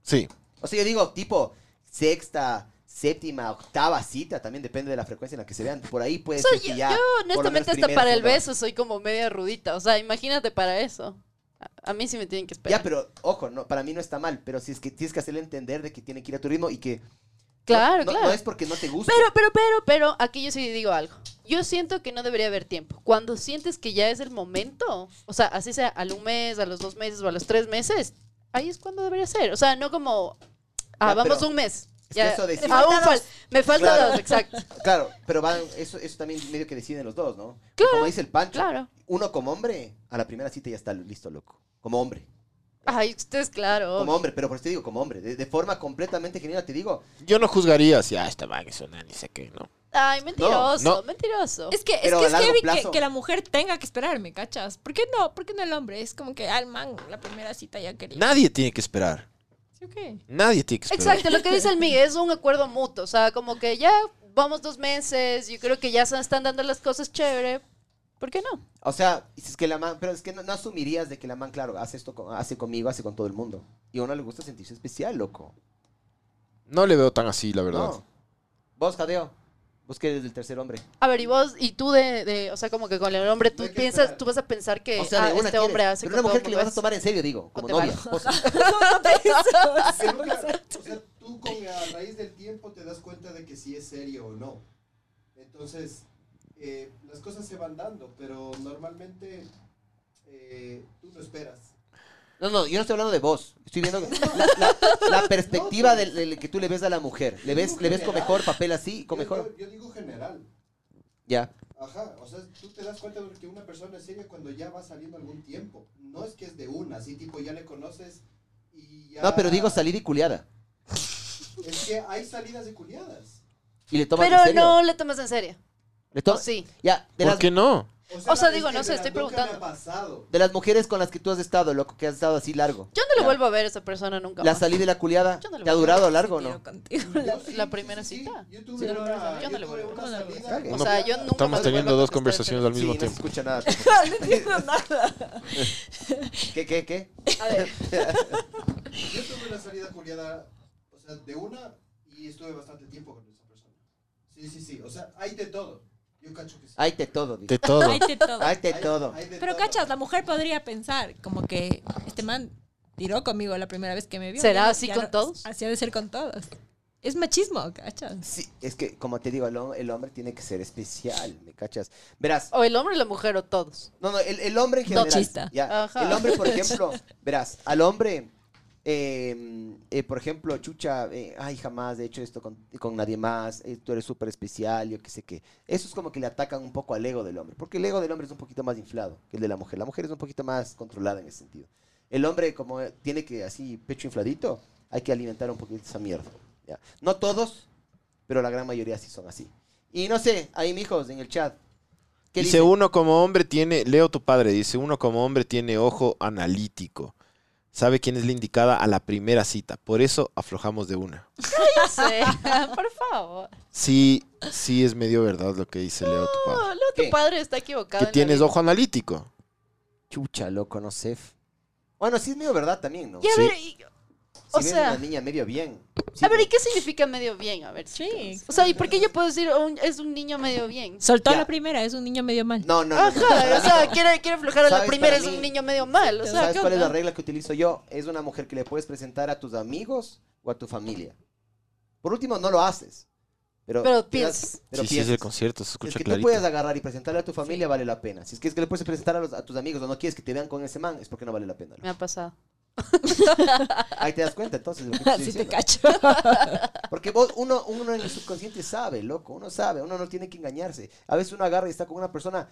[SPEAKER 2] Sí.
[SPEAKER 3] O sea, yo digo, tipo, sexta, séptima, octava cita, también depende de la frecuencia en la que se vean. Por ahí puede
[SPEAKER 4] O sea,
[SPEAKER 3] ser que
[SPEAKER 4] yo-
[SPEAKER 3] ya. por lo menos
[SPEAKER 4] Honestamente, hasta
[SPEAKER 3] primera,
[SPEAKER 4] para el
[SPEAKER 3] segunda.
[SPEAKER 4] beso soy como media rudita. O sea, imagínate para eso. A, a mí sí me tienen que esperar.
[SPEAKER 3] Ya, pero ojo, no, para mí no está mal, pero si es que tienes que hacerle entender de que tiene que ir a tu ritmo y que.
[SPEAKER 4] claro,
[SPEAKER 3] no, no-
[SPEAKER 4] claro.
[SPEAKER 3] No es porque no te gusta.
[SPEAKER 4] Pero, pero, pero, pero, aquí yo sí digo algo. Yo siento que no debería haber tiempo. Cuando sientes que ya es el momento, o sea, así sea al un mes, a los dos meses o a los tres meses, ahí es cuando debería ser. O sea, no como, ah,
[SPEAKER 3] Ya,
[SPEAKER 4] vamos
[SPEAKER 3] pero
[SPEAKER 4] un mes.
[SPEAKER 3] es que
[SPEAKER 4] Ya,
[SPEAKER 3] eso decide-
[SPEAKER 4] aún fal- me falta
[SPEAKER 3] Claro.
[SPEAKER 4] dos, exacto.
[SPEAKER 3] Claro, pero van, eso, eso también medio que deciden los dos, ¿no? Como dice el Pancho,
[SPEAKER 4] Claro.
[SPEAKER 3] uno como hombre, a la primera cita ya está listo, loco. Como hombre.
[SPEAKER 4] Ay, ustedes, claro.
[SPEAKER 3] Como hombre, pero por eso te digo como hombre. De, de forma completamente genuina te digo.
[SPEAKER 2] Yo no juzgaría si, ah, esta man es una ni sé qué, ¿no?
[SPEAKER 4] Ay, mentiroso,
[SPEAKER 2] No, no.
[SPEAKER 4] mentiroso.
[SPEAKER 5] Es que es,
[SPEAKER 3] Pero
[SPEAKER 5] que
[SPEAKER 3] a
[SPEAKER 5] es
[SPEAKER 3] largo
[SPEAKER 5] heavy
[SPEAKER 3] plazo.
[SPEAKER 5] que, que la mujer tenga que esperar, ¿me cachas? ¿Por qué no? ¿Por qué no el hombre? Es como que, al man, la primera cita ya quería.
[SPEAKER 2] Nadie tiene que esperar.
[SPEAKER 5] ¿Sí o qué?
[SPEAKER 2] Nadie tiene que esperar.
[SPEAKER 4] Exacto, lo que dice el Miguel es un acuerdo mutuo. O sea, como que ya vamos dos meses, yo creo que ya se están dando las cosas chévere. ¿Por qué no?
[SPEAKER 3] O sea, y si es que la man, pero es que no, no asumirías de que la man, claro, hace esto, con- hace conmigo, hace con todo el mundo. Y a uno le gusta sentirse especial, loco.
[SPEAKER 2] No le veo tan así, la verdad.
[SPEAKER 3] No. Vos, Jadeo, vos que eres el tercer hombre.
[SPEAKER 4] A ver, y vos, y tú de, de- o sea, como que con el hombre, tú
[SPEAKER 6] No hay que
[SPEAKER 4] piensas,
[SPEAKER 6] esperar.
[SPEAKER 4] tú vas a pensar que
[SPEAKER 3] O sea,
[SPEAKER 4] ah,
[SPEAKER 3] de una
[SPEAKER 4] este
[SPEAKER 3] quieres,
[SPEAKER 4] hombre hace
[SPEAKER 3] pero una
[SPEAKER 4] con
[SPEAKER 3] mujer
[SPEAKER 4] todo
[SPEAKER 3] que le vas a
[SPEAKER 4] mundo
[SPEAKER 3] tomar en serio, digo, como
[SPEAKER 4] te
[SPEAKER 3] novia.
[SPEAKER 4] vayas.
[SPEAKER 3] vos.
[SPEAKER 6] Pero, claro, o sea, tú con, a raíz del tiempo te das cuenta de que si es serio o no. Entonces, eh, las cosas se van dando, pero normalmente eh, tú no esperas.
[SPEAKER 3] No, no, yo no estoy hablando de vos. Estoy viendo la, la- la perspectiva del, del que tú le ves a la mujer. Le ves, le ves con mejor papel así, con
[SPEAKER 6] Yo-
[SPEAKER 3] mejor.
[SPEAKER 6] Yo, yo digo general.
[SPEAKER 3] Ya.
[SPEAKER 6] Ajá, o sea, tú te das cuenta de que una persona es seria cuando ya va saliendo algún tiempo. No es que es de una, así tipo ya le conoces y ya...
[SPEAKER 3] No, pero digo salir y culiada.
[SPEAKER 6] Es que hay salidas de culiadas.
[SPEAKER 3] Y le tomas en
[SPEAKER 4] Pero
[SPEAKER 3] serio.
[SPEAKER 4] no le tomas en serio.
[SPEAKER 3] Le
[SPEAKER 4] ¿O
[SPEAKER 3] tomas-
[SPEAKER 4] sí?
[SPEAKER 3] Ya, de
[SPEAKER 2] ¿Por
[SPEAKER 3] las,
[SPEAKER 2] qué no?
[SPEAKER 4] O sea, digo,
[SPEAKER 6] es
[SPEAKER 4] no
[SPEAKER 6] que
[SPEAKER 4] sé, estoy
[SPEAKER 6] nunca me
[SPEAKER 4] preguntando.
[SPEAKER 6] ha pasado.
[SPEAKER 3] de las mujeres con las que tú has estado, loco, que has estado así largo.
[SPEAKER 4] Yo no le
[SPEAKER 3] Ya.
[SPEAKER 4] vuelvo a ver a esa persona nunca
[SPEAKER 3] La
[SPEAKER 4] más.
[SPEAKER 3] salida y la culiada,
[SPEAKER 4] Yo no le
[SPEAKER 3] ¿te ha
[SPEAKER 4] voy a
[SPEAKER 3] durado largo o no?
[SPEAKER 7] Tiro contigo.
[SPEAKER 4] La-
[SPEAKER 6] Yo sí,
[SPEAKER 4] la
[SPEAKER 6] sí,
[SPEAKER 4] primera
[SPEAKER 6] sí, sí.
[SPEAKER 4] cita.
[SPEAKER 6] Yo
[SPEAKER 4] Sí,
[SPEAKER 6] tuve
[SPEAKER 4] no lo voy a
[SPEAKER 6] una,
[SPEAKER 4] hacer. Yo no le
[SPEAKER 6] tuve
[SPEAKER 4] voy a
[SPEAKER 6] una
[SPEAKER 4] hacer.
[SPEAKER 6] salida
[SPEAKER 4] O sea,
[SPEAKER 6] con una-
[SPEAKER 4] yo nunca
[SPEAKER 2] Estamos
[SPEAKER 4] más vuelvo a
[SPEAKER 2] teniendo dos
[SPEAKER 4] contestar ese
[SPEAKER 2] conversaciones al
[SPEAKER 3] Sí,
[SPEAKER 2] mismo
[SPEAKER 3] no se
[SPEAKER 2] tiempo.
[SPEAKER 3] escucha nada.
[SPEAKER 7] No entiendo nada.
[SPEAKER 3] ¿Qué, qué, qué?
[SPEAKER 4] A ver,
[SPEAKER 6] Yo tuve una salida culiada, o sea, de una y estuve bastante tiempo con esa persona. Sí, sí, sí, o sea, hay de todo. Yo cacho que sí.
[SPEAKER 3] Hay de todo, dice.
[SPEAKER 2] De todo.
[SPEAKER 5] Ay, te todo.
[SPEAKER 3] Hay de
[SPEAKER 6] Hay-
[SPEAKER 3] todo.
[SPEAKER 6] hay de
[SPEAKER 5] Pero
[SPEAKER 6] todo.
[SPEAKER 5] cachas, la mujer podría pensar como que este man tiró conmigo la primera vez que me vio.
[SPEAKER 4] ¿Será
[SPEAKER 5] Ya-
[SPEAKER 4] así
[SPEAKER 5] ya
[SPEAKER 4] con
[SPEAKER 5] no-
[SPEAKER 4] todos?
[SPEAKER 5] Así ha de ser con todos. Es machismo, cachas.
[SPEAKER 3] Sí, es que, como te digo, el, hom- el hombre tiene que ser especial, ¿me cachas? Verás,
[SPEAKER 4] o el hombre y la mujer o todos.
[SPEAKER 3] no, no, el, el hombre en general.
[SPEAKER 5] chista.
[SPEAKER 3] ya,
[SPEAKER 4] Ajá.
[SPEAKER 3] El hombre, por ejemplo, verás, al hombre, eh, eh, por ejemplo, chucha, eh, ay, jamás he hecho esto con, con nadie más, eh, tú eres súper especial, yo qué sé qué. Eso es como que le atacan un poco al ego del hombre, porque el ego del hombre es un poquito más inflado que el de la mujer. La mujer es un poquito más controlada en ese sentido. El hombre, como eh, tiene que así, pecho infladito, hay que alimentar un poquito esa mierda. ya. No todos, pero la gran mayoría sí son así. Y no sé, ahí, mijos, en el chat. ¿qué
[SPEAKER 2] Dice
[SPEAKER 3] dicen?
[SPEAKER 2] uno como hombre tiene, leo tu padre, dice uno como hombre tiene ojo analítico. Sabe quién es la indicada a la primera cita. Por eso aflojamos de una.
[SPEAKER 4] No sé, por favor.
[SPEAKER 2] Sí, sí es medio verdad lo que dice Leo tu
[SPEAKER 4] No,
[SPEAKER 2] padre.
[SPEAKER 4] luego tu
[SPEAKER 3] ¿Qué?
[SPEAKER 4] padre está equivocado.
[SPEAKER 2] Que
[SPEAKER 4] en la
[SPEAKER 2] tienes
[SPEAKER 4] vida.
[SPEAKER 2] ojo analítico.
[SPEAKER 3] Chucha, loco, no sé. Bueno, sí es medio verdad también, ¿no?
[SPEAKER 4] Y a
[SPEAKER 2] Sí.
[SPEAKER 4] ver, y-
[SPEAKER 3] si
[SPEAKER 4] o
[SPEAKER 3] ves
[SPEAKER 4] sea-
[SPEAKER 3] una niña medio bien. sí,
[SPEAKER 4] a ver,
[SPEAKER 3] ¿no?
[SPEAKER 4] ¿y qué significa medio bien? A ver,
[SPEAKER 5] Sí,
[SPEAKER 4] chicos. O sea, ¿y por qué yo puedo decir "Oh, un- es un niño medio bien?
[SPEAKER 5] Soltó
[SPEAKER 3] Ya.
[SPEAKER 5] la primera, es un niño medio mal.
[SPEAKER 3] No, no, no. no, para
[SPEAKER 4] Ajá, o
[SPEAKER 3] mí
[SPEAKER 4] sea,
[SPEAKER 3] no.
[SPEAKER 4] quiere, quiere aflojar a la
[SPEAKER 3] ¿Sabes
[SPEAKER 4] primera,
[SPEAKER 3] para
[SPEAKER 4] es
[SPEAKER 3] mí?
[SPEAKER 4] un niño medio mal. O sea,
[SPEAKER 3] ¿Sabes
[SPEAKER 4] ¿qué
[SPEAKER 3] cuál es la
[SPEAKER 4] onda?
[SPEAKER 3] regla que utilizo yo? Es una mujer que le puedes presentar a tus amigos o a tu familia. Por último, no lo haces. Pero,
[SPEAKER 4] Pero
[SPEAKER 3] te das-
[SPEAKER 4] piensas.
[SPEAKER 3] pero
[SPEAKER 2] sí, sí es el
[SPEAKER 3] piensas.
[SPEAKER 2] concierto, se
[SPEAKER 3] Si es
[SPEAKER 2] escucha
[SPEAKER 3] que tú
[SPEAKER 2] clarito.
[SPEAKER 3] puedes agarrar y presentarle a tu familia, vale la pena. Si es que, es que le puedes presentar a, los- a tus amigos o no quieres que te vean con ese man, es porque no vale la pena.
[SPEAKER 4] Me ha pasado.
[SPEAKER 3] Ahí te das cuenta, entonces. de lo que te estoy
[SPEAKER 5] Así te
[SPEAKER 3] diciendo.
[SPEAKER 5] cacho.
[SPEAKER 3] Porque vos, uno, uno en el subconsciente sabe, loco, uno sabe, uno no tiene que engañarse. A veces uno agarra y está con una persona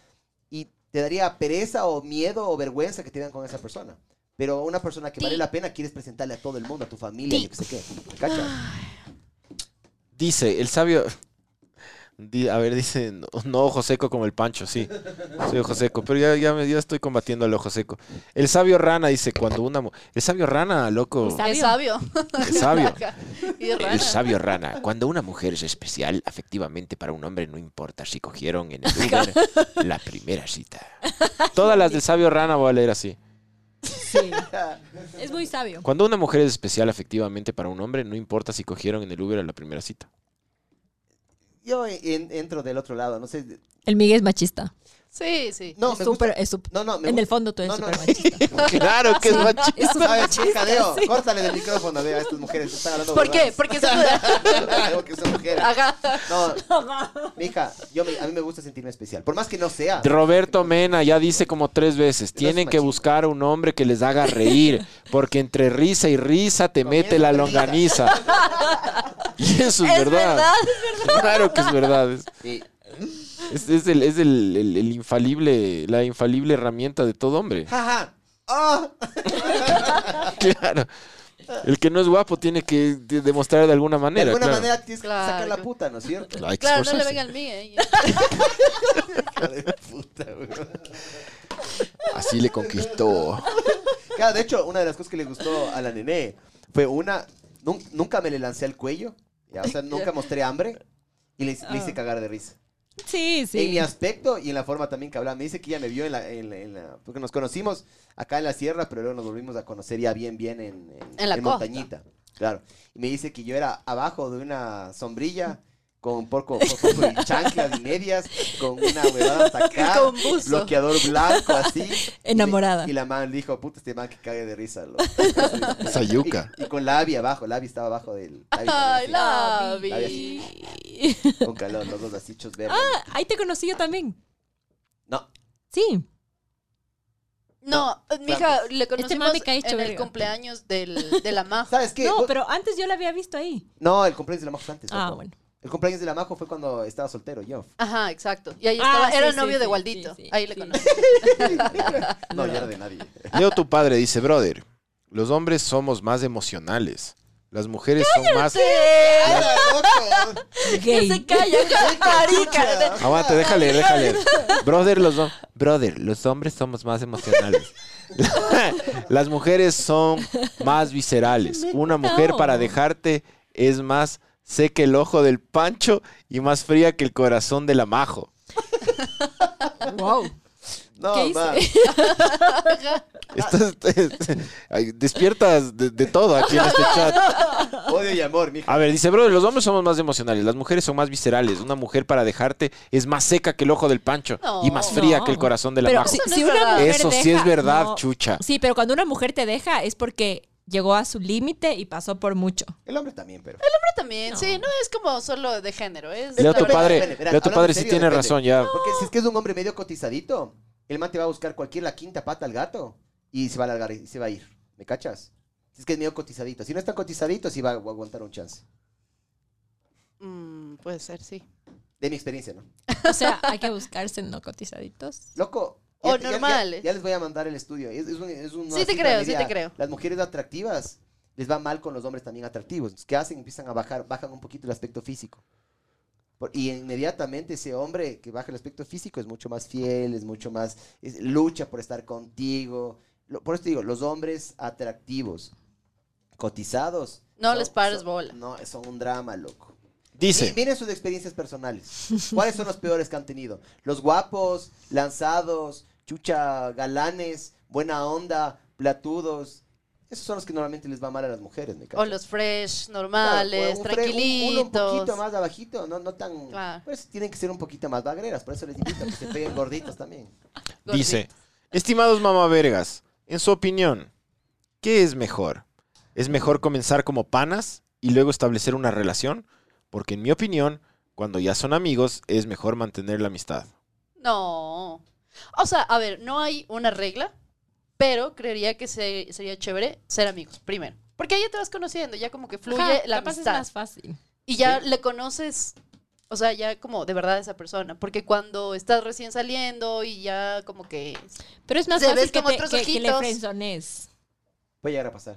[SPEAKER 3] y te daría pereza o miedo o vergüenza que te vean con esa persona. Pero una persona que vale la pena quieres presentarle a todo el mundo, a tu familia, yo qué sé qué.
[SPEAKER 5] Ah.
[SPEAKER 3] ¿Cacha?
[SPEAKER 2] Dice, el sabio. Di- a ver, dice, no, no ojo seco como el pancho, sí. Soy ojo seco, pero ya, ya, me- ya estoy combatiendo al ojo seco. El sabio rana dice, cuando una. mu- El sabio rana, loco.
[SPEAKER 5] El sabio.
[SPEAKER 4] Es sabio.
[SPEAKER 2] El sabio.
[SPEAKER 4] y rana.
[SPEAKER 2] El sabio rana. Cuando una mujer es especial, afectivamente para un hombre no importa si cogieron en el Uber la primera cita. Todas las del sabio rana voy a leer así.
[SPEAKER 5] Sí. Es muy sabio.
[SPEAKER 2] Cuando una mujer es especial afectivamente para un hombre, no importa si cogieron en el Uber a la primera cita.
[SPEAKER 3] Yo en- entro del otro lado, no sé.
[SPEAKER 5] El Miguel es machista.
[SPEAKER 4] Sí, sí.
[SPEAKER 3] No,
[SPEAKER 5] es
[SPEAKER 3] me
[SPEAKER 5] súper,
[SPEAKER 3] gusta-
[SPEAKER 5] es sup-
[SPEAKER 3] No, no, me
[SPEAKER 5] en el
[SPEAKER 3] gusta-
[SPEAKER 5] fondo tú eres
[SPEAKER 3] No, no,
[SPEAKER 5] súper
[SPEAKER 3] no.
[SPEAKER 5] machista.
[SPEAKER 2] Claro que es machi-
[SPEAKER 5] Es súper
[SPEAKER 3] ¿Sabes qué,
[SPEAKER 5] machista.
[SPEAKER 3] Jadeo?
[SPEAKER 5] sí.
[SPEAKER 3] Córtale del micrófono, Jadeo, a estas mujeres. Están hablando
[SPEAKER 4] ¿Por qué?
[SPEAKER 3] huevadas.
[SPEAKER 4] Porque son,
[SPEAKER 3] Porque son mujeres.
[SPEAKER 5] Ah,
[SPEAKER 4] Ajá.
[SPEAKER 3] No, mija, yo me- a mí me gusta sentirme especial. Por más que no sea.
[SPEAKER 2] Roberto Mena ya dice como tres veces,
[SPEAKER 3] Pero
[SPEAKER 2] tienen
[SPEAKER 3] es
[SPEAKER 2] que
[SPEAKER 3] machismo.
[SPEAKER 2] buscar un hombre que les haga reír, porque entre risa y risa te
[SPEAKER 3] Comienza
[SPEAKER 2] mete la
[SPEAKER 3] risa.
[SPEAKER 2] longaniza. Y eso es,
[SPEAKER 4] Es verdad,
[SPEAKER 2] Claro que es verdad. Es-
[SPEAKER 3] Sí.
[SPEAKER 2] Es, es el, es el- el- el infalible, la infalible herramienta de todo hombre.
[SPEAKER 3] Jaja. ¡Ah!
[SPEAKER 2] Claro. El que no es guapo tiene que de- demostrar de alguna
[SPEAKER 3] De
[SPEAKER 2] manera.
[SPEAKER 3] alguna
[SPEAKER 2] claro.
[SPEAKER 3] manera tienes que
[SPEAKER 4] Claro,
[SPEAKER 3] sacar la
[SPEAKER 4] claro.
[SPEAKER 3] puta, ¿no es cierto?
[SPEAKER 2] Claro, hay que
[SPEAKER 4] Claro, no le
[SPEAKER 2] esforzarse.
[SPEAKER 4] venga al mío. eh.
[SPEAKER 3] Hija de puta, weón.
[SPEAKER 2] Así le conquistó.
[SPEAKER 3] Claro, de hecho, una de las cosas que le gustó a la nené fue una. nun- nunca me le lancé al cuello, ya, o sea, nunca mostré hambre y le, le hice cagar de risa.
[SPEAKER 5] Sí,
[SPEAKER 3] En mi
[SPEAKER 5] sí.
[SPEAKER 3] aspecto y en la forma también que hablaba. Me dice que ella me vio en la, en la- en la- Porque nos conocimos acá en la sierra, pero luego nos volvimos a conocer ya bien, bien en,
[SPEAKER 4] En la costa.
[SPEAKER 3] montañita. Claro. Y me dice que yo era abajo de una sombrilla. Con porco, por poco y chanclas y medias, con una huevada hasta acá,
[SPEAKER 4] Con buzo.
[SPEAKER 3] bloqueador blanco, así.
[SPEAKER 5] Enamorada.
[SPEAKER 3] Y, la man dijo, puta, este man que cague de risa. loco".
[SPEAKER 2] Sayuca.
[SPEAKER 3] Y, y con la Abby abajo, la Abby estaba abajo del... la Abby también
[SPEAKER 4] Ay, la
[SPEAKER 5] vi.
[SPEAKER 4] vi.
[SPEAKER 3] así, Con calor, los dos así chos
[SPEAKER 4] Ah.
[SPEAKER 3] verdes.
[SPEAKER 5] Ahí te conocí yo también.
[SPEAKER 3] No,
[SPEAKER 5] Sí.
[SPEAKER 4] No, mi hija le conocimos
[SPEAKER 5] mame que ha hecho
[SPEAKER 4] en el
[SPEAKER 5] verga.
[SPEAKER 4] cumpleaños del, de la maja.
[SPEAKER 3] ¿Sabes qué?
[SPEAKER 5] No,
[SPEAKER 3] Vos-
[SPEAKER 5] pero antes yo la había visto ahí.
[SPEAKER 3] No, el cumpleaños de la Majo fue antes.
[SPEAKER 5] Ah,
[SPEAKER 3] loco.
[SPEAKER 5] bueno.
[SPEAKER 3] El cumpleaños de la Majo fue cuando estaba soltero yo.
[SPEAKER 4] Ajá, exacto. Y ahí
[SPEAKER 5] Ah,
[SPEAKER 4] estaba,
[SPEAKER 5] sí,
[SPEAKER 4] era
[SPEAKER 5] sí,
[SPEAKER 4] novio
[SPEAKER 5] sí,
[SPEAKER 4] de Waldito.
[SPEAKER 5] sí, sí,
[SPEAKER 4] ahí le
[SPEAKER 5] sí.
[SPEAKER 4] conocí.
[SPEAKER 3] No, yo era de nadie.
[SPEAKER 4] Ah.
[SPEAKER 2] Leo tu padre dice, brother, los hombres somos más emocionales. Las mujeres son más...
[SPEAKER 5] Gay.
[SPEAKER 7] se calla, marica.
[SPEAKER 2] Aguante, déjale, déjale. Brother, los, hom- brother, los hombres somos más emocionales. Las mujeres son más viscerales. Una mujer para dejarte es más seca el ojo del pancho y más fría que el corazón del amajo.
[SPEAKER 5] Wow.
[SPEAKER 3] No,
[SPEAKER 5] ¿Qué
[SPEAKER 3] ma.
[SPEAKER 4] Ah.
[SPEAKER 2] Estás- ay, despiertas de, de todo aquí en este chat.
[SPEAKER 3] Odio y amor, mija.
[SPEAKER 2] A ver, dice, brother, los hombres somos más emocionales, las mujeres son más viscerales. Una mujer para dejarte es más seca que el ojo del pancho y más
[SPEAKER 4] No.
[SPEAKER 2] fría que el corazón del
[SPEAKER 5] Pero
[SPEAKER 2] amajo.
[SPEAKER 5] si,
[SPEAKER 4] no
[SPEAKER 5] si
[SPEAKER 4] es
[SPEAKER 5] una
[SPEAKER 4] verdad.
[SPEAKER 5] mujer
[SPEAKER 2] Eso sí es
[SPEAKER 5] deja-
[SPEAKER 2] verdad,
[SPEAKER 5] no.
[SPEAKER 2] chucha.
[SPEAKER 5] Sí, pero cuando una mujer te deja es porque llegó a su límite y pasó por mucho.
[SPEAKER 3] El hombre también, pero.
[SPEAKER 4] Pero también, sí, no es como solo de género. Es
[SPEAKER 2] Leo, tu
[SPEAKER 3] Depende,
[SPEAKER 2] padre,
[SPEAKER 3] depende, verás,
[SPEAKER 2] Leo, tu
[SPEAKER 3] hablando
[SPEAKER 2] padre
[SPEAKER 3] en
[SPEAKER 2] sí
[SPEAKER 3] serio,
[SPEAKER 2] tiene
[SPEAKER 3] depende.
[SPEAKER 2] razón, ya.
[SPEAKER 3] Porque si es que es un hombre medio cotizadito, el man te va a buscar cualquier la quinta pata al gato y se va a largar y se va a ir. ¿Me cachas? Si es que es medio cotizadito. Si no está cotizadito, sí va a aguantar un chance.
[SPEAKER 4] Mm, puede ser, sí.
[SPEAKER 3] De mi experiencia, ¿no?
[SPEAKER 5] O sea, hay que buscarse no cotizaditos.
[SPEAKER 3] Loco.
[SPEAKER 4] O
[SPEAKER 3] te-
[SPEAKER 4] normales.
[SPEAKER 3] Ya, les voy a mandar el estudio. Es, es un- es una
[SPEAKER 4] Sí te
[SPEAKER 3] cifra
[SPEAKER 4] creo, sí
[SPEAKER 3] media.
[SPEAKER 4] te creo.
[SPEAKER 3] Las mujeres atractivas les va mal con los hombres también atractivos. Entonces, ¿Qué hacen? Empiezan a bajar, bajan un poquito el aspecto físico. Por- y inmediatamente ese hombre que baja el aspecto físico es mucho más fiel, es mucho más. es- lucha por estar contigo. Lo- por eso te digo, los hombres atractivos, cotizados.
[SPEAKER 4] No les pares bola.
[SPEAKER 3] No, son un drama, loco. Mi-
[SPEAKER 2] Dice,
[SPEAKER 3] Miren sus experiencias personales. ¿Cuáles son los peores que han tenido? Los guapos, lanzados, chucha, galanes, buena onda, platudos. Esos son los que normalmente les va mal a las mujeres, me
[SPEAKER 4] O
[SPEAKER 3] cachas?
[SPEAKER 4] los fresh,
[SPEAKER 3] Claro,
[SPEAKER 4] normales,
[SPEAKER 3] un fre- un- Uno un
[SPEAKER 4] tranquilitos.
[SPEAKER 3] poquito más abajito, no, no tan...
[SPEAKER 4] Claro.
[SPEAKER 3] Por eso tienen que ser un poquito más bagreras, por eso les invito, que se peguen gorditos también.
[SPEAKER 4] gorditos.
[SPEAKER 2] dice, estimados mamavergas, en su opinión, ¿qué es mejor? ¿Es mejor comenzar como panas y luego establecer una relación? Porque en mi opinión, cuando ya son amigos, es mejor mantener la amistad.
[SPEAKER 4] No. O sea, a ver, no hay una regla, pero creería que se- sería chévere ser amigos, primero. Porque ahí ya te vas conociendo, ya como que fluye
[SPEAKER 5] Ajá,
[SPEAKER 4] la
[SPEAKER 5] capaz
[SPEAKER 4] amistad.
[SPEAKER 5] es más fácil.
[SPEAKER 4] Y ya le conoces, o sea, ya como de verdad a esa persona. Porque cuando estás recién saliendo y ya como que...
[SPEAKER 5] Pero es más
[SPEAKER 4] Se
[SPEAKER 5] fácil
[SPEAKER 4] ves
[SPEAKER 5] que,
[SPEAKER 4] como
[SPEAKER 5] te-
[SPEAKER 4] otros
[SPEAKER 5] que- que le
[SPEAKER 4] ojitos.
[SPEAKER 5] frenzones.
[SPEAKER 3] Voy a llegar a pasar.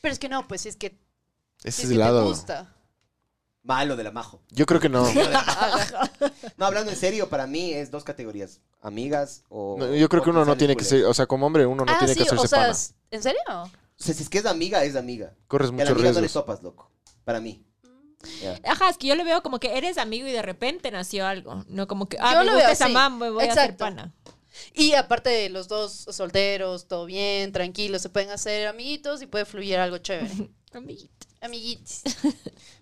[SPEAKER 4] Pero es que no, pues si es que, si
[SPEAKER 2] Ese
[SPEAKER 4] es
[SPEAKER 2] es
[SPEAKER 4] que
[SPEAKER 2] el
[SPEAKER 4] te
[SPEAKER 2] lado.
[SPEAKER 4] gusta.
[SPEAKER 3] Malo de la majo.
[SPEAKER 2] Yo creo que no.
[SPEAKER 3] No, hablando en serio, para mí es dos categorías. Amigas o...
[SPEAKER 2] No, Yo creo que
[SPEAKER 3] o
[SPEAKER 2] uno no
[SPEAKER 3] sales
[SPEAKER 2] tiene que
[SPEAKER 3] culero.
[SPEAKER 2] ser, o sea, como hombre uno no
[SPEAKER 4] ah,
[SPEAKER 2] tiene
[SPEAKER 4] sí,
[SPEAKER 2] que
[SPEAKER 4] o
[SPEAKER 2] hacerse
[SPEAKER 4] sea,
[SPEAKER 2] pana.
[SPEAKER 4] ¿en serio?
[SPEAKER 3] O sea, si es que es amiga, es amiga.
[SPEAKER 2] Corres
[SPEAKER 3] Y a la
[SPEAKER 2] muchos
[SPEAKER 3] amiga no le
[SPEAKER 2] riesgos.
[SPEAKER 3] sopas, loco. Para mí. Ya.
[SPEAKER 5] Ajá, es que yo le veo como que eres amigo y de repente nació algo. No como que, ah,
[SPEAKER 4] Yo
[SPEAKER 5] me
[SPEAKER 4] lo
[SPEAKER 5] gusta
[SPEAKER 4] veo
[SPEAKER 5] esa
[SPEAKER 4] así.
[SPEAKER 5] mambo, voy a ser
[SPEAKER 4] Exacto.
[SPEAKER 5] pana.
[SPEAKER 4] Y aparte de los dos solteros, todo bien, tranquilos, se pueden hacer amiguitos y puede fluir algo chévere.
[SPEAKER 5] Amiguito.
[SPEAKER 4] Amiguitos.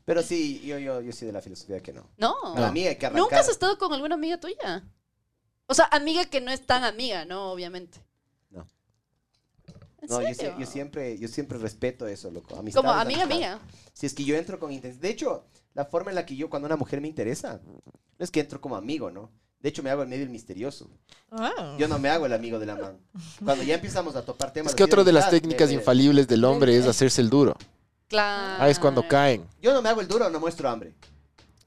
[SPEAKER 3] Pero sí, yo, yo, yo soy de la filosofía que no.
[SPEAKER 4] No.
[SPEAKER 3] Para mí hay que arrancar.
[SPEAKER 4] ¿Nunca has estado con alguna amiga tuya? O sea, amiga que no es tan amiga, ¿no? Obviamente.
[SPEAKER 3] No.
[SPEAKER 4] ¿En
[SPEAKER 3] No, yo,
[SPEAKER 4] serio?
[SPEAKER 3] sie- yo siempre, yo siempre respeto eso, loco. Amistad
[SPEAKER 4] Como
[SPEAKER 3] es
[SPEAKER 4] amiga,
[SPEAKER 3] amistad.
[SPEAKER 4] amiga.
[SPEAKER 3] Si es que yo entro con intensidad. De hecho, la forma en la que yo, cuando una mujer me interesa, no es que entro como amigo, ¿no? De hecho, me hago el medio el misterioso.
[SPEAKER 5] Ah.
[SPEAKER 3] Yo no me hago el amigo de la man. Cuando ya empezamos a topar temas.
[SPEAKER 2] Es que
[SPEAKER 3] así
[SPEAKER 2] otra de las
[SPEAKER 3] amistad,
[SPEAKER 2] técnicas
[SPEAKER 3] eh, eh,
[SPEAKER 2] infalibles del hombre es hacerse el duro.
[SPEAKER 4] Claro.
[SPEAKER 2] Ah, es cuando caen.
[SPEAKER 3] Yo no me hago el duro, no muestro hambre.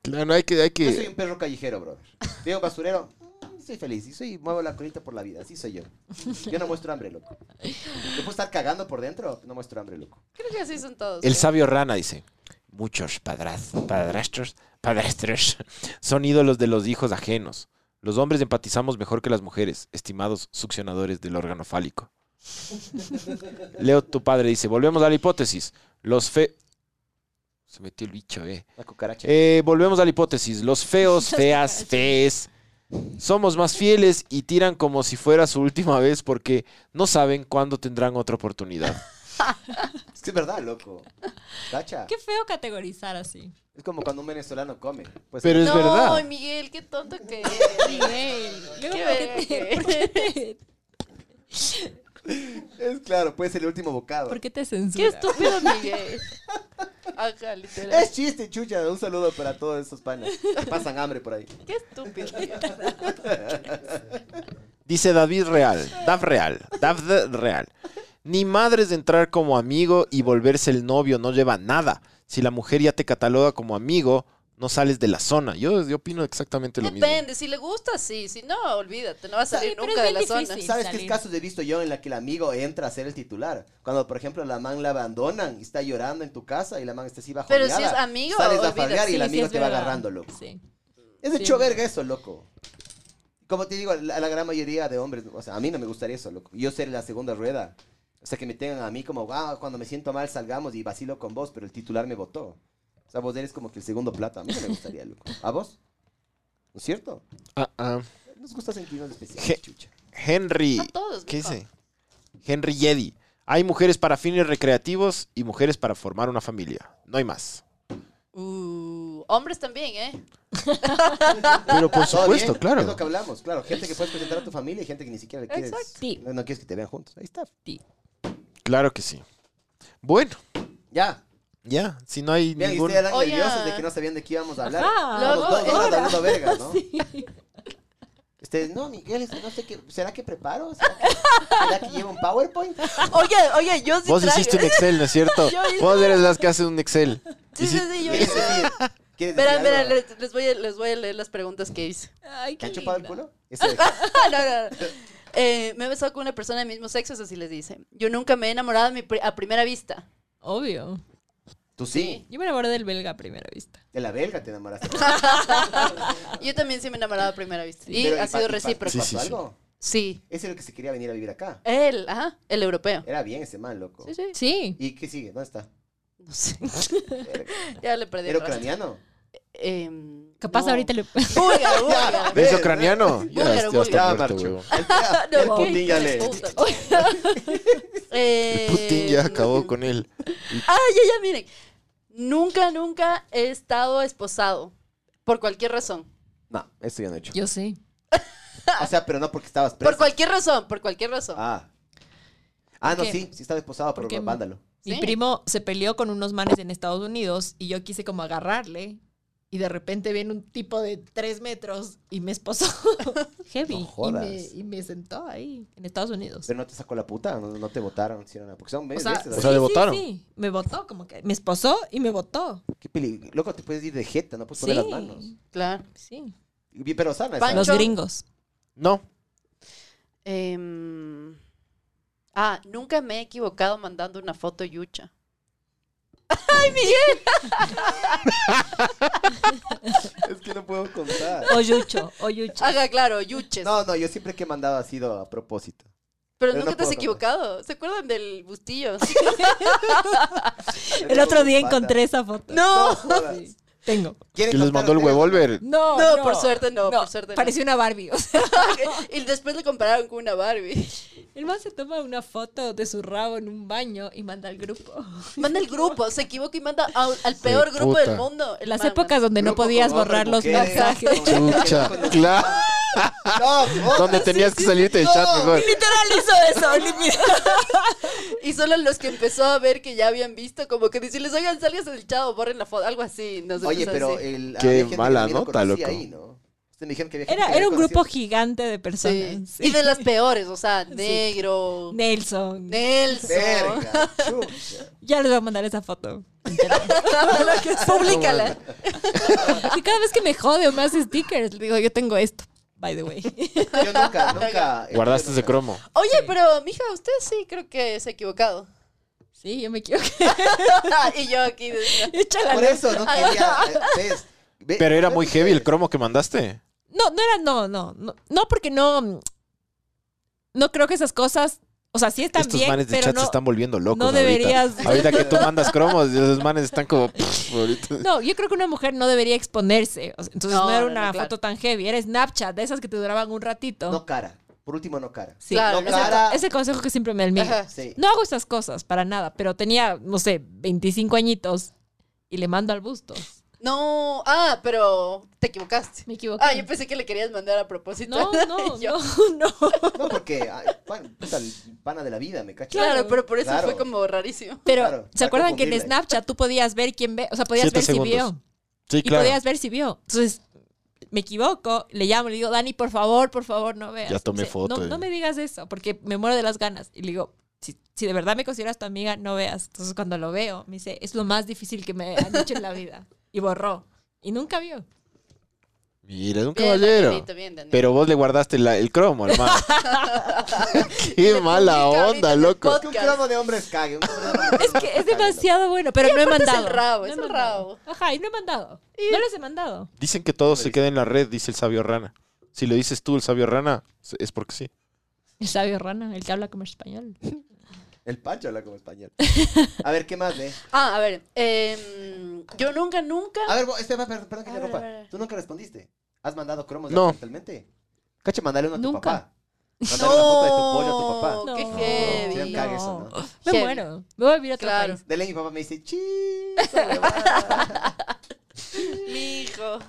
[SPEAKER 2] Claro, hay que, hay
[SPEAKER 3] Yo soy
[SPEAKER 2] que.
[SPEAKER 3] un perro callejero, brother. Soy un basurero. mm, Soy feliz. Y soy, muevo la colita por la vida. Así soy yo. Yo no muestro hambre, loco. Yo puedo estar cagando por dentro. No muestro hambre, loco.
[SPEAKER 4] Creo que así son todos.
[SPEAKER 2] El
[SPEAKER 4] ¿no?
[SPEAKER 2] sabio rana dice: Muchos padraz- padrastros, padrastros son ídolos de los hijos ajenos. Los hombres empatizamos mejor que las mujeres, estimados succionadores del órgano fálico. Leo, tu padre dice: Volvemos a la hipótesis. Los fe. Se metió el bicho, eh.
[SPEAKER 3] La cucaracha.
[SPEAKER 2] Eh, volvemos a la hipótesis. Los feos, feas, fees. Somos más fieles y tiran como si fuera su última vez porque no saben cuándo tendrán otra oportunidad.
[SPEAKER 3] Es que es verdad, loco. Cacha.
[SPEAKER 5] Qué feo categorizar así.
[SPEAKER 3] Es como cuando un venezolano come. Pues,
[SPEAKER 2] Pero es
[SPEAKER 4] no,
[SPEAKER 2] verdad.
[SPEAKER 4] Miguel, qué tonto que eres, Miguel. Qué
[SPEAKER 5] Luego, ¿por qué te-
[SPEAKER 4] verga.
[SPEAKER 5] ¿por qué te,
[SPEAKER 3] es claro, puede ser el último bocado.
[SPEAKER 5] por qué te
[SPEAKER 4] Qué
[SPEAKER 5] censuras?
[SPEAKER 4] estúpido, Miguel. Ajá, literal.
[SPEAKER 3] Es chiste, chucha. Un saludo para todos esos panes que pasan hambre por ahí.
[SPEAKER 4] Qué estúpido. Miguel.
[SPEAKER 2] Dice David Real, Dav Real, Dav de- Real. Ni madres de entrar como amigo y volverse el novio, no lleva nada. Si la mujer ya te cataloga como amigo, no sales de la zona. Yo, yo opino exactamente lo mismo.
[SPEAKER 4] Depende, si le gusta, sí. Si no, olvídate, no va a salir
[SPEAKER 5] Sí, pero
[SPEAKER 4] nunca
[SPEAKER 5] es
[SPEAKER 4] de la
[SPEAKER 5] bien
[SPEAKER 4] zona.
[SPEAKER 5] difícil.
[SPEAKER 3] ¿Sabes qué
[SPEAKER 5] salir.
[SPEAKER 3] casos he visto yo en la que el amigo entra a ser el titular? Cuando, por ejemplo, la man la abandonan y está llorando en tu casa y la man está así bajo
[SPEAKER 4] Pero si es amigo,
[SPEAKER 3] sales a
[SPEAKER 4] olvídate.
[SPEAKER 3] farrear y el
[SPEAKER 5] Sí, sí,
[SPEAKER 3] amigo
[SPEAKER 5] es
[SPEAKER 3] te va
[SPEAKER 5] verdad.
[SPEAKER 3] agarrando, loco.
[SPEAKER 5] Sí.
[SPEAKER 3] Es de
[SPEAKER 5] Sí.
[SPEAKER 3] hecho verga eso, loco. Como te digo, la, la gran mayoría de hombres, o sea, a mí no me gustaría eso, loco. Yo ser la segunda rueda. O sea, que me tengan a mí como, wow, cuando me siento mal salgamos y vacilo con vos, pero el titular me votó. O sea, vos eres como que el segundo plato. A mí no me gustaría, loco. ¿A vos? ¿No es cierto?
[SPEAKER 2] Ah, ah.
[SPEAKER 3] Nos gusta sentirnos especiales,
[SPEAKER 2] Je-
[SPEAKER 3] chucha.
[SPEAKER 2] Henry.
[SPEAKER 4] A todos,
[SPEAKER 2] ¿Qué
[SPEAKER 4] mijo.
[SPEAKER 2] dice? Henry Yedi. Hay mujeres para fines recreativos y mujeres para formar una familia. No hay más.
[SPEAKER 4] Uh, hombres también, ¿eh?
[SPEAKER 2] Pero por
[SPEAKER 3] Todo
[SPEAKER 2] supuesto,
[SPEAKER 3] Ah, bien, Es
[SPEAKER 2] claro.
[SPEAKER 3] lo que hablamos, claro. Gente que puedes presentar a tu familia y gente que ni siquiera le quieres.
[SPEAKER 4] Exacto.
[SPEAKER 5] Sí.
[SPEAKER 3] No, no quieres que te vean juntos. Ahí está.
[SPEAKER 2] Claro que sí. Bueno,
[SPEAKER 3] Ya.
[SPEAKER 2] ya. Si no hay
[SPEAKER 3] Vean, y
[SPEAKER 2] ningún...
[SPEAKER 3] ustedes eran
[SPEAKER 4] Oye.
[SPEAKER 3] nerviosos de que no sabían de qué íbamos a hablar.
[SPEAKER 5] Ajá.
[SPEAKER 3] Los dos
[SPEAKER 4] Luego,
[SPEAKER 3] horas
[SPEAKER 4] ahora.
[SPEAKER 3] hablando verga, ¿no? Ustedes, no, Miguel, es que no sé qué. ¿Será que preparo? ¿Será que, será que llevo un PowerPoint?
[SPEAKER 4] Ah,
[SPEAKER 7] Oye, oye, yo sí
[SPEAKER 2] Vos
[SPEAKER 7] traigo.
[SPEAKER 2] hiciste un
[SPEAKER 4] ¿eh?
[SPEAKER 2] Excel, ¿no es cierto?
[SPEAKER 7] Yo hice-
[SPEAKER 2] Vos eres las que hacen un Excel.
[SPEAKER 7] Sí, sí, sí, yo
[SPEAKER 3] ¿Quieres
[SPEAKER 7] hice.
[SPEAKER 3] decir? ¿Quieres
[SPEAKER 4] Verán,
[SPEAKER 3] decir
[SPEAKER 4] verán,
[SPEAKER 3] algo?
[SPEAKER 4] les, les voy a, les voy a leer las preguntas que hice.
[SPEAKER 5] Ay,
[SPEAKER 3] ¿Te
[SPEAKER 5] qué
[SPEAKER 3] han chupado el
[SPEAKER 5] linda.
[SPEAKER 3] culo? Ese-
[SPEAKER 4] Ah, no, no, no. Eh, me he besado con una persona del mismo sexo, eso sí les dice. Yo nunca me he enamorado a, mi pri- a primera vista.
[SPEAKER 5] Obvio.
[SPEAKER 3] Tú sí.
[SPEAKER 5] Yo me enamoré del belga a primera vista.
[SPEAKER 3] De la belga te enamoraste.
[SPEAKER 4] Yo también sí me he enamorado a primera vista. Y
[SPEAKER 3] Pero,
[SPEAKER 4] ha
[SPEAKER 3] pa-
[SPEAKER 4] sido
[SPEAKER 3] pa-
[SPEAKER 4] recíproco.
[SPEAKER 3] ¿pasó
[SPEAKER 4] Sí,
[SPEAKER 2] Sí, sí, sí.
[SPEAKER 3] algo? Ese es el que se quería venir a vivir acá.
[SPEAKER 4] Él, ajá, el europeo.
[SPEAKER 3] Era bien ese man, loco.
[SPEAKER 4] Sí, sí.
[SPEAKER 5] Sí.
[SPEAKER 3] ¿Y qué sigue? ¿Dónde está?
[SPEAKER 4] No sé.
[SPEAKER 3] Verga.
[SPEAKER 4] ya le perdí. el
[SPEAKER 3] ¿Era
[SPEAKER 4] rastro.
[SPEAKER 3] ucraniano?
[SPEAKER 4] Em,
[SPEAKER 5] Capaz
[SPEAKER 4] no. Eh,
[SPEAKER 5] ahorita le.
[SPEAKER 4] Búlgaro, búlgaro.
[SPEAKER 2] ¿Ves ucraniano? Ya,
[SPEAKER 4] Búlgaro,
[SPEAKER 2] ya está
[SPEAKER 4] búlgaro.
[SPEAKER 2] muerto,
[SPEAKER 3] Ya,
[SPEAKER 2] huevón.
[SPEAKER 4] No,
[SPEAKER 3] El Putin
[SPEAKER 4] ok,
[SPEAKER 3] ya
[SPEAKER 4] hijo de
[SPEAKER 3] le.
[SPEAKER 4] puta. Eh,
[SPEAKER 2] Putin ya acabó con él.
[SPEAKER 4] Ah, ya, ya, miren. Nunca, nunca he estado esposado. Por cualquier razón.
[SPEAKER 3] No, eso ya no he hecho.
[SPEAKER 5] Yo sí.
[SPEAKER 3] O sea, pero no porque estabas preso.
[SPEAKER 4] Por cualquier razón, por cualquier razón.
[SPEAKER 3] Ah. Ah, no,
[SPEAKER 5] ¿Por qué?
[SPEAKER 3] sí, sí está desposado por
[SPEAKER 5] Porque-
[SPEAKER 3] vándalo.
[SPEAKER 5] Mi
[SPEAKER 4] Sí.
[SPEAKER 5] primo se peleó con unos manes en Estados Unidos y yo quise como agarrarle. Y de repente viene un tipo de tres metros y me esposó. Heavy.
[SPEAKER 3] No
[SPEAKER 5] y,
[SPEAKER 3] jodas.
[SPEAKER 5] me, y me sentó ahí, en Estados Unidos.
[SPEAKER 3] Pero no te sacó la puta, no, no te votaron, hicieron nada. Porque son
[SPEAKER 5] o
[SPEAKER 3] veces.
[SPEAKER 5] sea,
[SPEAKER 2] O sea, le votaron.
[SPEAKER 5] sí. Me votó, como que me esposó y me votó.
[SPEAKER 3] Qué peli- Loco, te puedes ir de jeta, no puedes
[SPEAKER 5] Sí.
[SPEAKER 3] poner Pues las manos.
[SPEAKER 4] Claro.
[SPEAKER 5] Sí.
[SPEAKER 3] Y bien, Pero sana,
[SPEAKER 4] Pancho.
[SPEAKER 5] Los
[SPEAKER 3] sana.
[SPEAKER 5] gringos.
[SPEAKER 2] No.
[SPEAKER 4] Em, ah, nunca me he equivocado mandando una foto yucha.
[SPEAKER 3] Es que no puedo contar.
[SPEAKER 5] O Yucho, o Yucho.
[SPEAKER 4] Haga Ah, claro, yuches.
[SPEAKER 3] No, no, yo siempre que he mandado ha sido a propósito.
[SPEAKER 4] pero,
[SPEAKER 3] pero
[SPEAKER 4] nunca
[SPEAKER 3] no
[SPEAKER 4] te has
[SPEAKER 3] puedo
[SPEAKER 4] equivocado. ¿Se acuerdan del bustillo?
[SPEAKER 5] El otro día encontré esa foto.
[SPEAKER 3] No,
[SPEAKER 5] No.
[SPEAKER 3] jodas.
[SPEAKER 5] Sí. Tengo.
[SPEAKER 3] ¿Quieren
[SPEAKER 2] Que les
[SPEAKER 3] contar
[SPEAKER 2] mandó el
[SPEAKER 3] ustedes?
[SPEAKER 2] huevolver.
[SPEAKER 5] No,
[SPEAKER 4] No, por suerte no, por suerte no.
[SPEAKER 5] Parecía una Barbie. o sea.
[SPEAKER 4] y después lo compararon con una Barbie.
[SPEAKER 5] el man se toma una foto de su rabo en un baño y manda al grupo.
[SPEAKER 4] Manda el grupo, se equivoca y manda a- al peor grupo
[SPEAKER 2] puta.
[SPEAKER 4] del mundo. El
[SPEAKER 5] Las
[SPEAKER 4] man,
[SPEAKER 5] épocas donde no
[SPEAKER 3] Grupo
[SPEAKER 5] podías
[SPEAKER 3] con
[SPEAKER 5] borrar los
[SPEAKER 3] otros mujeres,
[SPEAKER 5] mensajes.
[SPEAKER 3] con-
[SPEAKER 2] Chucha. Claro.
[SPEAKER 3] No, jodas.
[SPEAKER 2] Donde tenías que salirte del chat mejor.
[SPEAKER 5] Literal hizo eso. literal.
[SPEAKER 4] Y solo los que empezó a ver que ya habían visto, como que decirles, oigan, salgas del chavo, borren la foto, algo así. No sé,
[SPEAKER 3] Oye,
[SPEAKER 4] cosas
[SPEAKER 3] pero eh,
[SPEAKER 4] así.
[SPEAKER 3] el.
[SPEAKER 2] Qué
[SPEAKER 3] había gente que
[SPEAKER 2] mala
[SPEAKER 3] también lo
[SPEAKER 2] nota,
[SPEAKER 3] conocí
[SPEAKER 2] loco.
[SPEAKER 3] ahí, ¿no? Ustedes me dijeron que había gente
[SPEAKER 5] Era,
[SPEAKER 3] que
[SPEAKER 5] era un
[SPEAKER 3] había
[SPEAKER 5] grupo
[SPEAKER 3] conocido-
[SPEAKER 5] gigante de personas.
[SPEAKER 4] eh, Sí. Y de
[SPEAKER 5] Sí.
[SPEAKER 4] las peores, o sea, negro,
[SPEAKER 5] Nelson.
[SPEAKER 4] Nelson.
[SPEAKER 3] Verga, chucha.
[SPEAKER 5] ya les voy a mandar esa foto.
[SPEAKER 4] Públicala.
[SPEAKER 5] Y cada vez que me jode o me hace stickers, le digo, yo tengo esto. By the way.
[SPEAKER 3] Yo nunca, nunca.
[SPEAKER 2] Guardaste ese
[SPEAKER 3] nunca.
[SPEAKER 2] cromo.
[SPEAKER 4] Oye, pero mija, usted sí creo que se ha equivocado.
[SPEAKER 5] Sí, yo me equivoqué.
[SPEAKER 4] y yo aquí. de-
[SPEAKER 5] Échala.
[SPEAKER 3] Por eso no quería. eh, ¿ves? Ve-
[SPEAKER 2] Pero era
[SPEAKER 3] ¿ves
[SPEAKER 2] muy heavy el
[SPEAKER 3] ustedes?
[SPEAKER 2] cromo que mandaste.
[SPEAKER 5] No, no era, no, no, no, no, porque no, mm, no creo que esas cosas, o sea, sí están
[SPEAKER 2] Estos
[SPEAKER 5] bien,
[SPEAKER 2] manes de
[SPEAKER 5] pero
[SPEAKER 2] chat
[SPEAKER 5] no,
[SPEAKER 2] se están volviendo locos.
[SPEAKER 5] no deberías-
[SPEAKER 2] Ahorita, ahorita que tú mandas cromos, los manes están como. pff, ahorita.
[SPEAKER 5] no, yo creo que una mujer no debería exponerse, o sea, entonces no,
[SPEAKER 4] No,
[SPEAKER 5] era
[SPEAKER 4] no, no,
[SPEAKER 5] una
[SPEAKER 4] claro.
[SPEAKER 5] foto tan heavy, era Snapchat, de esas que te duraban un ratito.
[SPEAKER 3] No cara. Por último, no cara.
[SPEAKER 5] sí,
[SPEAKER 4] claro,
[SPEAKER 5] ese,
[SPEAKER 3] no cara.
[SPEAKER 5] ese consejo que siempre me da el mío.
[SPEAKER 4] Ajá.
[SPEAKER 3] Sí.
[SPEAKER 5] No hago esas cosas para nada, pero tenía, no sé, 25 añitos y le mando al busto.
[SPEAKER 4] No, ah, pero te equivocaste.
[SPEAKER 5] Me equivoqué.
[SPEAKER 4] Ah, yo pensé que le querías mandar a propósito.
[SPEAKER 5] no, no,
[SPEAKER 4] Y yo,
[SPEAKER 5] no, no.
[SPEAKER 3] No, porque. ay, pan- puta, pana de la vida, me cacho.
[SPEAKER 4] Claro,
[SPEAKER 5] Claro.
[SPEAKER 4] pero por eso
[SPEAKER 3] Claro.
[SPEAKER 4] fue como rarísimo.
[SPEAKER 5] Pero,
[SPEAKER 3] Claro,
[SPEAKER 5] ¿se
[SPEAKER 3] para
[SPEAKER 5] acuerdan que en
[SPEAKER 3] confundirle.
[SPEAKER 5] Snapchat tú podías ver quién ve, o sea, podías
[SPEAKER 2] Siete
[SPEAKER 5] ver
[SPEAKER 2] segundos.
[SPEAKER 5] si vio?
[SPEAKER 2] Sí,
[SPEAKER 5] Y
[SPEAKER 2] claro.
[SPEAKER 5] podías ver si vio. Entonces, me equivoco, le llamo, le digo, Dani, por favor, por favor, no veas.
[SPEAKER 2] Ya tomé
[SPEAKER 5] Me dice,
[SPEAKER 2] foto,
[SPEAKER 5] No,
[SPEAKER 2] eh.
[SPEAKER 5] no me digas eso, porque me muero de las ganas. Y le digo, si, si de verdad me consideras tu amiga, no veas. Entonces cuando lo veo, me dice, es lo más difícil que me han hecho en la vida. Y borró. Y nunca vio.
[SPEAKER 2] Mira, es un
[SPEAKER 4] Bien,
[SPEAKER 2] caballero.
[SPEAKER 4] Danielito, bien, Daniel.
[SPEAKER 2] Pero vos le guardaste la- el cromo, hermano. Qué
[SPEAKER 4] Le
[SPEAKER 2] mala
[SPEAKER 4] publica ahorita
[SPEAKER 2] onda,
[SPEAKER 4] en el
[SPEAKER 2] loco.
[SPEAKER 3] Que un
[SPEAKER 4] podcast.
[SPEAKER 3] cromo de hombre es cague. un cromo de hombre
[SPEAKER 5] Es que es demasiado bueno, pero no he
[SPEAKER 4] aparte es el
[SPEAKER 5] mandado.
[SPEAKER 4] rabo,
[SPEAKER 5] No he
[SPEAKER 4] es el
[SPEAKER 5] mandado.
[SPEAKER 4] rabo.
[SPEAKER 5] Ajá, y no he mandado. No les he mandado.
[SPEAKER 2] Dicen que todo se queda en la red, dice el sabio rana. Si lo dices tú, el sabio rana, es porque sí.
[SPEAKER 5] El sabio rana, el que habla como español.
[SPEAKER 3] El Pacho habla como español. A ver, ¿qué más, eh?
[SPEAKER 4] Ah, a ver. em, yo nunca, nunca.
[SPEAKER 3] A ver, este, perdón, perdón que
[SPEAKER 4] A
[SPEAKER 3] te
[SPEAKER 4] ver, a
[SPEAKER 3] rompa.
[SPEAKER 4] ver.
[SPEAKER 3] Tú nunca respondiste. ¿Has mandado cromos
[SPEAKER 2] No.
[SPEAKER 3] actualmente? Cacho, mandale uno a tu
[SPEAKER 5] Nunca.
[SPEAKER 3] papá. Mandale una foto de tu pollo a tu papá.
[SPEAKER 4] No, qué
[SPEAKER 5] No.
[SPEAKER 3] Sí,
[SPEAKER 4] heavy.
[SPEAKER 3] me caga eso, ¿no?
[SPEAKER 5] Me
[SPEAKER 4] Heavy.
[SPEAKER 5] muero. Me voy a vivir a otro
[SPEAKER 4] Claro.
[SPEAKER 5] país.
[SPEAKER 3] Dele, mi papá me dice, "Chi, esa huevada".
[SPEAKER 4] Mi hijo.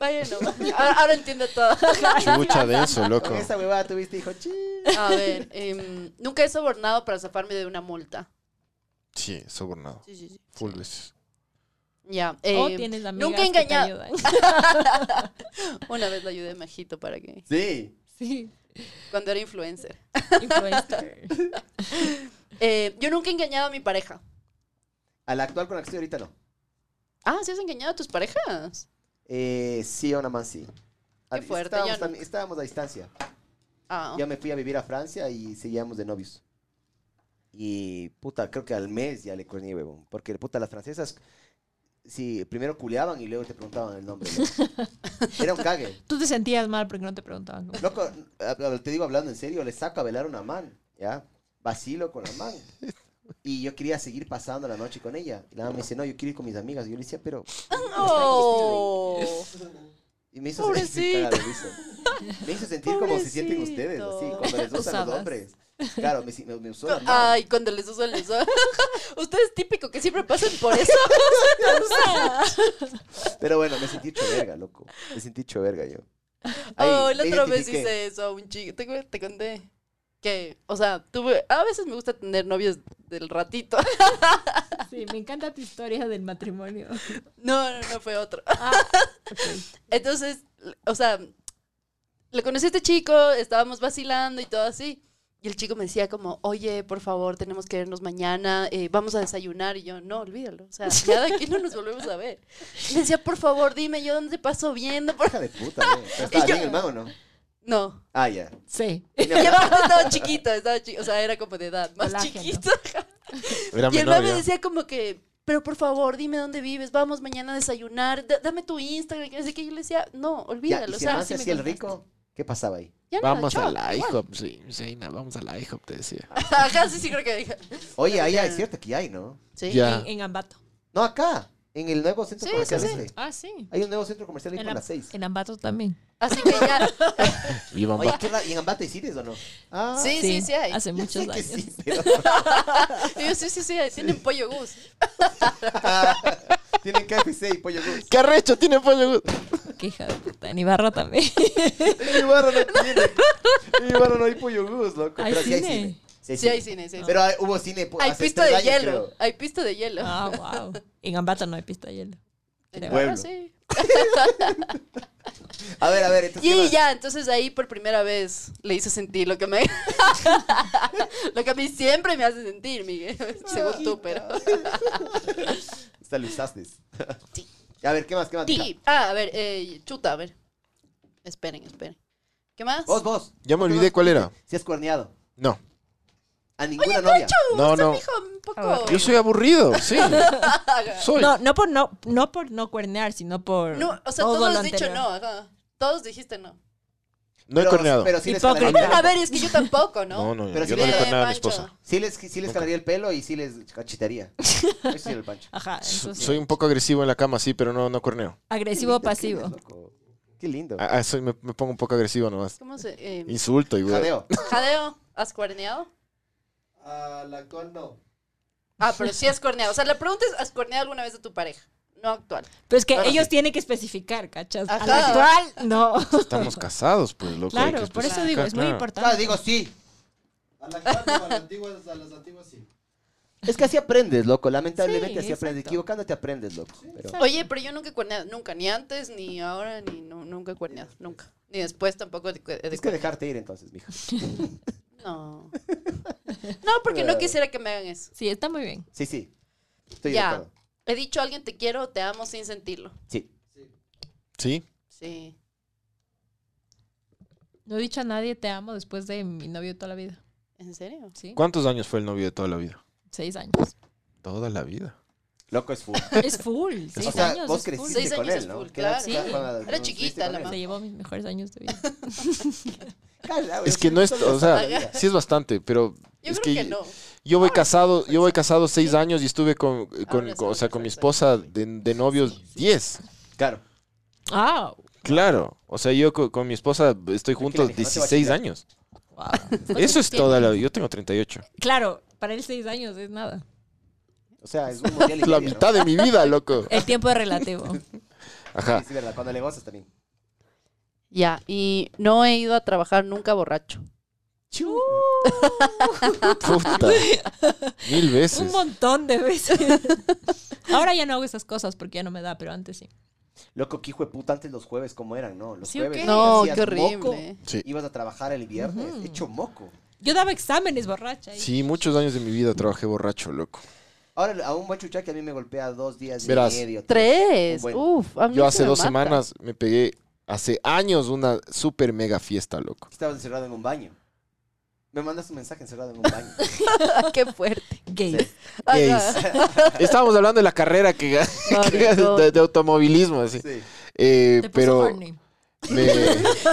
[SPEAKER 4] Vaya nomás. Ahora, ahora entiendo todo.
[SPEAKER 2] Chucha denso, loco.
[SPEAKER 3] Con esa huevada tuviste, hijo, chi.
[SPEAKER 4] A ver, em, nunca he sobornado para zafarme de una multa.
[SPEAKER 2] Sí, sobornado.
[SPEAKER 4] Sí, sí, sí.
[SPEAKER 2] Full veces.
[SPEAKER 4] Ya.
[SPEAKER 5] O
[SPEAKER 4] em,
[SPEAKER 5] Oh, tienes amigas
[SPEAKER 4] nunca he
[SPEAKER 5] que te
[SPEAKER 4] engañado.
[SPEAKER 5] ayudan.
[SPEAKER 4] Una vez le ayudé a Majito para que.
[SPEAKER 3] Sí.
[SPEAKER 5] Sí.
[SPEAKER 4] Cuando era influencer.
[SPEAKER 5] Influencer.
[SPEAKER 4] Eh, yo nunca he engañado a mi pareja.
[SPEAKER 3] A la actual con la que estoy ahorita no.
[SPEAKER 4] Ah, ¿sí has engañado a tus parejas?
[SPEAKER 3] Eh, sí, a una más sí. A-
[SPEAKER 4] Qué fuerte,
[SPEAKER 3] Estábamos,
[SPEAKER 4] yo
[SPEAKER 3] tam- estábamos a distancia.
[SPEAKER 4] Ah,
[SPEAKER 3] Yo me fui a vivir a Francia y seguíamos de novios. Y puta, creo que al mes ya le corné, huevón. Porque puta, las francesas, sí, primero culeaban y luego te preguntaban el nombre. loco. Era un cague.
[SPEAKER 5] Tú te sentías mal porque no te preguntaban. cómo-
[SPEAKER 3] Loco, a- a- te digo hablando en serio, le saco a velar a una man, ¿ya? Vacilo con la man. Y yo quería seguir pasando la noche con ella. Y la man me dice, no, yo quiero ir con mis amigas. Y yo le decía, pero...
[SPEAKER 4] Oh.
[SPEAKER 3] Y me hizo sentir... cara de risa. Me hizo sentir como se sienten ustedes, así,
[SPEAKER 4] Pobrecito.
[SPEAKER 3] cuando les usan los
[SPEAKER 5] Usadas.
[SPEAKER 3] hombres. Claro, me, si- me, me usó la man.
[SPEAKER 4] Ay, cuando les uso, les uso. Ustedes típico que siempre pasan por eso.
[SPEAKER 3] Pero bueno, me sentí hecho verga, loco. Me sentí hecho verga yo. Ahí,
[SPEAKER 4] Oh, la
[SPEAKER 3] me
[SPEAKER 4] otra vez
[SPEAKER 3] identifiqué.
[SPEAKER 4] hice eso a un chico. Te, cu- te conté. Que, o sea, tuve. A veces me gusta tener novios del ratito.
[SPEAKER 5] Sí, me encanta tu historia del matrimonio.
[SPEAKER 4] No, no, no, fue otro.
[SPEAKER 5] Ah, Ok.
[SPEAKER 4] Entonces, o sea, le conocí a este chico, estábamos vacilando y todo así. Y el chico me decía como, oye, por favor, tenemos que vernos mañana, eh, vamos a desayunar. Y yo, no, olvídalo. O sea, ya de aquí no nos volvemos a ver. Me decía, por favor, dime, ¿yo dónde te paso viendo? Por-
[SPEAKER 3] Hija de puta, güey. Pero ¿Estaba
[SPEAKER 4] Y yo-
[SPEAKER 3] bien el man o no?
[SPEAKER 4] No.
[SPEAKER 3] Ah, ya.
[SPEAKER 5] Sí.
[SPEAKER 3] Tenía
[SPEAKER 4] Y aparte estaba chiquito, estaba chi- o sea, era como de edad, más
[SPEAKER 5] Colágeno.
[SPEAKER 4] chiquito.
[SPEAKER 2] Era
[SPEAKER 4] Y el
[SPEAKER 2] menor,
[SPEAKER 4] man me
[SPEAKER 2] ya.
[SPEAKER 4] decía como que, pero por favor, dime dónde vives, vamos mañana a desayunar, da- dame tu Instagram. Y así que yo le decía, no,
[SPEAKER 3] Ya,
[SPEAKER 4] olvídalo.
[SPEAKER 3] y
[SPEAKER 4] o
[SPEAKER 3] si
[SPEAKER 4] sea,
[SPEAKER 3] el man
[SPEAKER 4] sí
[SPEAKER 3] se
[SPEAKER 4] me
[SPEAKER 3] hacía el
[SPEAKER 4] contaste".
[SPEAKER 3] rico, ¿qué pasaba ahí?
[SPEAKER 4] Ya nada,
[SPEAKER 2] Vamos
[SPEAKER 4] chao,
[SPEAKER 2] a la
[SPEAKER 4] igual.
[SPEAKER 2] IHOP, sí, Zaina, vamos a la IHOP, te decía.
[SPEAKER 4] Ajá, sí, sí, creo que dije.
[SPEAKER 3] Oye, ahí
[SPEAKER 4] Ya.
[SPEAKER 3] hay cierto que hay, ¿no?
[SPEAKER 4] Sí.
[SPEAKER 2] Ya.
[SPEAKER 5] En, en Ambato.
[SPEAKER 3] No, acá, en el nuevo centro
[SPEAKER 4] Sí,
[SPEAKER 3] comercial
[SPEAKER 4] sí, sí.
[SPEAKER 3] este.
[SPEAKER 5] Ah, sí.
[SPEAKER 3] Hay un nuevo centro comercial ahí
[SPEAKER 5] En,
[SPEAKER 3] por
[SPEAKER 5] Am-
[SPEAKER 3] las seis.
[SPEAKER 5] en Ambato también.
[SPEAKER 4] Así que ya.
[SPEAKER 2] Viva
[SPEAKER 3] Oye,
[SPEAKER 2] Mbappé.
[SPEAKER 3] ¿qué ra- ¿y en Ambato hay sitios o no? Ah,
[SPEAKER 4] Sí, sí, sí hay.
[SPEAKER 5] Hace
[SPEAKER 3] ya
[SPEAKER 5] muchos
[SPEAKER 3] sé que
[SPEAKER 5] años.
[SPEAKER 3] sí, pero
[SPEAKER 4] Y yo, sí, sí, sí hay. Tienen pollo gus.
[SPEAKER 3] tienen KFC y pollo dulce.
[SPEAKER 2] ¡Qué arrecho tiene pues, pollo!
[SPEAKER 5] Qué hija de puta. En Ibarra también.
[SPEAKER 3] En mi barrio no tiene. En mi barrio no hay pollo gus, loco.
[SPEAKER 5] Hay
[SPEAKER 3] Pero sí hay
[SPEAKER 5] cine.
[SPEAKER 3] cine.
[SPEAKER 4] Sí hay cine, sí. hay cine.
[SPEAKER 3] Pero hay- hubo cine po-
[SPEAKER 4] Hay
[SPEAKER 3] hace
[SPEAKER 4] pista
[SPEAKER 3] tres
[SPEAKER 4] de
[SPEAKER 3] años,
[SPEAKER 4] hielo.
[SPEAKER 3] creo.
[SPEAKER 4] Hay pista de hielo.
[SPEAKER 5] Ah, wow. En Ambato no hay pista de hielo.
[SPEAKER 4] En Ibarra,
[SPEAKER 5] creo.
[SPEAKER 3] Pueblo.
[SPEAKER 4] sí.
[SPEAKER 3] A ver, a ver, entonces. ¿qué
[SPEAKER 4] Y
[SPEAKER 3] más?
[SPEAKER 4] ya, entonces ahí por primera vez le hice sentir lo que me. lo que a mí siempre me hace sentir, Miguel. Según tú, pero.
[SPEAKER 3] Hasta lo usaste. A ver, ¿qué más? ¿Qué más?
[SPEAKER 4] Sí. Ah, a ver, eh, chuta, a ver. Esperen, esperen. ¿Qué más?
[SPEAKER 3] Vos, vos.
[SPEAKER 2] Ya me olvidé cuál era.
[SPEAKER 3] Si has cuerneado.
[SPEAKER 2] No,
[SPEAKER 3] A ninguna novia.
[SPEAKER 2] no, no.
[SPEAKER 4] Hijo, un poco.
[SPEAKER 2] Yo soy aburrido, sí. Soy.
[SPEAKER 5] No, no por no, no por no cuernear, sino por.
[SPEAKER 4] No, o sea,
[SPEAKER 5] todo
[SPEAKER 4] todos
[SPEAKER 5] lo
[SPEAKER 4] has dicho
[SPEAKER 5] anterior.
[SPEAKER 4] no, ajá. Todos dijiste no.
[SPEAKER 2] No he
[SPEAKER 3] Pero-
[SPEAKER 2] corneado.
[SPEAKER 3] Pero sí les
[SPEAKER 5] Hipócrita.
[SPEAKER 3] jalaría el
[SPEAKER 4] A
[SPEAKER 3] pelo.
[SPEAKER 4] ver, es que yo tampoco,
[SPEAKER 2] No,
[SPEAKER 4] ¿no?
[SPEAKER 2] no, yo
[SPEAKER 3] Pero si
[SPEAKER 2] no le
[SPEAKER 3] viene
[SPEAKER 2] he corneado a mi
[SPEAKER 4] Pancho.
[SPEAKER 2] esposa.
[SPEAKER 3] Sí les, sí les jalaría el pelo y sí les cachitaría. Eso sí era el pancho.
[SPEAKER 5] Ajá, eso sí.
[SPEAKER 2] Soy un poco agresivo en la cama, sí, pero no, no corneo.
[SPEAKER 5] Agresivo o
[SPEAKER 3] Qué
[SPEAKER 5] pasivo.
[SPEAKER 3] lindo, loco. Qué lindo.
[SPEAKER 2] Ah, ah, soy- me, me pongo un poco agresivo nomás.
[SPEAKER 4] ¿Cómo se.? eh,
[SPEAKER 2] Insulto y güey.
[SPEAKER 3] Jadeo.
[SPEAKER 4] Jadeo, ¿has cuerneado?
[SPEAKER 6] A la actual no.
[SPEAKER 4] Ah, pero sí has cuerneado. O sea, la pregunta es, ¿has cuerneado alguna vez a tu pareja? No actual.
[SPEAKER 5] Pero es que
[SPEAKER 3] Ahora
[SPEAKER 5] ellos
[SPEAKER 3] sí.
[SPEAKER 5] tienen que especificar, ¿cachas? Al
[SPEAKER 4] Ajá.
[SPEAKER 5] actual, no.
[SPEAKER 2] Estamos casados, pues, loco. hay
[SPEAKER 5] Claro,
[SPEAKER 2] que
[SPEAKER 5] por eso
[SPEAKER 2] especificar,
[SPEAKER 6] Ah,
[SPEAKER 5] digo, es muy
[SPEAKER 2] claro.
[SPEAKER 5] importante.
[SPEAKER 3] Claro, digo sí.
[SPEAKER 6] A la actual no, a las antiguas, a las antiguas sí.
[SPEAKER 3] Es que así aprendes, loco. Lamentablemente
[SPEAKER 5] Sí,
[SPEAKER 3] así aprendes.
[SPEAKER 5] exacto.
[SPEAKER 3] Equivocándote aprendes, loco. Pero-
[SPEAKER 4] Oye, pero yo nunca he cuerneado, nunca, ni antes, ni ahora, ni no, nunca he cuerneado, nunca. Ni después tampoco he de cue- he de
[SPEAKER 3] Tienes que dejarte ir entonces, mija.
[SPEAKER 4] cuer- No. No, porque no quisiera que me hagan eso.
[SPEAKER 5] Sí, está muy bien.
[SPEAKER 3] Sí, sí. Estoy
[SPEAKER 4] Ya.
[SPEAKER 3] de acuerdo.
[SPEAKER 4] He dicho a alguien te quiero, te amo sin sentirlo.
[SPEAKER 3] Sí.
[SPEAKER 2] Sí.
[SPEAKER 4] Sí.
[SPEAKER 5] No he dicho a nadie te amo después de mi novio toda la vida.
[SPEAKER 4] ¿En serio?
[SPEAKER 5] Sí.
[SPEAKER 2] ¿Cuántos años fue el novio de toda la vida?
[SPEAKER 5] Seis años.
[SPEAKER 2] Toda la vida.
[SPEAKER 3] Loco es full.
[SPEAKER 5] Es full. Seis
[SPEAKER 3] o sea,
[SPEAKER 5] años.
[SPEAKER 3] vos
[SPEAKER 5] es full.
[SPEAKER 3] creciste
[SPEAKER 4] Seis
[SPEAKER 3] con
[SPEAKER 4] años
[SPEAKER 3] él,
[SPEAKER 4] es
[SPEAKER 3] ¿no?
[SPEAKER 4] full,
[SPEAKER 3] ¿Qué edad-
[SPEAKER 4] claro.
[SPEAKER 5] Sí.
[SPEAKER 3] cuál- cuál-
[SPEAKER 4] Era
[SPEAKER 3] cuál-
[SPEAKER 4] chiquita
[SPEAKER 3] con
[SPEAKER 4] la
[SPEAKER 3] él?
[SPEAKER 5] Se llevó mis mejores años de vida.
[SPEAKER 3] Cala, güey,
[SPEAKER 2] Es que no es, o sea,
[SPEAKER 4] Ajá.
[SPEAKER 2] sí es bastante, pero
[SPEAKER 4] Yo
[SPEAKER 2] es
[SPEAKER 4] creo que,
[SPEAKER 2] que
[SPEAKER 4] no.
[SPEAKER 2] yo voy casado, yo voy casado seis años y estuve con, con-
[SPEAKER 4] Ahora
[SPEAKER 2] con- o sea, con mi
[SPEAKER 4] sí.
[SPEAKER 2] esposa de, de novios diez.
[SPEAKER 3] Claro.
[SPEAKER 5] Ah,
[SPEAKER 2] Claro, o sea, yo co- con, mi esposa estoy juntos
[SPEAKER 3] Tranquila, hija, no te voy
[SPEAKER 2] 16
[SPEAKER 3] a chingar.
[SPEAKER 2] años.
[SPEAKER 5] wow.
[SPEAKER 2] Eso es toda la vida. Yo tengo 38.
[SPEAKER 5] Claro, para él seis años es nada.
[SPEAKER 3] O sea, es un mundial y
[SPEAKER 2] La
[SPEAKER 3] medio, ¿no?
[SPEAKER 2] mitad de mi vida, loco.
[SPEAKER 5] El tiempo es relativo.
[SPEAKER 2] Ajá.
[SPEAKER 3] Sí, sí, verdad. Cuando le gozas también.
[SPEAKER 4] Ya, y no he ido a trabajar nunca borracho.
[SPEAKER 2] Puta. Mil
[SPEAKER 5] Uh, Un
[SPEAKER 2] veces.
[SPEAKER 5] montón de veces. Ahora ya no hago esas cosas porque ya no me da, pero antes sí.
[SPEAKER 3] Loco, que hijo de puta antes los jueves como eran, ¿no? Los
[SPEAKER 5] Sí, ¿o
[SPEAKER 3] jueves.
[SPEAKER 5] qué?
[SPEAKER 3] te
[SPEAKER 4] No,
[SPEAKER 3] hacías
[SPEAKER 4] qué horrible.
[SPEAKER 3] moco,
[SPEAKER 2] Sí.
[SPEAKER 3] Ibas a trabajar el viernes,
[SPEAKER 5] Ujú.
[SPEAKER 3] hecho moco.
[SPEAKER 5] Yo daba exámenes borracha. y-
[SPEAKER 2] Sí, muchos años de mi vida trabajé borracho, loco.
[SPEAKER 3] Ahora, a un buen chucha que a mí me golpea dos días
[SPEAKER 2] Verás.
[SPEAKER 3] y medio.
[SPEAKER 4] Tres.
[SPEAKER 3] Bueno.
[SPEAKER 4] Uf, a mí
[SPEAKER 2] Yo
[SPEAKER 4] se
[SPEAKER 2] hace
[SPEAKER 4] me
[SPEAKER 2] dos
[SPEAKER 4] mata.
[SPEAKER 2] semanas me pegué, hace años, una super mega fiesta, loco.
[SPEAKER 3] Estabas encerrado en un baño. Me mandas un mensaje encerrado en un baño.
[SPEAKER 4] Qué fuerte.
[SPEAKER 5] Gay.
[SPEAKER 4] Ajá.
[SPEAKER 2] Gays. Estábamos hablando de la carrera que, que-
[SPEAKER 4] Maricón.
[SPEAKER 2] de, de automovilismo, así.
[SPEAKER 3] Sí.
[SPEAKER 2] Eh,
[SPEAKER 5] Te puso
[SPEAKER 2] pero
[SPEAKER 5] horny.
[SPEAKER 2] me...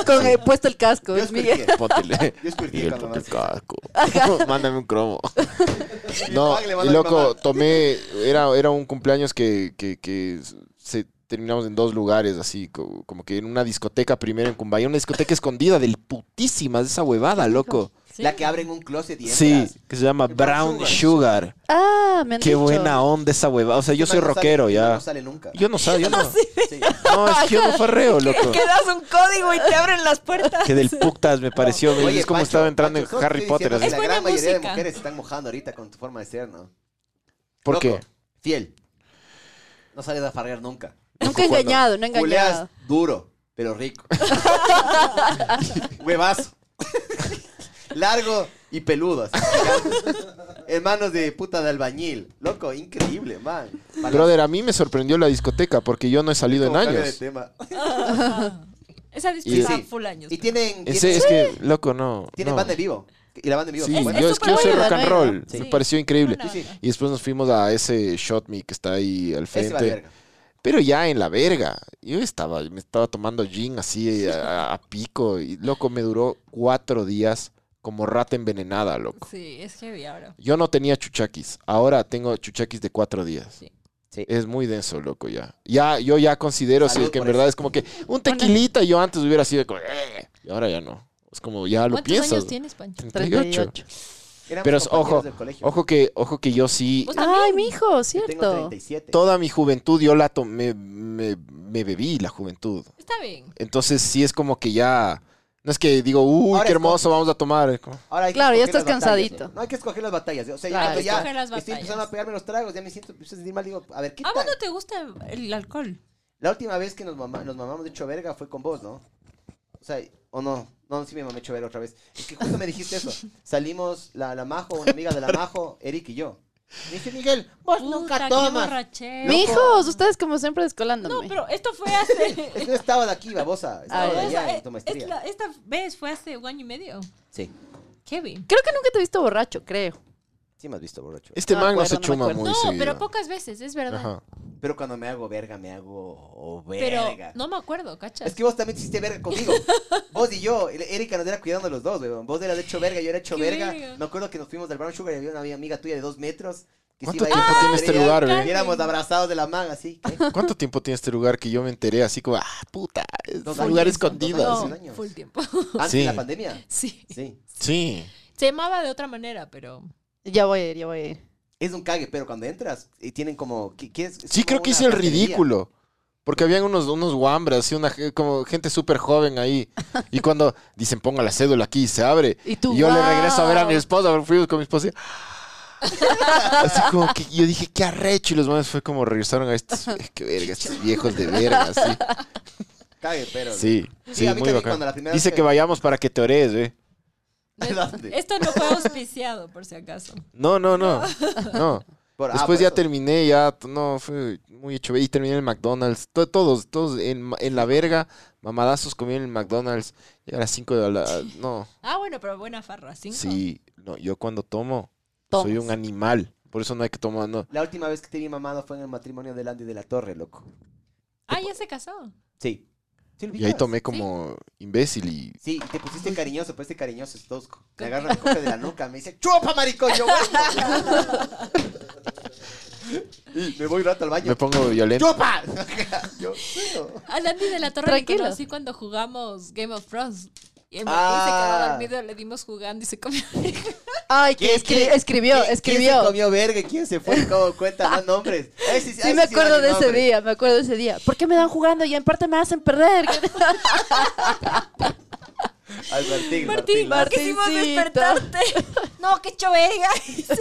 [SPEAKER 4] Con eh, puesto el casco,
[SPEAKER 3] Yo
[SPEAKER 4] es Miguel.
[SPEAKER 3] escurtié.
[SPEAKER 2] Póntele.
[SPEAKER 3] Yo escurtié
[SPEAKER 2] Miguel,
[SPEAKER 3] cuando
[SPEAKER 2] ponte el
[SPEAKER 3] me haces
[SPEAKER 2] casco. Mándame un cromo.
[SPEAKER 3] eso.
[SPEAKER 2] No,
[SPEAKER 3] Pagle,
[SPEAKER 2] y
[SPEAKER 3] mándale
[SPEAKER 2] loco,
[SPEAKER 3] mamá.
[SPEAKER 2] tomé, era, era un cumpleaños que, que- que se terminamos en dos lugares, así, co- como, que en una discoteca primero en Cumbaya, una discoteca escondida del putísimas de esa huevada, loco.
[SPEAKER 5] Sí.
[SPEAKER 3] La que abren un closet y
[SPEAKER 2] Sí,
[SPEAKER 3] entras.
[SPEAKER 2] que se llama
[SPEAKER 3] El Brown
[SPEAKER 2] Brown Sugar.
[SPEAKER 4] Ah, me han
[SPEAKER 2] Qué
[SPEAKER 4] dicho.
[SPEAKER 2] buena onda esa huevada. O sea, yo
[SPEAKER 3] Ese
[SPEAKER 2] soy
[SPEAKER 3] man no sale-
[SPEAKER 2] rockero
[SPEAKER 3] ese man
[SPEAKER 2] ya.
[SPEAKER 3] No sale nunca.
[SPEAKER 2] Yo no sabía, yo no.
[SPEAKER 3] Sí.
[SPEAKER 2] No, es que yo no farreo, loco.
[SPEAKER 5] Que das un código y te abren las puertas.
[SPEAKER 2] Que del putas me pareció. me-
[SPEAKER 3] Oye,
[SPEAKER 2] es como
[SPEAKER 3] Pacho,
[SPEAKER 2] estaba entrando
[SPEAKER 3] Pacho,
[SPEAKER 2] en
[SPEAKER 3] solo
[SPEAKER 2] Harry
[SPEAKER 3] estoy
[SPEAKER 2] Potter.
[SPEAKER 3] diciendo
[SPEAKER 2] Así.
[SPEAKER 3] que
[SPEAKER 5] Es
[SPEAKER 3] La gran
[SPEAKER 5] buena
[SPEAKER 3] mayoría de
[SPEAKER 5] música.
[SPEAKER 3] mujeres están mojando ahorita con tu forma de ser, ¿no?
[SPEAKER 2] ¿Por
[SPEAKER 3] Loco,
[SPEAKER 2] qué?
[SPEAKER 3] Fiel. No sales a farrear nunca.
[SPEAKER 4] Nunca he engañado, no he engañado.
[SPEAKER 3] Culeas duro, pero rico. Huevazo. Largo y peludo. así, gigante. Hermanos de puta de albañil. Loco, increíble, man. Palazo.
[SPEAKER 2] Brother, a mí me sorprendió la discoteca porque yo no he salido en
[SPEAKER 3] Como cambio de
[SPEAKER 2] años.
[SPEAKER 3] tema.
[SPEAKER 5] Esa
[SPEAKER 2] Y-
[SPEAKER 5] disputa
[SPEAKER 3] Sí.
[SPEAKER 5] full años.
[SPEAKER 3] Y tienen,
[SPEAKER 2] En
[SPEAKER 3] tienen,
[SPEAKER 2] serio, es que, loco, no.
[SPEAKER 3] tienen
[SPEAKER 2] no.
[SPEAKER 3] banda en vivo. Y la banda en vivo.
[SPEAKER 2] Sí,
[SPEAKER 3] es buena.
[SPEAKER 2] yo, es que yo soy
[SPEAKER 4] superbuena,
[SPEAKER 2] rock and
[SPEAKER 4] ¿no?
[SPEAKER 2] roll.
[SPEAKER 5] Sí.
[SPEAKER 2] Me pareció increíble.
[SPEAKER 5] Buena
[SPEAKER 3] Sí, sí.
[SPEAKER 5] onda.
[SPEAKER 2] Y después nos fuimos a ese Shot Me que está ahí al
[SPEAKER 3] Ese vale
[SPEAKER 2] frente.
[SPEAKER 3] verga.
[SPEAKER 2] Pero ya en la verga. Yo estaba, me estaba tomando gin así a, a pico. Y loco, me duró cuatro días como rata envenenada, loco.
[SPEAKER 5] Sí, es heavy ahora.
[SPEAKER 2] Yo no tenía chuchaquis. Ahora tengo chuchaquis de cuatro días.
[SPEAKER 5] Sí.
[SPEAKER 3] Sí.
[SPEAKER 2] Es muy denso, loco, ya. Ya, yo ya considero si
[SPEAKER 3] Salud
[SPEAKER 2] es que en
[SPEAKER 3] por
[SPEAKER 2] verdad
[SPEAKER 3] eso.
[SPEAKER 2] es como que un tequilita yo antes hubiera sido como, "Eh", y ahora ya no. Es como ya lo
[SPEAKER 5] ¿Cuántos
[SPEAKER 2] pienso.
[SPEAKER 5] años tienes, Pancho?
[SPEAKER 2] 38.
[SPEAKER 3] Éramos
[SPEAKER 2] Pero es-
[SPEAKER 3] compañeros
[SPEAKER 2] ojo,
[SPEAKER 3] del colegio.
[SPEAKER 2] Ojo que, ojo que yo sí,
[SPEAKER 5] ¿Vos también?
[SPEAKER 4] Ay, mi
[SPEAKER 3] Yo
[SPEAKER 4] hijo,
[SPEAKER 3] Tengo
[SPEAKER 4] cierto.
[SPEAKER 3] 37.
[SPEAKER 2] toda mi juventud yo la tomé, me, me bebí la juventud.
[SPEAKER 5] Está bien.
[SPEAKER 2] Entonces sí es como que ya, no es que digo, uy,
[SPEAKER 3] Ahora
[SPEAKER 2] qué
[SPEAKER 3] es
[SPEAKER 2] hermoso, vamos a tomar. Es como,
[SPEAKER 3] Ahora hay que
[SPEAKER 4] Claro, ya
[SPEAKER 3] escoger
[SPEAKER 4] estás
[SPEAKER 3] las batallas,
[SPEAKER 4] cansadito.
[SPEAKER 3] ¿no? No hay que escoger las batallas. O sea, yo
[SPEAKER 4] Claro.
[SPEAKER 3] cuando
[SPEAKER 4] Hay que
[SPEAKER 3] ya
[SPEAKER 5] escoger las
[SPEAKER 3] estoy
[SPEAKER 5] batallas.
[SPEAKER 3] empezando a pegarme los tragos, ya me siento, empiezo a sentir mal. Digo, a ver,
[SPEAKER 4] Ah,
[SPEAKER 3] ¿qué tal?
[SPEAKER 5] ¿A Ah, vos no te gusta el alcohol?
[SPEAKER 3] La última vez que nos, mama- nos mamamos de hecho verga fue con vos, ¿no? O sea, o no, no, sí me mamé hecho verga otra vez. Es que justo me dijiste eso. Salimos la, la Majo, una amiga de la Majo, Eric y yo. Me dice, Miguel, vos
[SPEAKER 5] Puta,
[SPEAKER 3] nunca
[SPEAKER 5] qué
[SPEAKER 3] tomas.
[SPEAKER 5] borrachera.
[SPEAKER 4] Mi hijos, ustedes como siempre descolándome.
[SPEAKER 5] No, pero esto fue hace...
[SPEAKER 3] Es que no estaba de aquí, babosa. Estaba
[SPEAKER 4] Ah,
[SPEAKER 3] de
[SPEAKER 4] ya.
[SPEAKER 3] allá en
[SPEAKER 5] esta,
[SPEAKER 3] tu maestría.
[SPEAKER 5] esta- esta vez fue hace un año y medio.
[SPEAKER 3] Sí,
[SPEAKER 5] Heavy.
[SPEAKER 4] Creo que nunca te he visto borracho, creo.
[SPEAKER 3] sí me has visto, borracho.
[SPEAKER 2] Este
[SPEAKER 4] No me
[SPEAKER 2] man no
[SPEAKER 4] acuerdo,
[SPEAKER 2] se
[SPEAKER 4] no me
[SPEAKER 2] chuma
[SPEAKER 4] acuerdo.
[SPEAKER 2] muy
[SPEAKER 5] No,
[SPEAKER 2] seguido.
[SPEAKER 5] pero pocas veces, es verdad.
[SPEAKER 2] Ajá.
[SPEAKER 3] Pero cuando me hago verga, me hago oh,
[SPEAKER 5] Pero
[SPEAKER 3] verga.
[SPEAKER 5] no me acuerdo, ¿cachas?
[SPEAKER 3] Es que vos también te hiciste verga conmigo. vos y yo, el- Erika nos era cuidando los dos, weón. Vos eras de hecho verga, yo era hecho
[SPEAKER 5] Qué
[SPEAKER 3] verga.
[SPEAKER 5] verga.
[SPEAKER 3] Me acuerdo que nos fuimos del Brown Sugar y había una amiga tuya de dos metros. Que se
[SPEAKER 2] ¿Cuánto
[SPEAKER 3] iba a ir
[SPEAKER 2] tiempo
[SPEAKER 3] a la
[SPEAKER 2] tiene este
[SPEAKER 3] feria,
[SPEAKER 2] lugar,
[SPEAKER 5] Carmen.
[SPEAKER 3] Y
[SPEAKER 2] ve?
[SPEAKER 3] éramos abrazados de la mano, así. ¿qué?
[SPEAKER 2] ¿Cuánto tiempo tiene este lugar que yo me enteré así como, ah, puta, es
[SPEAKER 3] Dos
[SPEAKER 2] un lugar
[SPEAKER 3] años,
[SPEAKER 2] escondido?
[SPEAKER 3] dos
[SPEAKER 5] no,
[SPEAKER 2] así?
[SPEAKER 3] años.
[SPEAKER 5] full tiempo.
[SPEAKER 3] Antes
[SPEAKER 2] Sí.
[SPEAKER 3] de la pandemia.
[SPEAKER 5] Sí.
[SPEAKER 3] Sí.
[SPEAKER 2] Sí.
[SPEAKER 5] Se llamaba de otra manera, pero...
[SPEAKER 4] Ya voy a ir, ya voy a ir.
[SPEAKER 3] Es un cague, pero cuando entras, y tienen como. ¿qué- qué es? Es
[SPEAKER 2] Sí,
[SPEAKER 3] como
[SPEAKER 2] creo que
[SPEAKER 3] una
[SPEAKER 2] hice el
[SPEAKER 3] cafetería.
[SPEAKER 2] ridículo. Porque habían unos, unos guambras, así una, ge- como gente súper joven ahí. Y cuando dicen, ponga la cédula aquí, se abre.
[SPEAKER 4] Y tú,
[SPEAKER 2] yo le
[SPEAKER 4] "Guau".
[SPEAKER 2] regreso a ver a mi esposa, porque fuimos con mi esposa. y, Así como que yo dije, qué arrecho. Y los manes fue como regresaron a estos. eh, Qué verga, estos viejos de verga. Sí,
[SPEAKER 3] Cague, pero.
[SPEAKER 2] sí, sí,
[SPEAKER 3] Sí, a mí
[SPEAKER 2] muy
[SPEAKER 3] también
[SPEAKER 2] bacán.
[SPEAKER 3] cuando la primera
[SPEAKER 2] Dice
[SPEAKER 3] vez
[SPEAKER 2] que...
[SPEAKER 3] que-
[SPEAKER 2] vayamos para que te ores, güey.
[SPEAKER 3] ¿Dónde?
[SPEAKER 5] Esto no fue auspiciado, por si acaso.
[SPEAKER 2] No, no, no. No.
[SPEAKER 3] Por- ah,
[SPEAKER 2] Después
[SPEAKER 3] por
[SPEAKER 2] ya
[SPEAKER 3] eso.
[SPEAKER 2] terminé, ya t- no, fue muy hecho. Y terminé en el McDonald's. To- todos, todos en, ma- en la verga, mamadazos comían en el McDonald's. Y a las 5 de la. No,
[SPEAKER 5] Ah, bueno, pero buena farra, cinco.
[SPEAKER 2] sí, no, yo cuando tomo, soy
[SPEAKER 4] Tomas.
[SPEAKER 2] un animal. Por eso no hay que tomar. No.
[SPEAKER 3] La última vez que te vi mamado fue en el matrimonio de Landy de la Torre, loco.
[SPEAKER 5] Ah, ya se casó.
[SPEAKER 3] Sí.
[SPEAKER 2] Y
[SPEAKER 3] ¿Sí
[SPEAKER 2] ahí
[SPEAKER 3] olvidabas?
[SPEAKER 2] tomé como imbécil y.
[SPEAKER 3] Sí, y te pusiste cariñoso, pusiste cariñoso, es tosco. Me agarra, me coge de la nuca, me dice, ¡chupa, maricón! Yo, bueno. Y me voy un rato al baño.
[SPEAKER 2] Me pongo violento.
[SPEAKER 3] ¡Chupa! Yo, bueno.
[SPEAKER 5] A Landy de la Torre
[SPEAKER 4] Tranquilo.
[SPEAKER 5] lo conocí cuando jugamos Game of Thrones. Y el
[SPEAKER 3] Ah.
[SPEAKER 5] se quedó dormido, le dimos jugando y se comió.
[SPEAKER 4] Ay, que
[SPEAKER 3] ¿Quién-
[SPEAKER 4] escri-
[SPEAKER 3] quién-
[SPEAKER 4] escribió,
[SPEAKER 3] quién- ¿Quién se
[SPEAKER 4] escribió.
[SPEAKER 3] comió verga? y ¿Quién se fue? ¿Cómo cuenta? Más nombres. Ay, sí, sí,
[SPEAKER 4] Sí
[SPEAKER 3] ay,
[SPEAKER 4] me
[SPEAKER 3] sí, sí,
[SPEAKER 4] acuerdo
[SPEAKER 3] dale
[SPEAKER 4] de ese
[SPEAKER 3] nombres.
[SPEAKER 4] día, me acuerdo de ese día. ¿Por qué me dan jugando y en parte me hacen perder?
[SPEAKER 3] Al Martín,
[SPEAKER 5] Martín,
[SPEAKER 3] Martín,
[SPEAKER 5] ¿por
[SPEAKER 3] Martín.
[SPEAKER 5] qué hicimos
[SPEAKER 4] Martincito.
[SPEAKER 5] despertarte? No, qué eh. choverga.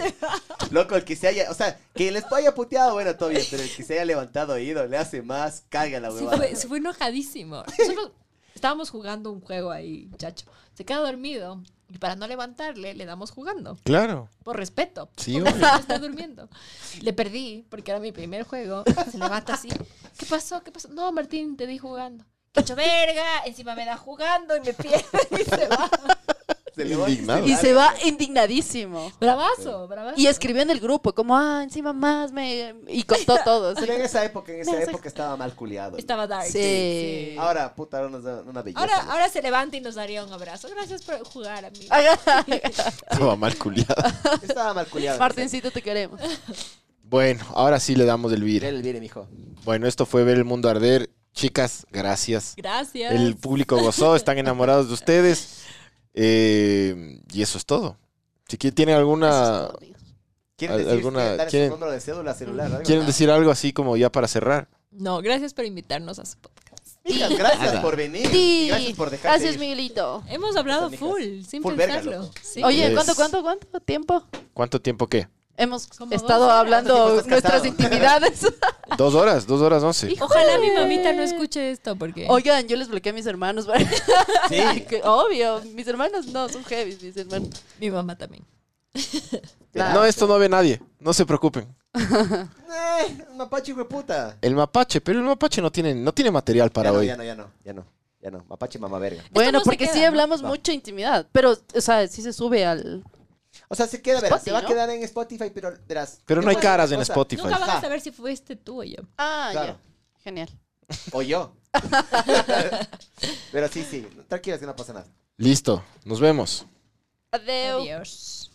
[SPEAKER 3] Loco, el que se haya, o sea, que les haya puteado, bueno, todo bien, pero el que se haya levantado oído, le hace más, caga la
[SPEAKER 5] Sí,
[SPEAKER 3] huevada.
[SPEAKER 5] fue, se fue enojadísimo. Nosotros estábamos jugando un juego ahí, chacho. Se queda dormido y para no levantarle, le damos jugando.
[SPEAKER 2] Claro.
[SPEAKER 5] Por respeto.
[SPEAKER 2] Sí,
[SPEAKER 5] Porque
[SPEAKER 2] obvio.
[SPEAKER 5] siempre está durmiendo. Le perdí porque era mi primer juego. Se levanta así. ¿Qué pasó? ¿Qué pasó? No, Martín, te vi jugando. Que hecho verga, encima me da jugando y me pierde y se va.
[SPEAKER 3] Se le va-
[SPEAKER 2] Indignado.
[SPEAKER 4] Y se va indignadísimo.
[SPEAKER 5] Bravazo, bravazo.
[SPEAKER 4] Y escribió en el grupo, como, ah, encima más me... Y contó todo. así
[SPEAKER 3] Pero en esa época, en esa
[SPEAKER 4] No,
[SPEAKER 3] época estaba mal culiado.
[SPEAKER 5] Estaba dark.
[SPEAKER 4] Sí.
[SPEAKER 3] Ahora, puta, ahora nos da una belleza.
[SPEAKER 5] Ahora, ahora se levanta y nos daría un abrazo. Gracias por jugar, amigo.
[SPEAKER 2] Estaba mal culiado.
[SPEAKER 3] Estaba mal culiado.
[SPEAKER 4] Martincito, te queremos.
[SPEAKER 2] Bueno, ahora sí le damos el
[SPEAKER 3] Mira
[SPEAKER 2] vir.
[SPEAKER 3] el vire, mijo.
[SPEAKER 2] Bueno, esto fue ver el mundo arder. Chicas, gracias.
[SPEAKER 5] Gracias.
[SPEAKER 2] El público gozó, están enamorados de ustedes. Eh, y eso es todo. Si qui- tienen
[SPEAKER 4] Eso
[SPEAKER 2] alguna.
[SPEAKER 4] es todo, amigos.
[SPEAKER 3] ¿Quieren
[SPEAKER 2] ¿Al-
[SPEAKER 3] decir
[SPEAKER 2] alguna-
[SPEAKER 3] quieren dar
[SPEAKER 2] quieren-
[SPEAKER 3] su número de cédula celular? algo?
[SPEAKER 2] ¿Quieren decir algo así como ya para cerrar?
[SPEAKER 5] No, gracias por invitarnos a su podcast.
[SPEAKER 3] Mijas, gracias por venir.
[SPEAKER 4] Sí.
[SPEAKER 3] y Gracias por dejarse
[SPEAKER 4] Gracias,
[SPEAKER 3] ir.
[SPEAKER 4] Miguelito.
[SPEAKER 5] Hemos hablado
[SPEAKER 3] Amigas.
[SPEAKER 5] full, sin
[SPEAKER 3] Full verga,
[SPEAKER 5] pensarlo.
[SPEAKER 3] loco.
[SPEAKER 5] Sí.
[SPEAKER 4] Oye,
[SPEAKER 2] Yes.
[SPEAKER 4] ¿cuánto, cuánto, cuánto tiempo?
[SPEAKER 2] ¿Cuánto tiempo qué?
[SPEAKER 4] Hemos
[SPEAKER 5] Como dos
[SPEAKER 4] estado
[SPEAKER 5] horas.
[SPEAKER 4] hablando
[SPEAKER 3] ¿Cuánto tiempo estás
[SPEAKER 4] nuestras
[SPEAKER 3] casado?
[SPEAKER 4] intimidades.
[SPEAKER 2] Dos horas, dos horas once.
[SPEAKER 4] Hijo.
[SPEAKER 5] Ojalá mi mamita no escuche esto porque.
[SPEAKER 4] Oigan, yo les bloqueé a mis hermanos.
[SPEAKER 3] Sí.
[SPEAKER 4] Que Obvio, mis hermanos no, son heavy, mis hermanos.
[SPEAKER 5] Mi mamá también.
[SPEAKER 2] No, esto no ve nadie. No se preocupen.
[SPEAKER 3] Eh, un mapache, hijo de puta.
[SPEAKER 2] El mapache, pero el mapache no tiene, no tiene material para
[SPEAKER 3] ya
[SPEAKER 2] hoy.
[SPEAKER 3] No, ya no, ya no, ya no. Ya no. Mapache, mamá verga.
[SPEAKER 4] Bueno,
[SPEAKER 5] no se
[SPEAKER 4] porque
[SPEAKER 5] queda,
[SPEAKER 4] sí
[SPEAKER 5] ¿no?
[SPEAKER 4] hablamos
[SPEAKER 3] Va.
[SPEAKER 4] mucha intimidad, pero, o sea, sí se sube al...
[SPEAKER 3] O sea, se queda, verás,
[SPEAKER 4] Spotify,
[SPEAKER 3] se va
[SPEAKER 4] ¿no?
[SPEAKER 3] a quedar en Spotify, pero verás.
[SPEAKER 2] Pero no hay
[SPEAKER 3] después de
[SPEAKER 2] caras
[SPEAKER 3] otra
[SPEAKER 2] en
[SPEAKER 3] cosa.
[SPEAKER 2] Spotify.
[SPEAKER 5] Nunca van
[SPEAKER 3] Ajá.
[SPEAKER 5] a saber si fuiste tú o yo.
[SPEAKER 4] Ah,
[SPEAKER 3] Claro.
[SPEAKER 4] ya. Genial.
[SPEAKER 3] O yo. pero sí, sí. Tranquilas que no pasa nada.
[SPEAKER 2] Listo, nos vemos.
[SPEAKER 4] Adeu.
[SPEAKER 5] Adiós.